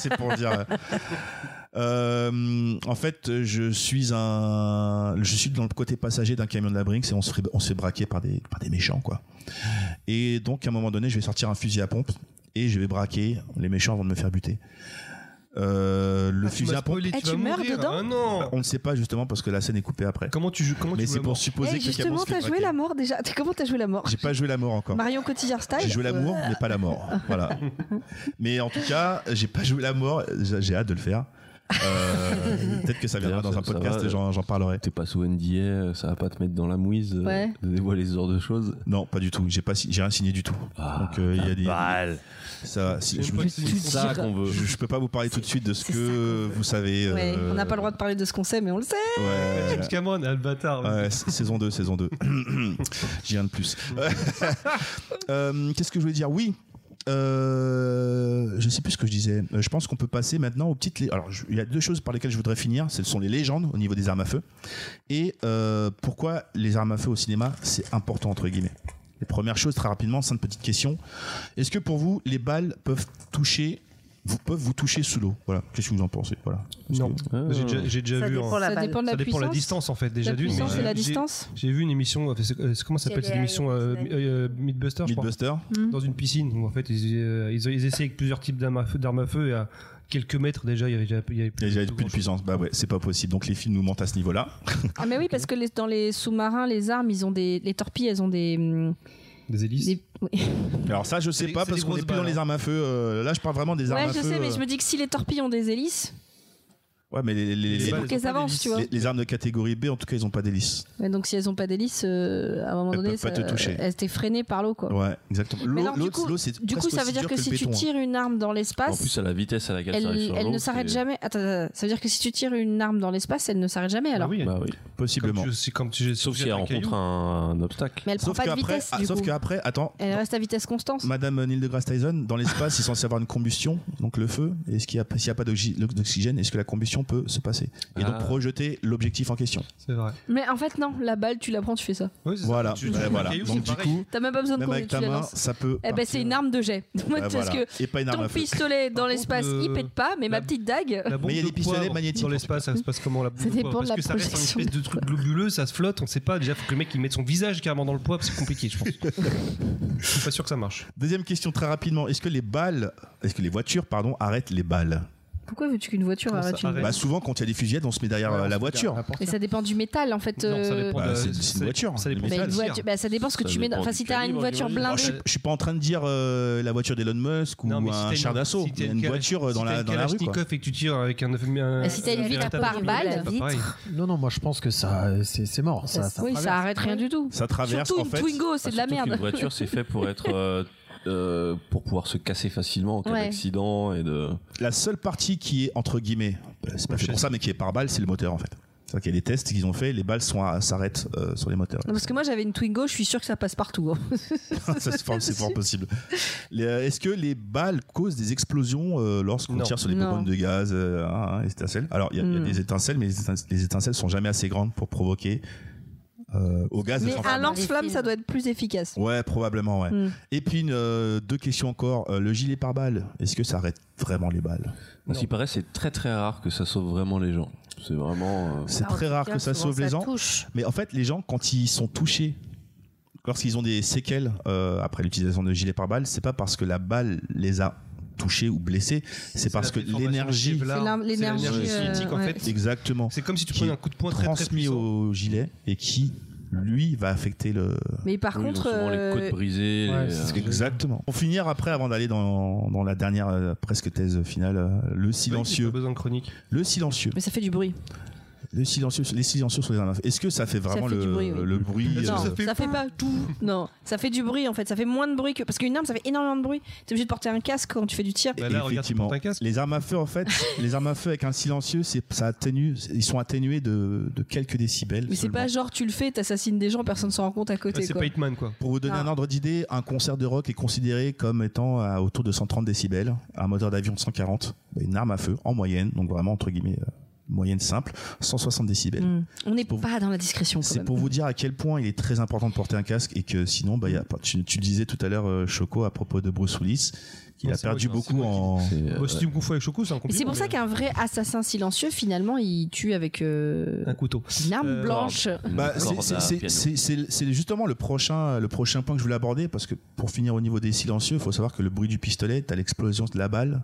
c'est pour dire. euh, euh, en fait, je suis un, je suis dans le côté passager d'un camion de la Brinks et on se fait, on se fait braquer par des, par des méchants quoi. Et donc à un moment donné, je vais sortir un fusil à pompe et je vais braquer. Les méchants vont me faire buter. Euh, le
Ah, tu
fusil
m'as
à pompe, Bah,
spoilé,
Eh, tu
vas
meurs
mourir.
dedans
Ah non
on ne sait pas justement parce que la scène est coupée après.
Comment tu joues Comment
Mais
tu
c'est
joues
pour supposer
Eh,
que le camion
Justement,
se fait
t'as joué
braquer.
la mort déjà. Comment t'as joué la mort
J'ai pas joué la mort encore.
Marion Cotillard style
J'ai joué l'amour, mais pas la mort. Voilà. Mais en tout cas, j'ai pas joué la mort. J'ai j'ai hâte de le faire. Euh, Peut-être que ça viendra
D'ailleurs,
dans un
ça- ça
podcast.
va.
J'en j'en parlerai.
T'es pas sous NDA, ça va pas te mettre dans la mouise euh,
Ouais.
de dévoiler ce genre de choses.
Non, pas du tout. J'ai pas, si- j'ai rien signé du tout.
Ah,
Donc euh, il y a des.
balle.
Ça, si-
C'est
je,
pas
vous-
que c'est une
C'est ça qu'on veut.
je- je peux pas vous parler tout de suite de ce
c'est
que vous savez.
Ouais,
euh,
on n'a pas le droit de parler de ce qu'on sait, mais on le sait.
ouais.
James Cameron, ah, le bâtard.
Ouais, s- saison 2, saison 2. J'ai rien de plus. Euh, Qu'est-ce que je voulais dire Oui. Euh, je sais plus ce que je disais. Euh, Je pense qu'on peut passer maintenant aux petites. lé- Alors, je- il y a deux choses par lesquelles je voudrais finir. Ce sont les légendes au niveau des armes à feu et euh, pourquoi les armes à feu au cinéma c'est important entre guillemets. Les premières choses très rapidement, cinq petites questions. Est-ce que pour vous les balles peuvent toucher, vous peuvent vous toucher sous l'eau Voilà. Qu'est-ce que vous en pensez Voilà. Parce
Non.
que-
Ah.
J'ai déjà, j'ai déjà
Ça
vu.
dépend
hein.
la
ça
balle.
dépend de Oh la
Ça dépend
puissance.
de la distance en fait déjà
La
d'une.
puissance
mais euh,
et la
j'ai-
distance.
J'ai vu une émission, enfin, c'est- euh, c'est- comment ça s'appelle cette
Quelle est
émission euh,
la-
Mi- euh, Mythbuster, je crois.
Mythbuster
Dans une piscine où en fait ils, euh, ils, ils essayaient avec plusieurs types d'armes à feu, d'armes à feu et à quelques mètres déjà il y avait, déjà- il y avait
Il y a déjà plus de
grand-chose.
puissance. Bah ouais, c'est pas possible. Donc les films nous mentent à ce niveau-là.
Ah mais oui, parce que les- dans les sous-marins, les armes, ils ont des, les torpilles, elles ont des, hum,
Des hélices.
des- oui.
Alors ça, je sais
C'est-
pas
c'est
parce
des
qu'on est
grosses
plus dans
balles, hein.
les armes à feu. Euh, là, je parle vraiment des armes
ouais,
à
je
feu.
sais, mais je
euh,
me dis que si les torpilles ont des hélices,
Ouais, mais les, les-
Les
les-
balles,
qu'elles
pas
avancent,
d'hélices.
tu vois.
les- les armes de catégorie B, en tout cas, ils ont pas d'hélice.
Ouais, donc si elles ont pas d'hélices, euh, à un moment
Elles
donné,
peuvent pas
ça-
te toucher.
elles étaient freinées par l'eau, quoi.
Ouais, exactement.
Mais
L'eau,
alors, du
l'autre-
coup-
l'eau, c'est
Du coup,
presque
ça veut
aussi
dire
dur
que,
le
si tu
béton, hein.
tires une arme dans
En
l'espace,
plus, à la vitesse à laquelle ça arrive
Ah, elle,
sur
elle
l'eau,
ne
c'est-
s'arrête jamais. Attends, attends, attends. ça veut dire que si tu tires une arme dans l'espace, elle ne s'arrête jamais alors.
Ah oui,
Bah oui.
possiblement.
comme tu, c'est comme tu
Sauf si
jettes
elle
un
rencontre
caillou.
un, un obstacle.
Mais elle prend
Sauf
pas de
qu'après,
vitesse,
ah,
du
sauf
coup.
qu'après, attends,
Elle reste à vitesse constante.
Madame euh, Neil deGrasse Tyson, dans l'espace, il est censé avoir une combustion, donc le feu. Est-ce qu'il y a, s'il n'y a pas d'oxy- d'oxygène, est-ce que la combustion peut se passer Et
Ah.
donc projeter l'objectif en question.
C'est vrai.
Mais en fait, non, la balle, tu la prends, tu fais ça.
Oui, c'est ça.
Voilà.
Tu- tu
Bah,
jettes un
voilà.
caillou,
Donc
c'est
du
pareil.
coup,
T'as même pas besoin de
même
conduire,
avec
tu
ta
la
main,
lances.
ça peut.
Eh ben, c'est
partir.
une arme de jet.
Bah,
Parce
voilà.
que
Et pas une arme
ton
à feu.
pistolet dans
Par
l'espace,
contre,
il
euh,
pète pas, mais ma
la-
petite dague.
La bombe
Mais il y a
de
des pistolets
poivre
magnétiques,
Dans
en
l'espace, ça se passe comment la bombe de
dépend
poivre
de
Parce
la
que ça reste
projection.
une espèce de truc globuleux, ça se flotte, on sait pas. Déjà, faut que le mec il mette son visage carrément dans le poids, parce que c'est compliqué, je pense. je suis pas sûr que ça marche.
Deuxième question très rapidement. Est-ce que les balles, est-ce que les voitures, pardon, arrêtent les balles
Pourquoi veux-tu qu'une voiture
Comment ça
arrête une
arrête
Bah, souvent, quand il y a des fusillades, on se met
Ah,
derrière
Ouais,
euh,
on
la
se
voiture.
regarde à la porte.
Mais ça dépend du métal en fait.
Non, ça
euh,
dépend
Bah,
de-
c'est- c'est une
ça-
voiture.
Ça dépend
Mais
bah,
du
une
tir.
voiture- bah, ça dépend ce que
Ça
tu mets. dans-
dépend
Enfin,
du
si t'as
calibre,
une voiture
j'imagine.
Alors,
blindée.
je, suis- je suis pas en train de dire euh, la voiture d'Elon Musk ou
Non, mais si
un
t'as une-
char d'assaut.
si t'as
Il y a une
Kala-
voiture
si
dans
t'as
la
une
dans la rue. quoi.
Kalachnikov et que tu tires avec un.
Ah, si t'as une vitre à
par balle.
Vitre.
Non, non, moi je pense que ça, c'est c'est mort. Ça, ça
Oui,
traverse.
ça arrête rien du tout.
Ça traverse
Surtout
en
une
fait.
Twingo, c'est
Ah,
de la
surtout
merde.
qu'une voiture, c'est fait pour être. euh, euh, pour pouvoir se casser facilement en cas
Ouais.
d'accident et de.
La seule partie qui est entre guillemets, bah, c'est pas fait pour ça, mais qui est par balle, c'est le moteur en fait. C'est vrai qu'il y a des tests qu'ils ont fait, les balles sont à- s'arrêtent euh, sur les moteurs.
Non, parce que moi j'avais une Twingo, je suis sûr que ça passe partout. hein.
Ça, c'est fort, c'est fort possible. Les, euh, Est-ce que les balles causent des explosions euh, lorsqu'on
Non.
tire sur des
Non.
bonbonnes de gaz, euh, hein, hein, étincelles Alors, il y, a- il y a
Hmm.
des étincelles, mais les étincelles, les étincelles sont jamais assez grandes pour provoquer euh, au gaz. elles
Mais
sont
un
pas-
lance-flamme, ça doit être plus efficace.
Ouais, probablement, ouais.
Hmm.
Et puis, une, euh, deux questions encore. Euh, le gilet par balles, est-ce que ça arrête vraiment les balles
Parce qu'il paraît, c'est très très rare que ça sauve vraiment les gens. C'est vraiment. euh,
C'est
Alors,
très
Bah, en tout
rare
cas,
que ça
souvent,
sauve les gens.
touche.
Mais en fait, les gens, quand ils sont touchés, lorsqu'ils ont des séquelles euh, après l'utilisation de gilets par balles, c'est pas parce que la balle les a touchés ou blessés, c'est parce
la
que
déformation
l'énergie-
du Kevlar,
C'est l'in-
c'est
l'énergie,
euh,
cinétique, en
ouais.
fait.
exactement,
C'est comme si tu
Qui
prenais
est
un coup de poing très très
transmis
puissant.
au gilet et qui, lui, va affecter le.
Mais par
oui, ils ont
contre,
souvent
euh,
les côtes brisées.
ouais,
les,
c'est ce que-
Exactement. Pour finir, après, avant d'aller dans, dans la dernière euh, presque thèse finale, euh, le
Pas
silencieux.
besoin de chronique.
Le silencieux.
mais ça fait du bruit.
Le silencieux. Les silencieux sur les armes. à feu. Est-ce que ça fait vraiment
fait
le,
du bruit, oui.
le bruit
Est-ce que
euh,
Non,
ça fait
ça fait pas tout. Non, ça fait du bruit en fait. Ça fait moins de bruit que parce qu'une arme, ça fait énormément de bruit. T'es obligé de porter un casque quand tu fais du tir.
Bah là, regarde, tu
Effectivement.
portes un casque.
Les armes à feu, en fait, les armes à feu avec un silencieux, c'est, ça atténue, ils sont atténués de, de quelques décibels.
Mais c'est
seulement.
pas genre tu le fais, t'assassines des gens, personne s'en rend compte à
Ah,
côté.
C'est
quoi.
pas Hitman, quoi.
Pour vous donner
Ah.
un ordre d'idée, un concert de rock est considéré comme étant à autour de 130 décibels, un moteur d'avion de 140, bah, une arme à feu en moyenne, donc vraiment entre guillemets euh, moyenne simple, 160 décibels.
Hmm. On n'est
Mm. pour-
pas dans la discrétion quand
C'est
même.
pour vous dire à quel point il est très important de porter un casque et que sinon, bah, il y a pas- tu, tu le disais tout à l'heure, euh, Choco, à propos de Bruce Willis, qu'il
Non,
a
Oh, c'est moi
perdu
qui- c'est
beaucoup
moi qui-
en.
c'est, euh,
Bah, Si tu me confonds avec Choco, c'est un
Mais
compliment.
c'est pour ça
mais,
qu'un vrai assassin silencieux, finalement, il tue avec euh,
euh, Un couteau.
une arme
Euh,
blanche.
une
Bah,
corde
c'est-
à
c'est- c'est-
piano.
c'est- c'est c'est justement le prochain, le prochain point que je voulais aborder parce que pour finir au niveau des silencieux, il faut savoir que le bruit du pistolet, t'as l'explosion de la balle,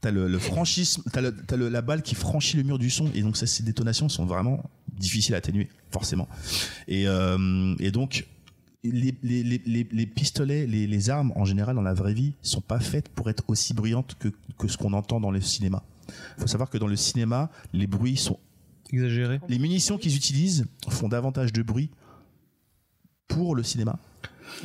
t'as le, le franchisme, t'as le- t'as le- la balle qui franchit le mur du son et donc ça, ces détonations sont vraiment difficiles à atténuer, forcément. Et, euh, et donc les, les, les, les- les pistolets, les, les armes en général dans la vraie vie sont pas faites pour être aussi brillantes que, que ce qu'on entend dans le cinéma. Faut savoir que dans le cinéma, les bruits sont
Exagéré.
les munitions qu'ils utilisent font davantage de bruit pour le cinéma.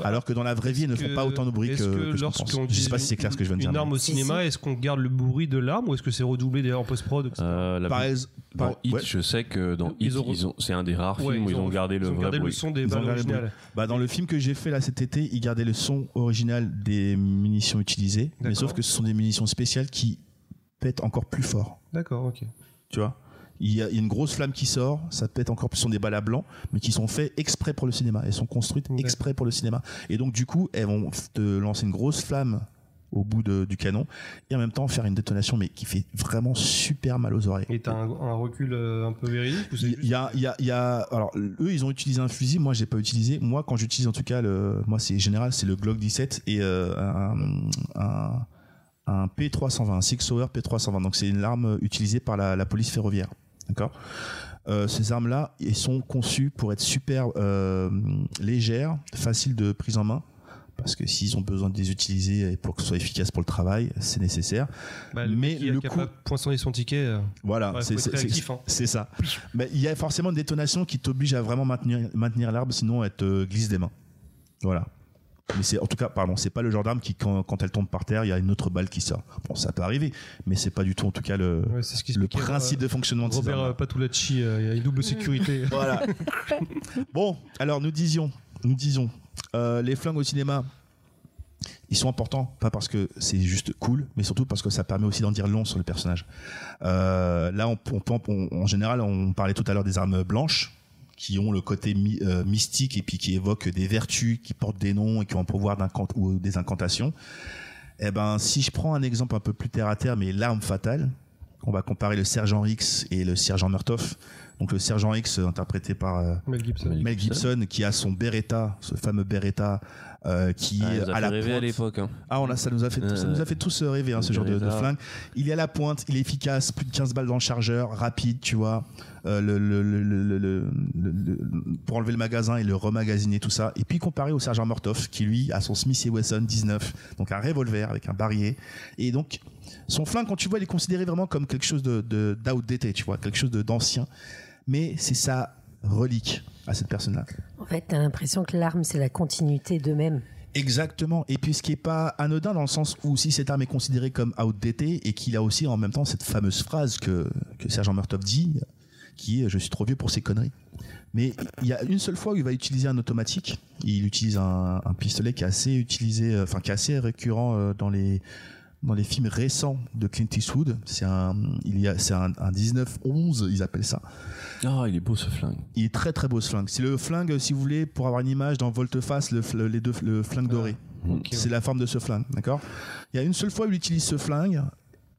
Alors que dans la vraie vie, elles ne font
que-
pas autant de bruit que,
est-ce
que ce qu'on
lorsqu'on
pense. Je sais
utilise
pas si c'est clair ce que je viens de dire.
Une
mais-
arme au cinéma, est-ce qu'on garde le bruit de l'arme ou est-ce que c'est redoublé d'ailleurs en post-prod etc.
Euh, la
Par
plus-
ex-
dans
par-
Hit,
ouais.
je sais que dans
Ils
Hit,
ont-
ils ont- c'est un des rares
Ouais,
films où ils ont gardé le
ils ont
vrai
gardé
bruit.
le son des
Ils ont
balles
gardé le bruit.
originales.
Bah, dans le film que j'ai fait là cet été, ils gardaient le son original des munitions utilisées, mais
D'accord.
sauf que ce sont des munitions spéciales qui pètent encore plus fort.
D'accord, ok.
Tu vois il y, a, il y a une grosse flamme qui sort, ça pète encore plus. Ce sont des balles à blanc, mais qui sont faites exprès pour le cinéma. Elles sont construites
Ouais.
exprès pour le cinéma. Et donc, du coup, elles vont f- te lancer une grosse flamme au bout de- du canon et en même temps faire une détonation, mais qui fait vraiment super mal aux oreilles.
Et t'as un, un recul euh, un peu véridique ou c'est
Il
juste-
y a, il y a- il y a- alors eux ils ont utilisé un fusil, moi j'ai pas utilisé. Moi quand j'utilise en tout cas le, moi c'est général c'est le Glock 17 et euh, un, un, un P320, un Six Hour P320. Donc c'est une arme utilisée par la, la police ferroviaire. D'accord. Euh, ces armes là, elles sont conçues pour être super euh, légères, faciles de prise en main. Parce que s'ils ont besoin de les utiliser et pour que ce soit efficace pour le travail, c'est nécessaire.
Bah, le
mais
mec qui est
le
capable de poinçonner son ticket. euh,
Voilà,
ouais, faut
c'est
être
c'est- c'est-
réactif, hein.
c'est ça. Mais il y a forcément une détonation qui t'oblige à vraiment maintenir, maintenir l'arbre, sinon elle te glisse des mains. Voilà. Mais c'est en tout cas, pardon, c'est pas le genre d'arme qui, quand, quand elle tombe par terre, il y a une autre balle qui sort. Bon, ça peut arriver, mais c'est pas du tout en tout cas le,
Ouais, c'est ce qui
le
expliquait,
principe
euh,
de fonctionnement de ces
Robert
armes.
euh, Patulacci, euh, il y a une double sécurité.
Voilà. bon, alors nous disions, nous disions, euh, les flingues au cinéma, ils sont importants, pas parce que c'est juste cool, mais surtout parce que ça permet aussi d'en dire long sur le personnage. Euh, là, on, on- on- on- en général, on parlait tout à l'heure des armes blanches qui ont le côté mi- euh, mystique et puis qui évoquent des vertus, qui portent des noms et qui ont un pouvoir d'incant ou des incantations. Eh ben, si je prends un exemple un peu plus terre à terre, mais l'arme fatale, on va comparer le sergent X et le sergent Murtoff. Donc le sergent X, euh, interprété par euh,
Ah,
Mel Gibson.
Mel Gibson, qui a son Beretta, ce fameux Beretta euh, qui
Ah, elle nous
est
a
à
fait
la
rêver à
pointe.
l'époque. hein.
Ah, on a, ça nous a fait,
Euh,
ça nous a fait tous rêver, hein, ce genre de, de
Greta.
flingue. Il est à la pointe, il est efficace, plus de 15 balles dans le chargeur, rapide, tu vois. Euh, le, le- le- le- le- le- le- le- pour enlever le magasin et le remagasiner, tout ça. Et puis comparé au sergent Mortov, qui lui a son Smith et Wesson 19, donc un revolver avec un barillet. Et donc, son flingue, quand tu vois, il est considéré vraiment comme quelque chose de, de, d'outdated, tu vois, quelque chose de, d'ancien. Mais c'est sa relique à cette personne-là.
En fait, t'as l'impression que l'arme, c'est la continuité d'eux-mêmes.
Exactement. Et puis ce qui est pas anodin dans le sens où si cette arme est considérée comme outdatée et qu'il a aussi en même temps cette fameuse phrase que, que Sergent Murtop dit, qui est je suis trop vieux pour ces conneries. Mais il y a une seule fois où il va utiliser un automatique. Il utilise un, un pistolet qui est assez utilisé, euh, enfin qui est assez récurrent euh, dans les dans les films récents de Clint Eastwood. C'est un il y a c'est un, un 19-11, ils appellent ça.
Ah, il est beau ce flingue.
Il est très très beau ce flingue. C'est le flingue, si vous voulez, pour avoir une image dans Volteface, le, fl- les deux, le flingue doré. C'est la forme de ce flingue, d'accord Il y a une seule fois où il utilise ce flingue,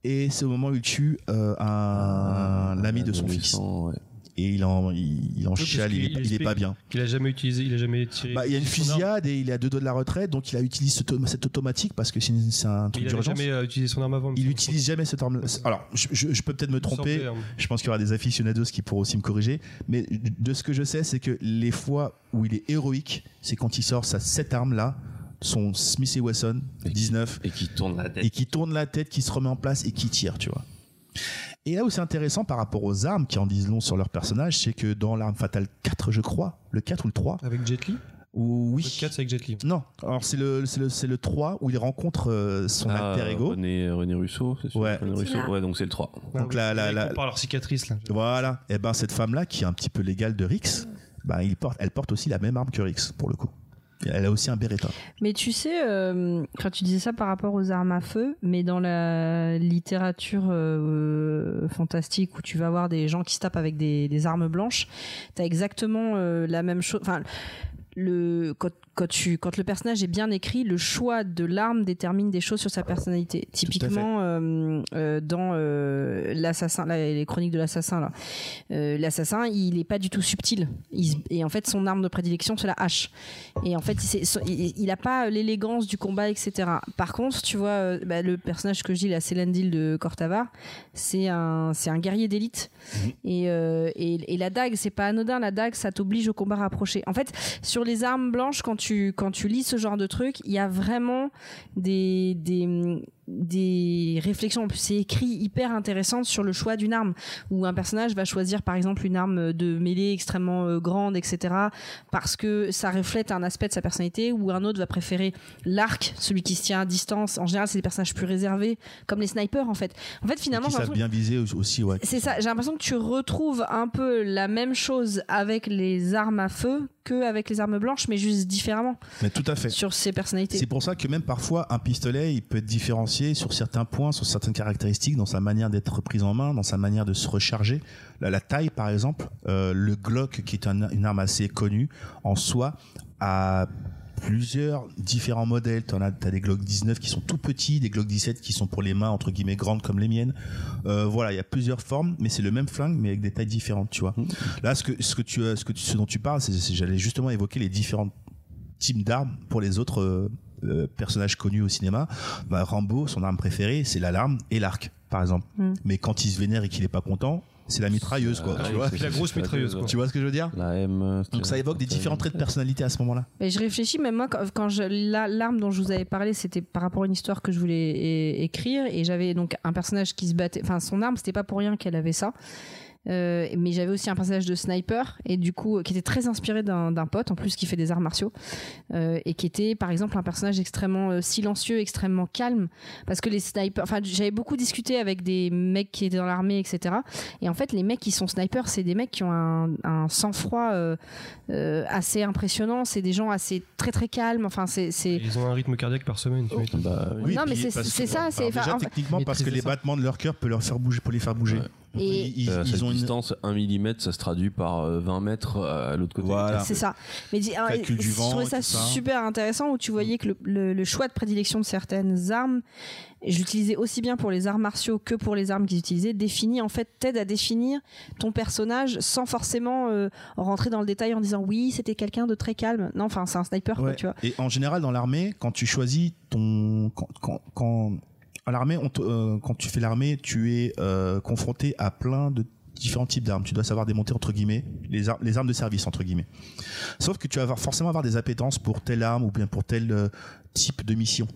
et c'est au moment où il tue euh,
Ah,
un, l'ami de son fils.
Ouais.
Et il en, il, il en
Oui, parce
chiale, il, est
qu'il
pas- il est pas
explique
bien.
qu'il a jamais utilisé, il a jamais tiré.
Bah, il y a une
son arme.
fusillade et il est à deux doigts de la retraite, donc il a utilisé cet, cet automatique parce que c'est une- c'est un truc
Il a
d'urgence.
jamais euh, utilisé son arme avant.
Il
me
n'utilise jamais cette arme. Alors, je, je- je peux peut-être me
semble.
tromper.
Semblait, hein.
Je pense qu'il y aura des aficionados qui pourront aussi me corriger. Mais de ce que je sais, c'est que les fois où il est héroïque, c'est quand il sort sa, cette arme-là, son Smith et Wesson 19,
Et qui tourne la tête.
et qui tourne la tête, qui se remet en place et qui tire, tu vois. Et là où c'est intéressant par rapport aux armes qui en disent long sur leur personnage, c'est que dans l'arme fatale 4, je crois, le 4 ou le 3,
Avec Jet Li
ou oui.
Le 4, c'est avec Jet Li.
Non, alors c'est le, c'est le, c'est le 3 où il rencontre euh, son
Ah,
alter ego.
René, René Russo, c'est sûr
Ouais.
René Russo. Ouais, donc c'est le 3.
Donc la- la- la-
Par leur cicatrice, là.
Voilà. Et ben cette femme là qui est un petit peu légale de Rix, bah, il porte, elle porte aussi la même arme que Rix pour le coup. Elle a aussi un Beretta.
Mais tu sais, euh, quand tu disais ça par rapport aux armes à feu, mais dans la littérature euh, fantastique où tu vas voir des gens qui se tapent avec des, des armes blanches, t'as exactement euh, la même chose. Enfin, le quand, quand tu quand le personnage est bien écrit, le choix de l'arme détermine des choses sur sa personnalité. Typiquement euh, euh, dans euh, l'assassin, là, les chroniques de l'assassin là, Euh, l'assassin il est pas du tout subtil. Il se- et en fait son arme de prédilection c'est la hache. Et en fait, c'est- so- il il a pas l'élégance du combat, etc. Par contre, tu vois, euh, bah, le personnage que je dis, la Célène Deal de Cortava, c'est un, c'est un guerrier d'élite. Et, euh, et, et la dague, c'est pas anodin. La dague, ça t'oblige au combat rapproché. En fait, sur les armes blanches, quand tu, quand tu lis ce genre de truc, il y a vraiment des, des, des réflexions. En plus, c'est écrit hyper intéressante sur le choix d'une arme. Où un personnage va choisir, par exemple, une arme de mêlée extrêmement euh, grande, etc parce que ça reflète un aspect de sa personnalité ou un autre va préférer l'arc, celui qui se tient à distance. En général, c'est des personnages plus réservés, comme les snipers en fait. En fait, finalement,
qui
j'ai
savent
l'impression-
bien viser au- aussi, ouais.
c'est ça, j'ai l'impression que tu retrouves un peu la même chose avec les armes à feu que avec les armes blanches, mais juste différemment
Mais tout à fait.
sur ces personnalités.
C'est pour ça que même parfois un pistolet, il peut être différencié sur certains points, sur certaines caractéristiques, dans sa manière d'être prise en main, dans sa manière de se recharger. La, la taille, par exemple, euh, le Glock, qui est un- une arme assez connue en soi, a plusieurs différents modèles. Tu as, t'as des Glock 19 qui sont tout petits, des Glock 17 qui sont pour les mains entre guillemets grandes comme les miennes. Euh, voilà, il y a plusieurs formes, mais c'est le même flingue, mais avec des tailles différentes, tu vois. Là, ce que ce que tu as- ce que tu- ce dont tu parles, c'est c'est- j'allais justement évoquer les différents types d'armes pour les autres euh, euh, personnages connus au cinéma. Bah, Rambo, son arme préférée, c'est la larme et l'arc, par exemple.
Mm.
Mais quand il se vénère et qu'il est pas content, c'est la mitrailleuse, quoi.
Ah,
tu,
oui,
vois
c'est-
Puis la
c'est-
grosse
c'est la
mitrailleuse,
gueule,
quoi.
tu vois ce que je veux dire
La M. euh,
Donc ça évoque des différents traits de personnalité à ce moment-là.
Mais je réfléchis, même moi, quand, quand je, la- l'arme dont je vous avais parlé, c'était par rapport à une histoire que je voulais é- écrire, et j'avais donc un personnage qui se battait, enfin son arme, c'était pas pour rien qu'elle avait ça. Euh, mais j'avais aussi un personnage de sniper et du coup euh, qui était très inspiré d'un d'un pote en plus qui fait des arts martiaux euh, et qui était par exemple un personnage extrêmement euh, silencieux extrêmement calme parce que les snipers enfin j'avais beaucoup discuté avec des mecs qui étaient dans l'armée etc et en fait les mecs qui sont snipers c'est des mecs qui ont un, un sang froid euh, euh, assez impressionnant. C'est des gens assez très très calmes. Enfin, c'est c'est-
Ils ont un rythme cardiaque par semaine. tu
Oh,
vois.
Bah, oui.
Non,
puis
mais c'est-
parce
c'est
que-
ça, c'est-
bah,
alors
enfin,
déjà,
en-
techniquement, parce que
Maîtriser
les
ça.
battements de leur cœur peuvent leur faire bouger, peut les faire bouger.
Et
ils, ils-
Euh,
ils
cette
ont une
distance, 1 mm, ça se traduit par euh, 20 mètres euh, à l'autre côté.
voilà.
C'est ça. Mais dis- alors,
Calcul du
je
vent
trouvais
et
ça,
tout ça.
super intéressant où tu voyais que le, le- le choix de prédilection de certaines armes, et je l'utilisais aussi bien pour les arts martiaux que pour les armes qu'ils utilisaient, définit en fait, t'aide à définir ton personnage sans forcément euh, rentrer dans le détail en disant oui, c'était quelqu'un de très calme. Non, enfin, c'est un sniper, quoi,
Ouais.
tu vois.
Et en général, dans l'armée, quand tu choisis ton. Quand, quand, quand- à l'armée, on te- euh, quand tu fais l'armée, tu es euh, confronté à plein de différents types d'armes. Tu dois savoir démonter, entre guillemets, les, ar- les armes de service, entre guillemets. Sauf que tu vas avoir- forcément avoir des appétences pour telle arme ou bien pour tel euh, type de mission.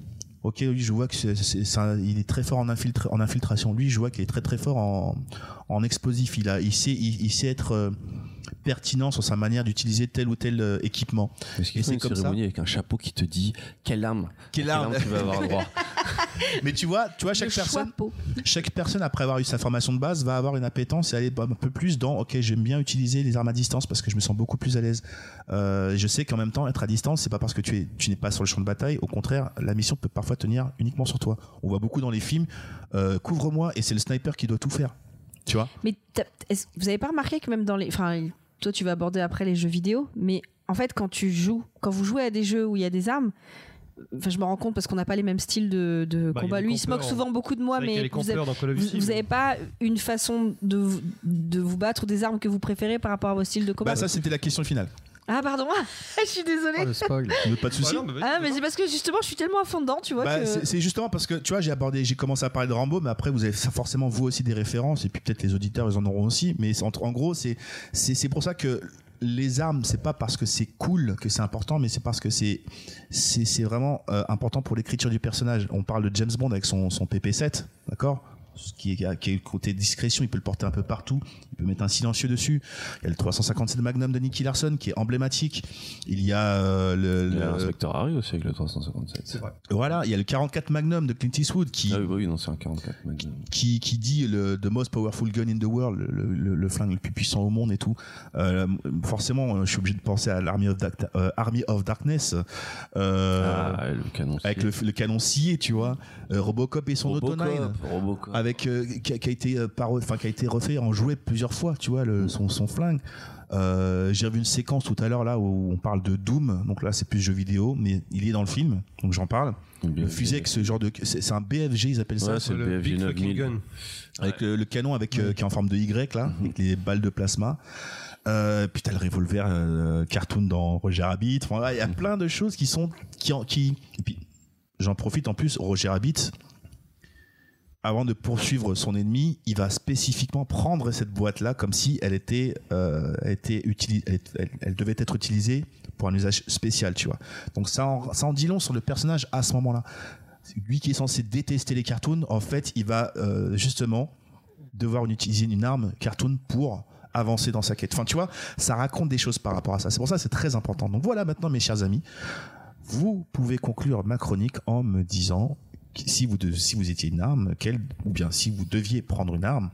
Ok, lui, je vois que c'est- c'est- c'est un- il est très fort en, infiltra- en infiltration. Lui, je vois qu'il est très très fort en, en explosif. Il, a, il, sait, il, il sait être euh, pertinent sur sa manière d'utiliser tel ou tel euh, équipement.
Est-ce
Et
qu'ils font
c'est
une
comme ça.
cérémonie avec un chapeau qui te dit quelle arme,
Quelle
à quelle arme tu vas avoir droit
Mais tu vois, tu vois chaque
Le choix
personne,
peau.
chaque personne après avoir eu sa formation de base va avoir une appétence et aller un peu plus dans OK, j'aime bien utiliser les armes à distance parce que je me sens beaucoup plus à l'aise. Euh, je sais qu'en même temps être à distance, c'est pas parce que tu es tu n'es pas sur le champ de bataille, au contraire, la mission peut parfois tenir uniquement sur toi. On voit beaucoup dans les films euh, couvre-moi et c'est le sniper qui doit tout faire. Tu vois
Mais t'as- est-ce- vous avez pas remarqué que même dans les. Enfin, toi, tu vas aborder après les jeux vidéo, mais en fait, quand tu joues, quand vous jouez à des jeux où il y a des armes. Enfin, je me rends compte parce qu'on n'a pas les mêmes styles de, de
Bah, il y a
combat.
des
Lui, il se
campeurs,
moque souvent beaucoup de moi,
Avec
mais
les
vous avez-
campeurs dans Call of Duty,
vous vous
mais-
avez Ah, pas une façon de, vous- de vous battre ou des armes que vous préférez par rapport à vos styles de combat
Bah ça c'était la question finale.
Ah, pardon, je suis désolée.
Oh, le spoil.
Ne- Pas de
Bah
souci.
non, mais vas-y,
Ah, mais c'est parce que justement, je suis tellement à fond dedans, tu vois.
Bah,
que...
c'est- C'est justement parce que tu vois, j'ai abordé, j'ai commencé à parler de Rambo, mais après vous avez forcément vous aussi des références et puis peut-être les auditeurs ils en auront aussi. Mais c'est- en, en gros, c'est c'est c'est pour ça que les armes, c'est pas parce que c'est cool que c'est important, mais c'est parce que c'est c'est c'est vraiment euh, important pour l'écriture du personnage. On parle de James Bond avec son son PP7, d'accord Ce qui est qui a le côté discrétion, il peut le porter un peu partout, il peut mettre un silencieux dessus. Il y a le 357 Magnum de Nicky Larson qui est emblématique. Il y a euh, le,
Il y
le-
a l'inspecteur Harry aussi avec le 357.
voilà, il y a le 44 Magnum de Clint Eastwood qui
Ah oui, bah oui, non, c'est un 44 Magnum.
qui, qui dit le the most powerful gun in the world, le, le- le flingue le plus puissant au monde et tout. Euh, forcément, euh, je suis obligé de penser à l'Army of, Dark- euh, Army of Darkness euh,
Ah, le canon.
avec le, le canon scié, tu vois. Euh, Robocop et son
Robocop,
Autonine.
Robocop.
Avec euh, qui, a, qui a été euh, paro- enfin qui a été refait en jouet plusieurs fois, tu vois le, son, son flingue. Euh, J'ai revu une séquence tout à l'heure là où on parle de Doom, donc là c'est plus jeu vidéo, mais il est dans le film, donc j'en parle. Le fusil avec ce genre de, c'est c'est un BFG ils appellent ça.
Euh, Ouais, c'est
le
le BFG
Big Fucking
9000.
Gun.
avec le, le canon avec euh, qui est en forme de Y là avec les balles de plasma euh, puis t'as le revolver euh, cartoon dans Roger Rabbit enfin là, il y a plein de choses qui sont qui en- qui et puis j'en profite en plus Roger Rabbit avant de poursuivre son ennemi, il va spécifiquement prendre cette boîte-là comme si elle était, euh, elle était utili- elle, elle- elle devait être utilisée pour un usage spécial, tu vois. Donc ça en, ça en dit long sur le personnage à ce moment-là. Lui qui est censé détester les cartoons, en fait, il va euh, justement devoir une- utiliser une arme cartoon pour avancer dans sa quête. Enfin, tu vois, ça raconte des choses par rapport à ça. C'est pour ça que c'est très important. Donc voilà maintenant, mes chers amis, vous pouvez conclure ma chronique en me disant qui- si vous, de- si vous étiez une arme, quelle, ou bien si vous deviez prendre une arme,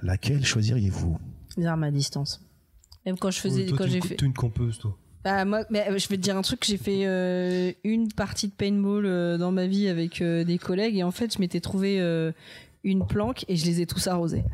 laquelle choisiriez-vous
Les armes à distance. Même quand je faisais.
Ouais, toi,
quand
t'es
j'ai
une-
fait.
T'es une campeuse, toi.
Bah, moi, mais, euh, je vais te dire un truc, j'ai fait euh, une partie de paintball euh, dans ma vie avec euh, des collègues et en fait, je m'étais trouvé euh, une planque et je les ai tous arrosés.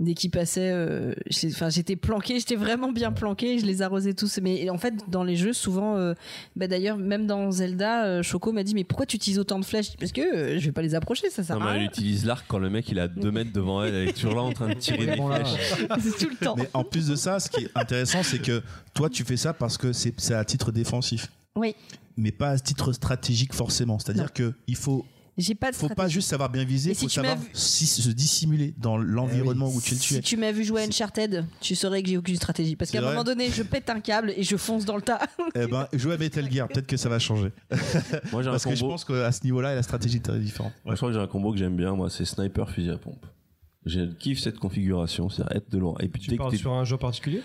Dès qu'ils passaient, euh, je les- enfin, j'étais planqué, j'étais vraiment bien planqué, et je les arrosais tous. Mais en fait, dans les jeux, souvent, euh, bah, d'ailleurs, même dans Zelda, euh, Choco m'a dit Mais pourquoi tu utilises autant de flèches Je dis, Parce que euh, je vais pas les approcher, ça sert
Non,
à
mais elle
rien.
utilise l'arc quand le mec il est à 2 mètres devant elle, elle est toujours là en train de tirer des
Bon, là,
flèches.
C'est tout le temps.
Mais en plus de ça, ce qui est intéressant, c'est que toi, tu fais ça parce que c'est c'est à titre défensif.
Oui.
Mais pas à titre stratégique forcément. C'est-à-dire que il faut,
J'ai pas de
faut
stratégie.
pas juste savoir bien
Et
viser,
si
faut
tu
savoir
m'as vu-
si- se dissimuler dans
Eh
l'environnement où tu le
Si
tues.
tu m'as vu jouer à Uncharted, tu saurais que j'ai aucune stratégie. Parce qu'à
C'est
un
vrai.
moment donné, je pète un câble et je fonce dans le tas.
Eh ben, jouer à Metal Gear, peut-être que ça va changer.
Moi j'ai un
Parce que je
combo.
pense qu'à ce niveau-là, la stratégie est très différente.
Moi, je crois que j'ai un combo que j'aime bien, moi, c'est sniper fusil à pompe. Je kiffe cette configuration, c'est-à-dire être de loin. Et puis
Tu
dès que
parles
t'es-
sur un jeu particulier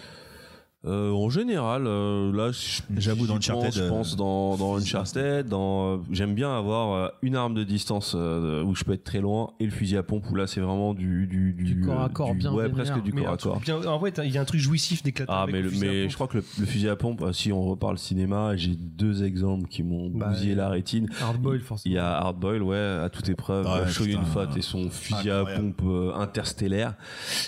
Euh, en général, euh, là, je-
J'avoue,
j'y
dans Uncharted,
pense, Je
euh,
pense dans, dans Uncharted. Dans, euh, j'aime bien avoir euh, une arme de distance euh, où je peux être très loin et le fusil à pompe où là, c'est vraiment du du,
Du corps à
euh,
corps bien
Ouais,
vénère.
presque du
Mais
corps
un
à
truc
corps.
bien- en vrai, t'as- il y a un truc jouissif d'éclater.
Ah,
avec
mais,
le
le-
fusil à
mais
pompe.
je crois que le, le fusil à pompe, euh, si on reparle cinéma, j'ai deux exemples qui m'ont
Bah,
bousillé la rétine.
Hardboil, forcément.
Il y a Hardboil, ouais, à toute épreuve,
Ah ouais,
Shoyun
putain.
Fat et son fusil à
Incroyable.
pompe euh, interstellaire.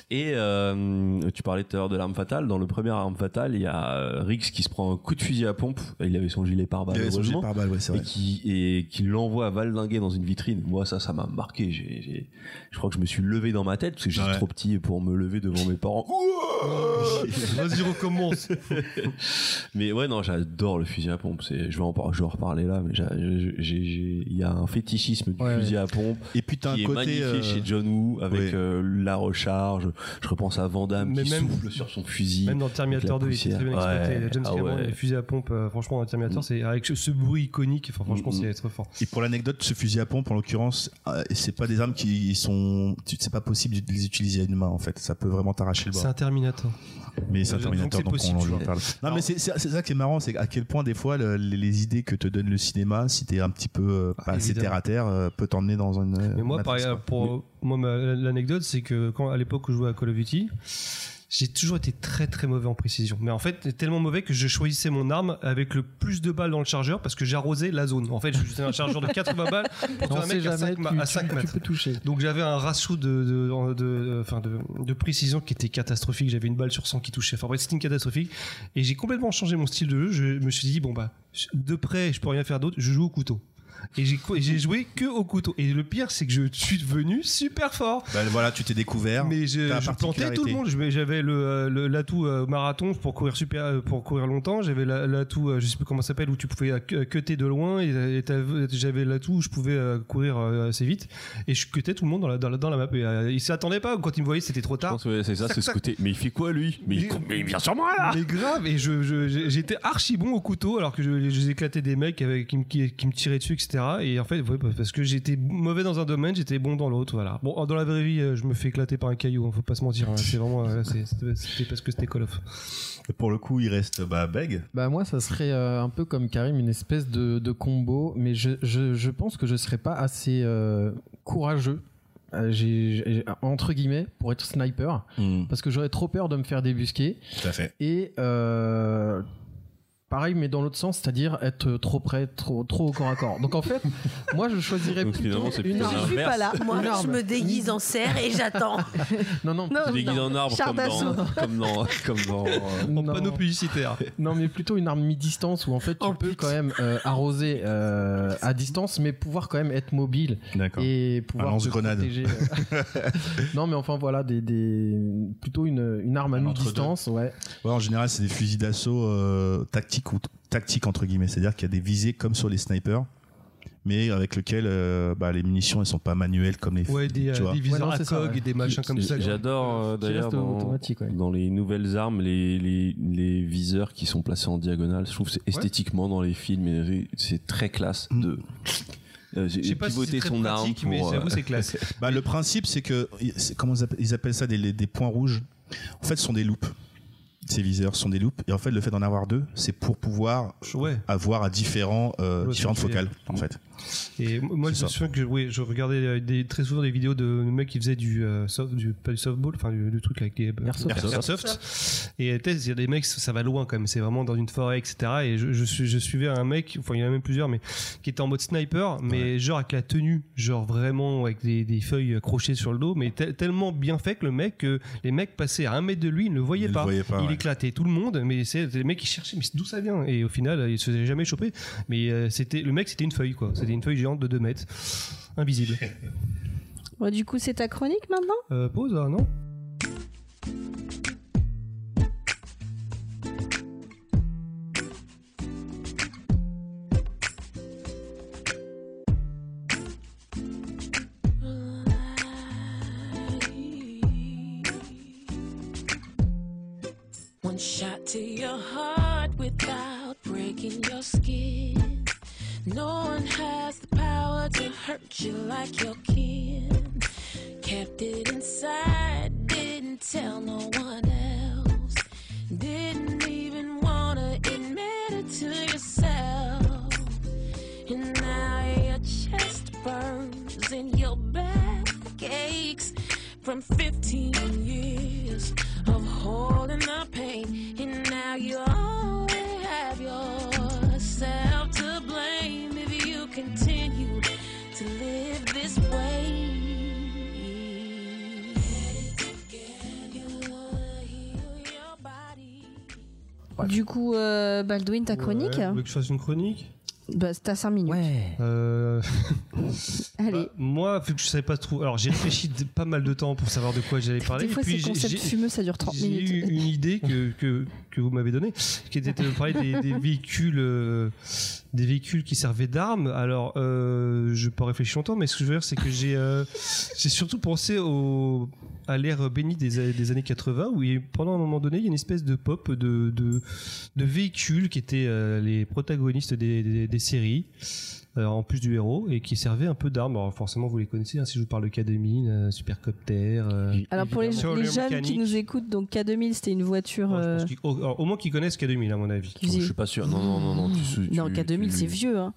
Et euh, tu parlais tout à l'heure de l'arme fatale. Dans le premier arme fatale, il y a euh, Riggs qui se prend un coup de fusil à pompe. Il avait son gilet pare-balles,
Il avait son jet
heureusement.
par balle, ouais, c'est
Et
vrai.
qui, et qui l'envoie à valdinguer dans une vitrine. Moi, ça, ça m'a marqué. J'ai- j'ai- je crois que je me suis levé dans ma tête parce que j'étais
Ouais.
trop petit pour me lever devant mes parents.
Vas-y, recommence.
Mais ouais, non, j'adore le fusil à pompe. C'est, je vais en par- je vais en reparler là, mais j'a- j'ai- j'ai- j'ai- il y a un fétichisme du
Ouais,
fusil à pompe
Et puis t'as
qui
un
est
côté.
magnifié
euh,
chez John Woo avec
ouais.
euh, la recharge. Je repense à Van Damme
Mais
qui
même-
souffle sur son fusil.
Même dans Terminator
Avec la
2, il était
poussière.
très bien exploité.
Ouais.
James
Ah
Cameron,
ouais.
les fusils à pompe, euh, franchement, dans Terminator, c'est avec ce bruit iconique. enfin, franchement,
Mm.
c'est très fort.
Et pour l'anecdote, ce fusil à pompe, en l'occurrence, euh, c'est pas des armes qui sont. tu- C'est pas possible de les utiliser à une main, en fait. Ça peut vraiment t'arracher le
C'est
bras.
un Terminator.
Euh,
Mais c'est un
Donc
Terminator,
c'est
donc,
possible,
on
tu
lui en
vois.
parle. Non,
Alors-
mais c'est c'est- c'est ça qui est marrant, c'est à quel point, des fois, le- les, les idées que te donne le cinéma, si t'es un petit peu euh, pas assez
Ah, évidemment.
terre à terre, euh, peut t'emmener dans une.
Mais moi, par, pour, euh, moi, ma- l'anecdote, c'est que quand, à l'époque où je jouais à Call of Duty, j'ai toujours été très très mauvais en précision. Mais en fait, tellement mauvais que je choisissais mon arme avec le plus de balles dans le chargeur parce que j'arrosais la zone. En fait, j'utilisais un chargeur de 80 balles pour tuer un
On sait
mec à
jamais,
5,
tu,
ma- à
tu-
5
tu
mètres.
peux toucher.
Donc j'avais un ratio de, de, de, de- enfin, de- de précision qui était catastrophique. J'avais une balle sur 100 qui touchait. Enfin bref, c'était une catastrophique. Et j'ai complètement changé mon style de jeu. Je me suis dit, bon bah, de près, je peux rien faire d'autre. Je joue au couteau. Et j'ai co- j'ai joué que au couteau. Et le pire, c'est que je suis devenu super fort.
Ben, voilà, tu t'es découvert.
Mais je,
ta
je plantais
particularité.
tout le monde. Je- J'avais le, euh, le- l'atout euh, marathon pour courir super, euh, pour courir longtemps. J'avais la- l'atout, euh, je sais plus comment ça s'appelle, où tu pouvais euh, cu- cutter de loin. Et, et t'avais- j'avais l'atout où je pouvais euh, courir euh, assez vite. Et je cutais tout le monde dans la, dans la, dans la map. Et, euh, ils s'y attendaient pas. Quand ils me voyaient, c'était trop
Je
tard.
pense que c'est ça,
Sac,
c'est ce
sac.
côté. Mais il fait quoi lui mais il, mais il vient sur moi là
Mais grave, et je, je- je- j'étais archi bon au couteau alors que je, je éclatais des mecs avec, qui, me- qui- qui me tiraient dessus, etc. Et en fait, ouais, bah, parce que j'étais mauvais dans un domaine, j'étais bon dans l'autre. Voilà. Bon, dans la vraie vie, euh, je me fais éclater par un caillou, hein, faut pas se mentir. hein. C'est vraiment, euh, c'est- c'était c'était parce que c'était Call of.
Et Pour le coup, il reste bah, bègue.
Bah moi, ça serait euh, un peu comme Karim, une espèce de, de combo, mais je, je, je pense que je serais pas assez euh, courageux, euh, j'ai- j'ai- entre guillemets, pour être sniper, parce que j'aurais trop peur de me faire débusquer.
Tout à fait.
Et euh, pareil, mais dans l'autre sens, c'est-à-dire être trop près, trop, trop au corps à corps. Donc en fait, moi, je choisirais
Donc, finalement,
plutôt
c'est
une
plutôt
arme.
l'inverse.
suis pas là.
Moi,
Une
je
arme.
me déguise en cerf et j'attends.
Non, non.
Non,
Tu déguises
non.
en arbre comme
Chardasson.
dans, comme dans, comme dans, euh,
En
non.
panneau publicitaire.
Non, mais plutôt une arme mi-distance où en fait tu
Oh,
peux
putain.
quand même euh, arroser euh, à distance, mais pouvoir quand même être mobile
D'accord.
et pouvoir
lance
te
grenade.
protéger. euh. non, mais enfin voilà, des, des- plutôt une, une arme à
Un
mi-distance, ouais.
Ouais, en général, c'est des fusils d'assaut euh, tactiques ou tactiques entre guillemets, c'est-à-dire qu'il y a des visées comme sur les snipers, mais avec lesquelles euh, bah, les munitions elles sont pas manuelles comme les.
Ouais, des,
tu
euh,
vois.
des viseurs
Ouais, non,
à
c'est ça,
cog
ouais.
et des machins comme ça.
J'adore euh,
Qui
d'ailleurs
reste
dans,
automatique,
Mmh.
ouais.
dans les nouvelles armes, les, les, les viseurs qui sont placés en diagonale. Je trouve que c'est esthétiquement dans les films, et c'est très classe
Mm.
de euh,
Je sais pas si
pivoter
c'est très
son arme
pratique, mais
pour, euh,
j'avoue, c'est classe.
Bah, le principe, c'est que c'est- comment ils appellent, ils appellent ça des, les- des points rouges. En fait, ce sont des loupes. Ces viseurs sont des loupes, et en fait, le fait d'en avoir deux, c'est pour pouvoir
Ouais.
avoir à différents euh,
Ouais,
différentes
c'est ce que je
focales, en fait.
Et m- moi,
C'est
je me
ça.
souviens que oui, je regardais euh, des, très souvent des vidéos de mecs qui faisaient du, euh, soft- du pas du softball, enfin du, du truc avec des euh,
Airsoft.
airsoft. Et euh, t'sais, il y a des mecs, ça va loin quand même. C'est vraiment dans une forêt, etc. Et je, je, suis- je suivais un mec, enfin il y en a même plusieurs, mais qui était en mode sniper, mais genre avec la tenue, genre vraiment avec des, des feuilles accrochées sur le dos, mais tel- tellement bien fait que le mec, euh, les mecs passaient à un mètre de lui, ils ne le voyaient
Ils le
pas.
voyaient pas,
il
ouais.
éclatait tout le monde, mais c'est les mecs qui cherchaient, mais d'où ça vient Et au final, euh, il se faisait jamais choper. Mais euh, c'était le mec, c'était une feuille quoi. C'était une feuille géante de 2 mètres, invisible.
Bon, du coup, c'est ta chronique maintenant
Euh, pause, ah, non
One shot to your heart without breaking your skin. No one has the power to hurt you like your kin. Kept it inside, didn't tell no one else. Didn't
Du coup, euh, Baldwin, ta chronique
Ouais, Vous voulez que je fasse une chronique
bah, T'as 5 minutes.
Ouais.
Euh,
Allez.
bah, moi, vu que je savais pas trop. Alors, j'ai réfléchi de- pas mal de temps pour savoir de quoi j'allais parler.
Des fois,
et puis
ces
j'ai-
concepts
j'ai-
fumeux, ça dure 30
J'ai eu
minutes.
une idée que, que, que vous m'avez donnée, qui était de parler des, des véhicules, euh, des véhicules qui servaient d'armes. Alors, euh, je pas réfléchir longtemps, mais ce que je veux dire, c'est que j'ai, euh, j'ai surtout pensé au, à l'ère bénie des, a- des années 80, où il- pendant un moment donné, il y a une espèce de pop de, de, de véhicules qui étaient euh, les protagonistes des, des- des séries. euh, en plus du héros et qui servaient un peu d'armes. Alors forcément, vous les connaissez. hein, si je vous parle de K2000, euh, Supercopter. euh,
Alors, pour les,
Sur
les
le
jeunes
mécanique.
qui nous écoutent, donc K2000, c'était une voiture.
Non, je
euh,
pense qu'ils- au, alors, au moins qu'ils connaissent K2000 à mon avis.
qui
Je
faisait-
suis pas sûr. Non, non, non, non. Tu, sais-
Non,
tu-
K2000,
tu-
c'est vieux. Hein.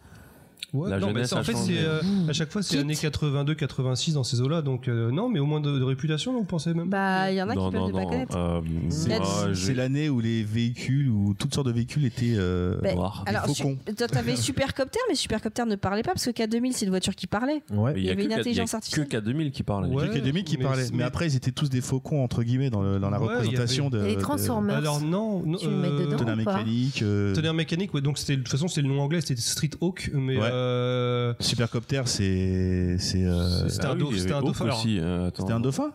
Ouais,
La
non, mais
jeunesse
ça, en
a
fait,
changé.
c'est, euh,
Mmh.
à chaque fois, c'est
Kit.
années 82, 86 dans ces eaux-là. Donc, euh, non, mais au moins de, de réputation, non, vous pensez même.
Bah, il y en a
Non,
qui peuvent
non,
ne pas
non.
connaître.
euh,
C'est
moi, je-
c'est l'année où les véhicules, où toutes sortes de véhicules étaient. euh,
Ben,
Ah,
noir.
alors-
Alors,
faucons.
su- toi, t'avais Supercopter, mais Supercopter ne parlait pas parce que K2000, c'est une voiture qui parlait.
Mais
il y avait une
que-
intelligence
il y a
artificielle.
Que K2000 qui parle.
Ouais,
Il y a que 2000 qui
mais-
parlaient. Mais
mais-
après, ils étaient tous des faucons, entre guillemets, dans, le- dans la
Ouais, il y avait-
représentation de.
Et les
Bah,
euh,
Transformers.
Alors, non. non euh,
Tu le mets dedans
de Tonnerre
ou pas
mécanique, euh,
Tonnerre mécanique, ouais, donc c'était, de toute façon, c'est le nom anglais, c'était Street Hawk, mais.
Ouais.
euh,
Supercopter, c'est. c'est, euh,
C'était un
ah oui,
dauphin-
il y
c'était
avait
un
Hawk
dauphin, alors.
aussi. euh, attends.
C'était un dauphin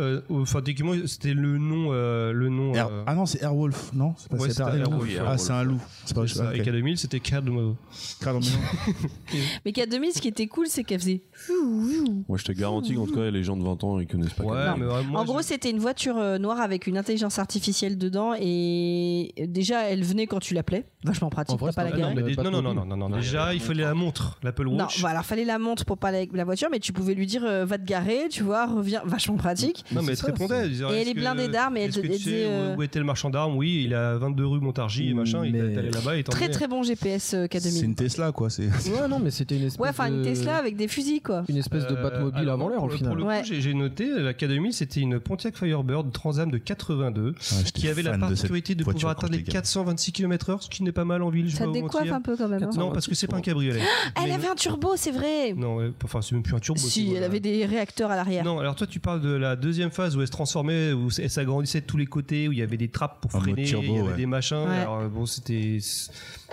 euh, enfin, techniquement, c'était le nom. euh, le nom
Air-
euh,
Ah non, c'est Airwolf, non C'est pas
Ouais,
c'est pas
c'était
Airwolf.
Airwolf.
Ah, c'est un loup. C'est pas
c'est ça,
ah,
Et
ok.
K2000, c'était Cadmo.
Crâne en même temps.
Mais K2000, ce qui était cool, c'est qu'elle faisait.
Moi, je te garantis qu'en tout cas, les gens de 20 ans, ils connaissent pas
Ouais,
K2000.
mais vraiment.
en gros, c'était une voiture euh, noire avec une intelligence artificielle dedans et euh, déjà, elle venait quand tu l'appelais. Vachement pratique,
En vrai,
t'as pas la
c'était un
galère.
énorme-
Ah non, mais-
pas
non,
de
non, non,
mobile.
non, non, non, Déjà, il fallait la montre, l'Apple
Non,
Watch.
bah, alors fallait la montre pour parler avec la voiture, mais tu pouvais lui dire euh, va te garer, tu vois, reviens, vachement pratique.
Non, mais elle te
ça,
répondait. Elle disait,
Et elle
est-ce
est
que-
blindée d'armes et elle
est-ce
te-
que
elle
tu sais
disait,
où-
euh,
Où était le marchand d'armes Oui, il a 22 rue Montargis et machin. Il
Mais-
est allé là-bas et
Très
t'emmenait.
très bon GPS euh,
C'est
K2000.
une Tesla, quoi. C'est.
Ah,
Ouais, non, mais c'était une espèce.
Ouais, enfin une
de-
Tesla avec des fusils quoi.
Une espèce de
Euh,
Batmobile
alors,
avant l'heure,
pour
au
le-
final.
Pour le
Ouais.
coup, j'ai- j'ai noté, euh, la K2000, c'était une Pontiac Firebird Transam de 82 qui avait la particularité de, pouvoir atteindre les 426 km/h, ce qui n'est pas mal en ville. Je
Ça
vais
te
pas vous
décoiffe
mentir.
un peu quand même. hein. Ah,
Non, parce que c'est pas un cabriolet.
Elle
Mais-
avait un turbo, c'est vrai.
Non, euh, enfin, c'est même plus un turbo. c'est
Si,
bon,
elle
là.
avait des réacteurs à l'arrière.
Non, alors toi, tu parles de la deuxième phase où elle se transformait, où elle s'agrandissait de tous les côtés, où il y avait des trappes pour
En Ah, mode
freiner,
turbo,
il y avait
ouais.
des machins.
Ouais.
Alors, euh, bon, c'était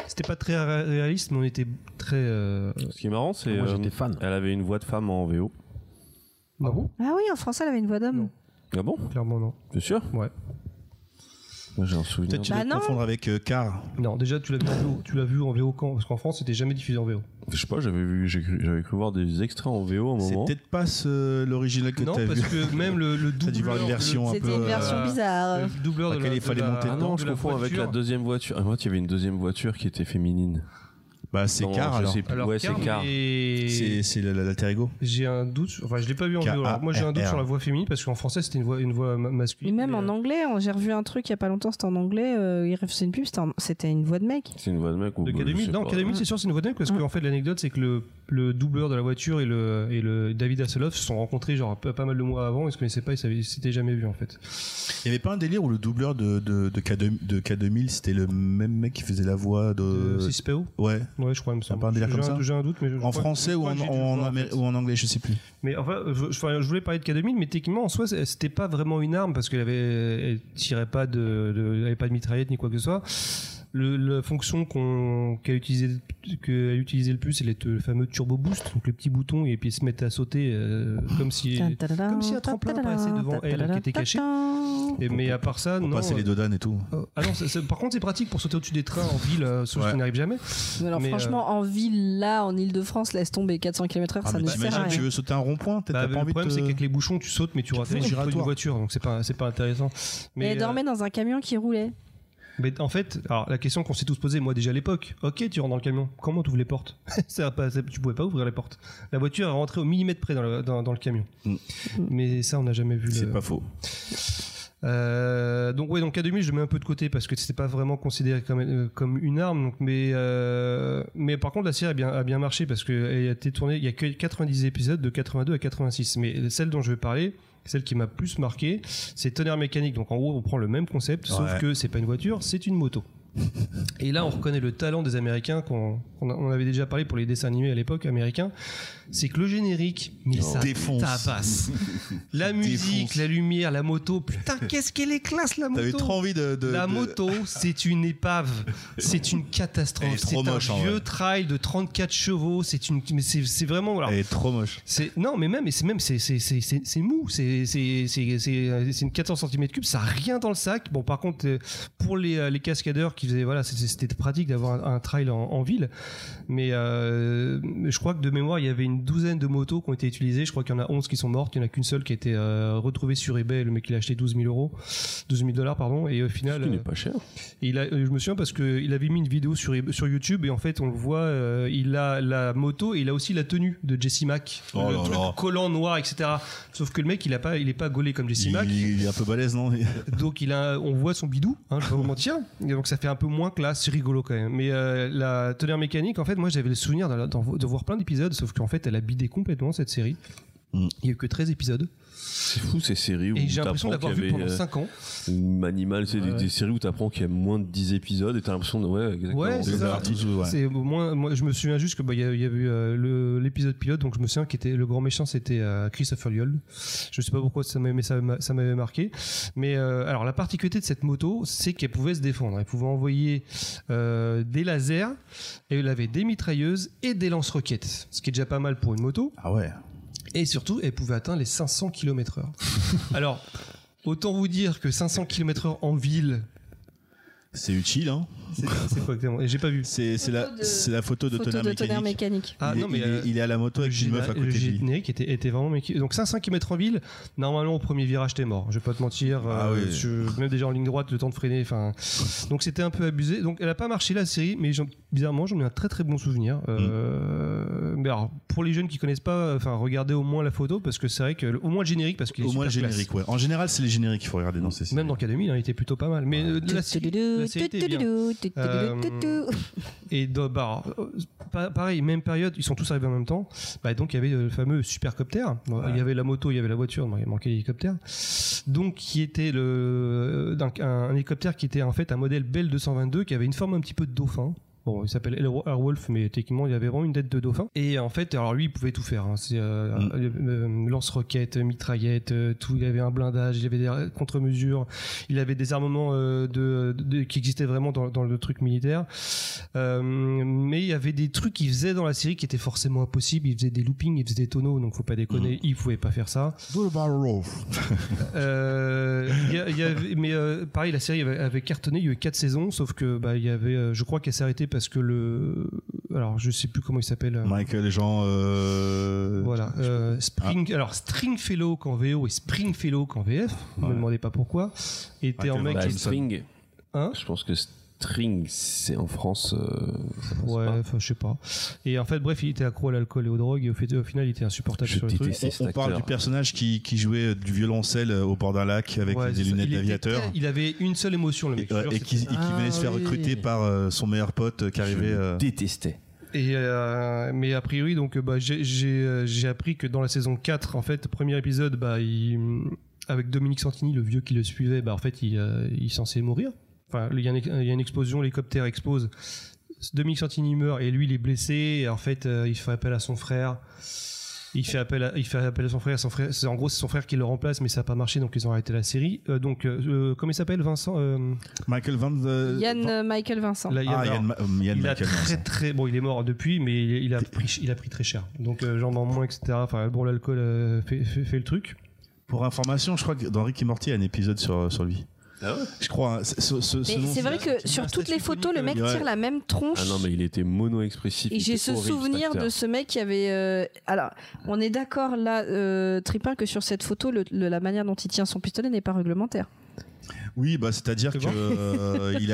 c'était pas très ré- réaliste, mais on était très. euh,
Ce qui est marrant, c'est.
Moi,
euh,
j'étais fan.
Elle avait une voix de femme en VO.
Ah oui, en français, elle avait une voix d'homme.
Non.
Ah bon
Clairement, non.
T'es sûr
Ouais.
Moi, j'ai un souvenir.
Peut-être tu
Bah
vas te
non.
confondre avec euh, Car.
Non, déjà, tu l'as vu, en VO, tu l'as vu en VO quand Parce qu'en France, c'était jamais diffusé en VO.
Je sais pas, j'avais vu, j'ai cru- j'avais cru voir des extraits en VO à un
C'est
moment.
peut-être pas ce- euh, l'original que
non,
t'as
parce
vu.
que même le, le doubleur.
T'as dû voir une version un peu.
C'était une
euh,
version bizarre.
Le doubleur de
Laquelle
la,
il fallait
de la-
monter
Ah
dedans.
non,
de
je
la
confonds avec
voiture.
la deuxième voiture. Ah, moi, il y avait une deuxième voiture qui était féminine.
Bah, c'est
Non,
Car
je
alors.
sais plus.
Alors,
ouais, c'est car.
mais-
C'est Ah, c'est le- le- l'alter ego.
J'ai un doute, sur- enfin je l'ai pas vu en VO. Alors, moi j'ai un doute
K.A.R..
sur la voix féminine parce qu'en français c'était une voix, une voix ma-
Mais
masculine.
même en
euh,
anglais, on- j'ai revu un truc il y a pas longtemps, c'était en anglais, euh, il refusait une pub, c'était en- c'était une voix de mec.
C'est une voix de mec ou
De
bah, je sais
K2000 Non,
pas.
K2000 c'est sûr, c'est une voix de mec parce qu'en fait l'anecdote c'est que le, le doubleur de la voiture et le, et le David Hasselhoff se sont rencontrés genre pas, pas mal de mois avant, ils se connaissaient pas, ils savaient- ils s'étaient jamais vus en fait.
Il y avait pas un délire où le doubleur de, de, de, K2000, de K2000, c'était le même mec qui faisait la voix
Euh,
de.
c'est SPO
Ouais.
Ouais, je crois, il me semble.
pas un délire
J'ai
comme ça
J'ai un doute, mais je, je
En
crois-
français ou
crois
en,
que j'ai dû
en-
le voir, en
en amé-
fait.
ou en anglais, je sais plus.
Mais enfin, je, je- enfin, je voulais parler de K2000, mais techniquement, en soi, c'est- c'était pas vraiment une arme parce qu'elle avait, elle tirait pas de, de- elle avait pas de mitraillette ni quoi que ce soit. Le, la fonction qu'on, qu'elle utilisait, qu'elle utilisait le plus, c'est le, le fameux turbo boost, donc le petit bouton et puis elle se mettre à sauter euh, comme si.
Comme
si un tremplin passait devant elle, qui était cachée. Et- mais à part ça,
Pour
non.
passer les
euh,
dodanes et tout.
euh, ah non, c'est- c'est- par contre, c'est pratique pour sauter au-dessus des trains en ville, euh, sauf
Ouais.
qui n'arrive jamais.
Alors
Mais, euh, bah,
franchement, en ville, là, en Ile-de-France, laisse tomber 400 km/h,
Ah,
ça
mais
ne sert à
t'imagines, tu
rien.
veux sauter un rond-point, t'as
Bah,
t'as
le
pas envie
problème, c'est
de.
qu'avec les bouchons, tu sautes, mais tu rates
fais
une
un giratoire.
voiture, donc c'est pas, c'est pas intéressant.
Mais elle
euh,
dormait dans un camion qui roulait.
Mais en fait, alors la question qu'on s'est tous posée, moi déjà à l'époque, ok, tu rentres dans le camion, comment tu ouvres les portes ça, va pas, ça- Tu pouvais pas ouvrir les portes. La voiture est rentrée au millimètre près dans le, dans, dans le camion.
Mm.
Mais ça, on n'a jamais vu. le-
C'est pas faux.
Euh, donc ouais, donc K2000, je le mets un peu de côté parce que c'était pas vraiment considéré comme, euh, comme une arme. Donc, mais, euh, mais par contre, la série a bien, a bien marché parce qu'elle a été tournée, il y a que 90 épisodes de 82 à 86. Mais celle dont je vais parler... Celle qui m'a plus marqué, c'est Tonnerre mécanique. Donc en gros, on prend le même concept,
Ouais.
sauf que c'est pas une voiture, c'est une moto. Et là, on reconnaît le talent des Américains qu'on qu'on a- on avait déjà parlé pour les dessins animés à l'époque américains. C'est que le générique, mais ça
Défonce.
tabasse. La musique, la lumière, la moto. Putain, qu'est-ce qu'elle est classe la moto.
T'avais trop envie de. de-
La
de-
moto, c'est une épave, c'est une catastrophe,
Elle est
c'est
trop
un
moche, en
vieux
vrai.
trail de 34 chevaux, c'est une, mais c'est c'est vraiment, alors,
Elle est trop moche.
c'est non, mais même, et c'est même, c'est c'est c'est c'est- c'est mou, c'est c'est c'est euh, c'est c'est une 14 cm3, ça a rien dans le sac. Bon, par contre, euh, pour les, euh, les cascadeurs qui faisaient, voilà, c'est- c'était pratique d'avoir un, un trail en, en ville, mais euh, je crois que de mémoire, il y avait une douzaine de motos qui ont été utilisées. Je crois qu'il y en a 11 qui sont mortes, il n'y en a qu'une seule qui a été euh, retrouvée sur eBay. Le mec, il a acheté 12 000 euros, 12 000 dollars, pardon, et au final,
Ce qui
euh,
n'est pas cher.
et il a- euh, je me souviens parce qu'il avait mis une vidéo sur, sur YouTube et en fait on le voit, euh, il a la moto et il a aussi la tenue de Jesse Mack,
Oh
le
là
truc
là.
collant noir, etc. Sauf que le mec il a pas, il est pas gaulé comme Jesse
Il,
Mack,
il est un peu balèze, non
donc il a, on voit son bidou, hein, je vais pas vous mentir, Et donc ça fait un peu moins classe, c'est rigolo quand même. Mais euh, la tonnerre mécanique, en fait, moi j'avais le souvenir d'en- d'en- de voir plein d'épisodes, sauf qu'en fait elle a bidé complètement cette série.
Mm.
Il y a eu que 13 épisodes
C'est fou ces séries où
et j'ai l'impression
t'apprends
d'avoir
qu'il y
vu pendant
avait, euh,
5 ans.
ou Animal, c'est des, des séries où t'apprends qu'il y a moins de 10 épisodes et t'as l'impression de. Ouais, exactement.
Ouais, c'est
Les
ça.
artistes, ouais.
C'est au moins, moi, je me souviens juste que bah, il y, a- il y a eu euh, le- l'épisode pilote, donc je me souviens qu'était le grand méchant, c'était euh, Christopher Lloyd. Je sais pas pourquoi ça m'avait mais ça m'a- ça m'avait marqué. Mais euh, alors la particularité de cette moto, c'est qu'elle pouvait se défendre. Elle pouvait envoyer euh, des lasers, et elle avait des mitrailleuses et des lance-roquettes, ce qui est déjà pas mal pour une moto.
Ah ouais.
Et surtout, elle pouvait atteindre les 500 km/h. alors. Autant vous dire que 500 km/h en ville,
C'est utile, hein.
c'est c'est quoi exactement Et j'ai pas vu.
C'est c'est la,
Photo de-
c'est la photo de
Photo
tonnerre
de tonnerre
mécanique.
mécanique.
Ah,
il, est-
non, mais,
il est,
euh,
il est à la moto avec
Le
une meuf à
géné-
côté
le
de lui.
générique était, était vraiment méqui- donc 500 km en ville normalement au premier virage t'es mort je vais pas te mentir
Ah
euh,
oui.
je- même déjà en ligne droite le temps de freiner enfin donc c'était un peu abusé donc elle a pas marché la série mais j'en- bizarrement j'en ai un très très bon souvenir Euh,
Mm.
mais alors pour les jeunes qui connaissent pas enfin regardez au moins la photo parce que c'est vrai que le- au moins le générique parce qu'il est
Au moins le
super classe.
générique, ouais. En général, c'est les génériques qu'il faut regarder dans ces séries.
même dans K2000 hein, il était plutôt pas mal mais euh, la série- la série était bien. Euh, Et dans- bah, alors, euh, pa- pareil, même période, ils sont tous arrivés en même temps. Bah, donc il y avait le fameux supercopter. Bon, Il y avait la moto, il y avait la voiture, bon, il manquait l'hélicoptère. Donc qui était le donc, un, un hélicoptère qui était en fait un modèle Bell 222 qui avait une forme un petit peu de dauphin. Bon, il s'appelle Air- Airwolf, mais techniquement, il avait vraiment une tête de dauphin. Et en fait, alors lui, il pouvait tout faire. hein. C'est euh,
Mm.
euh, euh, lance-roquettes, mitraillettes, euh, tout. Il avait un blindage, il avait des ra- contre-mesures, il avait des armements euh, de, de- qui existaient vraiment dans, dans le truc militaire. Euh, mais il y avait des trucs qu'il faisait dans la série qui étaient forcément impossibles. Il faisait des loopings, il faisait des tonneaux, donc faut pas déconner,
Mhm.
il pouvait pas faire ça. Euh, il y a- il y avait- mais euh, pareil, la série avait, avait cartonné. Il y a eu quatre saisons, sauf que bah, il y avait, euh, je crois qu'elle s'est arrêtée parce que le, alors je sais plus comment il s'appelle. euh,
Michael, les gens. euh,
Voilà, euh, Spring,
Ah.
alors Stringfellow qu'en VO et Springfellow qu'en VF, ne me
Ouais.
demandez pas pourquoi, était
Ah,
en
t'es
mec.
vrai.
Bah,
Jameson.
String.
Hein
je pense que String, c'est en France. euh, ça passe
Ouais,
pas.
enfin, je sais pas. Et en fait, bref, il était accro à l'alcool et aux drogues, et au, fait- au final, il était insupportable
Je
sur le truc.
déteste cet
On, on parle
acteur.
du personnage qui, qui jouait euh, du violoncelle au bord d'un lac avec
Ouais,
des
c'est ça.
lunettes
Il était
d'aviateur.
très- Il avait une seule émotion, le
Et,
mec. je
ouais,
jure,
et
c'était-
qui, et qui
Ah,
venait se faire
oui.
recruter par euh, son meilleur pote euh, qui
Je
arrivait.
le
euh,
détestais.
Et euh, mais a priori, donc euh, bah, j'ai- j'ai euh, j'ai appris que dans la saison 4, en fait, premier épisode, bah, il- avec Dominique Santini, le vieux qui le suivait, bah, en fait, il, euh, il est censé mourir. Enfin, il y, a une- il y a une explosion, l'hélicoptère explose. Dominique Santini meurt et lui, il est blessé. Et en fait, euh, il fait appel à son frère. Il fait appel à, il fait appel à son frère. Son frère c'est- en gros, c'est son frère qui le remplace, mais ça n'a pas marché, donc ils ont arrêté la série. Euh, donc, euh, euh, comment il s'appelle, Vincent euh,
Michael Van. euh,
Yann
Van-
euh, Michael Vincent.
là, il y a-
Ah, Yann, Ma- euh, Yann
il a
Michael.
très
Vincent.
très bon il est mort depuis mais il, il a pris il a pris très cher donc euh, jambes en moins etc enfin bon l'alcool euh, fait, fait- fait le truc
Pour information, je crois que dans Rick et Morty, il y a un épisode sur, sur lui. Je crois. hein, c'est- ce- ce- ce
Mais
nom-
c'est vrai que sur toutes les photos, le mec
Ouais.
tire la même tronche.
Ah non, mais il était mono-expressif.
Et
il
j'ai
était
ce
horrible, cet
souvenir
acteur.
de ce mec qui avait. euh, Alors, on est d'accord là, euh, Tripin, que sur cette photo, le- le- la manière dont il tient son pistolet n'est pas réglementaire.
Oui, bah, c'est-à-dire
C'est
qu'il
bon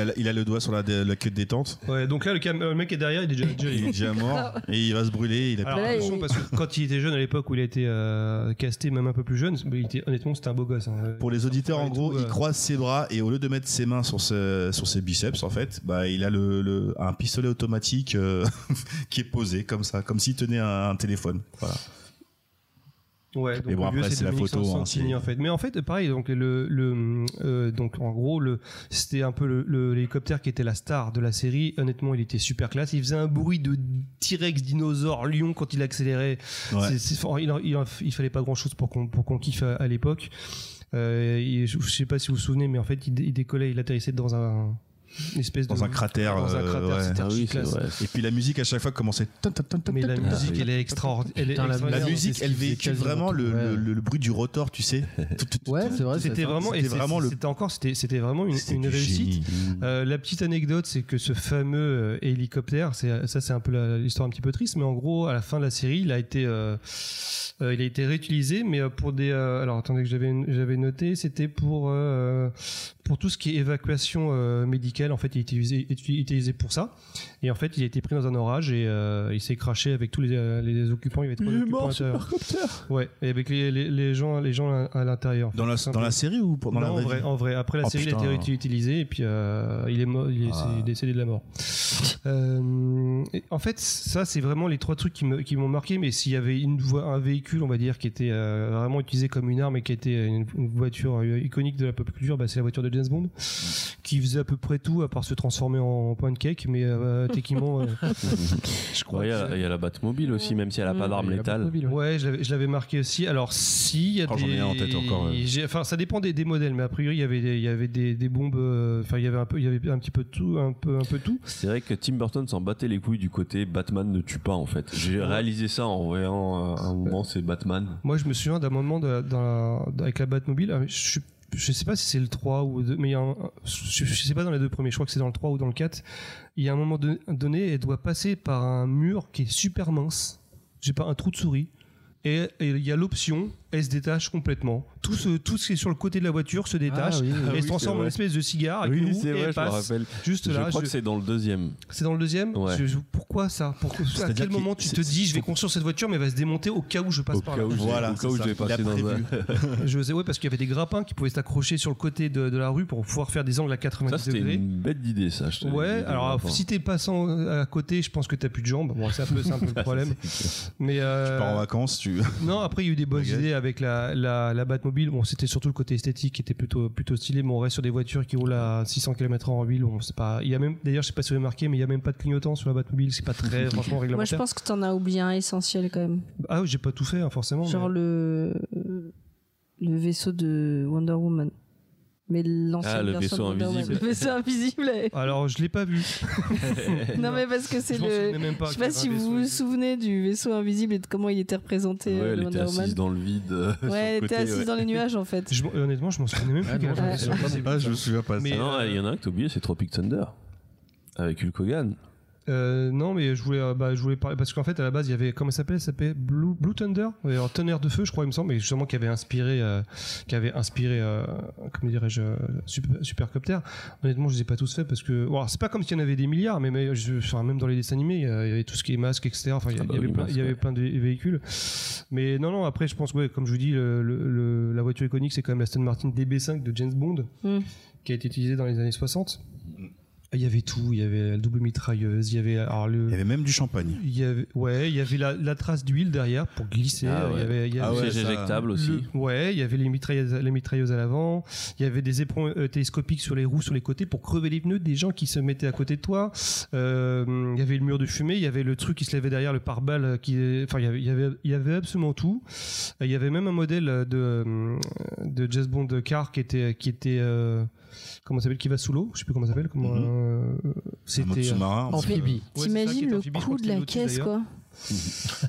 a, la- il a le doigt sur la, dé- la queue de détente.
ouais donc là le, cam- euh, le mec est derrière il est déjà, déjà-
Il est déjà mort et il va se brûler. Il a
Alors
Là,
attention
il-
parce que quand il était jeune à l'époque où il a été euh, casté même un peu plus jeune il était- honnêtement c'était un beau gosse hein.
Pour les auditeurs,
Ouais,
en
et
gros,
tout,
il
euh.
croise ses bras et au lieu de mettre ses mains sur, ses- sur ses biceps, en fait, bah, il a le, le- un pistolet automatique euh, qui est posé comme ça, comme s'il tenait un, un téléphone. Voilà.
Ouais, donc
Mais bon,
le
après,
lieu,
c'est la
Dominique
photo, hein,
Santini,
c'est-
en fait. Mais en fait, pareil, donc, le, le, euh, donc en gros, le, c'était un peu le- le- l'hélicoptère qui était la star de la série. Honnêtement, il était super classe. Il faisait un bruit de T-Rex, dinosaure, lion quand il accélérait.
Ouais.
C'est- c'est- il, en- il en- il fallait pas grand chose pour qu'on pour qu'on kiffe à, à l'époque. Euh, il- je, je sais pas si vous vous souvenez, mais en fait, il, dé- il décollait, il atterrissait dans un une espèce
Dans
de
un cratère,
Dans un
euh,
cratère,
ouais.
c'était
Ah oui, c'est
classe.
vrai.
Et puis la musique à chaque fois commençait. Tan, tan, tan, tan,
Mais la
tan, tan.
musique, elle est extraordinaire. Elle est
Putain, la
La
extraordinaire.
merde, c'est
musique,
ce
elle
qu'il faisait
véhicule
quasiment
vraiment
tout,
le,
ouais.
le- le- le bruit du rotor, tu sais.
Ouais, c'est vrai.
C'était
c'est ça.
vraiment, et
euh, C'était
c'est-
vraiment le-
c'était encore, c'était c'était vraiment une,
C'était
une
du
réussite.
génie.
Euh, la petite anecdote, c'est que ce fameux euh, hélicoptère, c'est ça, c'est un peu la- l'histoire un petit peu triste, mais en gros, à la fin de la série, il a été, euh, euh, il a été réutilisé, mais euh, pour des, euh, alors attendez que j'avais, j'avais noté, c'était pour euh, pour tout ce qui est évacuation euh, médicale. En fait, il était utilisé, uti- utilisé pour ça. Et en fait, il a été pris dans un orage et euh, il s'est craché avec tous les, euh, les occupants. Il y avait trois occupants à l'intérieur. Ouais, et avec les, les, les gens, les gens à, à l'intérieur. en fait,
Dans
tout
la, dans
simplement.
la série ou pour- dans la
Non, en
vraie
vrai,
vie
en vrai. Après la
Oh,
série, il a
putain.
été utilisé et puis euh, il, est mo- il est,
Ah.
c'est décédé de la mort. Euh, et en fait, ça, c'est vraiment les trois trucs qui me- qui m'ont marqué. Mais s'il y avait une voie- un véhicule, on va dire, qui était euh, vraiment utilisé comme une arme et qui était euh, une, une voiture euh, iconique de la pop culture, bah, c'est la voiture de James
Mm.
Bond, qui faisait à peu près tout à part se transformer en pancake. Mais euh, techniquement, euh,
Ouais,
je crois.
Il y, a- il y a la Batmobile aussi, même si elle a pas d'arme
Il a
létale.
Batmobile, ouais.
Ouais, je l'avais- je l'avais marqué aussi. Alors, si, il y a
Oh, j'en ai
des.
un en tête encore, ouais.
j'ai- Enfin, ça dépend des, des modèles, mais a priori, il y avait des, il y avait des, des bombes. euh, Enfin, il y avait un peu, il y avait un petit peu de tout, un peu, un peu de tout.
C'est vrai que Tim Burton s'en battait les couilles du côté Batman ne tue pas en fait. J'ai réalisé ça en voyant euh, un moment c'est Batman.
Moi, je me souviens d'un moment de- dans la- avec la Batmobile. euh, Je suis- je sais pas si c'est le 3 ou le 2, mais il y a un- je, je sais pas dans les deux premiers, je crois que c'est dans le 3 ou dans le 4. Il y a un moment don- donné, elle doit passer par un mur qui est super mince. J'ai pas un trou de souris. Et et il y a l'option, elle se détache complètement. Tout ce, tout ce qui est sur le côté de la voiture se détache.
Ah oui, oui.
et elle se transforme en
vrai.
espèce de cigare avec une
Oui,
roue
c'est
et
vrai,
elle
je me
passe
rappelle.
juste
Je
là.
crois
je-
que c'est dans le deuxième.
C'est dans le deuxième
Ouais.
Je- je- Pourquoi ça Pourquoi- À
C'est-à-dire
quel
qu'il-
moment tu te
c'est-
dis je vais
faut-
construire cette voiture mais elle va se démonter au cas où je passe
Au
par
cas
là
où, j'ai-
Voilà,
au
c'est
cas où
ça.
je vais
Il a
passer dans un.
prévu.
Je sais, ouais, parce qu'il y avait des grappins qui pouvaient s'accrocher sur le côté de, de la rue pour pouvoir faire des angles à
Ça
90
c'était
degrés.
une bête d'idée ça. je te le
Ouais,
dis,
alors
vraiment.
si t'es passant à côté, je pense que t'as plus de jambes. Bon, c'est un peu, c'est un peu le problème. Mais euh,
Tu pars en vacances, tu.
non, après il y a eu des bonnes
Bagage.
idées avec la, la, la Batmobile. Bon, c'était surtout le côté esthétique qui était plutôt, plutôt stylé. Mais on reste sur des voitures qui roulent à 600 km/h en ville. On sait pas. Il y a même, d'ailleurs, je sais pas si vous avez remarqué, mais il y a même pas de clignotant sur la Batmobile. C'est pas très franchement
Moi, je
réglementaire.
pense que t'en as oublié un essentiel quand même.
Ah, oui, j'ai pas tout fait, hein, forcément. mais-
Genre le le vaisseau de Wonder Woman. Mais l'ancienne
Ah, le
version
vaisseau
de Wonder Woman.
invisible.
Le vaisseau invisible. elle.
Alors, je l'ai pas vu.
non mais parce que c'est
Je m'en
le.
souvenais même pas
Je sais
qu'il y
pas
avait
si
un
vous
vaisseau
vous
invisible.
souvenez du vaisseau invisible et de comment il était représenté
Ouais,
euh,
elle
le Wonder
était
Woman.
assise dans le vide. euh, sur
Ouais,
le
elle était
côté,
assise
ouais.
dans les nuages en fait.
Je- honnêtement, je m'en souvenais même
Ah,
plus.
non,
comment
je me
j'avais
souviens
ça.
Ah, je me souviens pas. de
Mais-
ça.
Ah non,
euh,
il y en a un que t'as oublié, c'est Tropic Thunder. Avec Hulk Hogan.
Euh, non, mais je voulais, euh, bah, je voulais parler parce qu'en fait à la base il y avait comment ça s'appelait Ça s'appelait Blue, Blue Thunder, Ouais, alors tonnerre de feu, je crois, il me semble, mais justement qui avait inspiré, euh, qui avait inspiré, euh, comment dirais-je, euh, Super- Supercopter. Honnêtement, je les ai pas tous faits parce que, bon, alors, c'est pas comme s'il y en avait des milliards, mais, mais je- enfin, même dans les dessins animés, il y a- il y avait tout ce qui est masque, etc. Enfin, il y, a-
Ah bah
il y avait
oui,
plein-
masque,
il y avait
ouais.
plein de véhicules. Mais non, non. Après, je pense, ouais, comme je vous dis, le- le- le- la voiture iconique, c'est quand même la Aston Martin DB5 de James Bond,
Mm.
qui a été utilisée dans les années 60. Il y avait tout, il y avait la double mitrailleuse, il y avait alors le,
Il y avait même du champagne.
il y avait, ouais, il y avait la, la trace d'huile derrière pour glisser.
Ah ouais.
Il y avait, il y
Ah
avait
ouais,
Le siège
ça-
éjectable
le-
aussi.
ouais, il y avait les mitrailleuses, les mitrailleuses à l'avant. Il y avait des éperons euh, télescopiques sur les roues, sur les côtés pour crever les pneus des gens qui se mettaient à côté de toi. Euh, il y avait le mur de fumée. Il y avait le truc qui se levait derrière le pare-balles. euh, Qui, enfin, il y avait, il y avait, il y avait absolument tout. Euh, Il y avait même un modèle euh, de euh, de Jazz Bond car qui était qui était euh, comment ça s'appelle qui va sous l'eau. Je sais plus comment ça s'appelle. Comment
Mhm.
euh,
Un mode
c'était. euh,
sous-marin. on-
Amphibie.
Ouais, c'est ça, qui
T'imagines
est
le
amphibie, je
coup
crois que
de la
c'est l'autre,
caisse
d'ailleurs.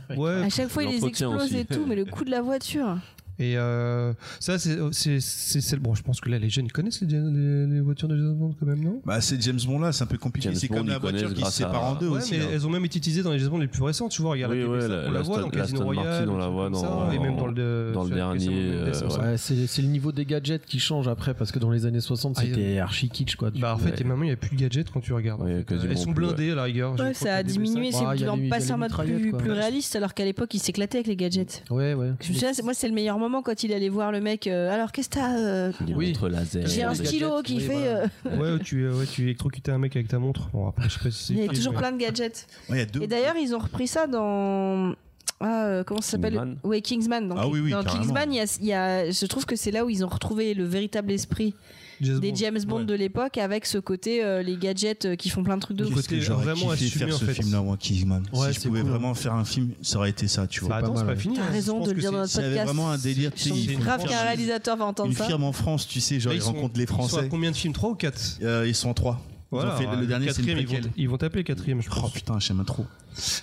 quoi.
Ouais,
À chaque fois il les
L'entretien
explose
aussi.
et tout, mais le coup de la voiture.
Et euh, ça, c'est c'est- c'est celle. Bon, je pense que là, les jeunes ils connaissent les, les- les voitures de James Bond quand même, non
Bah, c'est James Bond là, c'est un peu compliqué.
James
C'est comme
Bond,
la
ils
voiture
connaissent
qui se
grâce
sépare
à-
en deux
Ouais,
aussi. hein.
mais
là.
elles ont même été utilisées dans les James Bond les plus récents. Tu vois, regarde
hein. Oui,
la
ouais,
TB5,
la-
on la
la
voit
Aston-
dans Casino
la Aston
Royale,
Martin, on la
des
voit
trucs comme
dans-
ça, et même dans le, de-
dans le
sur la-
dernier,
sur le-
euh,
sur le-
ouais.
Ouais, c'est c'est le niveau des gadgets qui change après parce que dans les années 60
Ah,
c'était archi kitsch quoi. Du
Bah, en
coup,
fait,
ouais.
et maintenant, il n'y a plus de gadgets quand tu regardes. en
Ouais,
fait.
quasiment
Elles sont
plus, ouais.
blindées à la rigueur. je
Ouais,
crois
ça a
que les TB5,
diminué, c'est
Ouais, il y
plus
a les- il
en
y a
passer
les
en mode
mitraillettes,
plus,
quoi.
plus réaliste, alors qu'à l'époque, il s'éclatait avec les gadgets.
ouais, ouais.
Je me souviens, c'est- moi, c'est le meilleur moment quand il allait voir le mec. euh, alors, qu'est-ce que t'as euh,
Il
Oui.
montre laser.
J'ai un
les
stylo
gadgets,
qui
oui,
fait.
voilà.
euh,
Ouais, ouais, tu, ouais, tu électrocutais un mec avec ta montre. Bon, après, je sais pas si c'est.
il y avait
utile,
toujours
mais-
plein de gadgets.
Ouais, il y a deux.
Et d'ailleurs, ils ont repris ça dans. Ah, euh, comment ça s'appelle
Kingsman.
Oui, Kingsman. Dans,
Ah oui, oui,
dans
carrément.
Kingsman, il y a- il y a, je trouve que c'est là où ils ont retrouvé le véritable esprit
James
des James Bond
ouais.
de l'époque avec ce côté euh, les gadgets euh, qui font plein de trucs de
Du
ouf.
coup, Côté
J'aurais
vraiment
kiffé
assumé,
faire
en
ce
fait.
film-là, moi, Kingsman.
Ouais,
si je
c'est
pouvais
cool,
vraiment faire un film, ça aurait été ça, tu
Bah,
vois.
pas
attends, c'est
mal,
pas
ouais.
fini.
T'as
hein.
raison
Je pense
de le
que
dire
c'est-
dans notre
S'il y avait
podcast.
vraiment un délire, tu sais, ils font
Grave
une
qu'un
firme-
réalisateur va entendre
Une
ça.
firme en France, tu sais, genre,
Là,
ils
sont-
rencontrent les
Ils sont à
Français.
combien de films 3 ou quatre
Euh, Ils sont trois. Ils ont
Voilà,
fait-
alors,
Le dernier, c'est une
quatrième, ils
préquelle.
vont, ils vont taper le quatrième, je pense.
Oh putain, j'aime trop.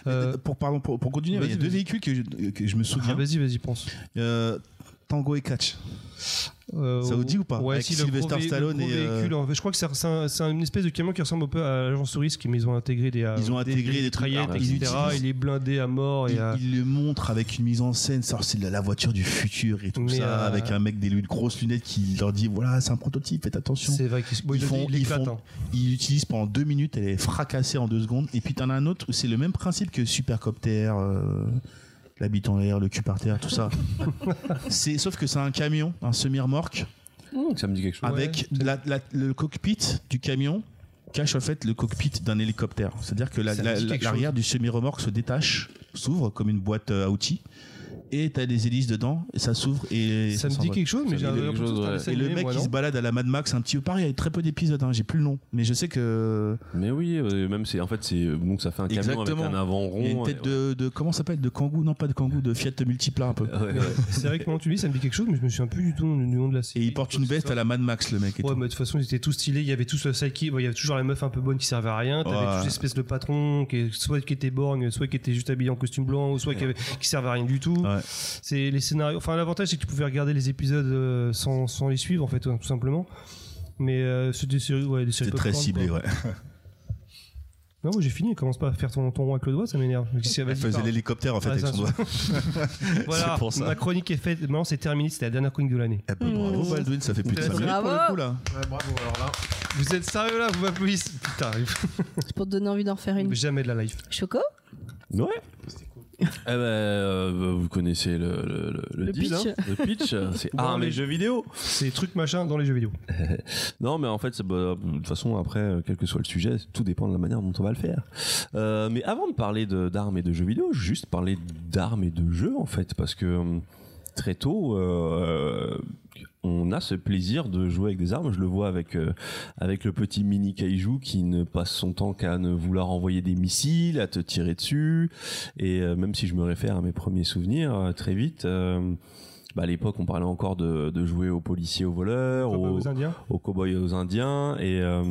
Euh,
Mais Pour, pardon, pour, pour continuer, il y a
vas-y,
deux
vas-y.
véhicules que je, que je me
ah,
souviens.
vas-y, vas-y, pense.
Euh, Tango et Catch.
Euh,
Ça vous dit ou pas
Ouais,
Avec
si,
Sylvester
le gros vé-
Stallone
le gros
et, euh,
véhicule, en fait, je crois que c'est un- c'est un- c'est une espèce de camion qui ressemble un peu à l'agence touriste qui mais ils ont intégré des euh,
Ils ont intégré des trucs
mitraillettes,
arcs, ils
etc.
utilisent-
Il est blindé à mort et
Il,
à-
il le montre avec une mise en scène, ça, c'est la, la voiture du futur et tout
Mais,
ça,
euh,
avec un mec des lunettes- grosses lunettes qui leur dit voilà, c'est un prototype, faites attention.
c'est vrai qu'ils bon,
Ils
il a-
font-
il
ils
éclate,
font-
hein.
Il l'utilise pendant deux minutes, elle est fracassée en deux secondes. Et puis t'en as un autre où c'est le même principe que Supercopter, euh, la bite en l'air, le cul par terre, tout ça. c'est sauf que c'est un camion, un semi-remorque
Ça me dit quelque chose.
avec la- la- le cockpit du camion cache en fait le cockpit d'un hélicoptère. C'est-à-dire que la-
Ça me
la-
dit
la-
quelque
l'arrière du semi-remorque se détache, s'ouvre comme une boîte euh, à outils. Et t'as des hélices dedans, et ça s'ouvre et
Ça me dit
s'envole.
quelque chose, mais
Ça
j'ai
me dit quelque
l'impression
chose,
que c'est un
ouais.
dessin
Et le
animé,
mec
moi,
qui
non
se balade à la Mad Max, un petit peu pareil, il y a très peu d'épisodes, hein, j'ai plus le nom, mais je sais que
Mais oui, euh, même c'est en fait c'est donc ça fait un camion avec
Exactement.
un avant rond.
il y a une tête de, de comment ça s'appelle de kangou, non pas de kangou, de Fiat multipla un peu.
Ouais, ouais.
C'est vrai que maintenant tu dis, ça me dit quelque chose, mais je me souviens plus du tout du nom de la
Et
série.
il porte une veste à la Mad Max le mec. Et
Ouais,
tout.
mais de toute façon, ils étaient tous stylés. Il y avait tous euh, le sidekick. Bon, il y avait toujours la meuf un peu bonne qui servait à rien. T'avais
Ouais.
tous espèces de patrons, qui, soit qui étaient borgnes, soit qui étaient juste habillés en costume blanc, ou soit qui, avaient- qui servaient à rien du tout.
Ouais.
C'est les scénarios. Enfin, l'avantage, c'est que tu pouvais regarder les épisodes euh, sans, sans les suivre, en fait, hein, tout simplement. Mais euh, c'est des séries, ouais, des séries
C'est très
popcorn,
ciblé,
quoi.
ouais.
Non, moi j'ai fini. Commence pas à faire ton, ton rond avec le doigt, ça m'énerve. Vas-y,
Elle
vas-y,
faisait
parle.
l'hélicoptère en fait
Ouais,
avec
ça,
son doigt.
Voilà,
c'est pour ça.
ma chronique est faite. Maintenant, c'est terminé. C'était la dernière chronique de l'année.
Eh ben, bravo
Mmh.
Baldwin, ça fait plus de 5
Bravo.
minutes pour le coup là.
bravo, alors là.
Vous êtes sérieux là Vous m'applaudissez Putain,
C'est pour te donner envie d'en faire une.
jamais de la live.
Choco
Ouais. Eh ben, euh, vous connaissez le, le, le- le
Le
deal,
pitch.
hein. Le pitch, c'est
Dans
ah,
les
mais jeux vidéo.
C'est truc machin dans les jeux vidéo.
Non, mais en fait, c'est- bah, de toute façon, après, euh, quel que soit le sujet, tout dépend de la manière dont on va le faire. Euh, mais avant de parler de- d'armes et de jeux vidéo, je veux juste parler d'armes et de jeux, en fait, parce que hum, très tôt, euh, on a ce plaisir de jouer avec des armes. Je le vois avec, euh, avec le petit mini kaiju qui ne passe son temps qu'à ne vouloir envoyer des missiles, à te tirer dessus. Et euh, même si je me réfère à mes premiers souvenirs, euh, très vite... euh, bah, à l'époque, on parlait encore de, de jouer aux policiers, aux voleurs,
Oh.
Comme
aux,
aux Indiens,
aux cowboys et aux indiens et, euh,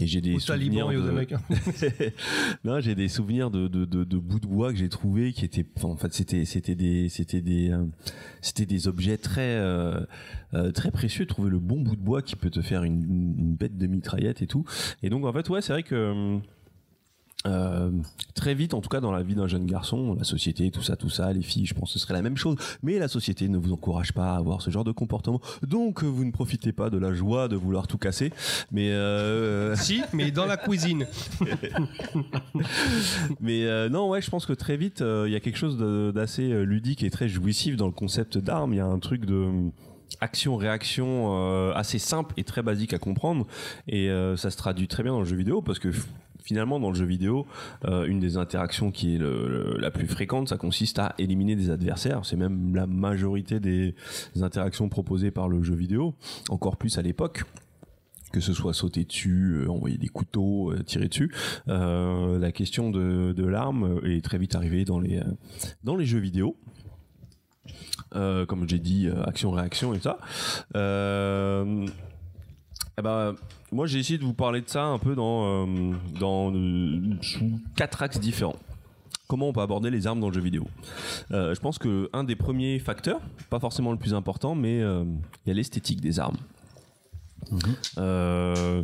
et j'ai des
aux
souvenirs
talibans et aux
de-
américains.
non j'ai des souvenirs de, de, de, de bouts de bois que j'ai trouvé qui étaient enfin, en fait c'était c'était des c'était des euh, c'était des objets très euh, euh, très précieux trouver le bon bout de bois qui peut te faire une, une- une bête de mitraillette et tout et donc en fait ouais c'est vrai que euh, euh, très vite, en tout cas dans la vie d'un jeune garçon, la société, tout ça, tout ça, les filles, je pense que ce serait la même chose. Mais la société ne vous encourage pas à avoir ce genre de comportement. Donc vous ne profitez pas de la joie de vouloir tout casser. Mais euh,
si, mais dans la cuisine.
Mais euh, non, ouais, je pense que très vite, euh, il y a quelque chose de- d'assez euh, ludique et très jouissif dans le concept d'arme. Il y a un truc de hum, action-réaction euh, assez simple et très basique à comprendre. Et euh, ça se traduit très bien dans le jeu vidéo parce que f- finalement, dans le jeu vidéo, euh, une des interactions qui est le- le- la plus fréquente, ça consiste à éliminer des adversaires. C'est même la majorité des, des interactions proposées par le jeu vidéo, encore plus à l'époque. Que ce soit sauter dessus, euh, envoyer des couteaux, euh, tirer dessus, Euh, la question de, de l'arme est très vite arrivée dans les, euh, dans les jeux vidéo. Euh, comme j'ai dit, euh, action-réaction et ça. Euh, eh ben, moi, j'ai essayé de vous parler de ça un peu dans, euh, dans euh, sous quatre axes différents. Comment on peut aborder les armes dans le jeu vidéo Euh, Je pense que un des premiers facteurs, pas forcément le plus important, mais euh, il y a l'esthétique des armes. Euh,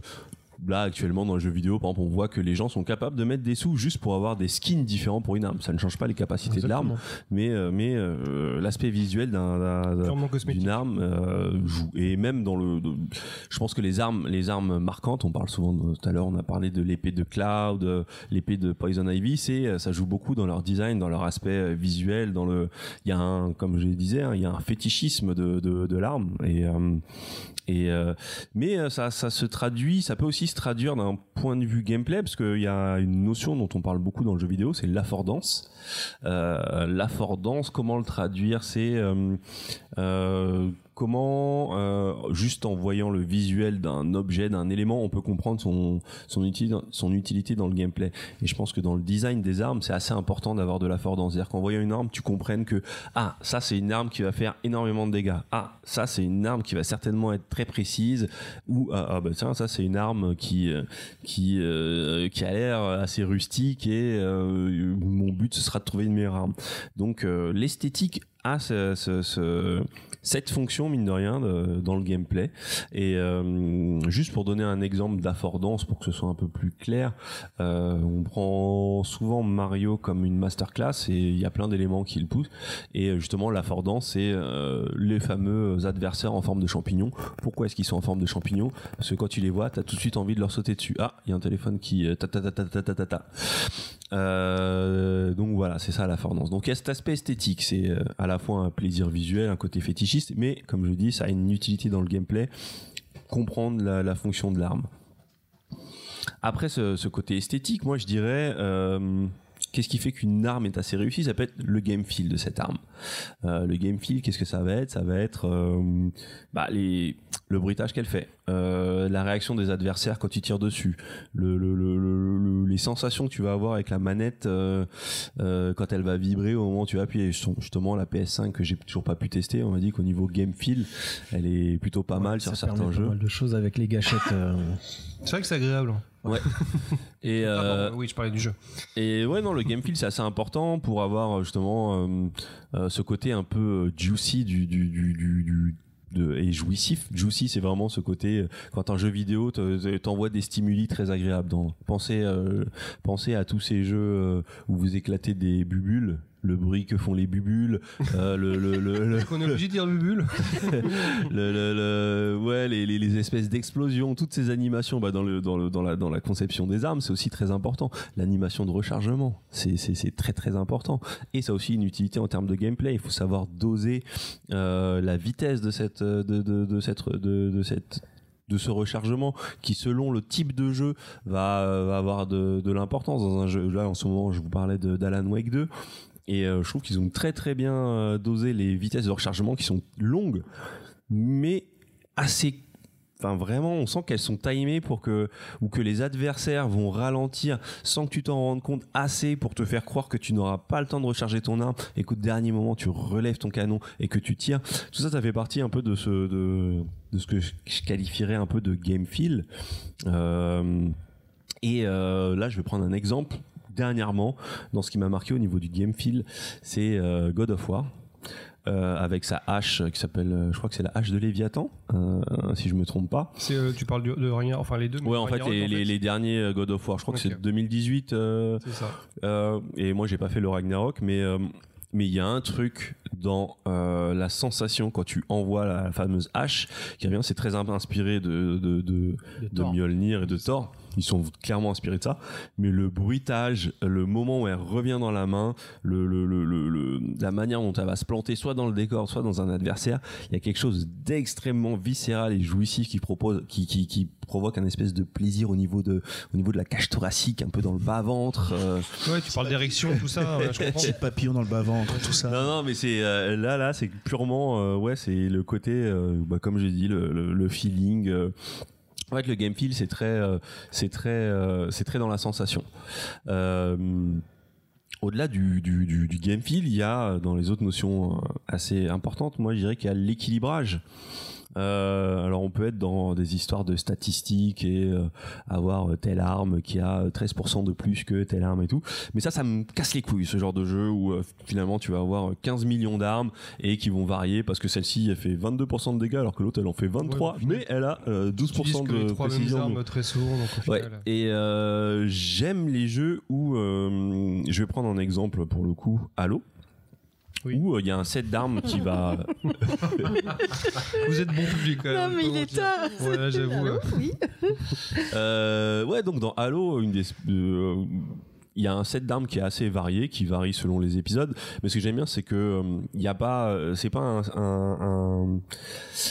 Là, actuellement, dans le jeu vidéo, par exemple, on voit que les gens sont capables de mettre des sous juste pour avoir des skins différents pour une arme. Ça ne change pas les capacités de l'arme, mais, euh, mais euh, l'aspect visuel d'un- d'un- d'un-
Purement cosmétique.
d'une arme euh, joue et même dans le de- je pense que les armes les armes marquantes on parle souvent de, tout à l'heure on a parlé de l'épée de Cloud euh, l'épée de Poison Ivy c'est euh, ça joue beaucoup dans leur design dans leur aspect euh, visuel dans le il y a un comme je le disais hein, il y a un fétichisme de de, de l'arme et euh, et euh, mais euh, ça ça se traduit ça peut aussi aussi se traduire d'un point de vue gameplay, parce qu'il y a une notion dont on parle beaucoup dans le jeu vidéo, c'est l'affordance. Euh, l'affordance, comment le traduire C'est euh, euh, comment, euh, juste en voyant le visuel d'un objet, d'un élément, on peut comprendre son, son, utilité, son utilité dans le gameplay. Et je pense que dans le design des armes, c'est assez important d'avoir de l'affordance. C'est-à-dire qu'en voyant une arme, tu comprennes que ah, ça c'est une arme qui va faire énormément de dégâts. Ah, ça c'est une arme qui va certainement être très précise. Ou ah, ah, bah tiens, ça c'est une arme qui euh, qui euh, qui a l'air assez rustique et euh, mon but ce sera de trouver une meilleure arme. Donc euh, l'esthétique a ce- ce- ce- cette fonction mine de rien de- dans le gameplay. Et euh, juste pour donner un exemple d'affordance pour que ce soit un peu plus clair, euh, on prend souvent Mario comme une masterclass et il y a plein d'éléments qui le poussent. Et euh, justement, l'affordance, c'est euh, les fameux adversaires en forme de champignons. Pourquoi est-ce qu'ils sont en forme de champignons Parce que quand tu les vois, t'as tout de suite envie de leur sauter dessus. Ah, il y a un téléphone qui euh, ta ta ta ta ta ta ta ta. Euh, donc voilà, c'est ça l'affordance. Donc il y a cet aspect esthétique, c'est euh, à la fois un plaisir visuel, un côté fétichiste, mais comme je dis, ça a une utilité dans le gameplay, comprendre la, la fonction de l'arme. Après ce, ce côté esthétique, moi je dirais, euh, qu'est-ce qui fait qu'une arme est assez réussie Ça peut être le game feel de cette arme. Euh, le game feel, qu'est-ce que ça va être Ça va être euh, bah, les, le bruitage qu'elle fait, euh, la réaction des adversaires quand ils tirent dessus, le, le- le- le- le- les sensations que tu vas avoir avec la manette euh, euh, quand elle va vibrer au moment où tu vas appuyer. Justement- Justement, la PS5 que j'ai toujours pas pu tester, on m'a dit qu'au niveau game feel, elle est plutôt pas mal sur
Ça permet
certains
pas
jeux.
mal de choses avec les gâchettes. euh,
C'est vrai que c'est agréable. hein.
Et,
Ah,
euh,
pardon, oui, je parlais du jeu.
Et ouais, non, le game feel c'est assez important pour avoir euh, justement euh, euh, ce côté un peu euh, juicy du, du, du, du- du- de- et jouissif. Juicy, c'est vraiment ce côté euh, quand un jeu vidéo te- t'envoie des stimuli très agréables. Dans, pensez, euh, pensez à tous ces jeux euh, où vous éclatez des bubules, le bruit que font les bubules, euh, le- le- le- le,
Qu'on est obligé de dire bubule.
le, le- le- ouais, les, les- les espèces d'explosions, toutes ces animations, bah, dans, le, dans, le- dans la, dans la conception des armes, c'est aussi très important. L'animation de rechargement, c'est- c'est c'est très très important. Et ça a aussi une utilité en termes de gameplay. Il faut savoir doser euh, la vitesse de cette, euh, de, de, de cette, de, de cette de ce rechargement qui selon le type de jeu va, euh, va avoir de, de l'importance dans un jeu là en ce moment je vous parlais de- d'Alan Wake 2 et euh, je trouve qu'ils ont très très bien euh, dosé les vitesses de rechargement qui sont longues mais assez Enfin, vraiment, on sent qu'elles sont timées pour que, ou que les adversaires vont ralentir sans que tu t'en rendes compte assez pour te faire croire que tu n'auras pas le temps de recharger ton arme et qu'au dernier moment tu relèves ton canon et que tu tires. Tout ça, ça fait partie un peu de ce, de, de ce que je je qualifierais un peu de game feel. Euh, et euh, là, je vais prendre un exemple. Dernièrement, dans ce qui m'a marqué au niveau du game feel, c'est euh, God of War. euh, avec sa hache qui s'appelle, euh, je crois que c'est la hache de Léviathan, euh, si je me trompe pas.
C'est, euh, tu parles du- de rien, enfin les deux. mais
Ouais, en fait,
Ragnarok,
les, les- les derniers euh, God of War, je crois que
Ok.
c'est 2018. euh,
C'est ça.
euh, et moi, j'ai pas fait le Ragnarok, mais euh, mais il y a un truc dans euh, la sensation quand tu envoies la fameuse hache qui revient. C'est très im- inspiré de de, de,
de
de
Thor.
Mjolnir et de Thor. Ils sont clairement inspirés de ça. Mais le bruitage, le moment où elle revient dans la main, le, le- le- le- le- la manière dont elle va se planter, soit dans le décor, soit dans un adversaire, il y a quelque chose d'extrêmement viscéral et jouissif qui propose, qui, qui, qui provoque un espèce de plaisir au niveau de, au niveau de la cage thoracique, un peu dans le euh, bas ventre.
Ouais, tu parles d'érection, tout ça. ouais, je comprends.
Petit papillon dans le bas-ventre, tout ça.
Non, non, mais c'est euh, là, là, c'est purement, euh, ouais, c'est le côté, euh, bah, comme j'ai dit, le, le- le feeling. euh. En fait, le game feel, c'est très, euh, c'est très, euh, c'est très dans la sensation. Euh, au-delà du, du, du- du game feel, il y a euh, dans les autres notions euh, assez importantes, moi je dirais qu'il y a l'équilibrage. Euh, alors on peut être dans des histoires de statistiques et euh, avoir euh, telle arme qui a 13% de plus que telle arme et tout. Mais ça, ça me casse les couilles, ce genre de jeu où euh, finalement tu vas avoir 15 millions d'armes et qui vont varier parce que celle-ci elle fait 22% de dégâts alors que l'autre elle en fait 23,
Ouais,
mais, elle a euh,
Ils disent
12%
que les
de
trois mêmes
précision.
armes très souvent, donc au
Ouais.
final,
Et euh, j'aime les jeux où euh, je vais prendre un exemple pour le coup, Halo.
Oui.
Où euh, il y a un set d'armes qui va.
euh, Vous êtes bon public quand même.
Non, mais
faut
il est
le dire.
tard.
Ouais, là, j'avoue.
Allô
euh,
Oui.
Euh, ouais, donc dans Halo, une des. euh, il y a un set d'armes qui est assez varié, qui varie selon les épisodes. Mais ce que j'aime bien, c'est que euh, il y a pas, euh, c'est pas un, un- un-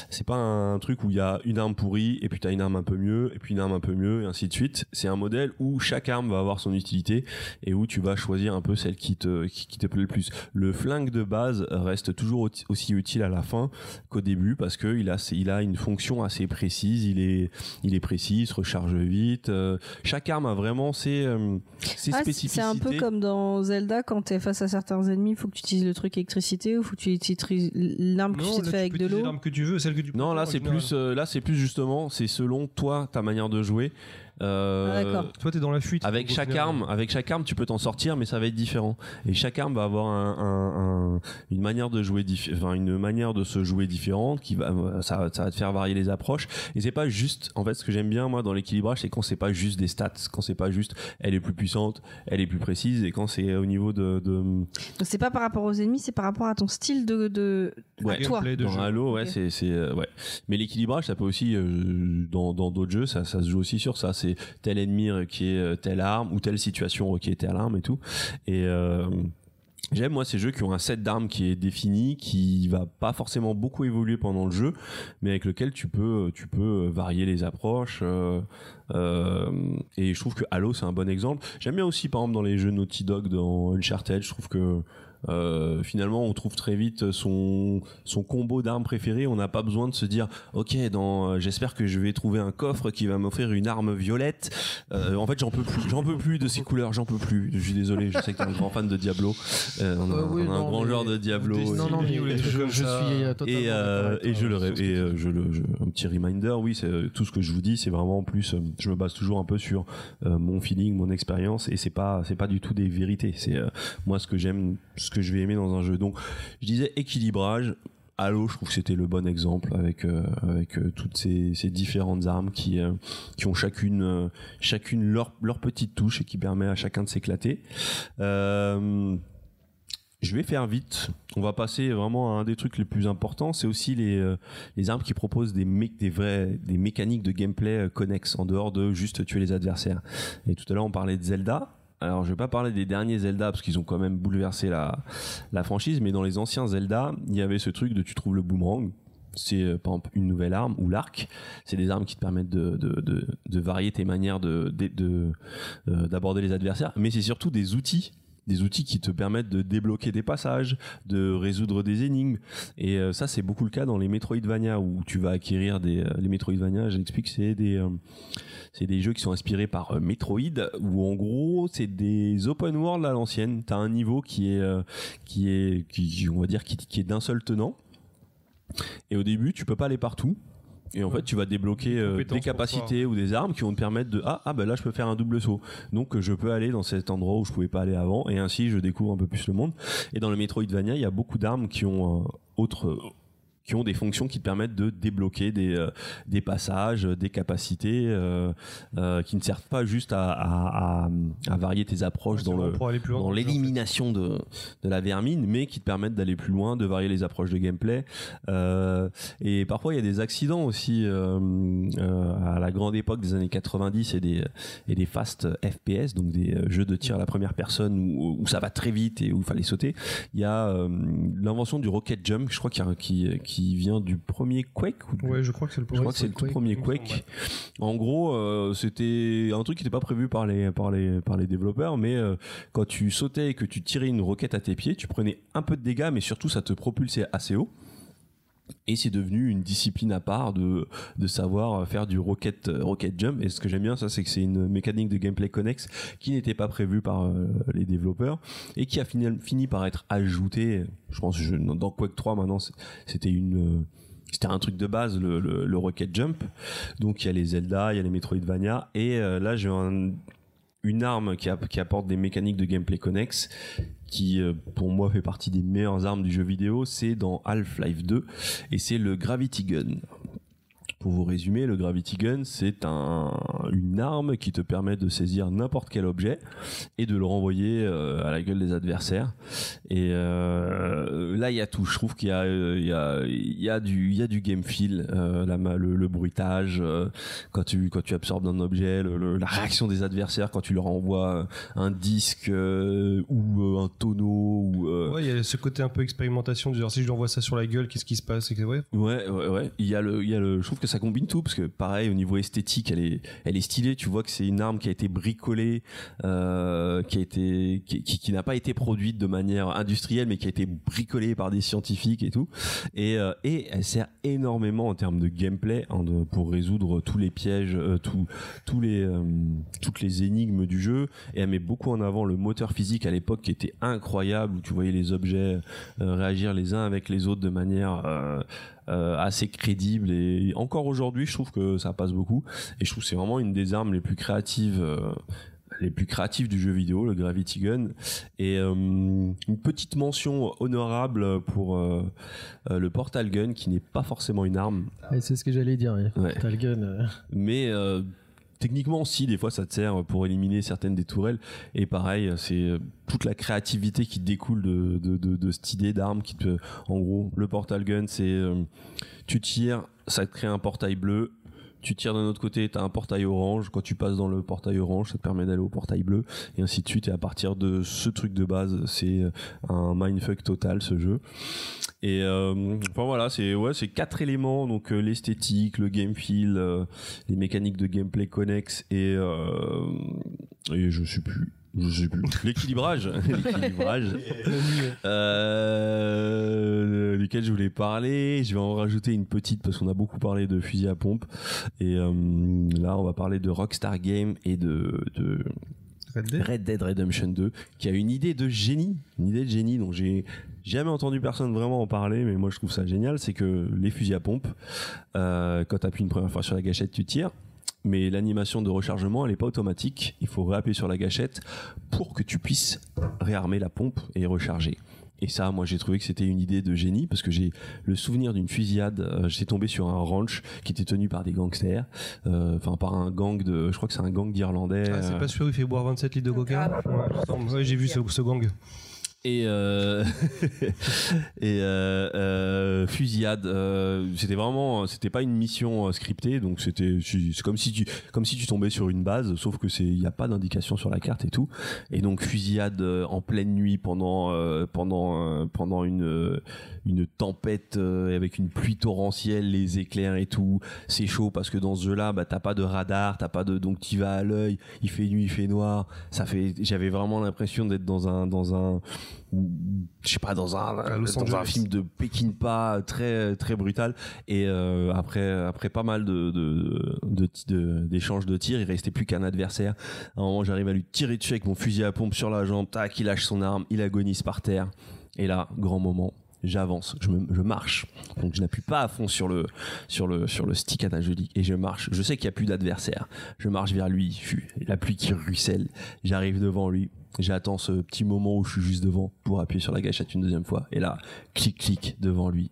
c'est pas un truc où il y a une arme pourrie et puis t'as une arme un peu mieux et puis une arme un peu mieux et ainsi de suite. C'est un modèle où chaque arme va avoir son utilité et où tu vas choisir un peu celle qui te qui, qui te plaît le plus. Le flingue de base reste toujours au- aussi utile à la fin qu'au début parce que il a ses- il a une fonction assez précise. Il est il est précis, il se recharge vite. Euh, chaque arme a vraiment ses euh, ses
Ah, c'est-
spécificités.
c'est un peu comme dans Zelda, quand t'es face à certains ennemis, il faut que tu utilises le truc électricité ou faut que tu utilises l'arme que tu sais te
là,
faire avec
peux
de
utiliser
l'eau.
l'arme que tu veux, celle que tu
Non,
préfères,
là
en
c'est
général.
plus, euh, là c'est plus justement, c'est selon toi ta manière de jouer. Euh,
Ah, d'accord.
Toi, t'es dans la fuite.
Avec
donc, au
chaque
final,
arme, avec chaque arme, tu peux t'en sortir, mais ça va être différent. Et chaque arme va avoir un- un- un- une manière de jouer, diffé- enfin, une manière de se jouer différente. Qui va, ça, ça va te faire varier les approches. Et c'est pas juste. En fait, ce que j'aime bien moi dans l'équilibrage, c'est quand c'est pas juste des stats, quand c'est pas juste, elle est plus puissante, elle est plus précise, et quand c'est au niveau de, de-
Donc c'est pas par rapport aux ennemis, c'est par rapport à ton style de. de...
Ouais.
toi.
gameplay de
dans
jeu.
Halo, ouais,
Ok.
c'est, c'est, euh, ouais. Mais l'équilibrage, ça peut aussi euh, dans, dans d'autres jeux, ça, ça se joue aussi sur ça. C'est tel ennemi requiert euh, telle arme ou telle situation requiert telle arme et tout. Et euh, J'aime moi ces jeux qui ont un set d'armes qui est défini, qui va pas forcément beaucoup évoluer pendant le jeu, mais avec lequel tu peux tu peux varier les approches. euh, euh, et je trouve que Halo c'est un bon exemple. J'aime bien aussi par exemple dans les jeux Naughty Dog dans Uncharted, je trouve que euh, finalement on trouve très vite son son combo d'armes préféré. On n'a pas besoin de se dire ok dans euh, j'espère que je vais trouver un coffre qui va m'offrir une arme violette. Euh, en fait j'en peux plus, j'en peux plus de ces couleurs, j'en peux plus. Je suis désolé, je sais que t'es un grand fan de Diablo. Euh, on a,
Euh,
un-
oui,
on a un
non,
grand
mais-
joueur de Diablo.
Destiny,
et-
Non, non, mais
ou les
je,
trucs comme
je suis
ça.
euh, totalement.
et, euh,
d'accord avec
et
toi
je le
sur
ré-
ce que
et
tu
euh,
dis.
je le je- un petit reminder oui c'est euh, tout ce que je vous dis c'est vraiment plus euh, je me base toujours un peu sur euh, mon feeling mon expérience et c'est pas c'est pas du tout des vérités c'est euh, moi ce que j'aime ce que je vais aimer dans un jeu donc je disais équilibrage Halo, je trouve que c'était le bon exemple avec euh, avec euh, toutes ces, ces différentes armes qui euh, qui ont chacune euh, chacune leur leur petite touche et qui permet à chacun de s'éclater. Euh, je vais faire vite. On va passer vraiment à un des trucs les plus importants. C'est aussi les, euh, les armes qui proposent des, mé- des, vrais, des mécaniques de gameplay euh, connexes, en dehors de juste tuer les adversaires. Et tout à l'heure, on parlait de Zelda. Alors, je vais pas parler des derniers Zelda, parce qu'ils ont quand même bouleversé la, la franchise, mais dans les anciens Zelda, il y avait ce truc de tu trouves le boomerang. C'est euh, par exemple une nouvelle arme ou l'arc. C'est des armes qui te permettent de, de, de, de varier tes manières de, de- de, euh, d'aborder les adversaires, mais c'est surtout des outils des outils qui te permettent de débloquer des passages, de résoudre des énigmes. Et euh, ça, c'est beaucoup le cas dans les Metroidvania, où tu vas acquérir des... euh, les Metroidvania, je l'explique, c'est des, euh, c'est des jeux qui sont inspirés par euh, Metroid, où en gros, c'est des open world à l'ancienne. T'as un niveau qui est, euh, qui est qui, on va dire, qui, qui est d'un seul tenant. Et au début, tu peux pas aller partout. Et en
Ouais.
fait, tu vas débloquer euh,
compétences
des
pour
capacités ou des armes qui vont te permettre de ah ah ben là je peux faire un double saut donc euh, je peux aller dans cet endroit où je pouvais pas aller avant et ainsi je découvre un peu plus le monde et dans le Metroidvania il y a beaucoup d'armes qui ont euh, autre qui ont des fonctions qui te permettent de débloquer des, euh, des passages, euh, des capacités euh, euh, qui ne servent pas juste à, à- à- à varier tes approches
C'est
dans,
bon,
le,
pour aller plus loin,
dans
comme ça, en fait.
l'élimination de, de la vermine, mais qui te permettent d'aller plus loin, de varier les approches de gameplay. Euh, et parfois, il y a des accidents aussi. euh, euh, à la grande époque des années 90 et des, et des fast FPS, donc des euh, jeux de tir à la première personne où, où ça va très vite et où il fallait sauter, il y a euh, l'invention du rocket jump, je crois qu'il y a- qui, qui vient du premier Quake ou du-
Ouais, je crois que c'est le
je
point.
crois que c'est le tout premier Quake. En gros, euh, c'était un truc qui n'était pas prévu par les, par les, par les développeurs, mais euh, quand tu sautais et que tu tirais une roquette à tes pieds, tu prenais un peu de dégâts, mais surtout ça te propulsait assez haut. Et c'est devenu une discipline à part de, de savoir faire du rocket, euh, rocket jump. Et ce que j'aime bien, ça, c'est que c'est une mécanique de gameplay connexe qui n'était pas prévue par euh, les développeurs et qui a fini, fini par être ajoutée. Je pense je, dans Quake 3 maintenant, c'est- c'était une, euh, c'était un truc de base, le, le- le rocket jump. Donc il y a les Zelda, il y a les Metroidvania, et euh, là j'ai un- une arme qui, app- qui apporte des mécaniques de gameplay connexes, qui euh, pour moi fait partie des meilleures armes du jeu vidéo, c'est dans Half-Life 2, et c'est le Gravity Gun. Pour vous résumer, le Gravity Gun, c'est un, une arme qui te permet de saisir n'importe quel objet et de le renvoyer euh, à la gueule des adversaires. Et euh, là, il y a tout. Je trouve qu'il y, a, euh, il y, a, il y a du, il y a du game feel, euh, la ma- le, le bruitage, euh, quand, tu, quand tu absorbes un objet, le- le- la réaction des adversaires quand tu leur envoies un disque euh, ou euh, un tonneau. Ou, euh,
Ouais, il y a ce côté un peu expérimentation du genre si je lui envoie ça sur la gueule, qu'est-ce qui se passe et que, ouais.
Ouais, ouais, ouais. Il y a le, il y a le, je trouve que ça combine tout parce que pareil au niveau esthétique, elle est, elle est stylée. Tu vois que c'est une arme qui a été bricolée, euh, qui a été, qui, qui, qui n'a pas été produite de manière industrielle, mais qui a été bricolée par des scientifiques et tout. Et, euh, et elle sert énormément en termes de gameplay hein, de- pour résoudre tous les pièges, euh, tous, tous les, euh, toutes les énigmes du jeu. Et elle met beaucoup en avant le moteur physique à l'époque qui était incroyable où tu voyais les objets euh, réagir les uns avec les autres de manière euh, euh, assez crédible et encore aujourd'hui je trouve que ça passe beaucoup et je trouve que c'est vraiment une des armes les plus créatives euh, les plus créatives du jeu vidéo le Gravity Gun et euh, une petite mention honorable pour euh, euh, le Portal Gun qui n'est pas forcément une arme
Et c'est ce que j'allais dire. ouais.
euh, Ouais.
T'as le gun. euh.
mais euh, techniquement si des fois ça te sert pour éliminer certaines des tourelles et pareil c'est euh, toute la créativité qui découle de, de, de- de cette idée d'arme qui te en gros le portal gun c'est euh, tu tires ça te crée un portail bleu tu tires d'un autre côté, tu as un portail orange. Quand tu passes dans le portail orange, ça te permet d'aller au portail bleu, et ainsi de suite. Et à partir de ce truc de base, c'est euh, un mindfuck total ce jeu. Et euh, enfin voilà, c'est ouais, c'est quatre éléments donc euh, l'esthétique, le game feel, euh, les mécaniques de gameplay connexes et, euh, et je sais plus. Je sais plus. L'équilibrage. L'équilibrage. euh, duquel je voulais parler. Je vais en rajouter une petite parce qu'on a beaucoup parlé de fusil à pompe. Et euh, là, on va parler de Rockstar Game et de, de
Red Dead.
Red Dead Redemption 2 qui a une idée de génie, une idée de génie dont j'ai jamais entendu personne vraiment en parler, mais moi je trouve ça génial, c'est que les fusils à pompe, euh, quand tu appuies une première fois sur la gâchette, tu tires. Mais l'animation de rechargement, elle n'est pas automatique. Il faut réappuyer sur la gâchette pour que tu puisses réarmer la pompe et recharger. Et ça, moi, j'ai trouvé que c'était une idée de génie parce que j'ai le souvenir d'une fusillade. Euh, J'étais tombé sur un ranch qui était tenu par des gangsters, euh, enfin par un gang de, je crois que c'est un gang d'Irlandais.
Ah, c'est
euh,
pas sûr, il fait boire 27 litres de coca.
Ah,
Ouais, ouais, j'ai vu ce, ce gang.
et euh, et euh, euh, fusillade euh, c'était vraiment c'était pas une mission euh, scriptée donc c'était c'est comme si tu comme si tu tombais sur une base sauf que c'est il n'y a pas d'indication sur la carte et tout et donc fusillade euh, en pleine nuit pendant euh, pendant euh, pendant une euh, une tempête euh, avec une pluie torrentielle les éclairs et tout c'est chaud parce que dans ce jeu là bah t'as pas de radar t'as pas de donc t'y vas à l'œil il fait nuit il fait noir ça fait j'avais vraiment l'impression d'être dans un dans un je sais pas dans un
À Los
dans un
Angeles.
film de Peckinpah très très brutal et euh, après après pas mal de de- de de- d'échanges de, tirs il restait plus qu'un adversaire à un moment j'arrive à lui tirer dessus avec mon fusil à pompe sur la jambe tac il lâche son arme il agonise par terre et là grand moment j'avance je, me- je marche donc je n'appuie pas à fond sur le sur le sur le stick analogique et je marche je sais qu'il n'y a plus d'adversaire je marche vers lui Fuh, la pluie qui ruisselle j'arrive devant lui J'attends ce petit moment où je suis juste devant pour appuyer sur la gâchette une deuxième fois. Et là, clic, clic, devant lui.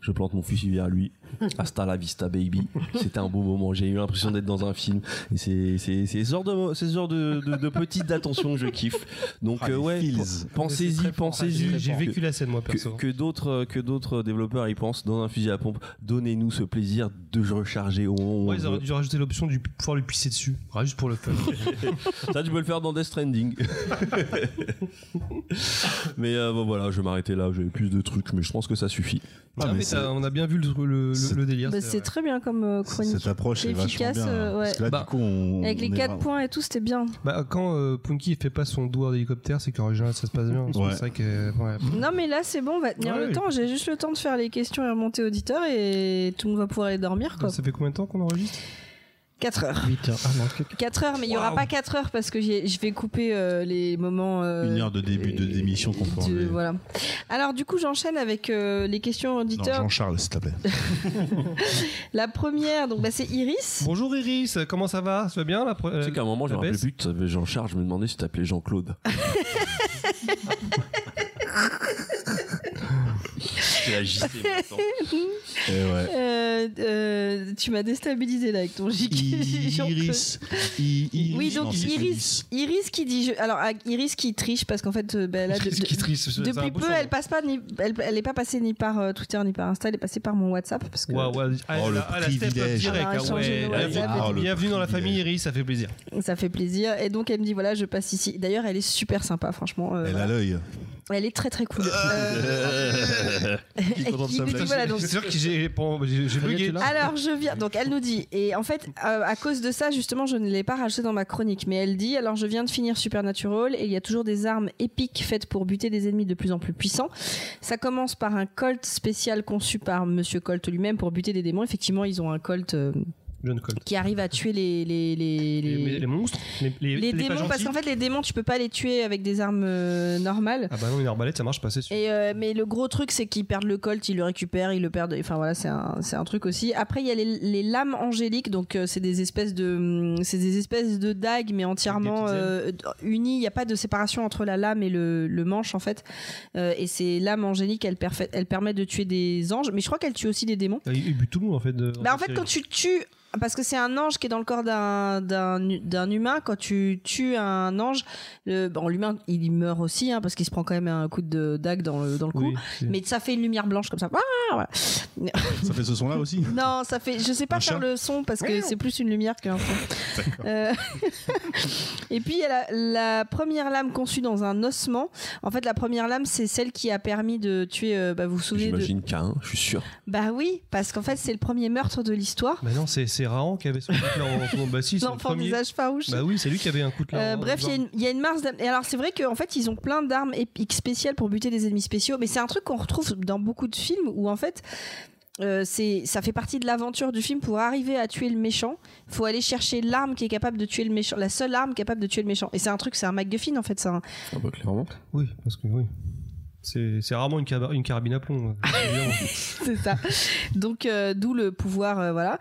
Je plante mon fusil vers lui. Hasta la vista, baby. C'était un beau moment. J'ai eu l'impression d'être dans un film. Et c'est c'est- c'est ce genre de, c'est ce genre de, de, de petites attentions que je kiffe. Donc,
Ah,
euh,
les
ouais,
feels.
pensez-y, pensez-y.
J'ai j'ai
Que-
vécu la scène, moi,
que,
perso.
que d'autres que d'autres développeurs y pensent dans un fusil à pompe. Donnez-nous ce plaisir de recharger au moment où
Ouais,
on
ils auraient
veut.
dû rajouter l'option de pouvoir lui pisser dessus. Ah, juste pour le fun.
Ça, tu peux le faire dans Death Stranding. mais euh, bon, voilà, je vais m'arrêter là. J'avais plus de trucs, mais je pense que ça suffit.
Ah,
Ah,
mais
mais
c'est-
t'as- on a bien vu le, le- le,
c'est-
le délire.
Bah,
c'est
c'est
vrai.
très bien comme euh, chronique.
Cette approche est
C'est
vachement
efficace,
bien. hein.
euh, ouais.
Parce que là,
Bah,
du coup, on,
Avec les
on est
4
vraiment-
points et tout, c'était bien.
Bah, quand euh, Punky fait pas son doigt d'hélicoptère, c'est qu'en général ça se passe bien.
Ouais.
C'est vrai que. ouais.
Non, mais là, c'est bon, on va tenir
Ouais,
le
Ah oui.
temps. J'ai juste le temps de faire les questions et remonter auditeur et tout le monde va pouvoir aller dormir, quoi.
Ça fait combien de temps qu'on enregistre
4 heures.
Huit heures. Ah non, que-
4 heures, mais il n'y aura
Waouh.
pas 4 heures parce que j'ai- je vais couper euh, les moments. euh,
Une heure de début de
euh,
démission qu'on peut
de-
enlever.
Voilà. Alors, du coup, j'enchaîne avec euh, les questions
Non,
auditeurs.
Jean-Charles, s'il te plaît.
La première, donc, bah, c'est Iris.
Bonjour Iris, comment ça va Ça va bien la pro-
tu sais qu'à un moment, je me
Euh, la
rappelais
baisse.
plus, tu savais Jean-Charles, je me demandais si t'appelais Jean-Claude. suis la JC maintenant.
Eh
Euh, euh, tu m'as déstabilisé là avec ton JK. J'en peux
Iris. I- Iris.
Oui, donc
non, c'est
Iris, Iris qui dit. je- alors, ah, Iris qui triche parce qu'en fait, euh, ben, elle a de-
Qu'est-ce qui est triste, c'est un
depuis
beau
peu,
surnom.
elle passe pas, ni- elle, elle est pas passée ni par euh, Twitter ni par Insta, elle est passée par mon WhatsApp parce que
Waouh, waouh. Ah,
Oh,
elle
le
a- elle a step up
privilège.
direct,
Ah,
ah
changer
ouais.
nos
Bienvenue-
WhatsApp. Ah, le
Bienvenue dans la famille
privilège.
Iris, ça fait plaisir.
ça fait plaisir. Et donc, elle me dit voilà, je passe ici. D'ailleurs, elle est super sympa, franchement. euh,
Elle
voilà.
a l'œil.
Elle est très très cool. Euh, et qui
content de sa
nous dit,
blague.
voilà, donc,
C'est sûr que j'ai j'ai- j'ai
tu
bugué.
l'as
Alors je viens, donc elle nous dit, et en fait euh, à cause de ça justement je ne l'ai pas rajouté dans ma chronique, mais elle dit, alors je viens de finir Supernatural et il y a toujours des armes épiques faites pour buter des ennemis de plus en plus puissants. Ça commence par un Colt spécial conçu par Monsieur Colt lui-même pour buter des démons. Effectivement ils ont un Colt euh,
John Colt.
qui arrive à tuer les... les, les,
Les,
les-
mais les monstres, les, les,
les
les pas
démons, parce
gentils.
qu'en fait les démons tu peux pas les tuer avec des armes euh, normales.
Ah bah non, une arbalète, ça marche pas, c'est sûr.
Et euh, mais le gros truc, c'est qu'ils perdent le colt, ils le récupèrent, ils le perdent. Enfin voilà, c'est un, c'est un truc aussi. Après, il y a les, les lames angéliques, donc euh, c'est des espèces de, hum, c'est des espèces de dagues, mais entièrement
petites ailes.
euh, unies. Il n'y a pas de séparation entre la lame et le, le manche en fait. Euh, et ces lames angéliques, elles, perfe- elles permettent de tuer des anges, mais je crois qu'elles tuent aussi des démons.
Ah, Il il bute tout le monde en fait. de-
Bah en
cette
fait,
série.
quand tu tues, parce que c'est un ange qui est dans le corps d'un d'un d'un humain, quand tu tues un ange, le, bon l'humain il meurt aussi hein, parce qu'il se prend quand même un coup de dague dans le dans le cou.
Oui, c'est-
Mais ça fait une lumière blanche comme ça. Ah, voilà.
Ça fait ce son-là aussi.
Non, ça fait. Je sais pas
Un
faire
chat
le son parce que c'est plus une lumière qu'un son. Euh, Et puis il y a la, la première lame conçue dans un ossement. En fait, la première lame, c'est celle qui a permis de tuer. euh, bah, vous vous souvenez de.
J'imagine qu'un, je suis sûr.
Bah oui, parce qu'en fait, c'est le premier meurtre de l'histoire.
Bah non, c'est c'est Rahan qui avait son coutelas en tournant de bassis.
L'enfant des âges farouches.
Bah oui, c'est lui qui avait un coutelas.
Euh,
en-
bref, il y a une- il y, a une marche d'âme. Et alors, c'est vrai qu'en fait, ils ont plein d'armes épiques spéciales pour buter des ennemis spéciaux, mais c'est un truc qu'on retrouve dans beaucoup de films où en fait. euh, c'est ça fait partie de l'aventure du film pour arriver à tuer le méchant faut aller chercher l'arme qui est capable de tuer le méchant la seule arme capable de tuer le méchant et c'est un truc c'est un MacGuffin en fait c'est un-
Un peu clairement.
Oui, parce que oui. C'est c'est rarement une, caba- une carabine à plomb.
Ah,
euh, évidemment.
c'est ça donc euh, d'où le pouvoir euh, voilà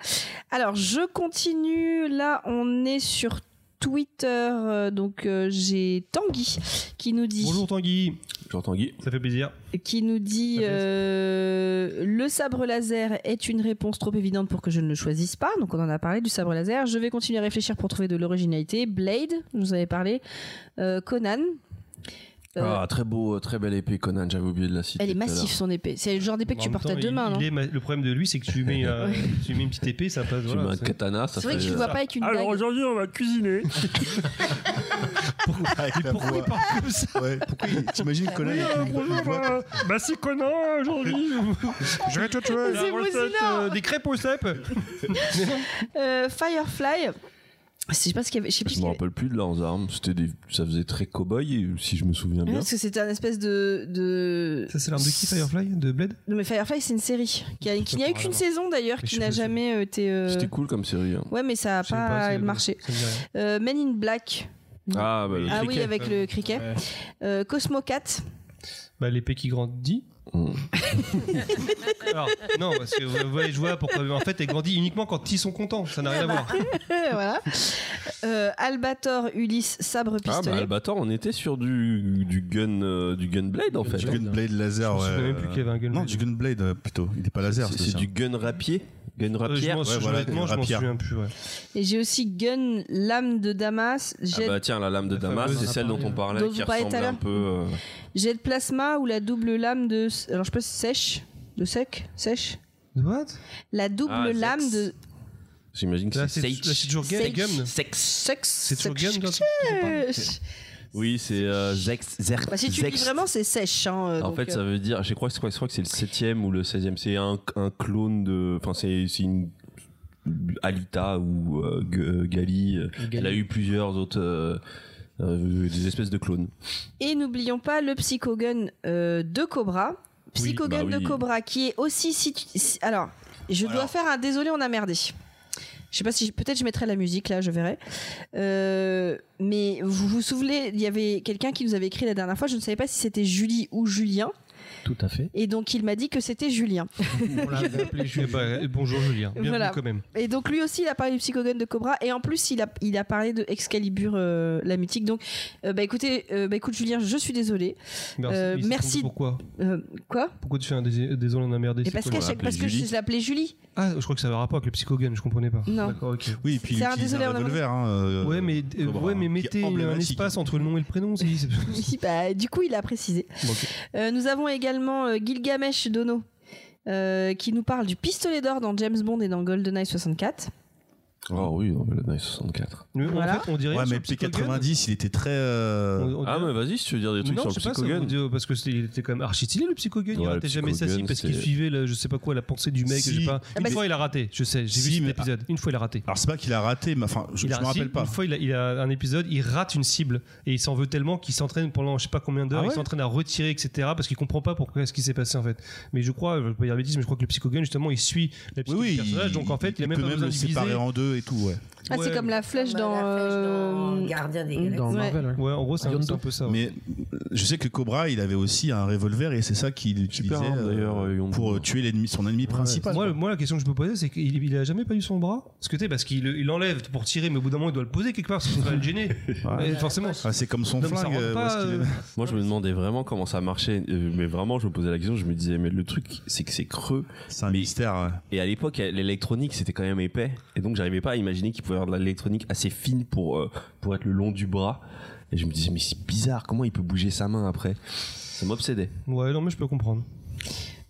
alors je continue là on est sur Twitter euh, donc euh, j'ai Tanguy qui nous dit
Bonjour Tanguy,
J'entends Guy.
ça fait plaisir.
qui nous dit
Ça fait-
euh, le sabre laser est une réponse trop évidente pour que je ne le choisisse pas. Donc on en a parlé du sabre laser. Je vais continuer à réfléchir pour trouver de l'originalité. Blade, vous en avez parlé. Euh, Conan. Euh,
Ah, très beau, très belle épée, Conan, j'avais oublié de la citer.
elle est
tout à l'heure.
massive son épée. C'est le genre d'épée que
Bah, En
tu
même
portes
temps,
à deux
il-
mains. hein.
il
non
est ma- Le problème de lui, c'est que tu mets, euh, tu mets une petite épée, ça passe.
Tu
voilà,
mets un
c'est-
katana, ça
C'est
fait.
vrai que tu le vois pas avec une
Ah,
Alors
dague.
aujourd'hui, on va cuisiner.
Avec la
Pourquoi il
voix.
parle comme ça
Ouais, pourquoi il- T'imagines Conan avec une- une voix
bah c'est Conan aujourd'hui. Je vais te tuer.
C'est Mousina.
des crêpes au cèpe.
Euh, Firefly. Je sais pas ce qu'il y avait. Je sais plus
Je
ce qu'il
me
y avait.
rappelle plus de leurs armes. C'était des, ça faisait très cow-boy, si je me souviens bien.
Parce que c'était un espèce de. de...
Ça c'est l'arme de qui Firefly De Blade
Non mais Firefly c'est une série qui a- qui n'a eu qu'une saison d'ailleurs,
Mais
qui
je
n'a
sais pas,
jamais euh, été. euh,
C'était cool comme série. hein.
Ouais mais ça a
Je sais pas,
pas
c'est-
marché.
ça me dit rien.
Euh, Men in Black.
Ah, bah, le
Ah oui,
cricket.
avec le criquet. Euh, Cosmo 4.
Bah, l'épée qui grandit.
Mm.
Alors, non, parce que vous voyez, je vois pourquoi. En fait, elle grandit uniquement quand ils sont contents. Ça n'a rien à voir.
voilà. Euh, Albator, Ulysse, Sabre,
Ah, bah,
Pistolet.
Albator, on était sur du, du gun, euh, du gunblade en fait.
du Gunblade laser.
Je me souviens
ouais. euh,
même plus qu'il y avait un gunblade.
Non, du Gunblade euh, plutôt. Il est pas laser.
C'est c'est
ça.
du gun rapier. Gun
Euh, je
rapier.
m'en
Ouais,
souviens-
voilà,
honnêtement, je m'en
rapière.
souviens plus. ouais.
Et j'ai aussi Gun, Lame de Damas,
Ah
Jet,
bah tiens, la lame de
La
Damas,
fameuse-
c'est celle dont on parlait,
Dont
qui
vous parliez tout
ressemble
à
un
l'heure.
peu. euh,
Jet de Plasma ou la double lame de. Alors je peux sèche De sec Sèche
What
La double
Ah, Zex.
lame de.
J'imagine que
Là,
c'est
c'est là, c'est
Sage.
toujours Gun.
Sage.
Gun.
Sex.
Sex.
C'est toujours
Sex-
Gun. quand-
Sèche.
Oui, c'est euh, Zex. Zex.
Bah, si tu le dis
Zex.
vraiment, c'est sèche. hein, euh,
En
donc,
fait,
euh,
ça veut dire, je crois, je crois, je crois que c'est le 7 ou le 16 e C'est un, un clone de. Enfin, c'est c'est une. Alita ou euh, G- Gali. euh, Elle a eu plusieurs autres. euh, euh, des espèces de clones.
Et n'oublions pas le Psychogun euh, de Cobra. Psychogun
bah oui.
de Cobra qui est aussi situ- si- Alors, je dois
Alors.
faire un désolé, on a merdé. Je sais pas si peut-être je mettrai la musique là, je verrai. Euh, mais vous vous souvenez, il y avait quelqu'un qui nous avait écrit la dernière fois. Je ne savais pas si c'était Julie ou Julien
Tout à fait.
Et donc il m'a dit que c'était Julien.
On l'avait appelé
Eh ben, bonjour Julien, bienvenue
Voilà.
quand même.
Et donc lui aussi il a parlé du psychogone de Cobra et en plus il a, il a parlé de Excalibur euh, la mythique. Donc euh, bah écoutez, euh, bah écoute Julien, je suis désolée.
Merci.
Euh,
Il s'est
merci.
trompé, Pourquoi
Euh, quoi
Pourquoi tu fais un dés- désolé en emmerdé
Et
c'est
parce
quoi
que,
on
je-
l'appelait
parce que
Julie
je je l'appelais Julie.
Ah, je crois que ça avait rapport avec le psychogame, je comprenais pas.
Non.
D'accord, ok.
Oui, et puis il
C'est un
utilise
désolé,
un
on a
revolver. Hein, euh,
Ouais, mais, euh,
Cobra,
ouais,
hein,
mais
qui est
mettez un
emblématique.
espace entre le nom et le prénom. c'est- c'est-
Oui, bah, du coup il a précisé.
Bon, ok.
Euh, nous avons également euh, Gilgamesh Dono euh, qui nous parle du pistolet d'or dans James Bond et dans GoldenEye 64.
Oh oui, dans GoldenEye 64.
Mais
Voilà.
En fait, on dirait.
Ouais,
sur
mais
le psychogame,
P90, il était très. euh,
on- on
Ah,
dirait-
mais vas-y, si tu veux dire des trucs
non,
sur
je
le
sais pas, ça veut
psychogone.
dire- parce que c'était, il était quand même archi stylé le psychogone,
Ouais,
il
le
ratait jamais sa scie
psychogone,
parce qu'il
c'est-
suivait le- je sais pas quoi la pensée du mec,
Si.
je sais pas.
Ah
Une
bah
fois il a raté, je sais, j'ai
Si,
vu cet
mais-
épisode. Une fois il a raté.
Alors c'est pas qu'il a raté, mais enfin, je
il
je
a
me
si,
rappelle pas.
Une fois, il a, il a un épisode, il rate une cible et il s'en veut tellement qu'il s'entraîne pendant je sais pas combien d'heures,
Ah ouais
il s'entraîne à retirer, etc. Parce qu'il comprend pas pourquoi ce qui s'est passé en fait. Mais je crois, je vais pas dire bêtise, mais je crois que le psychogène justement il suit la
Oui,
psychologie
oui.
du personnage, donc en fait il, a même
peut
pas
même
besoin
le
de diviser.
séparer en deux et tout, ouais.
Ah,
Ouais,
c'est comme la flèche dans. euh,
Gardien des
Dans
Galaxies.
Ouais.
Marvel. hein.
Ouais,
ouais.
en gros c'est un,
Yondo.
c'est un peu ça. ouais.
Mais euh, je sais que Cobra, il avait aussi un revolver et c'est ça qu'il utilisait
arme,
euh,
d'ailleurs, euh, Yondo.
pour euh, tuer l'ennemi, son ennemi principal.
Moi, le- moi, la question que je peux poser, c'est qu'il il a jamais pas eu son bras Parce que tu sais, parce qu'il il enlève pour tirer, mais au bout d'un moment, il doit le poser quelque part, parce qu'il va le gêner. Mais forcément.
Ah, c'est comme son
Non, mais ça
flingue.
rentre
euh,
pas,
où est-ce qu'il est
Moi, je me demandais vraiment comment ça marchait. euh, Mais vraiment, je me posais la question, je me disais, mais le truc, c'est que c'est creux.
C'est un
Mais-
mystère. hein. ouais.
Et à l'époque, l'électronique, c'était quand même épais. Et donc, j'arrivais pas à imaginer qu'il pouvait avoir de l'électronique assez fine pour, euh, pour être le long du bras. Et je me disais, mais c'est bizarre, comment il peut bouger sa main après Ça m'obsédait.
Ouais, non, mais je peux comprendre.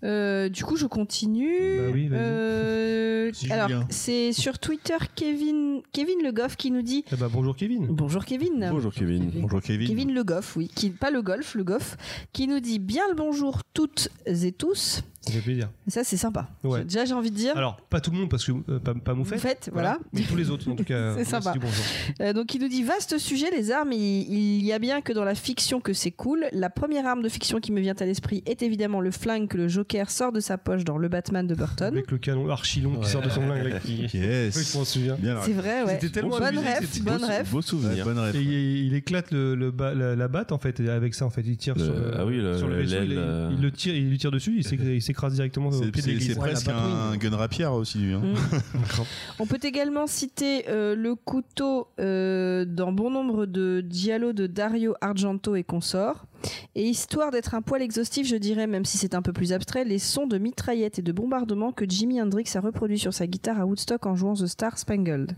euh, du coup, je continue.
Bah oui, vas-y.
Euh,
C'est
alors,
Julien.
c'est sur Twitter Kevin, Kevin Le Goff qui nous dit
Eh bah, bonjour Kevin.
Bonjour Kevin.
Bonjour, Kevin.
Bonjour Kevin.
Kevin Le Goff, oui, qui, pas le golf, le Goff, qui nous dit bien le bonjour toutes et tous.
Ça fait plaisir.
Ça, c'est sympa.
Ouais.
Déjà, j'ai envie de dire.
Alors, pas tout le monde, parce que euh, pas, pas Moufette.
vous faites, voilà.
Mais tous les autres, en tout cas.
C'est
merci
sympa.
du bonjour.
Euh, donc il nous dit vaste sujet les armes. Il, il y a bien que dans la fiction que c'est cool. La première arme de fiction qui me vient à l'esprit est évidemment le flingue que le Joker sort de sa poche dans Le Batman de Burton.
Avec le canon archi long qui
Ouais.
sort de son lingue, là, qui. Oui, je
Yes.
m'en souviens.
Bien la
C'est vrai, ouais.
Ah, C'était tellement
bonne
abusé,
ref,
c'était-
bonne ref.
Beau
Ouais,
souvenir.
bonne ref.
Et il, il éclate le, le ba- la, la batte en fait et avec ça en fait il tire
Le-
sur, le-
ah oui, le-
sur le vaisseau,
l'aile,
il,
euh.
il le tire il lui tire dessus il s'écr- il s'écrase directement au pied
C'est-
de
C'est c'est
l'église
presque
la
un
batouille.
gun rapier aussi lui. hein.
Mm. On peut également citer euh, le couteau euh, dans bon nombre de dialogues de Dario Argento et consorts. Et histoire d'être un poil exhaustif, je dirais, même si c'est un peu plus abstrait, les sons de mitraillettes et de bombardements que Jimi Hendrix a reproduits sur sa guitare à Woodstock en jouant The Star Spangled.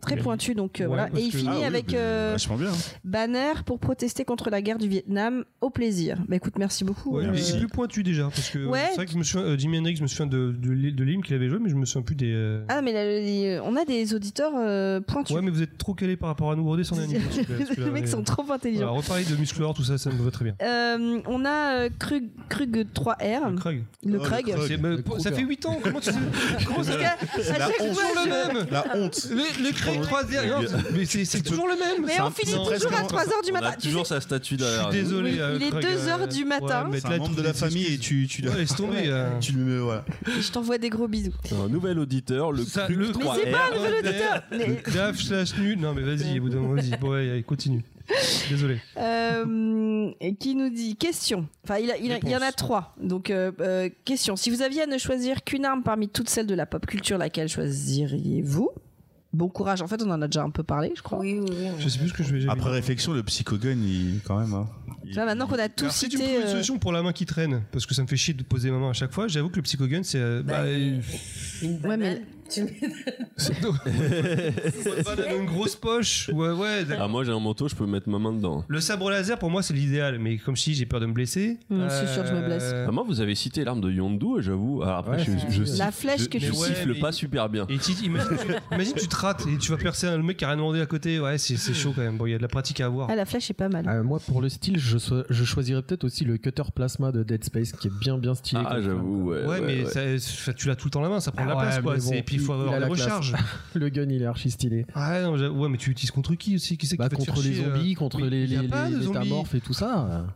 Très
Ouais.
pointu, donc euh,
Ouais,
voilà.
parce
Et il
que-
finit
Ah oui,
avec
bah,
euh,
Vachement bien.
Banner pour protester contre la guerre du Vietnam. Au plaisir. Bah écoute, merci beaucoup.
Ouais,
euh,
mais c'est plus pointu déjà parce que euh,
Ouais.
c'est vrai que je me souviens, euh, Jimi Hendrix je me souviens de, de, l'hymne- de l'hymne qu'il avait joué mais je me souviens plus des euh,
Ah, mais là, euh, on a des auditeurs euh, pointus.
ouais mais vous êtes trop calés par rapport à nous redescendez à niveau celui-là,
Les
celui-là,
mecs
mais-
sont trop intelligents.
voilà, reparler de musclor tout ça ça me va très bien
Euh, on a euh, Krug, Krug 3R,
Le Krug. Oh,
le
Oh, le
Krug.
Krug.
C'est- bah,
Le
pour- ça
Kruger.
fait 8 ans comment tu sais comment ça
Parce que à
la
chaque
honte.
fois,
toujours
je-
le même
La honte.
le, le Krug 3D non, mais c'est c'est toujours le même
Mais
C'est
on
un-
finit
c'est
toujours
presque-
à 3h du
On
matin.
a
Tu
toujours sa statue
je
derrière.
suis
nous.
désolé
Oui,
euh,
il est
Krug,
2 heures
euh,
du matin.
ouais, mais
Ah, C'est
là,
un membre
tu-
de la famille et tu tu
Ouais,
la-
laisse tomber euh.
tu le mets voilà.
sais, je t'envoie des gros bisous.
Un nouvel auditeur, le
Ça,
Cluc
le- Mais
3R.
c'est pas un nouvel auditeur. Mais-
DAF slash nu. Non, mais vas-y, au bout d'un moment, vas-y. Bon, ouais, allez, continue. Désolé.
Euh, et qui nous dit question. Enfin, il, a- il a- il y en a
Réponse.
trois. Donc, euh, euh, question. Si vous aviez à ne choisir qu'une arme parmi toutes celles de la pop culture, laquelle choisiriez-vous Bon courage. En fait, on en a déjà un peu parlé, je crois.
Oui, oui, oui.
Je sais plus ce que je vais
Après réflexion, le psychogun, il quand même. hein.
Tu vois, maintenant qu'on a tous
Alors, si tu me
cité.
trouves une
euh,
solution pour la main qui traîne, parce que ça me fait chier de poser ma main à chaque fois, j'avoue que le psychogun, c'est. euh, bah, euh,
Une
Ouais, mais-
banane. Tu mets-
faut pas dans une grosse poche. Ouais, ouais. d'accord.
Ah, moi, j'ai un manteau, je peux mettre ma main dedans.
Le sabre laser, pour moi, c'est l'idéal, mais comme si j'ai peur de me blesser.
Mm, c'est sûr, je me blesse.
euh,
Ah, moi, vous avez cité l'arme de Yondu, et j'avoue. Alors après,
Ouais,
je, je,
La
siffle-
flèche
je-
que
je
tu-
Ouais,
siffle
mais-
pas super bien.
Et tu- imagine, tu, imagine, tu te rates et tu vas percer un, le mec qui a rien demandé à côté. Ouais, c'est c'est chaud quand même. Bon, il y a de la pratique à avoir.
Ah, la flèche est pas mal.
Euh, moi, pour le style, je, so- je choisirais peut-être aussi le cutter plasma de Dead Space, qui est bien, bien stylé.
Ah,
comme
j'avoue, ouais.
Ouais, mais ça- ça- tu l'as tout le temps la main, ça prend de la
Ah ouais,
place quoi.
mais bon,
C'est- et puis il faut
il-
avoir
il a
la
la classe.
recharge.
femme. Le gun, il est archi stylé.
Ah non, j'a- ouais, mais tu utilises contre qui aussi Qui c'est
Bah,
qui va te
contre
faire
les
chier, euh
zombies, contre
Mais
les,
y
les,
a pas de
les
zombies.
métamorphes et tout ça.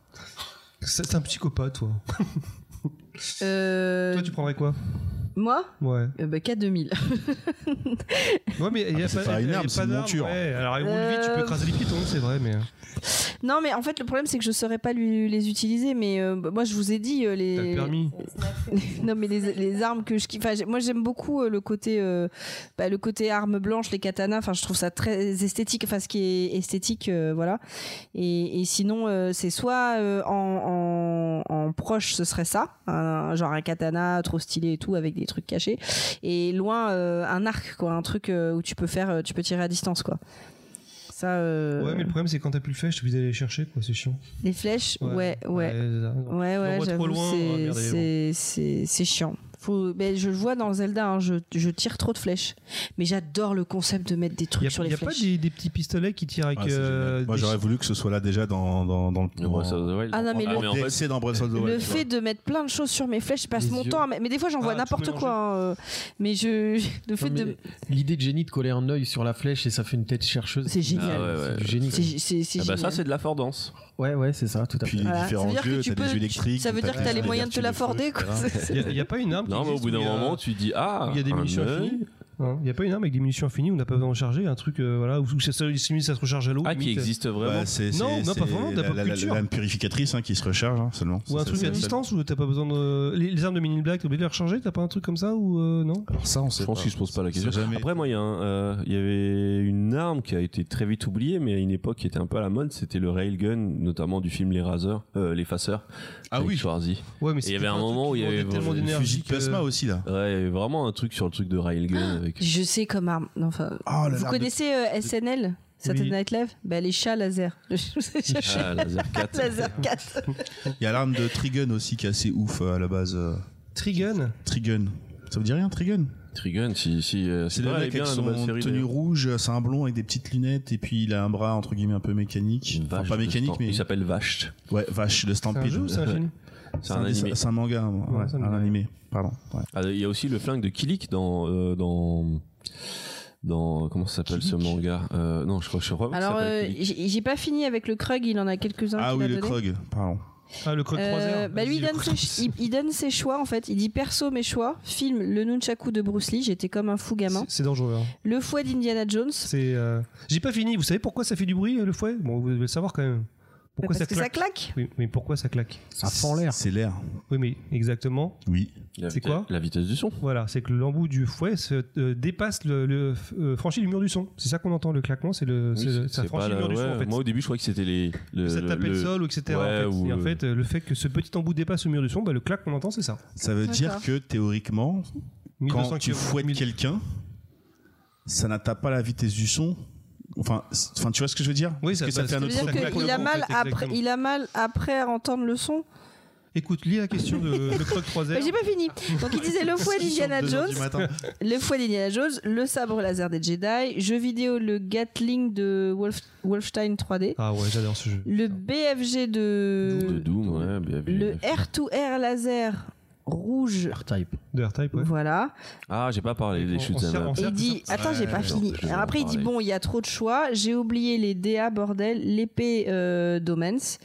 C'est c'est un psychopathe, toi.
Euh,
Toi, tu prendrais quoi
Moi
Ouais.
Euh, bah, K2000.
Ouais, mais il y
Ah,
a
c'est
pas,
pas une
il y a
arme,
pas
c'est une
d'arme,
monture.
Ouais, alors, roule vite, tu
Euh,
peux écraser les pitons, c'est vrai, mais. euh,
non, mais en fait, le problème, c'est que je saurais pas lui- les utiliser. Mais euh, bah, moi, je vous ai dit euh,
T'as le
les.
permis.
non, mais les, les armes que je kiffe. Enfin, j'ai- moi, j'aime beaucoup euh, le côté, euh, bah, le côté armes blanches, les katanas. Enfin, je trouve ça très esthétique. Enfin, ce qui est esthétique, euh, voilà. Et, et sinon, euh, c'est soit euh, en, en- en proche, ce serait ça, un- genre un katana trop stylé et tout, avec des trucs cachés. Et loin, euh, un arc, quoi, un truc euh, où tu peux faire, euh, tu peux tirer à distance, quoi. Ça, euh,
Ouais, mais le problème, c'est quand t'as plus le flash, t'es obligé d'aller les chercher, quoi, c'est chiant.
les flèches, ouais. ouais.
c'est ça.
Ouais, ouais,
voit trop
j'avoue,
loin,
c'est-
ah, merde, elle
c'est-
est
c'est c'est chiant. Faut, mais je le vois dans Zelda, hein, je, je tire trop de flèches. Mais j'adore le concept de mettre des
Il
trucs sur
n'y
les
a, pas
flèches.
des, des petits pistolets qui tirent avec.
Ah, c'est génial.
euh,
Moi,
des-
j'aurais voulu que ce soit là déjà dans, dans, dans le.
Le Breath of the Wild.
Ah non, mais
Ah,
le-
Oh,
mais en fait,
DLC dans Breath of the
ah,
Wild.
Le
tu vois.
fait de mettre plein de choses sur mes flèches, je passe
Les
mon
yeux.
temps. à mettre- Mais des fois, j'en vois
Ah, tout
n'importe
mélanger.
quoi. hein, euh, Mais je, le fait
Non, mais
de,
L'idée de génie de coller un œil sur la flèche et ça fait une tête chercheuse.
C'est génial.
Ah ouais, ouais.
C'est du génie.
c'est c'est- c'est
Ah bah ça
génial.
c'est de la fordance.
Ouais, ouais, c'est ça, tout à
Puis
fait.
les
Voilà.
différents
Ça veut dire que
yeux,
tu
t'as
peux-
des yeux électriques.
Ça veut dire que t'as les moyens de te l'afforder, quoi. C'est-
Il n'y a, pas une arme. qui
Non mais au
existe
bout d'un
où il y a-
moment tu dis ah
il y a des
un
munitions
œil.
infinies. hein, Il n'y a pas une arme avec des munitions infinies où on n'a pas besoin de recharger, un truc, euh, voilà, où, où ça, ça- si ça se recharge à l'eau.
Ah qui
limite.
existe vraiment.
Ouais, Bah,
Non,
c'est, c'est-
non, pas
c'est
vraiment, t'as
la-
pas de
la, la,
culture.
lame purificatrice hein, qui se recharge hein, seulement.
Ou un
Ça,
truc
c'est-
à
c'est-
distance où t'as pas besoin de. Les, les armes de Mini Black, t'es obligé de les recharger, t'as pas un truc comme ça ou euh, non
Alors ça, on sait
Je pense
pas.
qu'ils se posent pas la
Ça
question.
a jamais
Après,
été-
moi, il y, a un, euh, il y avait une arme qui a été très vite oubliée, mais à une époque qui était un peu à la mode, c'était le railgun, notamment du film Les Raseurs, euh, Les Faceurs.
Ah
avec
oui.
Schwarzy.
Ouais, mais
il y avait un moment où il y avait
tellement
vraiment-
Le
d'énergie.
fusil de
que-
plasma aussi là.
Ouais, il y avait vraiment un truc sur le truc de railgun. avec...
Je sais comme arme. Non, enfin,
Ah,
Oh,
vous connaissez euh, SNL Saturday Night Live Bah, les chats laser.
Ah, laser 4.
laser 4.
Il y a l'arme de Trigun aussi qui est assez ouf euh, à la base. euh,
Trigun
Trigun. Ça vous dit rien, Trigun
Trigun, si, si. euh, si
C'est le
elle est
mec
bien,
avec
la nouvelle
son
série,
tenue
d'ailleurs.
rouge, euh, c'est un blond avec des petites lunettes et puis il a un bras entre guillemets un peu mécanique. Enfin,
Vache
pas
de
mécanique,
Stamp-
mais
Il s'appelle Vache.
ouais, vache, le
C'est un
Stampede.
jeu ou c'est un film
C'est un animé.
C'est un manga, moi.
Ouais,
Ouais,
ça me
un
dit
animé. Pardon. ouais.
Ah, Il y a aussi le flingue de Kilik dans. euh, dans... Dans, comment ça s'appelle ce manga Euh, Non, je crois, je crois pas que ça
Alors,
s'appelle
euh,
Kilik.
j'ai j'ai pas fini avec le Krug, il en a quelques-uns
Ah
qu'il
oui,
a
le
donné.
Krog, pardon.
Ah, le Croc
Euh,
Croiseur.
bah lui, il
Vas-y, le
donne,
Croc
ses, il, il donne ses choix en fait. Il dit perso mes choix, film le nunchaku de Bruce Lee, j'étais comme un fou gamin,
C'est- C'est dangereux. hein.
le fouet d'Indiana Jones.
C'est. euh, J'ai pas fini. Vous savez pourquoi ça fait du bruit euh, le fouet Bon, vous devez le savoir quand même. Pourquoi
Bah, parce
ça
que
claque
ça claque
Oui, mais pourquoi ça claque
Ça fend l'air.
C'est l'air.
Oui, mais exactement.
Oui.
La
c'est
vitesse-
quoi Euh,
La vitesse du son.
Voilà, c'est que l'embout du fouet se, euh, dépasse le, le- euh, franchit le mur du son. C'est ça qu'on entend le claquement. C'est le,
Oui,
c'est le- ça
c'est
franchit
pas
le
la-
mur du son
ouais,
en fait.
Moi au début je croyais que c'était les. le-
ça
le-
tapait le,
le-
sol ou etc. en
Ouais,
fait.
ou
Et en
le-
fait, euh, le fait que ce petit embout dépasse le mur du son, bah, le claque qu'on entend, c'est ça.
Ça veut dire
D'accord.
que théoriquement, quand
1200
tu
kilomètres,
fouettes
1000.
quelqu'un, ça n'atteint pas la vitesse du son. Enfin, c- enfin, tu vois ce que je veux dire
Oui,
Parce
ça-
que ça
bah,
fait un
Ça veut
autre
dire
Ça claque
qu'il
le
a
vent,
mal
en fait,
après,
exactement.
il a mal après à entendre le son.
Écoute, lis la question de le croc croiseur.
Bah, j'ai pas fini. Donc il disait le fouet d'Indiana Jones, le fouet d'Indiana Jones, le sabre laser des Jedi, jeu vidéo le Gatling de Wolf- Wolfenstein 3D,
Ah ouais, j'adore ce jeu.
le BFG
De
de
Doom, ouais, bien vu.
le R2R laser rouge.
R-Type.
De R-Type, ouais.
Voilà.
Ah, j'ai pas parlé des
On-
shoots
on
and
sert-
up.
on
Et il
sert-
dit, attends, j'ai pas
Ouais,
fini.
je vais
Alors
en
après, il dit,
parler.
bon, il y a trop de choix. J'ai oublié les DA, bordel, l'épée euh, d'Omens,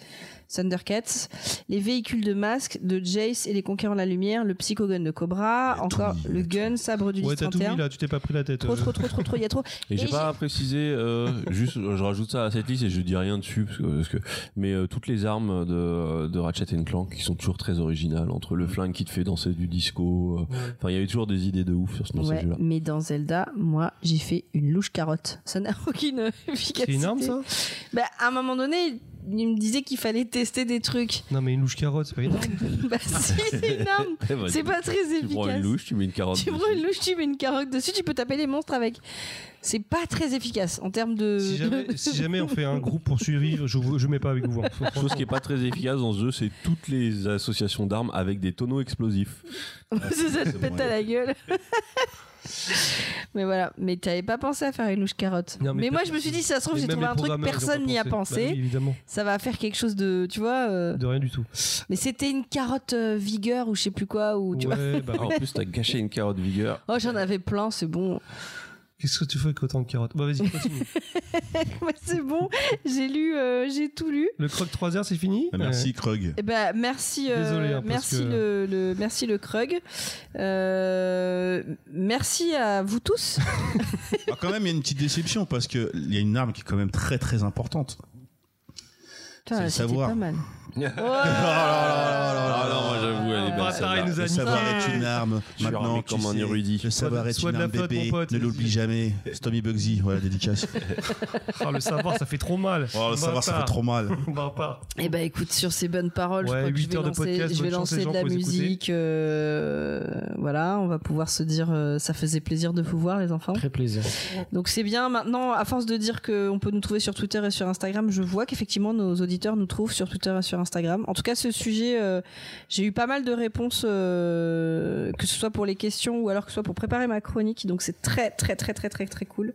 Thundercats, les véhicules de masque de Jace et les conquérants de la lumière, le psychogun de Cobra,
Il a tout
encore
mis, il a
le
tout
gun, sabre du
Ouais,
Lys
t'as tout mis
31.
là, tu t'es pas pris la tête.
Trop,
euh.
trop, trop, trop, trop, il y a trop.
Et j'ai
Et
pas précisé, euh, juste euh, je rajoute ça à cette liste et je dis rien dessus, parce que, parce que- mais euh, toutes les armes de, de Ratchet and Clank qui sont toujours très originales, entre
Mm.
le flingue qui te fait danser du disco, euh, enfin il y avait toujours des idées de ouf sur ce, dans ces
Ouais,
jeux-là.
mais dans Zelda, moi, j'ai fait une louche carotte. Ça n'a aucune euh, efficacité.
C'est une arme ça
Bah, à un moment donné, il il me disait qu'il fallait tester des trucs.
Non, mais une louche carotte, c'est pas une arme.
Bah, si, c'est une arme.
Eh ben,
C'est
tu-
pas très efficace.
Tu prends une louche, tu mets une carotte.
Tu prends
dessus.
une louche, tu mets une carotte dessus, tu peux taper les monstres avec. C'est pas très efficace en termes de.
Si jamais, si jamais on fait un groupe pour survivre, je, vous- je mets pas avec vous. hein.
Chose qui est pas très efficace dans ce jeu, c'est toutes les associations d'armes avec des tonneaux explosifs.
Ça, ça te
bon,
pète à
ouais.
la gueule. mais voilà, mais t'avais pas pensé à faire une louche carotte.
Non, mais
mais moi
peut-
je me suis dit, si ça se trouve,
Et
j'ai
même
trouvé
les
un truc,
programmeurs, ils ont
personne n'y a pensé.
Bah oui, évidemment,
Ça va faire quelque chose de. Tu vois. euh,
de rien du tout.
Mais c'était une carotte euh, vigueur ou je sais plus quoi. Ou, tu vois.
Ouais, bah,
Ah, en plus, t'as gâché une carotte vigueur.
Oh, j'en avais plein, c'est bon.
Qu'est-ce que tu fais avec autant de carottes Bah vas-y, continue.
Ouais, c'est bon, j'ai lu, euh, j'ai tout lu.
le croc 3 heures, c'est fini
Ah, Merci Krug.
Eh ben, merci, euh,
Désolé, hein, parce
merci, le,
que-
le- merci le Krug. Euh, merci à vous tous.
Alors Ah, quand même, il y a une petite déception parce que il y a une arme qui est quand même très très importante.
Putain,
C'est le
c'était
savoir.
pas mal. Ouais.
Ah non, moi,
j'avoue, elle est
bâtard, il nous a
Le
niqué.
savoir est une arme.
Je suis
Maintenant,
armé
tu
comme un
sais.
érudit.
Le savoir est
Sois
une
de la
arme
flotte, mon
bébé.
pote.
Ne l'oublie jamais. C'est Tommy Bugsy. Voilà, dédicace.
Ah, le savoir, ça fait trop mal.
Oh, le savoir, ça fait trop mal.
Bâtard.
Eh ben, écoute, sur ces bonnes paroles, je
Ouais,
crois que je
huit
vais
heures de
lancer,
podcast,
je vais
bonne chance,
lancer
les gens,
de la
pour les écouter.
musique. euh, voilà, on va pouvoir se dire, euh, ça faisait plaisir de vous voir, les enfants.
Très plaisir.
Donc c'est bien. Maintenant, à force de dire qu'on peut nous trouver sur Twitter et sur Instagram, je vois qu'effectivement nos auditeurs nous trouvent sur Twitter et sur Instagram. En tout cas, ce sujet, euh, j'ai eu pas mal de réponses, euh, que ce soit pour les questions ou alors que ce soit pour préparer ma chronique. Donc c'est très très très très très très cool.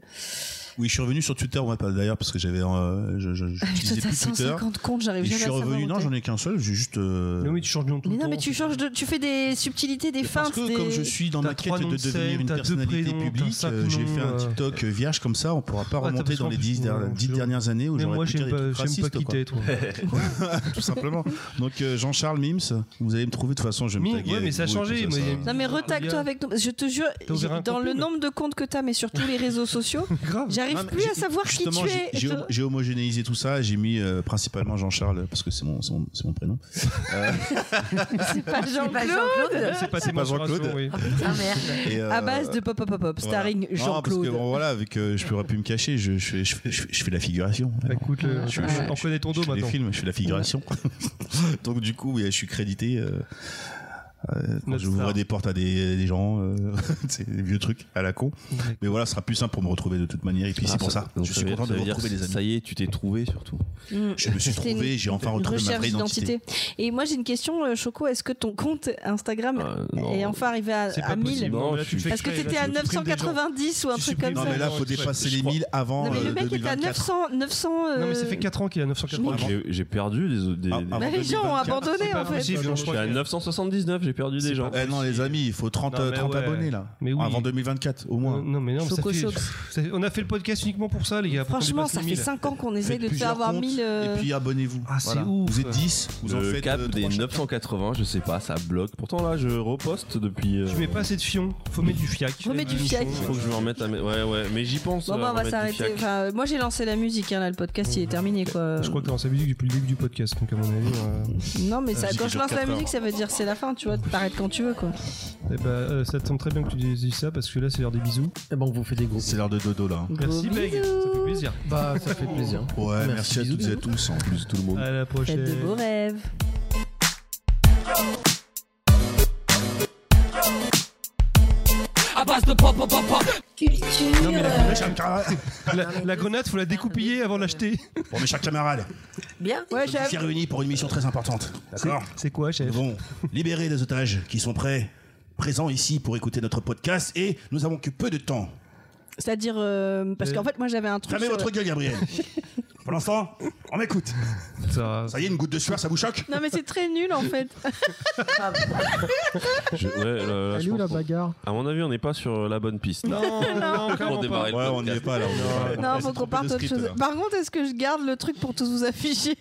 Oui, je suis revenu sur Twitter, moi pas d'ailleurs, parce que j'avais. euh, je je, je
Ah, Putain,
j'utilisais
t'as
plus Twitter.
150 comptes, j'arrive
Et je
jamais
suis
à savoir.
revenu.
où
Non,
t'es.
j'en ai qu'un seul. J'ai juste. euh,
Non, mais tu changes de nom tout
mais
le
non,
temps.
mais tu changes de, tu fais des subtilités, des
Parce
feintes.
que
des-
comme je suis dans
T'as
ma quête
trois
de
noms de
devenir
scène,
une
t'as deux
personnalité
prénoms, t'as
publique,
cinq
euh, j'ai
noms,
fait un
euh.
TikTok vierge comme ça, on pourra pas
Ah, t'as
remonter
plus
dans les
en plus,
dix
ouais,
dernières, dix
c'est
dernières années où
Mais moi,
j'aurais pu
j'aime
dire
pas,
des trucs
j'aime pas
racistes, quoi.
quitter, toi.
tout simplement. Donc euh, Jean-Charles Mims, vous allez me trouver de toute façon, je vais me
Mime,
taguer
ouais, mais
avec
ça a
vous et
changé,
tout ça,
moi, il y a
ça-
une-
Non mais retaque toi avec nous. Je te jure,
T'as ouvert un
dans
compte,
le
mais-
nombre de comptes que t'as, mais sur tous les réseaux sociaux,
Grave.
Non,
j'arrive
mais
plus
j'ai-
à savoir qui
justement,
tu
j'ai-
es.
J'ai j'ai homogénéisé tout ça, j'ai mis euh, principalement Jean-Charles, parce que c'est mon, c'est mon, c'est mon prénom.
C'est pas
C'est pas
Jean-Claude.
Jean-Claude
C'est pas
C'est pas Jean-Claude.
Jean-Claude. Oui.
Ah merde.
Et, euh,
à base de pop pop pop pop
voilà.
starring
Non,
Jean-Claude.
parce que bon, voilà, vu que je pourrais plus me cacher, je, je, fais- je, fais- je fais- je fais la figuration.
Bah, Écoute, euh, le-
Je-
on
je-
on connaît ton
je
dos
fais des
maintenant.
films, je fais la figuration. Donc du coup, oui, je suis crédité. euh, euh, quand
Notre
je ouvre
star.
des portes à des, des gens, euh, c'est des vieux trucs à la con.
Ouais.
Mais voilà, ce sera plus simple pour me retrouver de toute manière. Et puis c'est pour ça.
Ah, Donc,
Je suis
veut-
content de
veut
vous
dire,
retrouver les
Ça
amis.
y est, tu t'es trouvé surtout.
Mm.
Je me suis
C'était une-
trouvé, j'ai enfin
Une
retrouvé ma
recherche
vraie identité.
d'identité. Et moi j'ai une question, euh, Choco, est-ce que ton compte Instagram
Euh,
est
non.
enfin arrivé à,
C'est
à
pas
1000
possible. Non,
Non, là, tu
je
fais
suis-
Euh, Parce que
exprès,
t'étais
là,
à
tu supprimes des gens.
990 ou un
Tu
truc
supprimes
comme ça.
Non mais là, faut
Ouais.
dépasser
Je
les
crois-
1000 avant
Non mais le
euh,
mec est à
2024.
900, 900. euh,
Non, mais ça fait 4 ans qu'il est à 980.
J'ai- J'ai perdu des. des-
Ah,
des-
ah,
bah, les gens ont
2024,
abandonné
C'est pas
en fait.
possible,
Je suis à 979, j'ai perdu
C'est
des gens.
pas-
Eh non les amis, il faut 30,
Non, mais
30
ouais.
abonnés là.
Mais oui. Euh,
Avant 2024 au moins.
Non, non, mais non, mais ça
Choco
fait-
Chocs.
ça- on a fait le podcast uniquement pour ça, les gars. pour qu'on
Franchement,
dépasse
ça
les
fait
1000.
5 ans qu'on essaye
Faites
de te faire euh,
plusieurs
avoir
comptes,
1000.
Et puis euh, abonnez-vous.
Ah, c'est
Voilà.
ouf.
Vous êtes 10, vous en
le
faites
cap
euh,
des
trois chaque.
980, je sais pas, ça bloque. Pourtant là, je reposte depuis. euh,
Je mets pas assez de fion, faut mettre du fiac.
Remets du
Émission, euh,
fiac.
Faut que je me remette à. mes- Ouais, ouais, mais j'y pense.
Bon
euh,
bah on
remettre
va s'arrêter.
du fiac.
Enfin, euh, moi j'ai lancé la musique, hein, là le podcast il est terminé quoi.
bah, Je crois que t'es dans sa musique depuis le début du podcast, donc à mon avis. euh,
Non mais ça,
musique
quand
qui
je
dure
lance la
quatre
musique
heures.
ça veut dire c'est la fin, tu vois, t'arrêtes quand tu veux quoi.
Eh ben, euh, ça tombe très bien que tu dises dises ça parce que là, c'est l'heure des bisous.
Et ben, on vous fait des gros.
C'est l'heure de dodo là. hein.
Merci, Meg. Ça fait plaisir.
Bah, ça fait plaisir.
Ouais,
Merci,
merci, à
bisous,
toutes et à tous. En plus, tout le monde.
À la prochaine.
Faites de beaux rêves.
Non, mais la,
Mes chers camarades-
la- la grenade, faut la découpiller
Euh,
avant de l'acheter.
Pour mes chers camarades,
Bien.
Ouais,
je
chef.
suis réunis pour une mission très importante. D'accord
C'est quoi,
Nous
chef
devons libérer les otages qui sont prêts, présents ici pour écouter notre podcast et nous avons que peu de temps.
C'est-à-dire euh, parce
Euh,
qu'en fait moi j'avais un truc.
Fermez
sur-
votre gueule, Gabriel. Pour l'instant, on m'écoute.
Ça-
Ça y est, une goutte de sueur, ça vous choque
Non mais c'est très nul en fait.
Je- ouais, là, là, je
Elle est où
pense
la
qu'on-
bagarre
À mon avis, on n'est pas sur la bonne piste.
Non, non, clairement
Pour démarrer le
Ouais, on n'y est
podcast.
pas là.
Non, faut qu'on parte autre chose. Par contre, est-ce que je garde le truc pour tous vous afficher